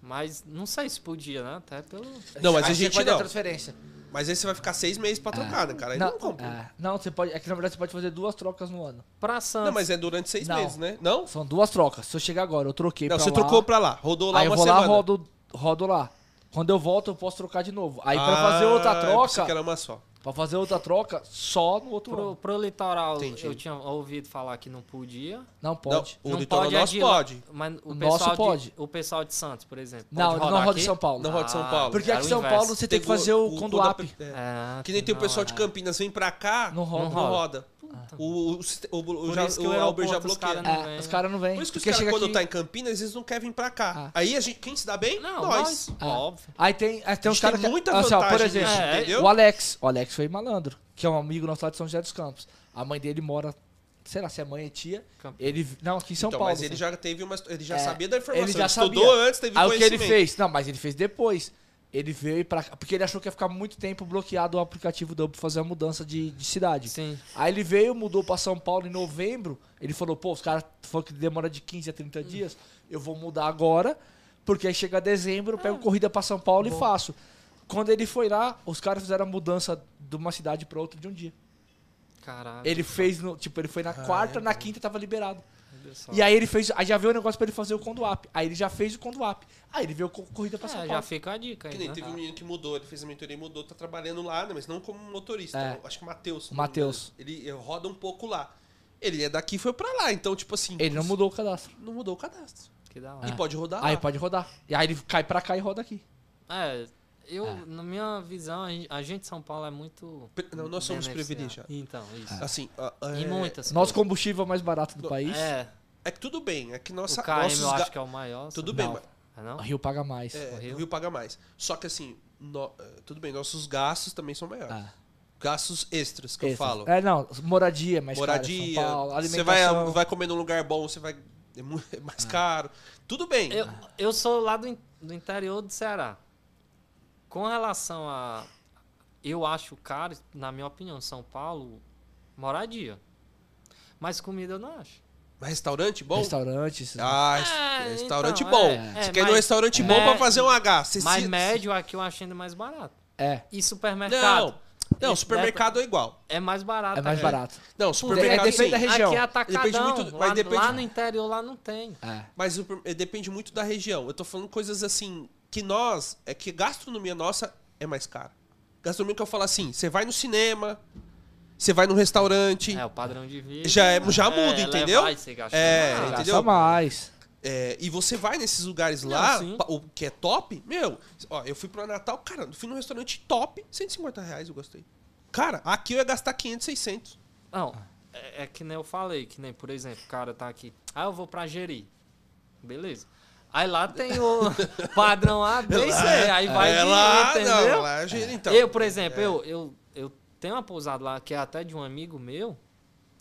[SPEAKER 3] Mas não sei se podia, né? Até pelo.
[SPEAKER 1] Não, mas
[SPEAKER 2] Aí
[SPEAKER 1] a
[SPEAKER 2] você
[SPEAKER 1] gente
[SPEAKER 2] pode dar
[SPEAKER 1] não.
[SPEAKER 2] transferência.
[SPEAKER 1] Mas aí você vai ficar seis meses
[SPEAKER 2] É.
[SPEAKER 1] pra trocar, né, cara? Aí não, compra.
[SPEAKER 2] ah, não, você pode. É que na verdade você pode fazer duas trocas no ano.
[SPEAKER 3] Pra
[SPEAKER 1] Não,
[SPEAKER 3] Santos.
[SPEAKER 1] mas é durante seis
[SPEAKER 2] Não.
[SPEAKER 1] meses, né? Não?
[SPEAKER 2] São duas trocas. Se eu chegar agora, eu troquei
[SPEAKER 1] Não,
[SPEAKER 2] pra
[SPEAKER 1] você
[SPEAKER 2] lá,
[SPEAKER 1] trocou pra lá, rodou lá
[SPEAKER 2] Aí eu
[SPEAKER 1] uma
[SPEAKER 2] vou
[SPEAKER 1] semana.
[SPEAKER 2] lá, rodo, rodo lá. Quando eu volto, eu posso trocar de novo. Aí pra
[SPEAKER 1] Ah,
[SPEAKER 2] fazer outra
[SPEAKER 1] eu pensei
[SPEAKER 2] troca,
[SPEAKER 1] que era uma só.
[SPEAKER 2] pra fazer outra troca, só no outro
[SPEAKER 3] Pro,
[SPEAKER 2] ano.
[SPEAKER 3] pro litoral,
[SPEAKER 1] é Entendi.
[SPEAKER 3] eu tinha ouvido falar que não podia.
[SPEAKER 2] Não pode.
[SPEAKER 1] Não, o
[SPEAKER 3] não
[SPEAKER 1] litoral
[SPEAKER 3] pode é
[SPEAKER 1] nosso
[SPEAKER 3] de lá-
[SPEAKER 1] pode.
[SPEAKER 3] Mas o,
[SPEAKER 2] O
[SPEAKER 3] pessoal
[SPEAKER 2] nosso
[SPEAKER 3] de,
[SPEAKER 2] pode.
[SPEAKER 3] O pessoal de Santos, por exemplo.
[SPEAKER 2] Não,
[SPEAKER 3] pode
[SPEAKER 2] ele não
[SPEAKER 3] rodar
[SPEAKER 2] roda em
[SPEAKER 3] aqui?
[SPEAKER 2] São Paulo.
[SPEAKER 1] Não roda em São
[SPEAKER 3] Ah,
[SPEAKER 1] Paulo.
[SPEAKER 2] Porque
[SPEAKER 3] é
[SPEAKER 2] aqui
[SPEAKER 3] o
[SPEAKER 2] em São
[SPEAKER 3] inverso.
[SPEAKER 2] Paulo você tem que fazer o, Conduap.
[SPEAKER 1] da- é.
[SPEAKER 3] É,
[SPEAKER 1] Que nem tem o pessoal de
[SPEAKER 3] não,
[SPEAKER 1] Campinas, vem pra cá,
[SPEAKER 2] Não roda.
[SPEAKER 1] não
[SPEAKER 3] Não
[SPEAKER 1] roda.
[SPEAKER 2] Ah.
[SPEAKER 1] O, o, o, o,
[SPEAKER 3] Por
[SPEAKER 1] já,
[SPEAKER 3] isso que o
[SPEAKER 1] o Albert já
[SPEAKER 3] aeroporto, os
[SPEAKER 1] bloqueia.
[SPEAKER 3] caras
[SPEAKER 2] É,
[SPEAKER 3] Não vem,
[SPEAKER 2] os
[SPEAKER 3] né?
[SPEAKER 2] caras não vêm.
[SPEAKER 1] Por isso que os
[SPEAKER 2] Porque
[SPEAKER 1] caras,
[SPEAKER 2] chega
[SPEAKER 1] quando
[SPEAKER 2] aqui-
[SPEAKER 1] tá em Campinas, eles não querem vir pra cá. Aí a gente, quem se dá bem?
[SPEAKER 3] Não,
[SPEAKER 1] nós.
[SPEAKER 3] nós.
[SPEAKER 2] Ah.
[SPEAKER 3] Óbvio.
[SPEAKER 2] Aí tem, aí tem
[SPEAKER 1] A
[SPEAKER 2] uns
[SPEAKER 1] gente tem
[SPEAKER 2] caras que...
[SPEAKER 1] muita
[SPEAKER 2] assim, ó,
[SPEAKER 1] vantagem
[SPEAKER 2] por exemplo,
[SPEAKER 1] nisso,
[SPEAKER 3] é,
[SPEAKER 1] entendeu?
[SPEAKER 2] o Alex. O Alex foi malandro, que é um amigo nosso lá de São José dos Campos. A mãe dele mora, sei lá, se é mãe e tia.
[SPEAKER 3] Campinas.
[SPEAKER 2] Ele, não, aqui em São
[SPEAKER 1] então,
[SPEAKER 2] Paulo. assim.
[SPEAKER 1] mas ele já teve uma. Ele já
[SPEAKER 2] É,
[SPEAKER 1] sabia da informação.
[SPEAKER 2] ele já
[SPEAKER 1] estudou
[SPEAKER 2] sabia.
[SPEAKER 1] antes, teve
[SPEAKER 2] Aí o que
[SPEAKER 1] conhecimento.
[SPEAKER 2] ele fez? Não, mas ele fez depois. Ele veio pra cá, porque ele achou que ia ficar muito tempo bloqueado o aplicativo do Uber pra fazer a mudança de, de cidade.
[SPEAKER 3] Sim.
[SPEAKER 2] Aí ele veio, mudou pra São Paulo em novembro. Ele falou, pô, os caras falam que demora de 15 a
[SPEAKER 3] Hum.
[SPEAKER 2] 30 dias. Eu vou mudar agora, porque aí chega dezembro, eu pego
[SPEAKER 3] Ah.
[SPEAKER 2] corrida pra São Paulo e faço. Quando ele foi lá, os caras fizeram a mudança de uma cidade pra outra de um dia.
[SPEAKER 3] Caralho.
[SPEAKER 2] Ele fez, no, tipo, ele foi na
[SPEAKER 3] Ah, é,
[SPEAKER 2] quarta, na quinta tava liberado.
[SPEAKER 3] olha só.
[SPEAKER 2] E aí ele fez, aí já veio o negócio pra ele fazer o conduap. Aí ele já fez o conduap. Aí ele veio com corrida pra São
[SPEAKER 3] É,
[SPEAKER 2] Paulo.
[SPEAKER 3] já fica a dica aí.
[SPEAKER 1] Que nem
[SPEAKER 3] né?
[SPEAKER 1] teve um menino que mudou, ele fez a mentoria e mudou, tá trabalhando lá, né, mas não como motorista.
[SPEAKER 2] É.
[SPEAKER 1] Acho que o Matheus.
[SPEAKER 2] O Matheus.
[SPEAKER 1] Ele roda um pouco lá. Ele é daqui e foi pra lá. Então, tipo assim.
[SPEAKER 2] Ele não mudou o cadastro.
[SPEAKER 1] não mudou o cadastro.
[SPEAKER 3] Que da
[SPEAKER 1] E
[SPEAKER 3] hora.
[SPEAKER 1] pode rodar
[SPEAKER 2] Aí
[SPEAKER 1] lá.
[SPEAKER 2] pode rodar. E aí ele cai pra cá e roda aqui.
[SPEAKER 3] É, eu, na minha visão, a gen- a gente de São Paulo é muito.
[SPEAKER 1] Pre- não, nós somos
[SPEAKER 3] beneficiado.
[SPEAKER 1] privilegiados.
[SPEAKER 3] Então, isso.
[SPEAKER 1] Assim, a- a-
[SPEAKER 3] Em
[SPEAKER 1] é,
[SPEAKER 3] muitas.
[SPEAKER 2] Nosso
[SPEAKER 3] coisas.
[SPEAKER 2] combustível é o mais barato do país.
[SPEAKER 3] É,
[SPEAKER 1] é que tudo bem, é que nossa.
[SPEAKER 3] o KM
[SPEAKER 1] nossos
[SPEAKER 3] eu acho
[SPEAKER 1] ga-
[SPEAKER 3] que é o maior.
[SPEAKER 1] Tudo
[SPEAKER 3] sabe?
[SPEAKER 1] bem,
[SPEAKER 2] Não.
[SPEAKER 1] mas.
[SPEAKER 3] Ah, não?
[SPEAKER 2] O Rio paga mais.
[SPEAKER 1] É, o Rio.
[SPEAKER 3] Rio.
[SPEAKER 1] paga mais. Só que assim, no- eh, tudo bem, nossos gastos também são maiores.
[SPEAKER 3] é.
[SPEAKER 2] Ah.
[SPEAKER 1] Gastos extras que eu
[SPEAKER 2] Esse.
[SPEAKER 1] falo.
[SPEAKER 2] É, não, moradia é mais
[SPEAKER 1] Moradia,
[SPEAKER 2] cara, São Paulo,
[SPEAKER 1] você vai,
[SPEAKER 2] alimentação.
[SPEAKER 1] vai comer num lugar bom, você vai. É mu- é mais caro. Tudo bem.
[SPEAKER 3] Eu,
[SPEAKER 2] né?
[SPEAKER 3] eu sou lá do, in- do interior do Ceará. Com relação a. Eu acho caro, na minha opinião, São Paulo, moradia. Mas comida eu não acho.
[SPEAKER 1] Mas restaurante bom?
[SPEAKER 2] Restaurante, esses-
[SPEAKER 1] Ah,
[SPEAKER 3] É,
[SPEAKER 1] res- restaurante
[SPEAKER 3] então,
[SPEAKER 1] bom.
[SPEAKER 3] é,
[SPEAKER 1] você
[SPEAKER 3] é,
[SPEAKER 1] quer ir num
[SPEAKER 3] mas-
[SPEAKER 1] restaurante bom
[SPEAKER 3] é,
[SPEAKER 1] pra fazer um H. Você
[SPEAKER 3] Mas
[SPEAKER 1] se-
[SPEAKER 3] médio aqui eu acho ainda mais barato.
[SPEAKER 2] É,
[SPEAKER 3] E supermercado.
[SPEAKER 1] Não, não,
[SPEAKER 3] E-
[SPEAKER 1] supermercado é igual.
[SPEAKER 3] É mais barato.
[SPEAKER 2] é mais
[SPEAKER 3] aqui.
[SPEAKER 2] barato.
[SPEAKER 1] Não, supermercado
[SPEAKER 2] depende
[SPEAKER 1] sim.
[SPEAKER 2] da região.
[SPEAKER 3] Aqui é atacadão.
[SPEAKER 1] Depende muito do-
[SPEAKER 3] lá,
[SPEAKER 1] mas depende-
[SPEAKER 3] lá no interior lá não tem.
[SPEAKER 2] É.
[SPEAKER 1] Mas o- eh, depende muito da região. Eu tô falando coisas assim que nós. É que gastronomia nossa é mais cara. Gastronomia que eu falo assim, você vai no cinema, você vai num restaurante.
[SPEAKER 3] É, o padrão de vida.
[SPEAKER 1] Já é- já muda,
[SPEAKER 3] ela
[SPEAKER 1] entendeu?
[SPEAKER 3] vai se gastar
[SPEAKER 1] É,
[SPEAKER 3] mais.
[SPEAKER 2] Gasta
[SPEAKER 1] entendeu?
[SPEAKER 2] mais.
[SPEAKER 1] é, e você vai nesses lugares
[SPEAKER 3] Não,
[SPEAKER 1] lá,
[SPEAKER 3] sim.
[SPEAKER 1] pa- o que é top, meu, ó, eu fui pro Natal, cara, fui num restaurante top, 150 reais eu gostei. Cara, aqui eu ia gastar 500, 600.
[SPEAKER 3] Não, é, é que nem eu falei, que nem, por exemplo, o cara tá aqui. Ah, eu vou pra Jeri. Beleza. Aí lá tem o padrão A, B, e C. Aí vai
[SPEAKER 1] é
[SPEAKER 3] de,
[SPEAKER 1] lá,
[SPEAKER 3] entendeu? É.
[SPEAKER 1] não, lá, gente, então.
[SPEAKER 3] eu, por exemplo, eu, eu, eu tenho uma pousada lá que é até de um amigo meu,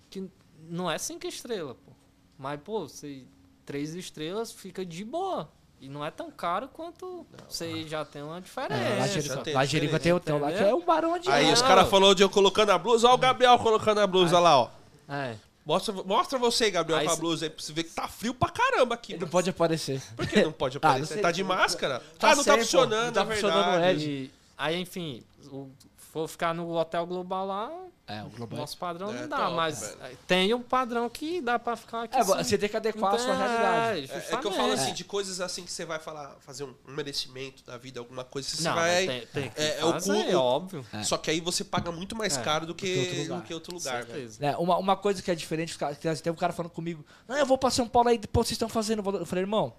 [SPEAKER 3] que não é cinco estrelas, pô. Mas, pô, se três estrelas fica de boa. E não é tão caro quanto você já tem uma diferença.
[SPEAKER 2] É, lá
[SPEAKER 1] já
[SPEAKER 2] Jerico-
[SPEAKER 1] tem
[SPEAKER 2] lá Jerico
[SPEAKER 1] diferença,
[SPEAKER 2] tem hotel lá que é um barão de
[SPEAKER 1] Aí
[SPEAKER 3] Não.
[SPEAKER 1] os caras falaram de eu colocando a blusa, ó o Gabriel colocando a blusa lá, ó.
[SPEAKER 3] É.
[SPEAKER 1] Mostra, mostra você, Gabriel,
[SPEAKER 3] Aí
[SPEAKER 1] com a
[SPEAKER 3] cê-
[SPEAKER 1] blusa aí, pra você ver que tá frio pra caramba aqui.
[SPEAKER 2] Ele
[SPEAKER 1] mano.
[SPEAKER 2] não pode aparecer.
[SPEAKER 1] Por que não pode
[SPEAKER 2] não
[SPEAKER 1] aparecer?
[SPEAKER 2] sei,
[SPEAKER 1] tá de máscara?
[SPEAKER 2] tá
[SPEAKER 1] ah, não tá
[SPEAKER 2] sem, pô.
[SPEAKER 1] funcionando,
[SPEAKER 2] Não tá
[SPEAKER 1] é
[SPEAKER 2] funcionando,
[SPEAKER 1] verdade.
[SPEAKER 2] é.
[SPEAKER 3] E, aí, enfim, o, for ficar no Hotel Global lá,
[SPEAKER 2] É, o global.
[SPEAKER 3] nosso padrão
[SPEAKER 1] É,
[SPEAKER 3] não dá,
[SPEAKER 1] top,
[SPEAKER 3] mas
[SPEAKER 1] velho.
[SPEAKER 3] tem um padrão que dá pra ficar aqui.
[SPEAKER 2] É,
[SPEAKER 3] sim.
[SPEAKER 2] você tem que adequar a sua
[SPEAKER 3] Então,
[SPEAKER 2] realidade.
[SPEAKER 1] É, é que eu
[SPEAKER 3] justamente.
[SPEAKER 1] falo assim, de coisas assim que você vai falar, fazer um um merecimento da vida, alguma coisa, você
[SPEAKER 3] Não,
[SPEAKER 1] vai.
[SPEAKER 3] tem, tem que
[SPEAKER 1] é, é o
[SPEAKER 3] fazer,
[SPEAKER 1] cu-
[SPEAKER 3] é óbvio.
[SPEAKER 1] Só que aí você paga muito mais
[SPEAKER 3] É,
[SPEAKER 1] caro do que,
[SPEAKER 2] do que outro lugar.
[SPEAKER 1] do que outro lugar, velho.
[SPEAKER 3] Certeza.
[SPEAKER 2] Né, uma, uma coisa que é diferente, os caras- que tem um cara falando comigo, não, eu vou pra São Paulo aí, pô, vocês estão fazendo. valor." Eu falei, irmão,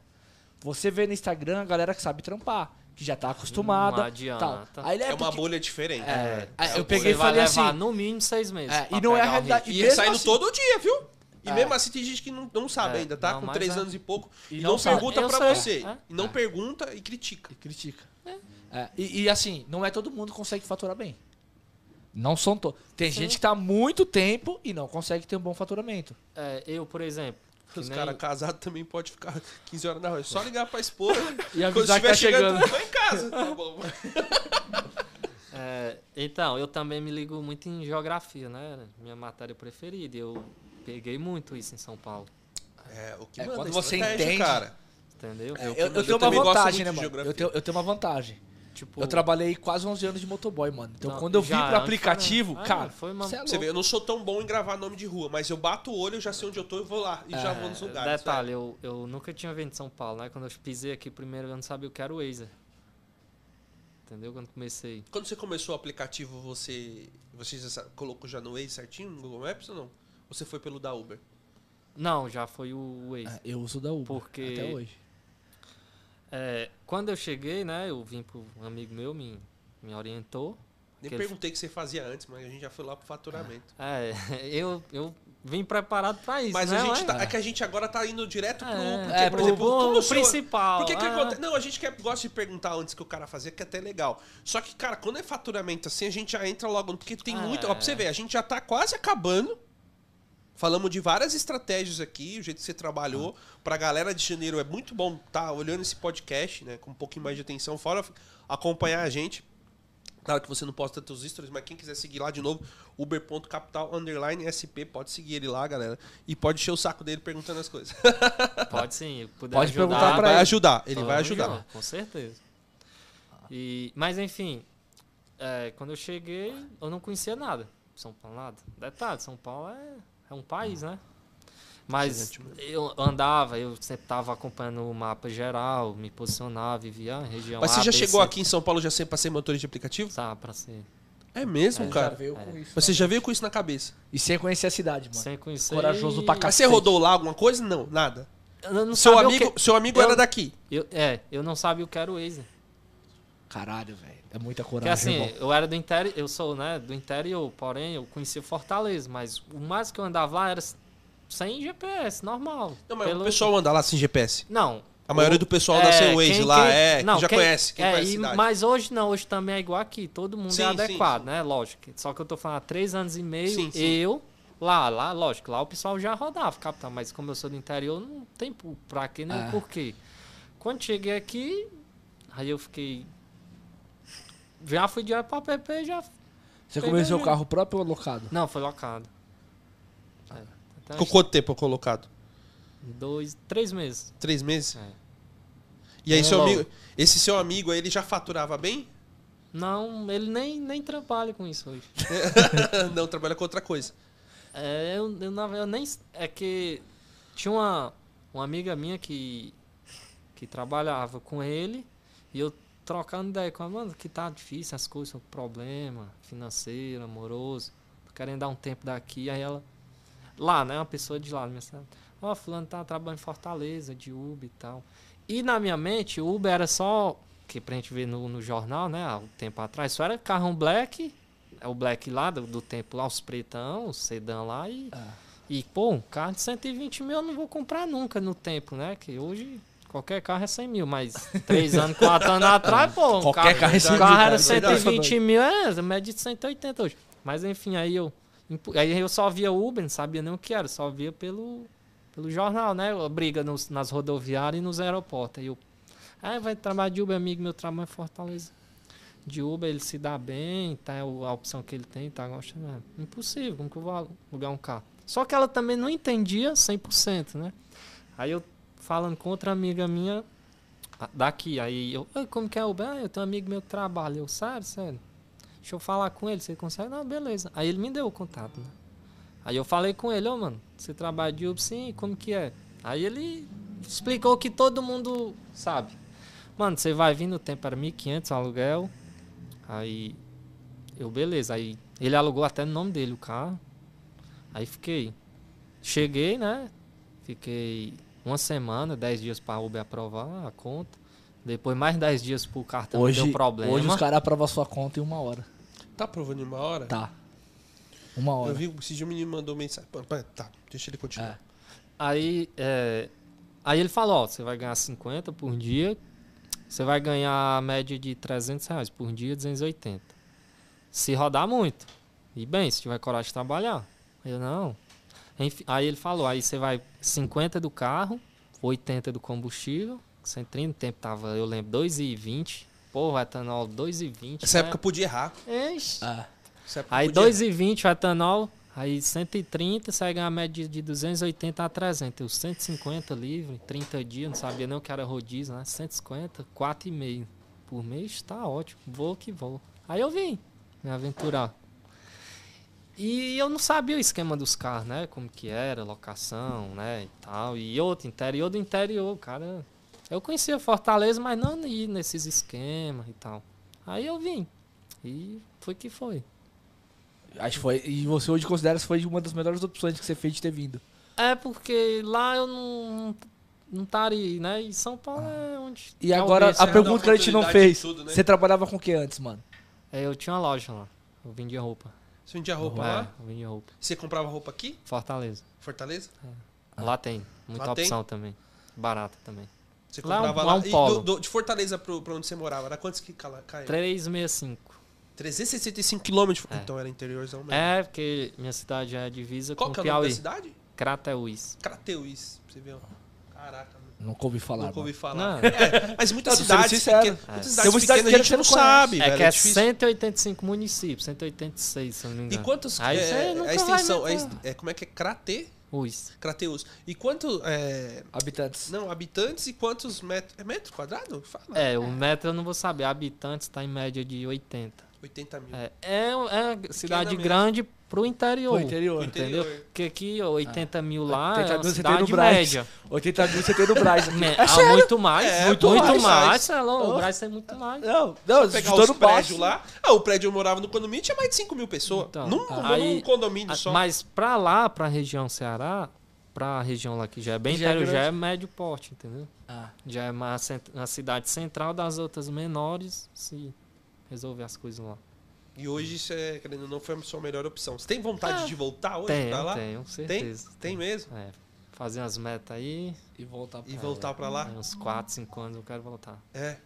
[SPEAKER 2] você vê no Instagram a galera que sabe trampar, que já tá acostumada.
[SPEAKER 3] Não adianta.
[SPEAKER 2] Tal. Aí ele é,
[SPEAKER 1] É uma
[SPEAKER 2] porque-
[SPEAKER 1] bolha diferente.
[SPEAKER 2] É, aí
[SPEAKER 1] é
[SPEAKER 2] eu
[SPEAKER 1] uma
[SPEAKER 2] peguei
[SPEAKER 3] Você
[SPEAKER 1] bolha.
[SPEAKER 2] e
[SPEAKER 3] vai
[SPEAKER 2] falei
[SPEAKER 3] levar
[SPEAKER 2] assim.
[SPEAKER 3] no mínimo seis meses.
[SPEAKER 2] É,
[SPEAKER 3] pra
[SPEAKER 2] e não é a
[SPEAKER 3] pegar o
[SPEAKER 2] realidade.
[SPEAKER 3] ritmo.
[SPEAKER 1] E
[SPEAKER 2] mesmo
[SPEAKER 1] saindo
[SPEAKER 2] assim-
[SPEAKER 1] todo dia, viu? E
[SPEAKER 2] É.
[SPEAKER 1] mesmo assim tem gente que não, não sabe
[SPEAKER 3] É,
[SPEAKER 1] ainda, tá?
[SPEAKER 3] não,
[SPEAKER 1] Com
[SPEAKER 3] mas
[SPEAKER 1] três
[SPEAKER 3] é.
[SPEAKER 1] anos e pouco. E,
[SPEAKER 2] E
[SPEAKER 1] não,
[SPEAKER 2] não sabe.
[SPEAKER 1] pergunta
[SPEAKER 3] Eu
[SPEAKER 1] pra
[SPEAKER 3] sei.
[SPEAKER 1] você.
[SPEAKER 3] É.
[SPEAKER 1] E não pergunta e critica.
[SPEAKER 2] é E critica. É, e, e assim, não é todo mundo que consegue faturar bem. Não são todos. Tem gente que tá há muito tempo e não consegue ter um bom faturamento.
[SPEAKER 3] É, eu, por exemplo. que
[SPEAKER 1] Os
[SPEAKER 3] nem-
[SPEAKER 1] caras casados também pode ficar 15 horas na rua. É só ligar pra esposa.
[SPEAKER 2] E
[SPEAKER 1] Quando
[SPEAKER 2] avisar que
[SPEAKER 1] estiver
[SPEAKER 2] tá
[SPEAKER 1] chegando,
[SPEAKER 2] chegando.
[SPEAKER 1] tô em casa. Tá bom.
[SPEAKER 3] É, então, eu também me ligo muito em geografia, né? Minha matéria preferida. e Eu peguei muito isso em São Paulo,
[SPEAKER 1] É, o que
[SPEAKER 2] É,
[SPEAKER 1] manda
[SPEAKER 2] quando
[SPEAKER 1] é
[SPEAKER 2] você
[SPEAKER 1] estratégia,
[SPEAKER 2] entende- tá
[SPEAKER 1] cara.
[SPEAKER 3] entendeu?
[SPEAKER 1] É, eu-
[SPEAKER 2] Eu, eu
[SPEAKER 1] eu
[SPEAKER 2] tenho uma
[SPEAKER 1] também gosto muito
[SPEAKER 2] vantagem, né,
[SPEAKER 1] de
[SPEAKER 2] mano?
[SPEAKER 1] geografia.
[SPEAKER 2] Eu tenho, eu tenho uma vantagem.
[SPEAKER 3] Tipo,
[SPEAKER 2] Eu trabalhei quase 11 anos de motoboy, mano. Então,
[SPEAKER 3] Não,
[SPEAKER 2] quando eu vim
[SPEAKER 3] já,
[SPEAKER 2] pro aplicativo,
[SPEAKER 3] foi- é,
[SPEAKER 2] cara,
[SPEAKER 3] foi uma-
[SPEAKER 2] cê é
[SPEAKER 1] Você vê,
[SPEAKER 2] louco.
[SPEAKER 1] eu não sou tão bom em gravar nome de rua, mas eu bato o olho, eu já sei onde eu tô, eu vou lá. E
[SPEAKER 2] É,
[SPEAKER 1] já vou nos lugares.
[SPEAKER 3] é,
[SPEAKER 1] né?
[SPEAKER 3] Detalhe, eu, eu nunca tinha vindo de São Paulo, né? Quando eu pisei aqui primeiro, eu não sabia o que era o Waze. Entendeu? Quando comecei.
[SPEAKER 1] velho. Quando você começou o aplicativo, você, você já sa- colocou já no Waze certinho, no Google Maps ou não? Ou você foi pelo da Uber?
[SPEAKER 3] Não, já foi o Waze.
[SPEAKER 2] Ah, Eu uso da Uber
[SPEAKER 3] Porque-
[SPEAKER 2] até hoje.
[SPEAKER 3] É, quando eu cheguei, né? Eu vim pro um amigo meu, me, me orientou.
[SPEAKER 1] Nem
[SPEAKER 3] Aquele-
[SPEAKER 1] perguntei o que você fazia antes, mas a gente já foi lá pro faturamento.
[SPEAKER 3] É, eu, eu vim preparado pra isso,
[SPEAKER 1] mas
[SPEAKER 3] né?
[SPEAKER 1] a gente
[SPEAKER 3] ué?
[SPEAKER 1] tá, é que a gente agora tá indo direto pro.
[SPEAKER 3] É,
[SPEAKER 1] porque,
[SPEAKER 2] é,
[SPEAKER 1] por
[SPEAKER 2] pro- é.
[SPEAKER 1] exemplo,
[SPEAKER 3] pro
[SPEAKER 1] como o senhor-
[SPEAKER 3] principal,
[SPEAKER 1] Porque que
[SPEAKER 3] ah.
[SPEAKER 1] acontece? Não, a gente quer, gosta de perguntar antes que o cara fazia, que é até legal. Só que, cara, quando é faturamento assim, a gente já entra logo. no- Porque tem
[SPEAKER 3] É.
[SPEAKER 1] muito. Ó, pra você ver, a gente já tá quase acabando. Falamos de várias estratégias aqui, o jeito que você trabalhou. Pra galera de janeiro é muito bom tá olhando esse podcast, né? Com um pouquinho mais de atenção, fora f- acompanhar a gente. Claro que você não posta tantos stories, mas quem quiser seguir lá de novo, uber.capital underline SP, pode seguir ele lá, galera. E pode encher o saco dele perguntando as coisas.
[SPEAKER 3] É, Pode sim, puder
[SPEAKER 2] Pode
[SPEAKER 3] ajudar,
[SPEAKER 2] perguntar pra
[SPEAKER 1] Tá, vai
[SPEAKER 2] ele.
[SPEAKER 1] ajudar, ele vai
[SPEAKER 3] Vamos
[SPEAKER 1] ajudar.
[SPEAKER 3] junto, com certeza. E, mas enfim, é, quando eu cheguei, eu não conhecia nada. São Paulo nada. Detalhe, São Paulo é, é um país, né? Mas eu andava, eu sempre tava acompanhando o mapa geral, me posicionava, vivia a região.
[SPEAKER 1] Mas
[SPEAKER 3] Então, A,
[SPEAKER 1] você já
[SPEAKER 3] B,
[SPEAKER 1] chegou
[SPEAKER 3] C.
[SPEAKER 1] aqui em São Paulo já sem pra ser motorista de aplicativo?
[SPEAKER 3] Tá, pra ser.
[SPEAKER 1] É mesmo,
[SPEAKER 2] Ele já
[SPEAKER 1] cara.
[SPEAKER 2] veio com isso.
[SPEAKER 1] Você já veio com isso na cabeça.
[SPEAKER 2] É.
[SPEAKER 3] né?
[SPEAKER 2] E sem conhecer a cidade, mano.
[SPEAKER 3] Sem conhecer.
[SPEAKER 2] Corajoso pra
[SPEAKER 3] e-
[SPEAKER 1] Mas
[SPEAKER 2] Cacete.
[SPEAKER 1] você rodou lá alguma coisa? Não, nada.
[SPEAKER 3] Eu não
[SPEAKER 1] Seu
[SPEAKER 3] sabia o
[SPEAKER 1] amigo,
[SPEAKER 3] que-
[SPEAKER 1] seu amigo
[SPEAKER 3] Eu-
[SPEAKER 1] era daqui.
[SPEAKER 3] eu- é, eu não sabia o que era o Waze.
[SPEAKER 2] Caralho, velho. É muita
[SPEAKER 3] Porque
[SPEAKER 2] coragem,
[SPEAKER 3] assim,
[SPEAKER 2] irmão.
[SPEAKER 3] eu era do interior, eu sou, né, do interior, porém eu conhecia Fortaleza, mas o mais que eu andava lá era s- sem GPS, normal.
[SPEAKER 1] Não, mas
[SPEAKER 3] Pelo-
[SPEAKER 1] o pessoal anda lá sem GPS.
[SPEAKER 3] Não.
[SPEAKER 1] A maioria do pessoal da seu Waze
[SPEAKER 3] É, quem-
[SPEAKER 1] lá
[SPEAKER 3] quem-
[SPEAKER 1] é, que já
[SPEAKER 3] quem-
[SPEAKER 1] conhece, quem
[SPEAKER 3] é,
[SPEAKER 1] conhece a
[SPEAKER 3] e-
[SPEAKER 1] cidade.
[SPEAKER 3] Mas hoje não, hoje também é igual aqui, todo mundo
[SPEAKER 1] Sim,
[SPEAKER 3] é
[SPEAKER 1] sim,
[SPEAKER 3] adequado,
[SPEAKER 1] sim.
[SPEAKER 3] né, lógico. Só que eu tô falando há três anos e meio,
[SPEAKER 1] Sim, sim.
[SPEAKER 3] eu, lá, lá, lógico, lá o pessoal já rodava, capitão, mas como eu sou do interior, não tem pu- pra quê nem
[SPEAKER 1] É.
[SPEAKER 2] Ah.
[SPEAKER 3] porquê. Quando cheguei aqui, aí eu fiquei... Já fui direto pra PP, já
[SPEAKER 2] Você
[SPEAKER 3] Pegou
[SPEAKER 2] começou o
[SPEAKER 3] já.
[SPEAKER 2] carro próprio ou alocado?
[SPEAKER 3] Não, foi locado. É, até
[SPEAKER 1] Ficou
[SPEAKER 3] uns
[SPEAKER 1] quanto tempo é colocado?
[SPEAKER 3] dois, três meses.
[SPEAKER 1] Três meses?
[SPEAKER 3] É.
[SPEAKER 1] E aí
[SPEAKER 3] É
[SPEAKER 1] seu
[SPEAKER 3] logo.
[SPEAKER 1] amigo, esse seu amigo aí, ele já faturava bem?
[SPEAKER 3] Não, ele nem, nem trabalha com isso hoje.
[SPEAKER 1] não, trabalha com outra coisa.
[SPEAKER 3] É, eu, eu, na- eu nem. É que tinha uma, uma amiga minha que, que trabalhava com ele e eu trocando ideia com ela, mano, que tá difícil as coisas, problema financeiro, amoroso, tô querendo dar um tempo daqui. Aí ela, lá, né, uma pessoa de lá, minha cidade, ó, fulano tá trabalhando em Fortaleza, de Uber e tal. E na minha mente, o Uber era só, que pra gente ver no, no jornal, né, há um tempo atrás, só era carrão black, é o black lá do, do tempo lá, os pretão, os sedã lá e.
[SPEAKER 2] Ah.
[SPEAKER 3] E, pô, um carro de 120 mil eu não vou comprar nunca no tempo, né? Que hoje qualquer carro é 100 mil, mas três anos, quatro anos atrás, pô, um
[SPEAKER 2] Qualquer carro é 100
[SPEAKER 3] um
[SPEAKER 2] mil,
[SPEAKER 3] carro
[SPEAKER 2] cara,
[SPEAKER 3] era
[SPEAKER 2] é verdade.
[SPEAKER 3] 120 mil, é, média de 180 hoje. Mas enfim, aí eu. impu- Aí eu só via Uber, não sabia nem o que era, só via pelo, pelo jornal, né? A briga nos- nas rodoviárias e nos aeroportos. Aí eu. Ah, vai trabalhar de Uber, amigo, meu trabalho em Fortaleza. De Uber ele se dá bem, tá? é o- A opção que ele tem, tá gostando. É impossível, como que eu vou alugar um carro? Só que ela também não entendia 100%, né? Aí eu falando com outra amiga minha a- daqui, aí eu, "Ei, como que é o Uber? Ah, eu tenho um amigo meu que trabalha. Eu, sério, sério. Deixa eu falar com ele, você consegue? Não, beleza. Aí ele me deu o contato, né? Aí eu falei com ele, ô mano, você trabalha de Uber? Sim, como que é? Aí ele explicou que todo mundo sabe. Mano, você vai vir no tempo, era 1.500 o aluguel. Aí eu, beleza. Aí ele alugou até no nome dele o carro. Aí fiquei. Cheguei, né? Fiquei uma semana, 10 dias pra Uber aprovar a conta. Depois mais 10 dias pro cartão
[SPEAKER 2] Hoje,
[SPEAKER 3] deu problema.
[SPEAKER 2] hoje os caras aprovam sua conta em uma hora.
[SPEAKER 1] Tá provando em uma hora?
[SPEAKER 2] Tá. Uma
[SPEAKER 1] Eu
[SPEAKER 2] hora.
[SPEAKER 1] vi, esse dia o menino mandou mensagem. Pô, pô, Tá, deixa ele continuar.
[SPEAKER 3] Aí, é, aí ele falou, ó, você vai ganhar 50 por dia, você vai ganhar a média de 300 reais por dia, 280. Se rodar muito. E bem, se tiver coragem de trabalhar. Eu não. Enfim, aí ele falou, aí você vai 50 do carro, 80 do combustível, 130 no tempo tava, eu lembro, 2,20. Porra, o etanol 2,20.
[SPEAKER 1] Essa
[SPEAKER 3] né?
[SPEAKER 1] época podia errar.
[SPEAKER 3] Ixi.
[SPEAKER 2] Ah,
[SPEAKER 1] Essa época
[SPEAKER 3] Aí
[SPEAKER 1] podia-
[SPEAKER 3] 2,20 o etanol, aí 130, você vai ganhar a média de 280 a 300. Os 150 livre, 30 dias, não sabia nem o que era rodízio, né? 150, 4,5 por mês, tá ótimo, vou que vou. Aí eu vim me aventurar. E eu não sabia o esquema dos carros, né? Como que era, locação, né? E tal. E outro, interior do interior, cara. Eu conhecia Fortaleza, mas não ia nesses esquemas e tal. Aí eu vim. E foi que foi.
[SPEAKER 2] acho que foi. E você hoje considera que foi uma das melhores opções que você fez de ter vindo.
[SPEAKER 3] É porque lá eu não não
[SPEAKER 1] tá
[SPEAKER 3] estaria, né? E São Paulo é onde.
[SPEAKER 2] E
[SPEAKER 3] talvez,
[SPEAKER 2] agora a
[SPEAKER 3] né?
[SPEAKER 2] pergunta que a gente não
[SPEAKER 1] oportunidade de
[SPEAKER 2] fez.
[SPEAKER 1] tudo, né?
[SPEAKER 2] Você trabalhava com o que antes, mano?
[SPEAKER 3] É, Eu tinha uma loja lá. Eu vendia roupa.
[SPEAKER 1] Você vendia roupa
[SPEAKER 3] é,
[SPEAKER 1] lá?
[SPEAKER 3] Eu vendia roupa.
[SPEAKER 1] Você comprava roupa aqui?
[SPEAKER 3] Fortaleza.
[SPEAKER 1] Fortaleza?
[SPEAKER 2] Ah.
[SPEAKER 3] Lá tem. Muita
[SPEAKER 1] Lá tem?
[SPEAKER 3] opção também. Barata também.
[SPEAKER 1] Você
[SPEAKER 3] Lá é um-
[SPEAKER 1] comprava
[SPEAKER 3] lá é um
[SPEAKER 1] E
[SPEAKER 3] polo.
[SPEAKER 1] do- do- de Fortaleza pro, pra onde você morava, era quantos que cala, cai?
[SPEAKER 3] 365.
[SPEAKER 1] 365 quilômetros.
[SPEAKER 3] É.
[SPEAKER 1] Então era interiorzão mesmo.
[SPEAKER 3] É, porque minha cidade é divisa
[SPEAKER 1] Qual
[SPEAKER 3] com
[SPEAKER 1] que é o nome
[SPEAKER 3] Piauí.
[SPEAKER 1] da cidade?
[SPEAKER 3] Crateuís.
[SPEAKER 1] Crateuís. Pra você ver, ó. Caraca, mano.
[SPEAKER 2] Nunca ouvi falar.
[SPEAKER 1] Nunca ouvi falar.
[SPEAKER 3] Não,
[SPEAKER 1] Mas muitas
[SPEAKER 2] Eu tô sendo
[SPEAKER 1] cidades,
[SPEAKER 2] sincero.
[SPEAKER 1] pequenas, muitas
[SPEAKER 2] Tem
[SPEAKER 1] cidades
[SPEAKER 2] uma cidade
[SPEAKER 1] pequenas a
[SPEAKER 2] pequena que
[SPEAKER 1] gente não
[SPEAKER 2] você não conhece.
[SPEAKER 1] sabe,
[SPEAKER 3] é
[SPEAKER 1] velho.
[SPEAKER 3] que é
[SPEAKER 1] difícil.
[SPEAKER 3] 185 municípios, 186, se eu não me
[SPEAKER 1] E
[SPEAKER 3] engano.
[SPEAKER 1] quantos...
[SPEAKER 3] Aí
[SPEAKER 1] é,
[SPEAKER 3] você nunca
[SPEAKER 1] a
[SPEAKER 3] vai
[SPEAKER 1] extensão...
[SPEAKER 3] ver
[SPEAKER 1] é,
[SPEAKER 3] como-
[SPEAKER 1] é- como é que é? Crate?
[SPEAKER 3] Uis.
[SPEAKER 1] Crateus. E quanto... é,
[SPEAKER 2] mano. Habitantes.
[SPEAKER 1] não, habitantes e quantos metros... É metro quadrado? Fala.
[SPEAKER 3] É, o metro eu não vou saber. Habitantes tá em média de 80.
[SPEAKER 1] 80 mil.
[SPEAKER 3] É, é, é cidade
[SPEAKER 1] mesmo.
[SPEAKER 3] grande pro interior.
[SPEAKER 2] Pro interior. né?
[SPEAKER 1] Interior.
[SPEAKER 3] Entendeu? Porque aqui ó, 80 mil lá
[SPEAKER 2] 80
[SPEAKER 3] é
[SPEAKER 2] Ah. mil você
[SPEAKER 3] uma
[SPEAKER 2] tem no
[SPEAKER 3] cidade
[SPEAKER 2] Brás.
[SPEAKER 3] média.
[SPEAKER 2] 80 mil você tem no né? Braz.
[SPEAKER 3] Me- ah, muito mais,
[SPEAKER 1] É,
[SPEAKER 3] muito,
[SPEAKER 1] muito
[SPEAKER 3] muito
[SPEAKER 1] mais.
[SPEAKER 3] mais. sei lá, O
[SPEAKER 2] Oh.
[SPEAKER 3] Brás é muito mais.
[SPEAKER 2] Não, não,
[SPEAKER 1] Pegar
[SPEAKER 2] todo
[SPEAKER 1] os prédios lá. Ah, o prédio eu morava no condomínio tinha mais de 5 mil pessoas.
[SPEAKER 3] Então,
[SPEAKER 1] num,
[SPEAKER 3] tá.
[SPEAKER 1] num
[SPEAKER 3] Aí-
[SPEAKER 1] condomínio
[SPEAKER 2] é,
[SPEAKER 3] Ah,
[SPEAKER 1] só.
[SPEAKER 3] Mas pra lá, pra região Ceará, pra região lá que já é bem
[SPEAKER 2] Já é
[SPEAKER 3] interior, já
[SPEAKER 2] grande.
[SPEAKER 3] é médio porte, entendeu?
[SPEAKER 2] Ah,
[SPEAKER 3] Já é uma, cent- uma cidade central das outras menores, se resolver as coisas lá.
[SPEAKER 1] E hoje, isso é, querendo ou não, foi a sua melhor opção. Você tem vontade
[SPEAKER 3] Ah,
[SPEAKER 1] de voltar hoje
[SPEAKER 3] Tem,
[SPEAKER 1] pra lá?
[SPEAKER 3] tenho, certeza.
[SPEAKER 1] Tem mesmo?
[SPEAKER 3] É, fazer umas metas aí,
[SPEAKER 2] E voltar
[SPEAKER 1] E voltar pra lá?
[SPEAKER 3] aí uns 4, 5 anos eu quero voltar.
[SPEAKER 1] É.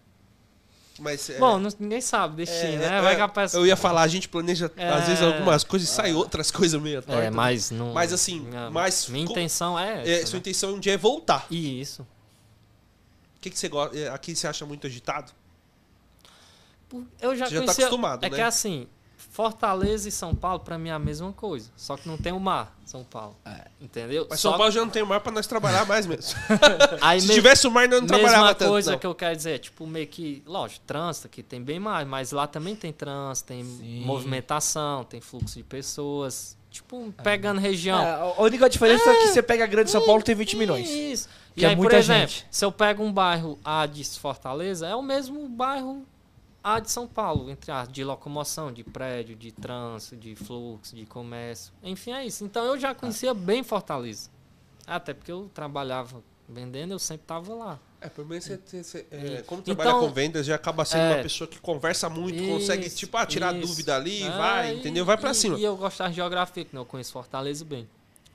[SPEAKER 1] Mas. é,
[SPEAKER 3] Bom, não- ninguém sabe, destino,
[SPEAKER 1] é,
[SPEAKER 3] né?
[SPEAKER 1] é,
[SPEAKER 3] Vai que a peça-
[SPEAKER 1] Eu ia falar, a gente planeja
[SPEAKER 3] É.
[SPEAKER 1] às vezes algumas coisas e sai outras coisas meio torta.
[SPEAKER 3] É, mas não.
[SPEAKER 1] Mas, assim,
[SPEAKER 3] minha,
[SPEAKER 1] mas
[SPEAKER 3] Minha
[SPEAKER 1] com-
[SPEAKER 3] intenção é.
[SPEAKER 1] É,
[SPEAKER 3] Essa,
[SPEAKER 1] sua
[SPEAKER 3] né?
[SPEAKER 1] intenção um dia é voltar.
[SPEAKER 3] E isso.
[SPEAKER 1] O que, que você gosta? é, Aqui você acha muito agitado?
[SPEAKER 3] Por- Eu já,
[SPEAKER 1] Você já tá
[SPEAKER 3] conhecia-
[SPEAKER 1] acostumado,
[SPEAKER 3] É
[SPEAKER 1] né?
[SPEAKER 3] que assim, Fortaleza e São Paulo, pra mim, é a mesma coisa. Só que não tem o mar, São Paulo. Entendeu?
[SPEAKER 1] Mas
[SPEAKER 3] Só-
[SPEAKER 1] São Paulo já não tem o mar pra nós trabalhar mais mesmo.
[SPEAKER 3] aí
[SPEAKER 1] Se
[SPEAKER 3] me-
[SPEAKER 1] tivesse o mar, nós não trabalhava
[SPEAKER 3] Mesma
[SPEAKER 1] tanto. né?
[SPEAKER 3] coisa
[SPEAKER 1] não.
[SPEAKER 3] que eu quero dizer, tipo, meio que, lógico, trânsito aqui tem bem mais, mas lá também tem trânsito, tem
[SPEAKER 2] Sim.
[SPEAKER 3] movimentação, tem fluxo de pessoas. Tipo, pegando região.
[SPEAKER 2] É, a única diferença é, que você pega a grande São Paulo tem 20 milhões.
[SPEAKER 3] Isso.
[SPEAKER 2] Que
[SPEAKER 3] e
[SPEAKER 2] é
[SPEAKER 3] aí, por
[SPEAKER 2] muita
[SPEAKER 3] exemplo,
[SPEAKER 2] gente.
[SPEAKER 3] se eu pego um bairro A de Fortaleza, é o mesmo bairro A de São Paulo, entre as de locomoção, de prédio, de trânsito, de fluxo, de comércio. Enfim, é isso. Então eu já conhecia bem Fortaleza. Até porque eu trabalhava vendendo, eu sempre estava lá.
[SPEAKER 1] É, pelo menos você, você- você- é,
[SPEAKER 3] Então-
[SPEAKER 1] como trabalha com vendas, já acaba sendo
[SPEAKER 3] É.
[SPEAKER 1] uma pessoa que conversa muito, consegue,
[SPEAKER 3] Isso,
[SPEAKER 1] tipo, ah, tirar
[SPEAKER 3] isso.
[SPEAKER 1] dúvida ali,
[SPEAKER 3] É,
[SPEAKER 1] vai,
[SPEAKER 3] e-
[SPEAKER 1] entendeu? Vai pra
[SPEAKER 3] e-
[SPEAKER 1] cima.
[SPEAKER 3] E eu gostava de geografia, que não eu conheço Fortaleza bem.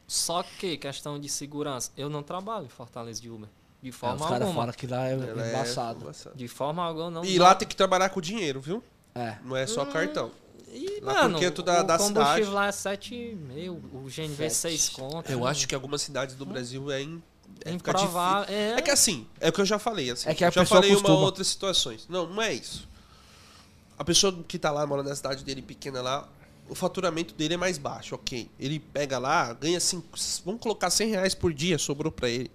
[SPEAKER 3] Só que, questão de segurança, eu não trabalho em Fortaleza de Uber. De
[SPEAKER 2] Ah,
[SPEAKER 3] forma
[SPEAKER 2] os caras
[SPEAKER 3] alguma.
[SPEAKER 2] falam que lá é
[SPEAKER 1] Ela é Então
[SPEAKER 2] embaçado.
[SPEAKER 1] embaçada.
[SPEAKER 3] De forma alguma, eu não.
[SPEAKER 1] E lá tem que trabalhar com dinheiro, viu?
[SPEAKER 2] É.
[SPEAKER 1] Não é só cartão.
[SPEAKER 3] E,
[SPEAKER 1] Lá
[SPEAKER 3] mano,
[SPEAKER 1] porque tu dá-
[SPEAKER 3] o
[SPEAKER 1] dá
[SPEAKER 3] combustível
[SPEAKER 1] cidade.
[SPEAKER 3] lá é 7,5, o GNV
[SPEAKER 2] Sete.
[SPEAKER 3] 6 é conto.
[SPEAKER 1] Eu acho que algumas cidades do Brasil é, in, é ficar difícil.
[SPEAKER 3] improvável. É,
[SPEAKER 1] É que assim, é o que eu já falei. Assim,
[SPEAKER 2] É que a
[SPEAKER 1] eu já
[SPEAKER 2] pessoa
[SPEAKER 1] falei
[SPEAKER 2] acostuma.
[SPEAKER 1] uma outras situações. Não, não é isso. A pessoa que tá lá, mora na cidade dele pequena lá, o faturamento dele é mais baixo, ok. Ele pega lá, ganha cinco. Vamos colocar 100 reais por dia, sobrou pra ele.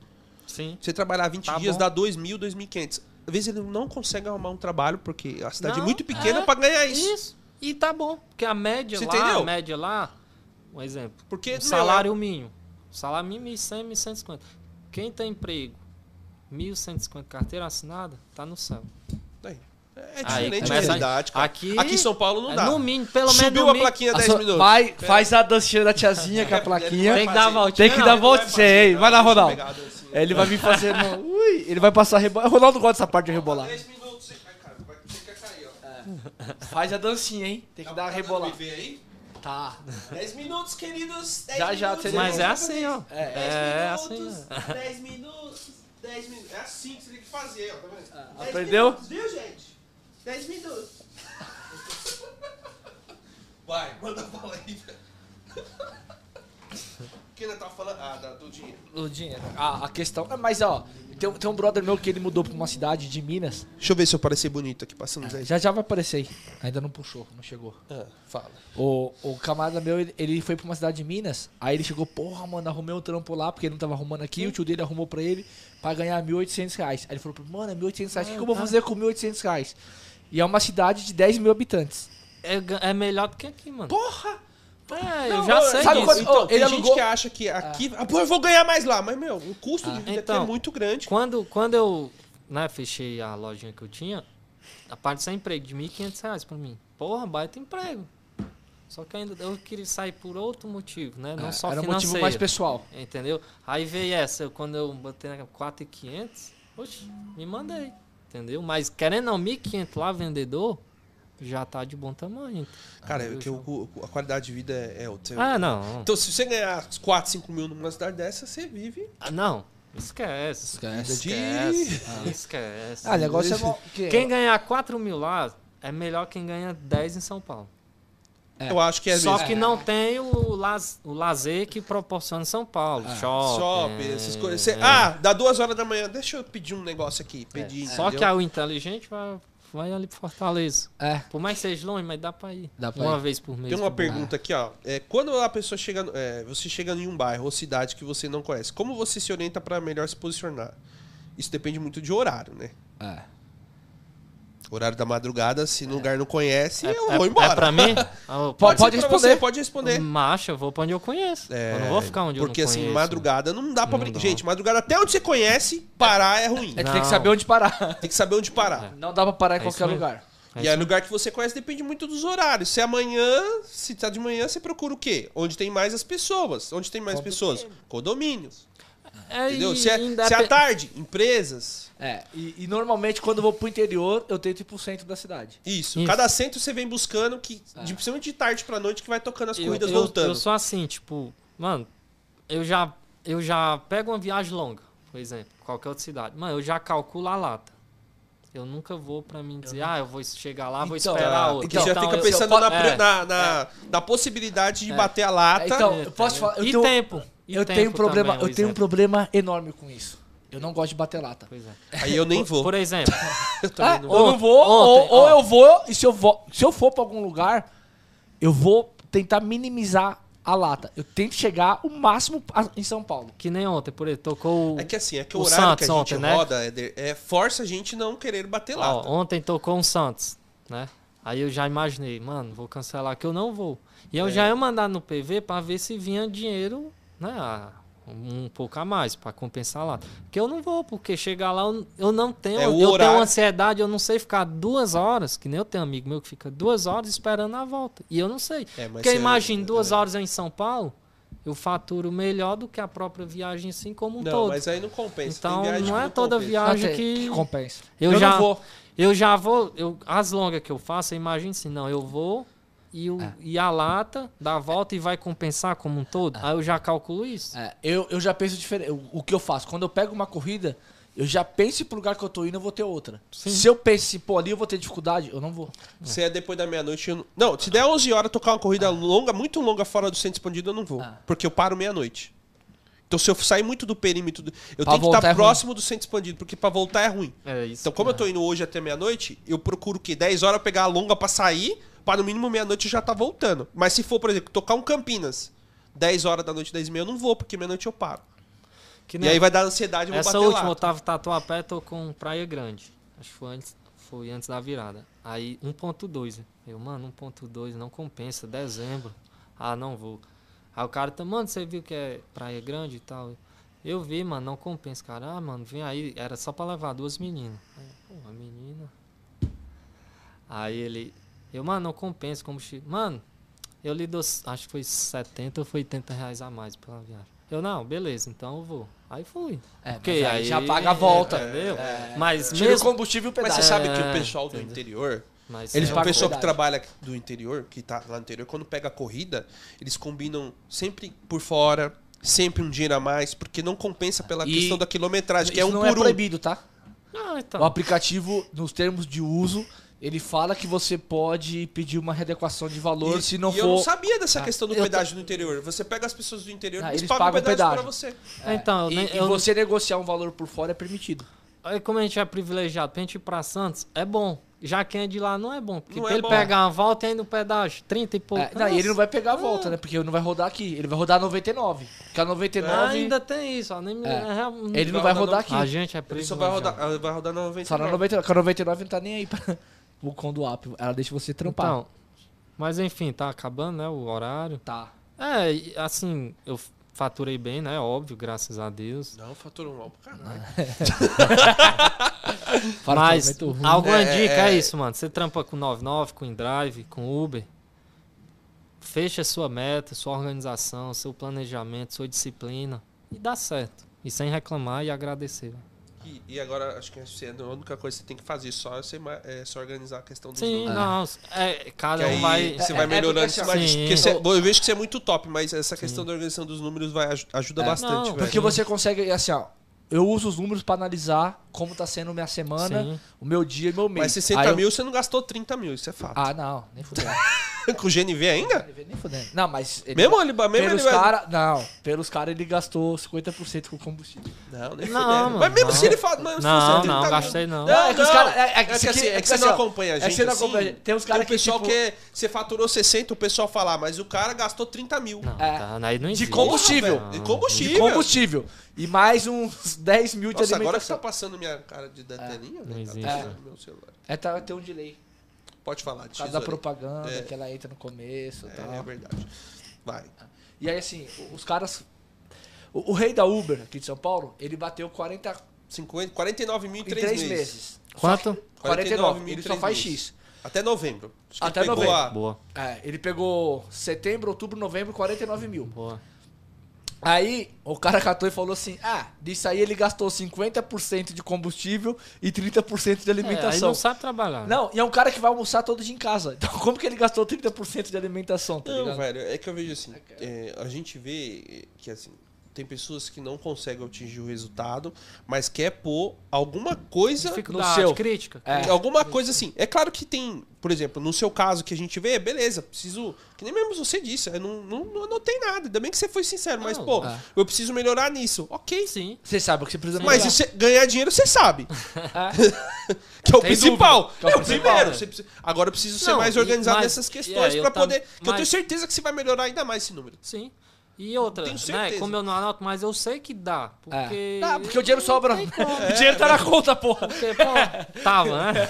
[SPEAKER 3] sim.
[SPEAKER 1] Você trabalhar 20
[SPEAKER 3] Tá
[SPEAKER 1] dias
[SPEAKER 3] bom.
[SPEAKER 1] dá 2 mil, 2.500. Às vezes ele não consegue arrumar um trabalho, porque a cidade é
[SPEAKER 3] Não,
[SPEAKER 1] muito pequena
[SPEAKER 3] é,
[SPEAKER 1] pra ganhar isso.
[SPEAKER 3] Isso. E tá bom, porque a média
[SPEAKER 1] Você
[SPEAKER 3] lá,
[SPEAKER 1] entendeu?
[SPEAKER 3] a média lá, um exemplo,
[SPEAKER 1] Porque
[SPEAKER 3] o
[SPEAKER 1] meu,
[SPEAKER 3] salário mínimo, o salário mínimo é 1.100, 1.150. Quem tem emprego, 1.150 carteira assinada, tá no céu.
[SPEAKER 1] Aí, É
[SPEAKER 3] Aí
[SPEAKER 1] diferente a
[SPEAKER 3] começa-
[SPEAKER 1] realidade, cara.
[SPEAKER 3] aqui-
[SPEAKER 1] aqui em São Paulo não
[SPEAKER 3] É,
[SPEAKER 1] dá.
[SPEAKER 3] No mínimo, pelo menos
[SPEAKER 1] Subiu
[SPEAKER 3] no
[SPEAKER 1] a
[SPEAKER 3] mínimo,
[SPEAKER 1] plaquinha 10
[SPEAKER 2] só-
[SPEAKER 1] minutos.
[SPEAKER 2] vai, faz a dancinha da tiazinha com a
[SPEAKER 1] Ele não
[SPEAKER 2] plaquinha.
[SPEAKER 1] vai
[SPEAKER 3] Tem que dar a
[SPEAKER 1] fazer.
[SPEAKER 3] voltinha,
[SPEAKER 2] Tem que dar
[SPEAKER 3] não.
[SPEAKER 2] a volta, você aí. Vai lá, Ronaldo.
[SPEAKER 1] Pegado assim.
[SPEAKER 2] Ele vai vir fazer. no- Ui, ele vai passar rebolar. Ronaldo gosta dessa parte de rebolar.
[SPEAKER 1] 10 minutos, você- Ai, cara, vai você quer cair, ó.
[SPEAKER 2] Faz a dancinha, hein? Tem
[SPEAKER 1] Tá-
[SPEAKER 2] que
[SPEAKER 1] tá
[SPEAKER 2] dar a
[SPEAKER 1] dando
[SPEAKER 2] rebolar.
[SPEAKER 1] pra ver aí?
[SPEAKER 2] Tá.
[SPEAKER 1] 10 minutos, queridos. 10
[SPEAKER 2] Já, já,
[SPEAKER 1] minutos,
[SPEAKER 2] você-
[SPEAKER 3] Mas é
[SPEAKER 1] eu vou
[SPEAKER 3] assim, ó.
[SPEAKER 1] fazer
[SPEAKER 2] É.
[SPEAKER 1] isso.
[SPEAKER 3] É
[SPEAKER 1] 10 minutos, 10
[SPEAKER 3] assim,
[SPEAKER 1] minutos, 10 minutos. É assim que você tem que fazer, ó. Tá vendo?
[SPEAKER 2] Ah,
[SPEAKER 1] 10
[SPEAKER 2] aprendeu?
[SPEAKER 1] Minutos, viu, gente? 10 minutos. Vai, manda bala aí, velho. Quem ainda tava falando? Ah, da- do dinheiro.
[SPEAKER 2] O dinheiro. A, a questão. é, Mas ó, tem, tem um brother meu que ele mudou pra uma cidade de Minas.
[SPEAKER 1] Deixa eu ver se eu parecer bonito aqui, passando aí.
[SPEAKER 2] Já já vai aparecer aí. Ainda não puxou, não chegou.
[SPEAKER 1] Ah, fala.
[SPEAKER 2] O, o camarada meu, ele, ele foi pra uma cidade de Minas, aí ele chegou, porra, mano, arrumei um trampo lá, porque ele não tava arrumando aqui, o tio dele arrumou pra ele pra ganhar 1.800 reais. Aí ele falou, pra mim, mano, é 1.800 reais, o que, que eu
[SPEAKER 3] Ah, tá.
[SPEAKER 2] vou fazer com 1.800 reais? E é uma cidade de 10 mil habitantes.
[SPEAKER 3] É, ga- é melhor do que aqui, mano.
[SPEAKER 2] Porra!
[SPEAKER 3] é, eu
[SPEAKER 2] não,
[SPEAKER 3] já
[SPEAKER 2] eu-
[SPEAKER 3] sei
[SPEAKER 2] sabe
[SPEAKER 3] disso.
[SPEAKER 2] quando-
[SPEAKER 1] Então,
[SPEAKER 2] Ô,
[SPEAKER 1] tem
[SPEAKER 2] ele
[SPEAKER 1] gente
[SPEAKER 2] alugou-
[SPEAKER 1] que acha que aqui. Ah, pô, eu vou ganhar mais lá. Mas, meu, o custo de vida aqui é
[SPEAKER 3] Então.
[SPEAKER 1] muito grande.
[SPEAKER 3] Quando, quando eu né, fechei a lojinha que eu tinha, a parte sem emprego de R$ 1.500 reais pra mim. Porra, baita emprego. Só que ainda eu queria sair por outro motivo, né? Não
[SPEAKER 2] É,
[SPEAKER 3] só
[SPEAKER 2] Era um
[SPEAKER 3] financeiro.
[SPEAKER 2] motivo mais pessoal.
[SPEAKER 3] Entendeu? Aí veio essa, eu- quando eu botei na 4,500, oxe, me mandei. Entendeu? Mas querendo ou não, 1.500 lá, vendedor, já tá de bom tamanho.
[SPEAKER 1] Cara, é
[SPEAKER 3] Entendeu?
[SPEAKER 1] que o- a qualidade de vida é, é o teu.
[SPEAKER 3] Ah, não.
[SPEAKER 1] Então, se você ganhar 4, 5 mil numa cidade dessa, você vive.
[SPEAKER 3] Ah, Não. Esquece.
[SPEAKER 2] Esquece.
[SPEAKER 3] Esquece. Esquece.
[SPEAKER 2] Ah, o negócio é... mo- que-
[SPEAKER 3] Quem ganhar 4 mil lá é melhor quem ganha 10 em São Paulo.
[SPEAKER 2] É.
[SPEAKER 1] Eu acho que é
[SPEAKER 3] Só
[SPEAKER 1] mesmo.
[SPEAKER 3] que não tem o, laz, o lazer que proporciona São Paulo. Shopping.
[SPEAKER 1] Ah, Shopping, essas coisas. Você-
[SPEAKER 3] é.
[SPEAKER 1] Ah, dá duas horas da manhã. Deixa eu pedir um negócio aqui. Pedir,
[SPEAKER 3] É. Só que
[SPEAKER 1] entendeu?
[SPEAKER 3] a- o inteligente vai, vai ali pro Fortaleza.
[SPEAKER 2] É,
[SPEAKER 3] Por mais que seja longe, mas dá pra ir.
[SPEAKER 2] Dá pra
[SPEAKER 3] uma
[SPEAKER 2] ir.
[SPEAKER 3] vez por mês.
[SPEAKER 1] Tem uma
[SPEAKER 3] por mês.
[SPEAKER 1] pergunta aqui, ó. É, quando a pessoa chega, no- é, você chega em um bairro ou cidade que você não conhece, como você se orienta pra melhor se posicionar? Isso depende muito de horário, né?
[SPEAKER 2] é.
[SPEAKER 1] Horário da madrugada, se no lugar não conhece, eu
[SPEAKER 3] é,
[SPEAKER 1] vou embora.
[SPEAKER 3] É pra mim? Ah, eu-
[SPEAKER 2] Pode-
[SPEAKER 1] ser
[SPEAKER 2] pode
[SPEAKER 1] pra
[SPEAKER 2] responder.
[SPEAKER 1] Você, pode responder. É,
[SPEAKER 3] Macho, eu vou pra onde eu conheço. eu não vou ficar onde
[SPEAKER 1] Porque
[SPEAKER 3] eu não conheço.
[SPEAKER 1] assim, madrugada não dá pra
[SPEAKER 3] Não
[SPEAKER 1] brincar.
[SPEAKER 3] dá.
[SPEAKER 1] Gente, madrugada até onde você conhece, parar é ruim.
[SPEAKER 2] É que tem que
[SPEAKER 3] Não.
[SPEAKER 2] saber onde parar.
[SPEAKER 1] Tem que saber onde parar.
[SPEAKER 2] Não dá pra parar em
[SPEAKER 3] É isso
[SPEAKER 2] qualquer
[SPEAKER 3] mesmo.
[SPEAKER 2] lugar.
[SPEAKER 3] É
[SPEAKER 1] E
[SPEAKER 3] isso
[SPEAKER 1] aí, lugar que você conhece depende muito dos horários. Se é amanhã, se tá de manhã, você procura o quê? Onde tem mais as pessoas. Onde tem mais pessoas? Condomínios.
[SPEAKER 3] É,
[SPEAKER 1] Entendeu? Se é,
[SPEAKER 3] independ-
[SPEAKER 1] se é à tarde, empresas.
[SPEAKER 2] É, e, e normalmente quando eu vou pro interior, eu tento ir pro centro da cidade.
[SPEAKER 1] Isso.
[SPEAKER 3] Isso. É.
[SPEAKER 1] Cada centro você vem buscando, que, de, principalmente de tarde pra noite, que vai tocando as
[SPEAKER 3] Eu-
[SPEAKER 1] corridas
[SPEAKER 3] eu,
[SPEAKER 1] voltando.
[SPEAKER 3] Eu sou assim, tipo, mano, eu já, eu já pego uma viagem longa, por exemplo, qualquer outra cidade. Mano, eu já calculo a lata. Eu nunca vou pra mim dizer, ah, eu vou chegar lá, vou
[SPEAKER 2] Então,
[SPEAKER 3] esperar
[SPEAKER 1] Ah,
[SPEAKER 3] outra.
[SPEAKER 1] porque já
[SPEAKER 3] Então,
[SPEAKER 1] fica
[SPEAKER 3] eu-
[SPEAKER 1] pensando
[SPEAKER 3] eu-
[SPEAKER 1] na,
[SPEAKER 3] é,
[SPEAKER 1] na, na- na possibilidade de bater a lata.
[SPEAKER 2] É, então, eu posso falar. Eu
[SPEAKER 3] e
[SPEAKER 2] tenho,
[SPEAKER 3] tempo. e
[SPEAKER 2] eu tenho um
[SPEAKER 3] tempo
[SPEAKER 2] problema,
[SPEAKER 3] também, um
[SPEAKER 2] eu tenho um
[SPEAKER 3] exemplo.
[SPEAKER 2] problema enorme com isso. Eu não gosto de bater lata.
[SPEAKER 3] Pois é.
[SPEAKER 1] Aí eu nem vou.
[SPEAKER 3] Por exemplo,
[SPEAKER 2] Ah,
[SPEAKER 3] não-
[SPEAKER 2] ou eu não
[SPEAKER 3] Ontem-
[SPEAKER 2] vou, ou,
[SPEAKER 3] ontem,
[SPEAKER 2] ou
[SPEAKER 3] ó.
[SPEAKER 2] eu vou, e se eu, vou, se eu for pra algum lugar, eu vou tentar minimizar a lata. Eu tento chegar o máximo a- em São Paulo.
[SPEAKER 3] que nem ontem, por exemplo, tocou.
[SPEAKER 1] É que assim, é que o,
[SPEAKER 3] O
[SPEAKER 1] horário que a
[SPEAKER 3] Santos
[SPEAKER 1] gente
[SPEAKER 3] ontem, né?
[SPEAKER 1] roda, Éder, é, força a gente não querer bater
[SPEAKER 3] Ó,
[SPEAKER 1] lata.
[SPEAKER 3] ontem tocou um Santos, né? Aí eu já imaginei, mano, vou cancelar que eu não vou. E
[SPEAKER 1] É.
[SPEAKER 3] eu já ia mandar no PV pra ver se vinha dinheiro, né? a- Um pouco a mais, pra compensar lá. Porque eu não vou, porque chegar lá eu, eu não tenho.
[SPEAKER 1] É, o
[SPEAKER 3] eu
[SPEAKER 1] horário-
[SPEAKER 3] tenho ansiedade, eu não sei ficar duas horas, que nem eu tenho amigo meu que fica duas horas esperando a volta. E eu não sei.
[SPEAKER 1] É, mas
[SPEAKER 3] porque
[SPEAKER 1] você-
[SPEAKER 3] imagina, duas
[SPEAKER 1] é.
[SPEAKER 3] horas eu em São Paulo, eu faturo melhor do que a própria viagem assim como um
[SPEAKER 1] Não,
[SPEAKER 3] todo.
[SPEAKER 1] mas aí não compensa. Tem
[SPEAKER 3] Então
[SPEAKER 1] viagem que
[SPEAKER 3] não é toda
[SPEAKER 1] compensa.
[SPEAKER 3] viagem
[SPEAKER 2] Até
[SPEAKER 3] que-
[SPEAKER 2] compensa.
[SPEAKER 3] Eu,
[SPEAKER 2] Eu
[SPEAKER 3] já
[SPEAKER 2] não vou.
[SPEAKER 3] vou. Eu já vou. Eu, as longas que eu faço, imagina assim, não, eu vou e, o,
[SPEAKER 1] É.
[SPEAKER 3] e a lata dá a volta e vai compensar como um
[SPEAKER 1] É.
[SPEAKER 3] todo. Aí eu já calculo isso.
[SPEAKER 2] É, eu, eu já penso diferente. O, o que eu faço? Quando eu pego uma corrida, eu já penso pro lugar que eu tô indo, eu vou ter outra. Se eu penso, pô, ali eu vou ter dificuldade, eu não vou.
[SPEAKER 1] Se é depois da meia-noite, eu não... Não, se der 11 horas, tocar uma corrida longa, muito longa, fora do centro expandido, eu não vou.
[SPEAKER 2] Ah.
[SPEAKER 1] Porque eu paro meia-noite. Então se eu sair muito do perímetro... do- Eu
[SPEAKER 2] Pra
[SPEAKER 1] tenho que
[SPEAKER 2] voltar
[SPEAKER 1] estar
[SPEAKER 2] é ruim.
[SPEAKER 1] próximo do centro expandido, porque pra voltar é ruim.
[SPEAKER 3] É isso.
[SPEAKER 1] Então como eu tô indo hoje até meia-noite, eu procuro que 10 horas eu pegar a longa pra sair, pra no mínimo meia-noite eu já tá voltando. Mas se for, por exemplo, tocar um Campinas, 10 horas da noite, 10 e meia, eu não vou, porque meia-noite eu paro.
[SPEAKER 3] Que
[SPEAKER 1] E
[SPEAKER 3] nem-
[SPEAKER 1] aí vai dar ansiedade, eu vou
[SPEAKER 3] é Essa
[SPEAKER 1] bater
[SPEAKER 3] última,
[SPEAKER 1] lá.
[SPEAKER 3] eu tava em Tatuapé, tô com Praia Grande. Acho que foi antes, foi antes da virada. Aí 1.2. Eu, mano, 1.2 não compensa, dezembro. Ah, não vou. Aí o cara tá, mano, você viu que é Praia Grande e tal? Eu vi, mano, não compensa, cara. Ah, mano, vem aí. Era só pra levar duas meninas. Aí, pô, uma menina. Aí ele, eu, mano, não compensa como Mano, eu lhe dou, acho que foi 70 ou foi 80 reais a mais pela viagem. Eu, não, beleza, então eu vou. Aí fui.
[SPEAKER 2] É,
[SPEAKER 3] Porque
[SPEAKER 2] mas aí
[SPEAKER 3] aí-
[SPEAKER 2] já paga a volta.
[SPEAKER 3] entendeu?
[SPEAKER 2] É.
[SPEAKER 3] mas
[SPEAKER 2] Tira o
[SPEAKER 3] mesmo.
[SPEAKER 2] combustível e o
[SPEAKER 1] Mas você
[SPEAKER 2] pedal.
[SPEAKER 1] sabe que o
[SPEAKER 3] É,
[SPEAKER 1] pessoal do
[SPEAKER 3] entendeu?
[SPEAKER 1] interior,
[SPEAKER 3] Mas
[SPEAKER 1] eles,
[SPEAKER 3] é,
[SPEAKER 1] o
[SPEAKER 2] pagam
[SPEAKER 1] pessoal que
[SPEAKER 2] verdade.
[SPEAKER 1] trabalha do interior, que tá lá no interior, quando pega a corrida, eles combinam sempre por fora, sempre um dinheiro a mais, porque não compensa pela
[SPEAKER 2] E-
[SPEAKER 1] questão da quilometragem, que é
[SPEAKER 2] Isso
[SPEAKER 1] um
[SPEAKER 2] não
[SPEAKER 1] por
[SPEAKER 2] é
[SPEAKER 1] um.
[SPEAKER 2] proibido, tá?
[SPEAKER 3] Ah, então.
[SPEAKER 2] O aplicativo, nos termos de uso, Ele fala que você pode pedir uma readequação de valor
[SPEAKER 1] e,
[SPEAKER 2] se não
[SPEAKER 1] e
[SPEAKER 2] for. Ah,
[SPEAKER 1] eu não sabia dessa questão do
[SPEAKER 2] eu tô-
[SPEAKER 1] pedágio no interior. Você pega as pessoas do interior
[SPEAKER 2] Ah,
[SPEAKER 1] e eles
[SPEAKER 2] eles
[SPEAKER 1] pagam o
[SPEAKER 2] pagam o
[SPEAKER 1] pedágio, pra
[SPEAKER 2] pedágio.
[SPEAKER 1] você.
[SPEAKER 3] Então, eu
[SPEAKER 2] e,
[SPEAKER 3] nem-
[SPEAKER 2] e
[SPEAKER 3] eu-
[SPEAKER 2] você negociar um valor por fora é permitido.
[SPEAKER 3] Aí como a gente é privilegiado, pra gente ir pra Santos, é bom. Já quem é de lá não é bom. Porque
[SPEAKER 1] Não
[SPEAKER 3] pra
[SPEAKER 1] é
[SPEAKER 3] ele
[SPEAKER 1] bom.
[SPEAKER 3] pegar uma volta e ainda um pedágio, 30 e pouco.
[SPEAKER 2] É, não, e ele não
[SPEAKER 3] Nossa.
[SPEAKER 2] vai pegar a volta, né? Porque ele não vai rodar aqui. Ele vai rodar 99. Porque a 99
[SPEAKER 3] Ainda tem isso, ó, nem me-
[SPEAKER 2] É.
[SPEAKER 3] é, real-
[SPEAKER 2] ele não vai
[SPEAKER 1] vai rodar
[SPEAKER 2] rodar
[SPEAKER 1] não.
[SPEAKER 2] aqui.
[SPEAKER 3] A gente é
[SPEAKER 1] Ele só vai
[SPEAKER 3] privilegiado.
[SPEAKER 1] rodar, ah, vai rodar na
[SPEAKER 2] Só na
[SPEAKER 1] 99.
[SPEAKER 2] 99, porque a 99 não tá nem aí pra o conduap. Ela deixa você trampar.
[SPEAKER 3] Então, mas enfim, tá acabando, né, o horário.
[SPEAKER 2] tá.
[SPEAKER 3] É, e, assim, eu faturei bem, né, óbvio, graças a Deus.
[SPEAKER 1] Não, faturou mal pra caralho.
[SPEAKER 2] Fala que é um
[SPEAKER 3] mas
[SPEAKER 2] momento ruim.
[SPEAKER 3] alguma
[SPEAKER 1] É,
[SPEAKER 3] dica
[SPEAKER 1] é.
[SPEAKER 3] é isso, mano. Você trampa com 99, com InDrive, com Uber. Fecha sua meta, sua organização, seu planejamento, sua disciplina e dá certo. E sem reclamar e agradecer.
[SPEAKER 1] E, e agora, acho que assim, a única coisa que você tem que fazer só é, você ma- é só organizar a questão dos
[SPEAKER 3] Sim,
[SPEAKER 1] números.
[SPEAKER 3] não. É,
[SPEAKER 1] Que
[SPEAKER 3] cada um
[SPEAKER 1] aí
[SPEAKER 3] vai.
[SPEAKER 1] você
[SPEAKER 2] é-
[SPEAKER 1] vai
[SPEAKER 2] é
[SPEAKER 1] melhorando.
[SPEAKER 2] porque assim,
[SPEAKER 1] mais.
[SPEAKER 3] Sim.
[SPEAKER 1] Porque você- eu vejo que você é muito top, mas essa questão da organização dos números vai, aj- ajuda
[SPEAKER 2] É.
[SPEAKER 1] bastante,
[SPEAKER 3] Não,
[SPEAKER 1] velho.
[SPEAKER 2] Porque você consegue, assim, ó. Eu uso os números pra analisar como tá sendo minha semana,
[SPEAKER 3] Sim.
[SPEAKER 2] o meu dia e meu mês.
[SPEAKER 1] Mas 60
[SPEAKER 2] Aí eu-
[SPEAKER 1] mil você não gastou 30 mil, isso é fato.
[SPEAKER 2] Ah, não, nem fudendo.
[SPEAKER 1] Com o GNV ainda?
[SPEAKER 2] nem fudendo. Não, mas. Ele...
[SPEAKER 1] Mesmo ele, mesmo ele
[SPEAKER 2] É. Pelos
[SPEAKER 1] vai-
[SPEAKER 2] caras. Não, pelos caras ele gastou 50% com combustível.
[SPEAKER 1] Não, nem
[SPEAKER 3] Não,
[SPEAKER 1] fudendo.
[SPEAKER 3] mano,
[SPEAKER 1] Mas mesmo
[SPEAKER 3] não.
[SPEAKER 1] se ele fala. Mas se
[SPEAKER 3] Não,
[SPEAKER 1] você
[SPEAKER 3] não,
[SPEAKER 1] 30 mil-
[SPEAKER 3] gastei não.
[SPEAKER 1] Não,
[SPEAKER 2] É que os
[SPEAKER 1] não.
[SPEAKER 2] cara- é- é que
[SPEAKER 1] É que
[SPEAKER 2] se-
[SPEAKER 1] assim,
[SPEAKER 2] é
[SPEAKER 1] é
[SPEAKER 2] que
[SPEAKER 1] que você
[SPEAKER 2] assim,
[SPEAKER 1] não
[SPEAKER 2] ó,
[SPEAKER 1] acompanha a
[SPEAKER 2] é
[SPEAKER 1] gente.
[SPEAKER 2] que você não
[SPEAKER 1] assim.
[SPEAKER 2] acompanha a gente. Tem uns cara
[SPEAKER 1] o
[SPEAKER 2] que,
[SPEAKER 1] pessoal
[SPEAKER 2] tipo-
[SPEAKER 1] que. Você faturou 60, o pessoal fala, "Ah, mas o cara gastou 30 mil.
[SPEAKER 3] Não,
[SPEAKER 2] É.
[SPEAKER 3] tá, aí não
[SPEAKER 2] De
[SPEAKER 3] existe.
[SPEAKER 2] como- combustível.
[SPEAKER 1] Porra, velho, De
[SPEAKER 2] De
[SPEAKER 1] combustível.
[SPEAKER 2] combustível. E mais uns 10 mil de
[SPEAKER 1] Nossa, agora que você
[SPEAKER 2] alimentação.
[SPEAKER 1] tá passando minha cara de da telinha, velho, tá
[SPEAKER 3] existe.
[SPEAKER 1] passando meu celular.
[SPEAKER 2] É, tá, tem um delay.
[SPEAKER 1] Pode falar,
[SPEAKER 2] Por
[SPEAKER 1] Tiso.
[SPEAKER 2] causa da propaganda,
[SPEAKER 1] É.
[SPEAKER 2] que ela entra no começo e tal.
[SPEAKER 1] É, é verdade. Vai.
[SPEAKER 2] E aí, assim, o- os caras. O, o rei da Uber aqui de São Paulo, ele bateu 40
[SPEAKER 1] 50, 49 mil em
[SPEAKER 2] em
[SPEAKER 1] 3
[SPEAKER 2] 3
[SPEAKER 1] meses.
[SPEAKER 2] meses.
[SPEAKER 3] Quanto?
[SPEAKER 2] 49,
[SPEAKER 1] mil em
[SPEAKER 2] ele só
[SPEAKER 1] três
[SPEAKER 2] faz
[SPEAKER 1] meses.
[SPEAKER 2] X.
[SPEAKER 1] Até novembro. Acho que
[SPEAKER 2] Até
[SPEAKER 1] ele pegou
[SPEAKER 2] novembro.
[SPEAKER 1] a-
[SPEAKER 3] Boa,
[SPEAKER 2] É, ele pegou setembro, outubro, novembro, 49 mil.
[SPEAKER 3] boa.
[SPEAKER 2] Aí o cara catou e falou assim: Ah, disso aí ele gastou 50% de combustível e 30% de
[SPEAKER 3] É, aí
[SPEAKER 2] alimentação.
[SPEAKER 3] não sabe
[SPEAKER 1] né?
[SPEAKER 3] trabalhar.
[SPEAKER 2] não, e é um cara que vai almoçar todo dia em casa. Então como que ele gastou 30% de alimentação, tá
[SPEAKER 1] Não,
[SPEAKER 2] ligado?
[SPEAKER 1] velho, é que eu vejo assim, é, a gente vê que assim, tem pessoas que não conseguem atingir o resultado, mas quer pôr alguma coisa.
[SPEAKER 3] Dificuldade,
[SPEAKER 2] seu.
[SPEAKER 3] crítica.
[SPEAKER 2] É.
[SPEAKER 1] Alguma coisa assim. É claro que tem, por exemplo, no seu caso que a gente vê, beleza, preciso. Que nem mesmo você disse, eu não, não, não anotei nada. Ainda bem que você foi sincero, mas,
[SPEAKER 3] Não,
[SPEAKER 1] pô,
[SPEAKER 2] é.
[SPEAKER 1] eu preciso melhorar nisso. Ok.
[SPEAKER 3] Sim.
[SPEAKER 2] Você sabe o que você precisa
[SPEAKER 1] Mas
[SPEAKER 2] melhorar.
[SPEAKER 1] isso é- ganhar dinheiro você sabe. que é o
[SPEAKER 2] Sem
[SPEAKER 1] principal.
[SPEAKER 2] dúvida, que é o
[SPEAKER 1] é o
[SPEAKER 2] principal,
[SPEAKER 1] primeiro.
[SPEAKER 2] né?
[SPEAKER 1] Você precisa- Agora eu preciso ser
[SPEAKER 3] Não,
[SPEAKER 1] mais
[SPEAKER 3] e-
[SPEAKER 1] organizado
[SPEAKER 3] mas-
[SPEAKER 1] nessas
[SPEAKER 3] e
[SPEAKER 1] questões
[SPEAKER 3] aí, eu
[SPEAKER 1] pra
[SPEAKER 3] tam-
[SPEAKER 1] poder. que eu tenho
[SPEAKER 3] mas-
[SPEAKER 1] certeza que você vai melhorar ainda mais esse número.
[SPEAKER 3] Sim. E outra,
[SPEAKER 1] Tenho
[SPEAKER 3] né?
[SPEAKER 1] certeza.
[SPEAKER 3] Como eu não anoto, mas eu sei que dá.
[SPEAKER 2] É.
[SPEAKER 3] Porque.
[SPEAKER 2] Ah, porque o dinheiro sobra. o dinheiro
[SPEAKER 1] É, né?
[SPEAKER 2] tá na conta, porra.
[SPEAKER 3] Porque, pô, tava, né?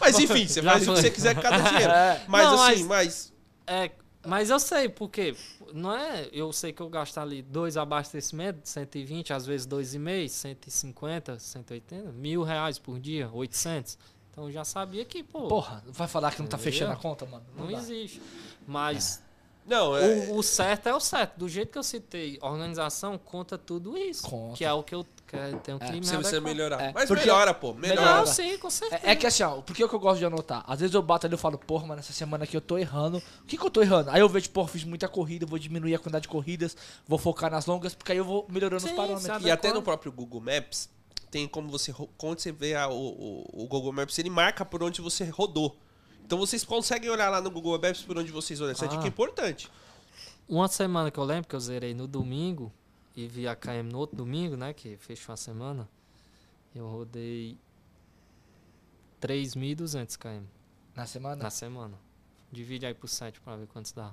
[SPEAKER 1] Mas enfim, você
[SPEAKER 3] Já
[SPEAKER 1] faz o que
[SPEAKER 3] foi.
[SPEAKER 1] você quiser com cada dinheiro.
[SPEAKER 2] É.
[SPEAKER 1] Mas
[SPEAKER 3] Não,
[SPEAKER 1] assim, mas.
[SPEAKER 3] É, mas eu sei, porque não é. Eu sei que eu gasto ali dois abastecimentos, 120, às vezes 2,5, 150, 180, mil reais por dia, 800. Então eu já sabia que, pô,
[SPEAKER 2] Porra, vai falar que não tá fechando a conta, mano?
[SPEAKER 3] não
[SPEAKER 2] dá.
[SPEAKER 3] existe. Mas
[SPEAKER 1] Não, é.
[SPEAKER 3] o, o certo é o certo. Do jeito que eu citei, organização conta tudo isso.
[SPEAKER 2] Conta.
[SPEAKER 3] Que é o que eu quero, tenho que me
[SPEAKER 1] Você precisa
[SPEAKER 3] adequar.
[SPEAKER 1] melhorar.
[SPEAKER 2] É,
[SPEAKER 1] Mas
[SPEAKER 2] porque-
[SPEAKER 1] melhora, pô. Melhora.
[SPEAKER 3] Não,
[SPEAKER 2] Melhora.
[SPEAKER 3] sim, com certeza.
[SPEAKER 2] É, é que assim, ó, por que que eu gosto de anotar? Às vezes eu bato ali e falo, porra, mano, essa semana aqui eu tô errando. O que que eu tô errando? Aí eu vejo, porra, fiz muita corrida, vou diminuir a quantidade de corridas, vou focar nas longas, porque aí eu vou melhorando os
[SPEAKER 3] Sim,
[SPEAKER 2] parâmetros.
[SPEAKER 3] sabe?
[SPEAKER 1] E até no
[SPEAKER 3] quando-
[SPEAKER 1] próprio Google Maps, tem como você. ro- Quando você vê a- o, o- o Google Maps, ele marca por onde você rodou. Então vocês conseguem olhar lá no Google Maps por onde vocês olham. Essa
[SPEAKER 3] Ah.
[SPEAKER 1] dica é importante.
[SPEAKER 3] Uma semana que eu lembro que eu zerei no domingo e vi a KM no outro domingo, né? Que fechou a semana. Eu rodei 3.200 km
[SPEAKER 2] Na semana?
[SPEAKER 3] na semana. Divide aí por 7 pra ver quantos dá.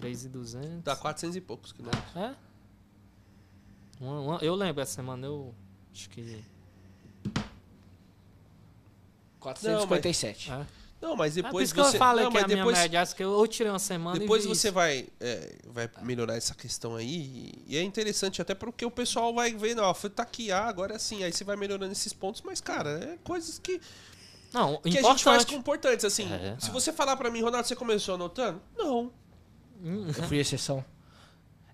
[SPEAKER 3] 3.200.
[SPEAKER 1] Dá 400 e poucos que não.
[SPEAKER 3] É? Uma- uma- eu lembro essa semana, eu acho que.
[SPEAKER 2] 457.
[SPEAKER 3] É.
[SPEAKER 1] Não, mas
[SPEAKER 3] Ah, por
[SPEAKER 1] depois
[SPEAKER 3] isso
[SPEAKER 1] você.
[SPEAKER 3] que eu falei
[SPEAKER 1] não,
[SPEAKER 2] é
[SPEAKER 3] que
[SPEAKER 1] mas
[SPEAKER 3] a minha
[SPEAKER 1] depois,
[SPEAKER 3] média, acho que eu, eu tirei uma semana
[SPEAKER 1] depois
[SPEAKER 3] e vi
[SPEAKER 1] você
[SPEAKER 3] isso.
[SPEAKER 1] vai, é, vai melhorar essa questão aí. E é interessante, até porque o pessoal vai vendo, ó, foi taquear, agora é assim. Aí você vai melhorando esses pontos, mas, cara, é coisas que.
[SPEAKER 3] Não,
[SPEAKER 1] que a gente faz com
[SPEAKER 3] importante.
[SPEAKER 1] importantes, assim.
[SPEAKER 3] É.
[SPEAKER 1] Se você falar pra mim, Ronaldo, você começou anotando? Não.
[SPEAKER 3] Hum,
[SPEAKER 2] Eu fui exceção.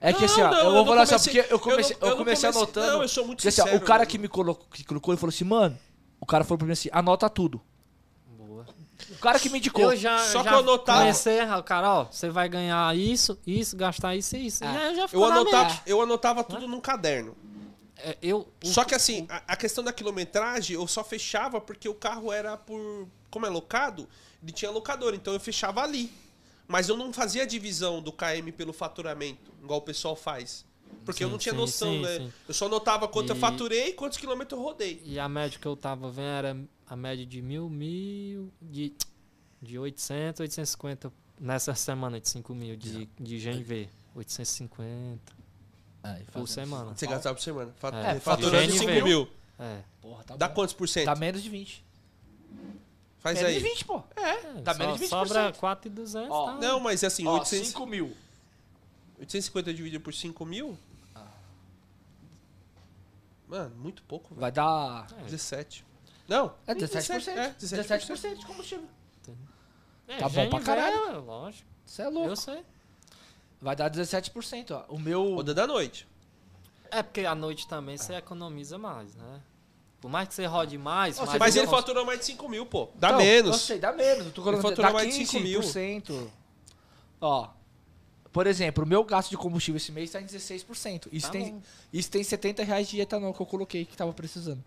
[SPEAKER 2] É que
[SPEAKER 1] Não,
[SPEAKER 2] assim, ó,
[SPEAKER 1] não,
[SPEAKER 2] eu
[SPEAKER 1] eu
[SPEAKER 2] vou
[SPEAKER 1] não
[SPEAKER 2] falar assim, ó,
[SPEAKER 1] comecei-
[SPEAKER 2] porque eu comecei,
[SPEAKER 1] eu não-
[SPEAKER 2] eu
[SPEAKER 1] eu não
[SPEAKER 2] comecei
[SPEAKER 1] comecei-
[SPEAKER 2] anotando.
[SPEAKER 1] não, eu sou muito
[SPEAKER 2] porque, assim, ó,
[SPEAKER 1] sincero, né?
[SPEAKER 2] o cara
[SPEAKER 1] eu-
[SPEAKER 2] que me colocou, que colocou, ele falou assim, mano, o cara falou pra mim assim, anota tudo.
[SPEAKER 3] Boa.
[SPEAKER 2] O cara que me indicou.
[SPEAKER 3] Eu já,
[SPEAKER 1] Só que
[SPEAKER 3] já
[SPEAKER 1] eu anotava-
[SPEAKER 3] comecei a errar. Cara, ó, você vai ganhar isso, isso, gastar isso e isso.
[SPEAKER 2] Ah.
[SPEAKER 3] Já, já
[SPEAKER 1] Eu
[SPEAKER 3] ficou na
[SPEAKER 1] anotava,
[SPEAKER 3] mente.
[SPEAKER 1] eu anotava tudo num caderno.
[SPEAKER 3] É, eu, o-
[SPEAKER 1] Só que assim, a, a questão da quilometragem eu só fechava porque o carro era por. Como é locado, ele tinha locador, então eu fechava ali. Mas eu não fazia divisão do KM pelo faturamento, igual o pessoal faz. Porque eu
[SPEAKER 3] Sim,
[SPEAKER 1] não tinha
[SPEAKER 3] sim,
[SPEAKER 1] noção,
[SPEAKER 3] sim,
[SPEAKER 1] né?
[SPEAKER 3] sim.
[SPEAKER 1] Eu só notava quanto eu
[SPEAKER 3] E-
[SPEAKER 1] faturei e quantos quilômetros eu rodei.
[SPEAKER 3] E a média que eu tava vendo era a média de mil, mil, de, de 800, 850 nessa semana de 5 mil de, de GNV. 850
[SPEAKER 2] Aí,
[SPEAKER 3] por
[SPEAKER 2] fazendo-
[SPEAKER 3] semana.
[SPEAKER 1] Você gastava por semana. Fat... faturando
[SPEAKER 3] É, faturando
[SPEAKER 1] 5
[SPEAKER 3] GNV.
[SPEAKER 1] mil.
[SPEAKER 3] É.
[SPEAKER 2] Porra, tá
[SPEAKER 1] Dá
[SPEAKER 2] bom.
[SPEAKER 1] quantos por cento?
[SPEAKER 2] Tá menos de 20.
[SPEAKER 1] Faz
[SPEAKER 2] menos
[SPEAKER 1] aí.
[SPEAKER 2] de 20, pô.
[SPEAKER 3] é,
[SPEAKER 2] Dá
[SPEAKER 3] só-
[SPEAKER 2] Tá menos de 20%.
[SPEAKER 3] Sobra 4,200.
[SPEAKER 2] Ó,
[SPEAKER 3] tá.
[SPEAKER 1] Não, mas assim,
[SPEAKER 2] Ó,
[SPEAKER 1] 800
[SPEAKER 2] 5 mil.
[SPEAKER 1] 850 dividido por 5 mil. Mano, muito pouco, velho.
[SPEAKER 2] Vai dar...
[SPEAKER 3] É.
[SPEAKER 1] 17. Não?
[SPEAKER 2] É 17%.
[SPEAKER 1] É, 17%.
[SPEAKER 2] 17% de combustível.
[SPEAKER 3] É,
[SPEAKER 2] tá bom pra
[SPEAKER 3] GNV,
[SPEAKER 2] caralho.
[SPEAKER 3] é, lógico.
[SPEAKER 2] Você é
[SPEAKER 3] Eu
[SPEAKER 2] louco.
[SPEAKER 3] sei.
[SPEAKER 2] Vai dar 17%, ó. O meu...
[SPEAKER 1] Roda da noite.
[SPEAKER 3] É porque à noite também você economiza mais, né? Por mais que você rode mais,
[SPEAKER 2] Ó, você
[SPEAKER 1] Mas
[SPEAKER 3] eu
[SPEAKER 1] ele
[SPEAKER 3] cons-
[SPEAKER 1] faturou mais de 5 mil, pô. Dá
[SPEAKER 2] Então, Eu
[SPEAKER 1] menos.
[SPEAKER 2] sei, dá menos. Eu tô
[SPEAKER 1] Ele
[SPEAKER 2] colocando
[SPEAKER 1] faturou
[SPEAKER 2] dá
[SPEAKER 1] mais de 5 mil.
[SPEAKER 2] 15%. Ó, por exemplo, o meu gasto de combustível esse mês tá em 16%. Isso,
[SPEAKER 3] Tá
[SPEAKER 2] tem,
[SPEAKER 3] bom.
[SPEAKER 2] isso tem 70 reais de etanol que eu coloquei que tava precisando.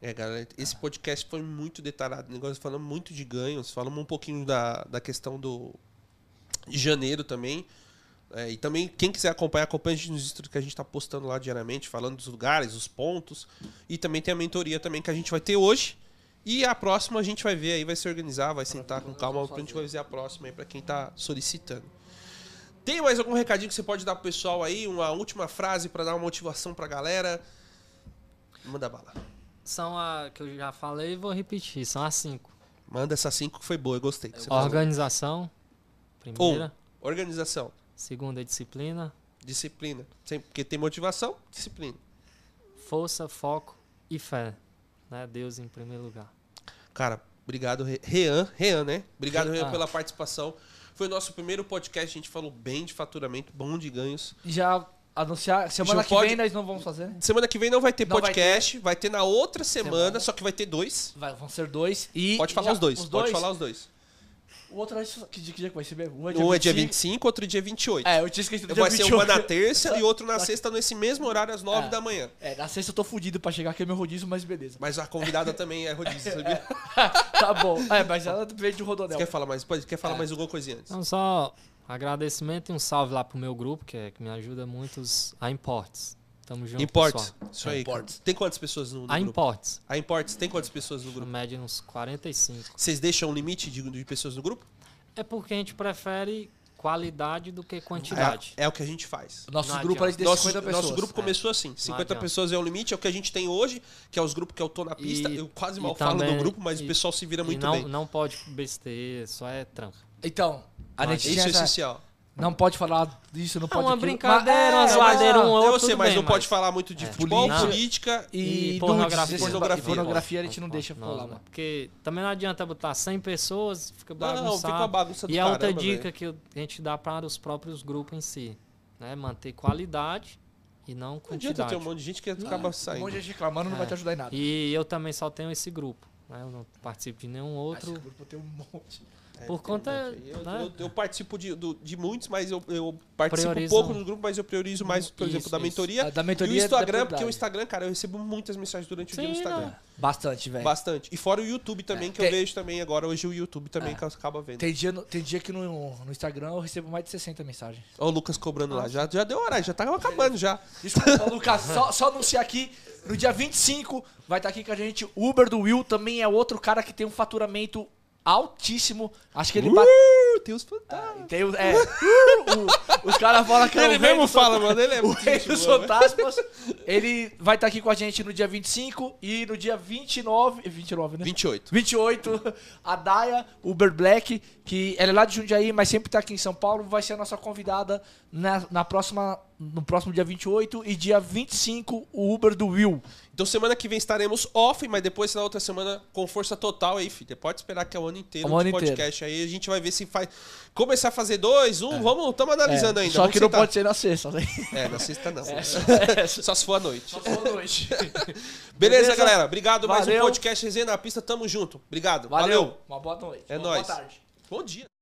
[SPEAKER 1] É, galera, esse podcast foi muito detalhado. Negócio falando muito de ganhos. Falamos um pouquinho da, da questão do de janeiro também. É, e também, quem quiser acompanhar, acompanha a gente nos estudos que a gente tá postando lá diariamente, falando dos lugares, os pontos. E também tem a mentoria também que a gente vai ter hoje. E a próxima a gente vai ver aí, vai se organizar, vai sentar com calma, porque a gente vai ver a próxima aí pra quem tá solicitando. Tem mais algum recadinho que você pode dar pro pessoal aí? Uma última frase pra dar uma motivação pra galera? Manda bala.
[SPEAKER 3] São a que eu já falei e vou repetir. São as cinco.
[SPEAKER 1] Manda essas cinco que foi boa, eu gostei. que você tá falou.
[SPEAKER 3] Organização, primeira.
[SPEAKER 1] Organização,
[SPEAKER 3] Segunda, disciplina.
[SPEAKER 1] disciplina. Sem- Porque tem motivação, disciplina.
[SPEAKER 3] Força, foco e fé. Né? Deus em primeiro lugar.
[SPEAKER 1] Cara, obrigado, Re- Rean. Rean, né? Obrigado, Rean,
[SPEAKER 3] Rean.
[SPEAKER 1] pela participação. Foi o nosso primeiro podcast, a gente falou bem de faturamento, bom de ganhos.
[SPEAKER 2] Já anunciar, semana
[SPEAKER 1] Já
[SPEAKER 2] que
[SPEAKER 1] pode-
[SPEAKER 2] vem nós não vamos fazer, né?
[SPEAKER 1] Semana que vem não vai ter
[SPEAKER 2] Não vai
[SPEAKER 1] podcast, vai ter. na outra semana,
[SPEAKER 2] Semana.
[SPEAKER 1] só que vai ter dois.
[SPEAKER 2] Vai, vão ser dois e...
[SPEAKER 1] Pode falar
[SPEAKER 2] já-
[SPEAKER 1] os dois,
[SPEAKER 2] Os
[SPEAKER 1] pode
[SPEAKER 2] dois.
[SPEAKER 1] falar os dois.
[SPEAKER 2] O outro, é que dia, que dia que vai ser mesmo? Um
[SPEAKER 1] Um é dia 25, outro dia 28.
[SPEAKER 2] É, eu tinha esquecido do dia
[SPEAKER 1] vai ser
[SPEAKER 2] 28.
[SPEAKER 1] uma na terça e outro na
[SPEAKER 2] Só-
[SPEAKER 1] sexta, nesse mesmo horário, às nove
[SPEAKER 2] É.
[SPEAKER 1] da manhã.
[SPEAKER 2] É, na sexta eu tô fudido pra chegar, que é meu rodízio, mas beleza.
[SPEAKER 1] Mas a convidada também é rodízio, sabia?
[SPEAKER 2] tá bom. É, mas ela veio de
[SPEAKER 1] Você
[SPEAKER 2] Rodonel.
[SPEAKER 1] quer falar mais? Pode, quer falar
[SPEAKER 2] É.
[SPEAKER 1] mais alguma coisinha antes?
[SPEAKER 3] Então, só agradecimento e um salve lá pro meu grupo, que, é, que me ajuda muito os- a Imports. Tamo junto.
[SPEAKER 1] Imports.
[SPEAKER 3] pessoal.
[SPEAKER 1] Isso aí.
[SPEAKER 2] Imports.
[SPEAKER 1] Tem quantas pessoas no, no
[SPEAKER 3] A
[SPEAKER 1] grupo?
[SPEAKER 3] Imports.
[SPEAKER 1] A Imports tem quantas pessoas no
[SPEAKER 3] Na
[SPEAKER 1] grupo?
[SPEAKER 3] média, uns 45.
[SPEAKER 1] Vocês deixam um limite de, de pessoas no grupo?
[SPEAKER 3] É porque a gente prefere qualidade do que quantidade.
[SPEAKER 1] É, é o que a gente faz.
[SPEAKER 2] Nosso
[SPEAKER 3] Não
[SPEAKER 2] grupo era de
[SPEAKER 1] Nosso,
[SPEAKER 2] 50 pessoas.
[SPEAKER 1] nosso grupo começou assim. 50
[SPEAKER 3] adianta.
[SPEAKER 1] pessoas é o limite, é o que a gente tem hoje, que é os grupos que eu tô na pista.
[SPEAKER 3] E-
[SPEAKER 1] eu quase
[SPEAKER 3] e
[SPEAKER 1] mal falo
[SPEAKER 3] também-
[SPEAKER 1] do grupo, mas o
[SPEAKER 3] e-
[SPEAKER 1] pessoal se vira
[SPEAKER 3] E
[SPEAKER 1] é, muito
[SPEAKER 3] não,
[SPEAKER 1] bem.
[SPEAKER 3] não pode besteira, só é trampo.
[SPEAKER 2] Então, a
[SPEAKER 3] Mas
[SPEAKER 2] gente
[SPEAKER 1] Isso
[SPEAKER 2] tinha
[SPEAKER 1] é
[SPEAKER 2] essa-
[SPEAKER 1] essencial.
[SPEAKER 2] Não pode falar disso, não
[SPEAKER 3] É
[SPEAKER 2] pode...
[SPEAKER 3] uma
[SPEAKER 2] aquilo.
[SPEAKER 3] brincadeira, uma
[SPEAKER 2] Mas-
[SPEAKER 3] zoadeira, um
[SPEAKER 1] eu
[SPEAKER 2] mas-
[SPEAKER 3] outro.
[SPEAKER 1] sei,
[SPEAKER 3] tudo
[SPEAKER 1] mas
[SPEAKER 3] bem,
[SPEAKER 1] não pode falar muito de
[SPEAKER 3] É.
[SPEAKER 1] futebol,
[SPEAKER 3] Não.
[SPEAKER 1] política.
[SPEAKER 2] E, pornografia.
[SPEAKER 3] E pornografia.
[SPEAKER 2] pornografia.
[SPEAKER 1] Pornografia.
[SPEAKER 2] pornografia a gente não
[SPEAKER 3] pode,
[SPEAKER 2] deixa falar, mano.
[SPEAKER 3] Porque também não adianta botar 100 pessoas, fica
[SPEAKER 1] Não,
[SPEAKER 3] bagunçado.
[SPEAKER 1] não, fica uma bagunça do
[SPEAKER 3] E a outra
[SPEAKER 1] caramba,
[SPEAKER 3] dica
[SPEAKER 1] velho.
[SPEAKER 3] que eu- a gente dá para os próprios grupos em si, né? Manter qualidade e não
[SPEAKER 1] Não adianta
[SPEAKER 3] quantidade.
[SPEAKER 1] ter um monte de gente que acaba
[SPEAKER 2] Um monte
[SPEAKER 1] saindo.
[SPEAKER 2] de gente reclamando não vai
[SPEAKER 3] É.
[SPEAKER 2] te ajudar em nada.
[SPEAKER 3] E eu também só tenho esse grupo, né? Eu não participo de nenhum
[SPEAKER 2] Esse
[SPEAKER 3] outro.
[SPEAKER 2] grupo tem um monte.
[SPEAKER 1] É,
[SPEAKER 3] por
[SPEAKER 1] tem
[SPEAKER 3] conta,
[SPEAKER 1] um monte. Eu,
[SPEAKER 3] né?
[SPEAKER 1] eu- eu participo de, do- de muitos, mas eu, eu participo
[SPEAKER 3] Priorizo.
[SPEAKER 1] pouco no grupo, mas eu priorizo mais, por
[SPEAKER 3] Isso,
[SPEAKER 1] exemplo, da
[SPEAKER 3] isso.
[SPEAKER 1] mentoria.
[SPEAKER 2] A Ah, da mentoria
[SPEAKER 1] e o Instagram,
[SPEAKER 2] dá
[SPEAKER 1] porque o
[SPEAKER 2] prioridade.
[SPEAKER 1] Instagram, cara, eu recebo muitas mensagens durante o dia no
[SPEAKER 3] Sim,
[SPEAKER 1] Instagram.
[SPEAKER 3] não.
[SPEAKER 2] Bastante, velho.
[SPEAKER 1] Bastante. E fora o YouTube também, que eu
[SPEAKER 2] É. tem- É.
[SPEAKER 1] vejo também agora. Hoje o YouTube também que acaba vendo.
[SPEAKER 2] Tem dia, no, tem dia que no, no Instagram eu recebo mais de 60 mensagens.
[SPEAKER 1] Olha o Lucas cobrando lá. Já, já deu horário, já tá acabando já.
[SPEAKER 2] Desculpa, Lucas, só, só anunciar aqui. No dia 25 vai estar aqui com a gente Uber do Will, também é outro cara que tem um faturamento altíssimo. Acho que ele bateu.
[SPEAKER 1] Uh, tem os fantasmas.
[SPEAKER 2] Tem o- é, o- os caras falam que é o
[SPEAKER 1] Uh! Ele
[SPEAKER 2] rei
[SPEAKER 1] mesmo
[SPEAKER 2] dos
[SPEAKER 1] fala, mano. Ele é
[SPEAKER 2] O tá-
[SPEAKER 1] muito
[SPEAKER 2] Rei
[SPEAKER 1] gente
[SPEAKER 2] dos
[SPEAKER 1] boa, né?
[SPEAKER 2] Fantasmas, ele vai estar aqui com a gente no dia 25 e no dia 29, 29, né?
[SPEAKER 1] 28.
[SPEAKER 2] 28, a Daya Uber Black, que ela é lá de Jundiaí, mas sempre tá aqui em São Paulo, vai ser a nossa convidada na, na próxima, no próximo dia 28 e dia 25 o Uber do Will.
[SPEAKER 1] Então semana que vem estaremos off, mas depois na outra semana com força total aí, filho. Pode esperar que é o ano inteiro
[SPEAKER 2] O um ano
[SPEAKER 1] de podcast aí. A gente vai ver se faz. Começar a fazer dois, um, vamos, estamos analisando
[SPEAKER 2] É,
[SPEAKER 1] ainda.
[SPEAKER 2] só
[SPEAKER 1] vamos
[SPEAKER 2] que não
[SPEAKER 1] sentar.
[SPEAKER 2] pode ser na sexta, né?
[SPEAKER 1] É, na sexta não.
[SPEAKER 2] É, só
[SPEAKER 1] Só se for à noite.
[SPEAKER 2] boa noite.
[SPEAKER 1] Beleza,
[SPEAKER 2] Beleza?
[SPEAKER 1] galera? Obrigado. Mais um
[SPEAKER 2] Valeu.
[SPEAKER 1] podcast Resenha na Pista. Tamo junto. Obrigado.
[SPEAKER 2] Valeu, uma boa noite.
[SPEAKER 1] É
[SPEAKER 2] Uma boa
[SPEAKER 1] nóis.
[SPEAKER 2] tarde.
[SPEAKER 1] Bom dia.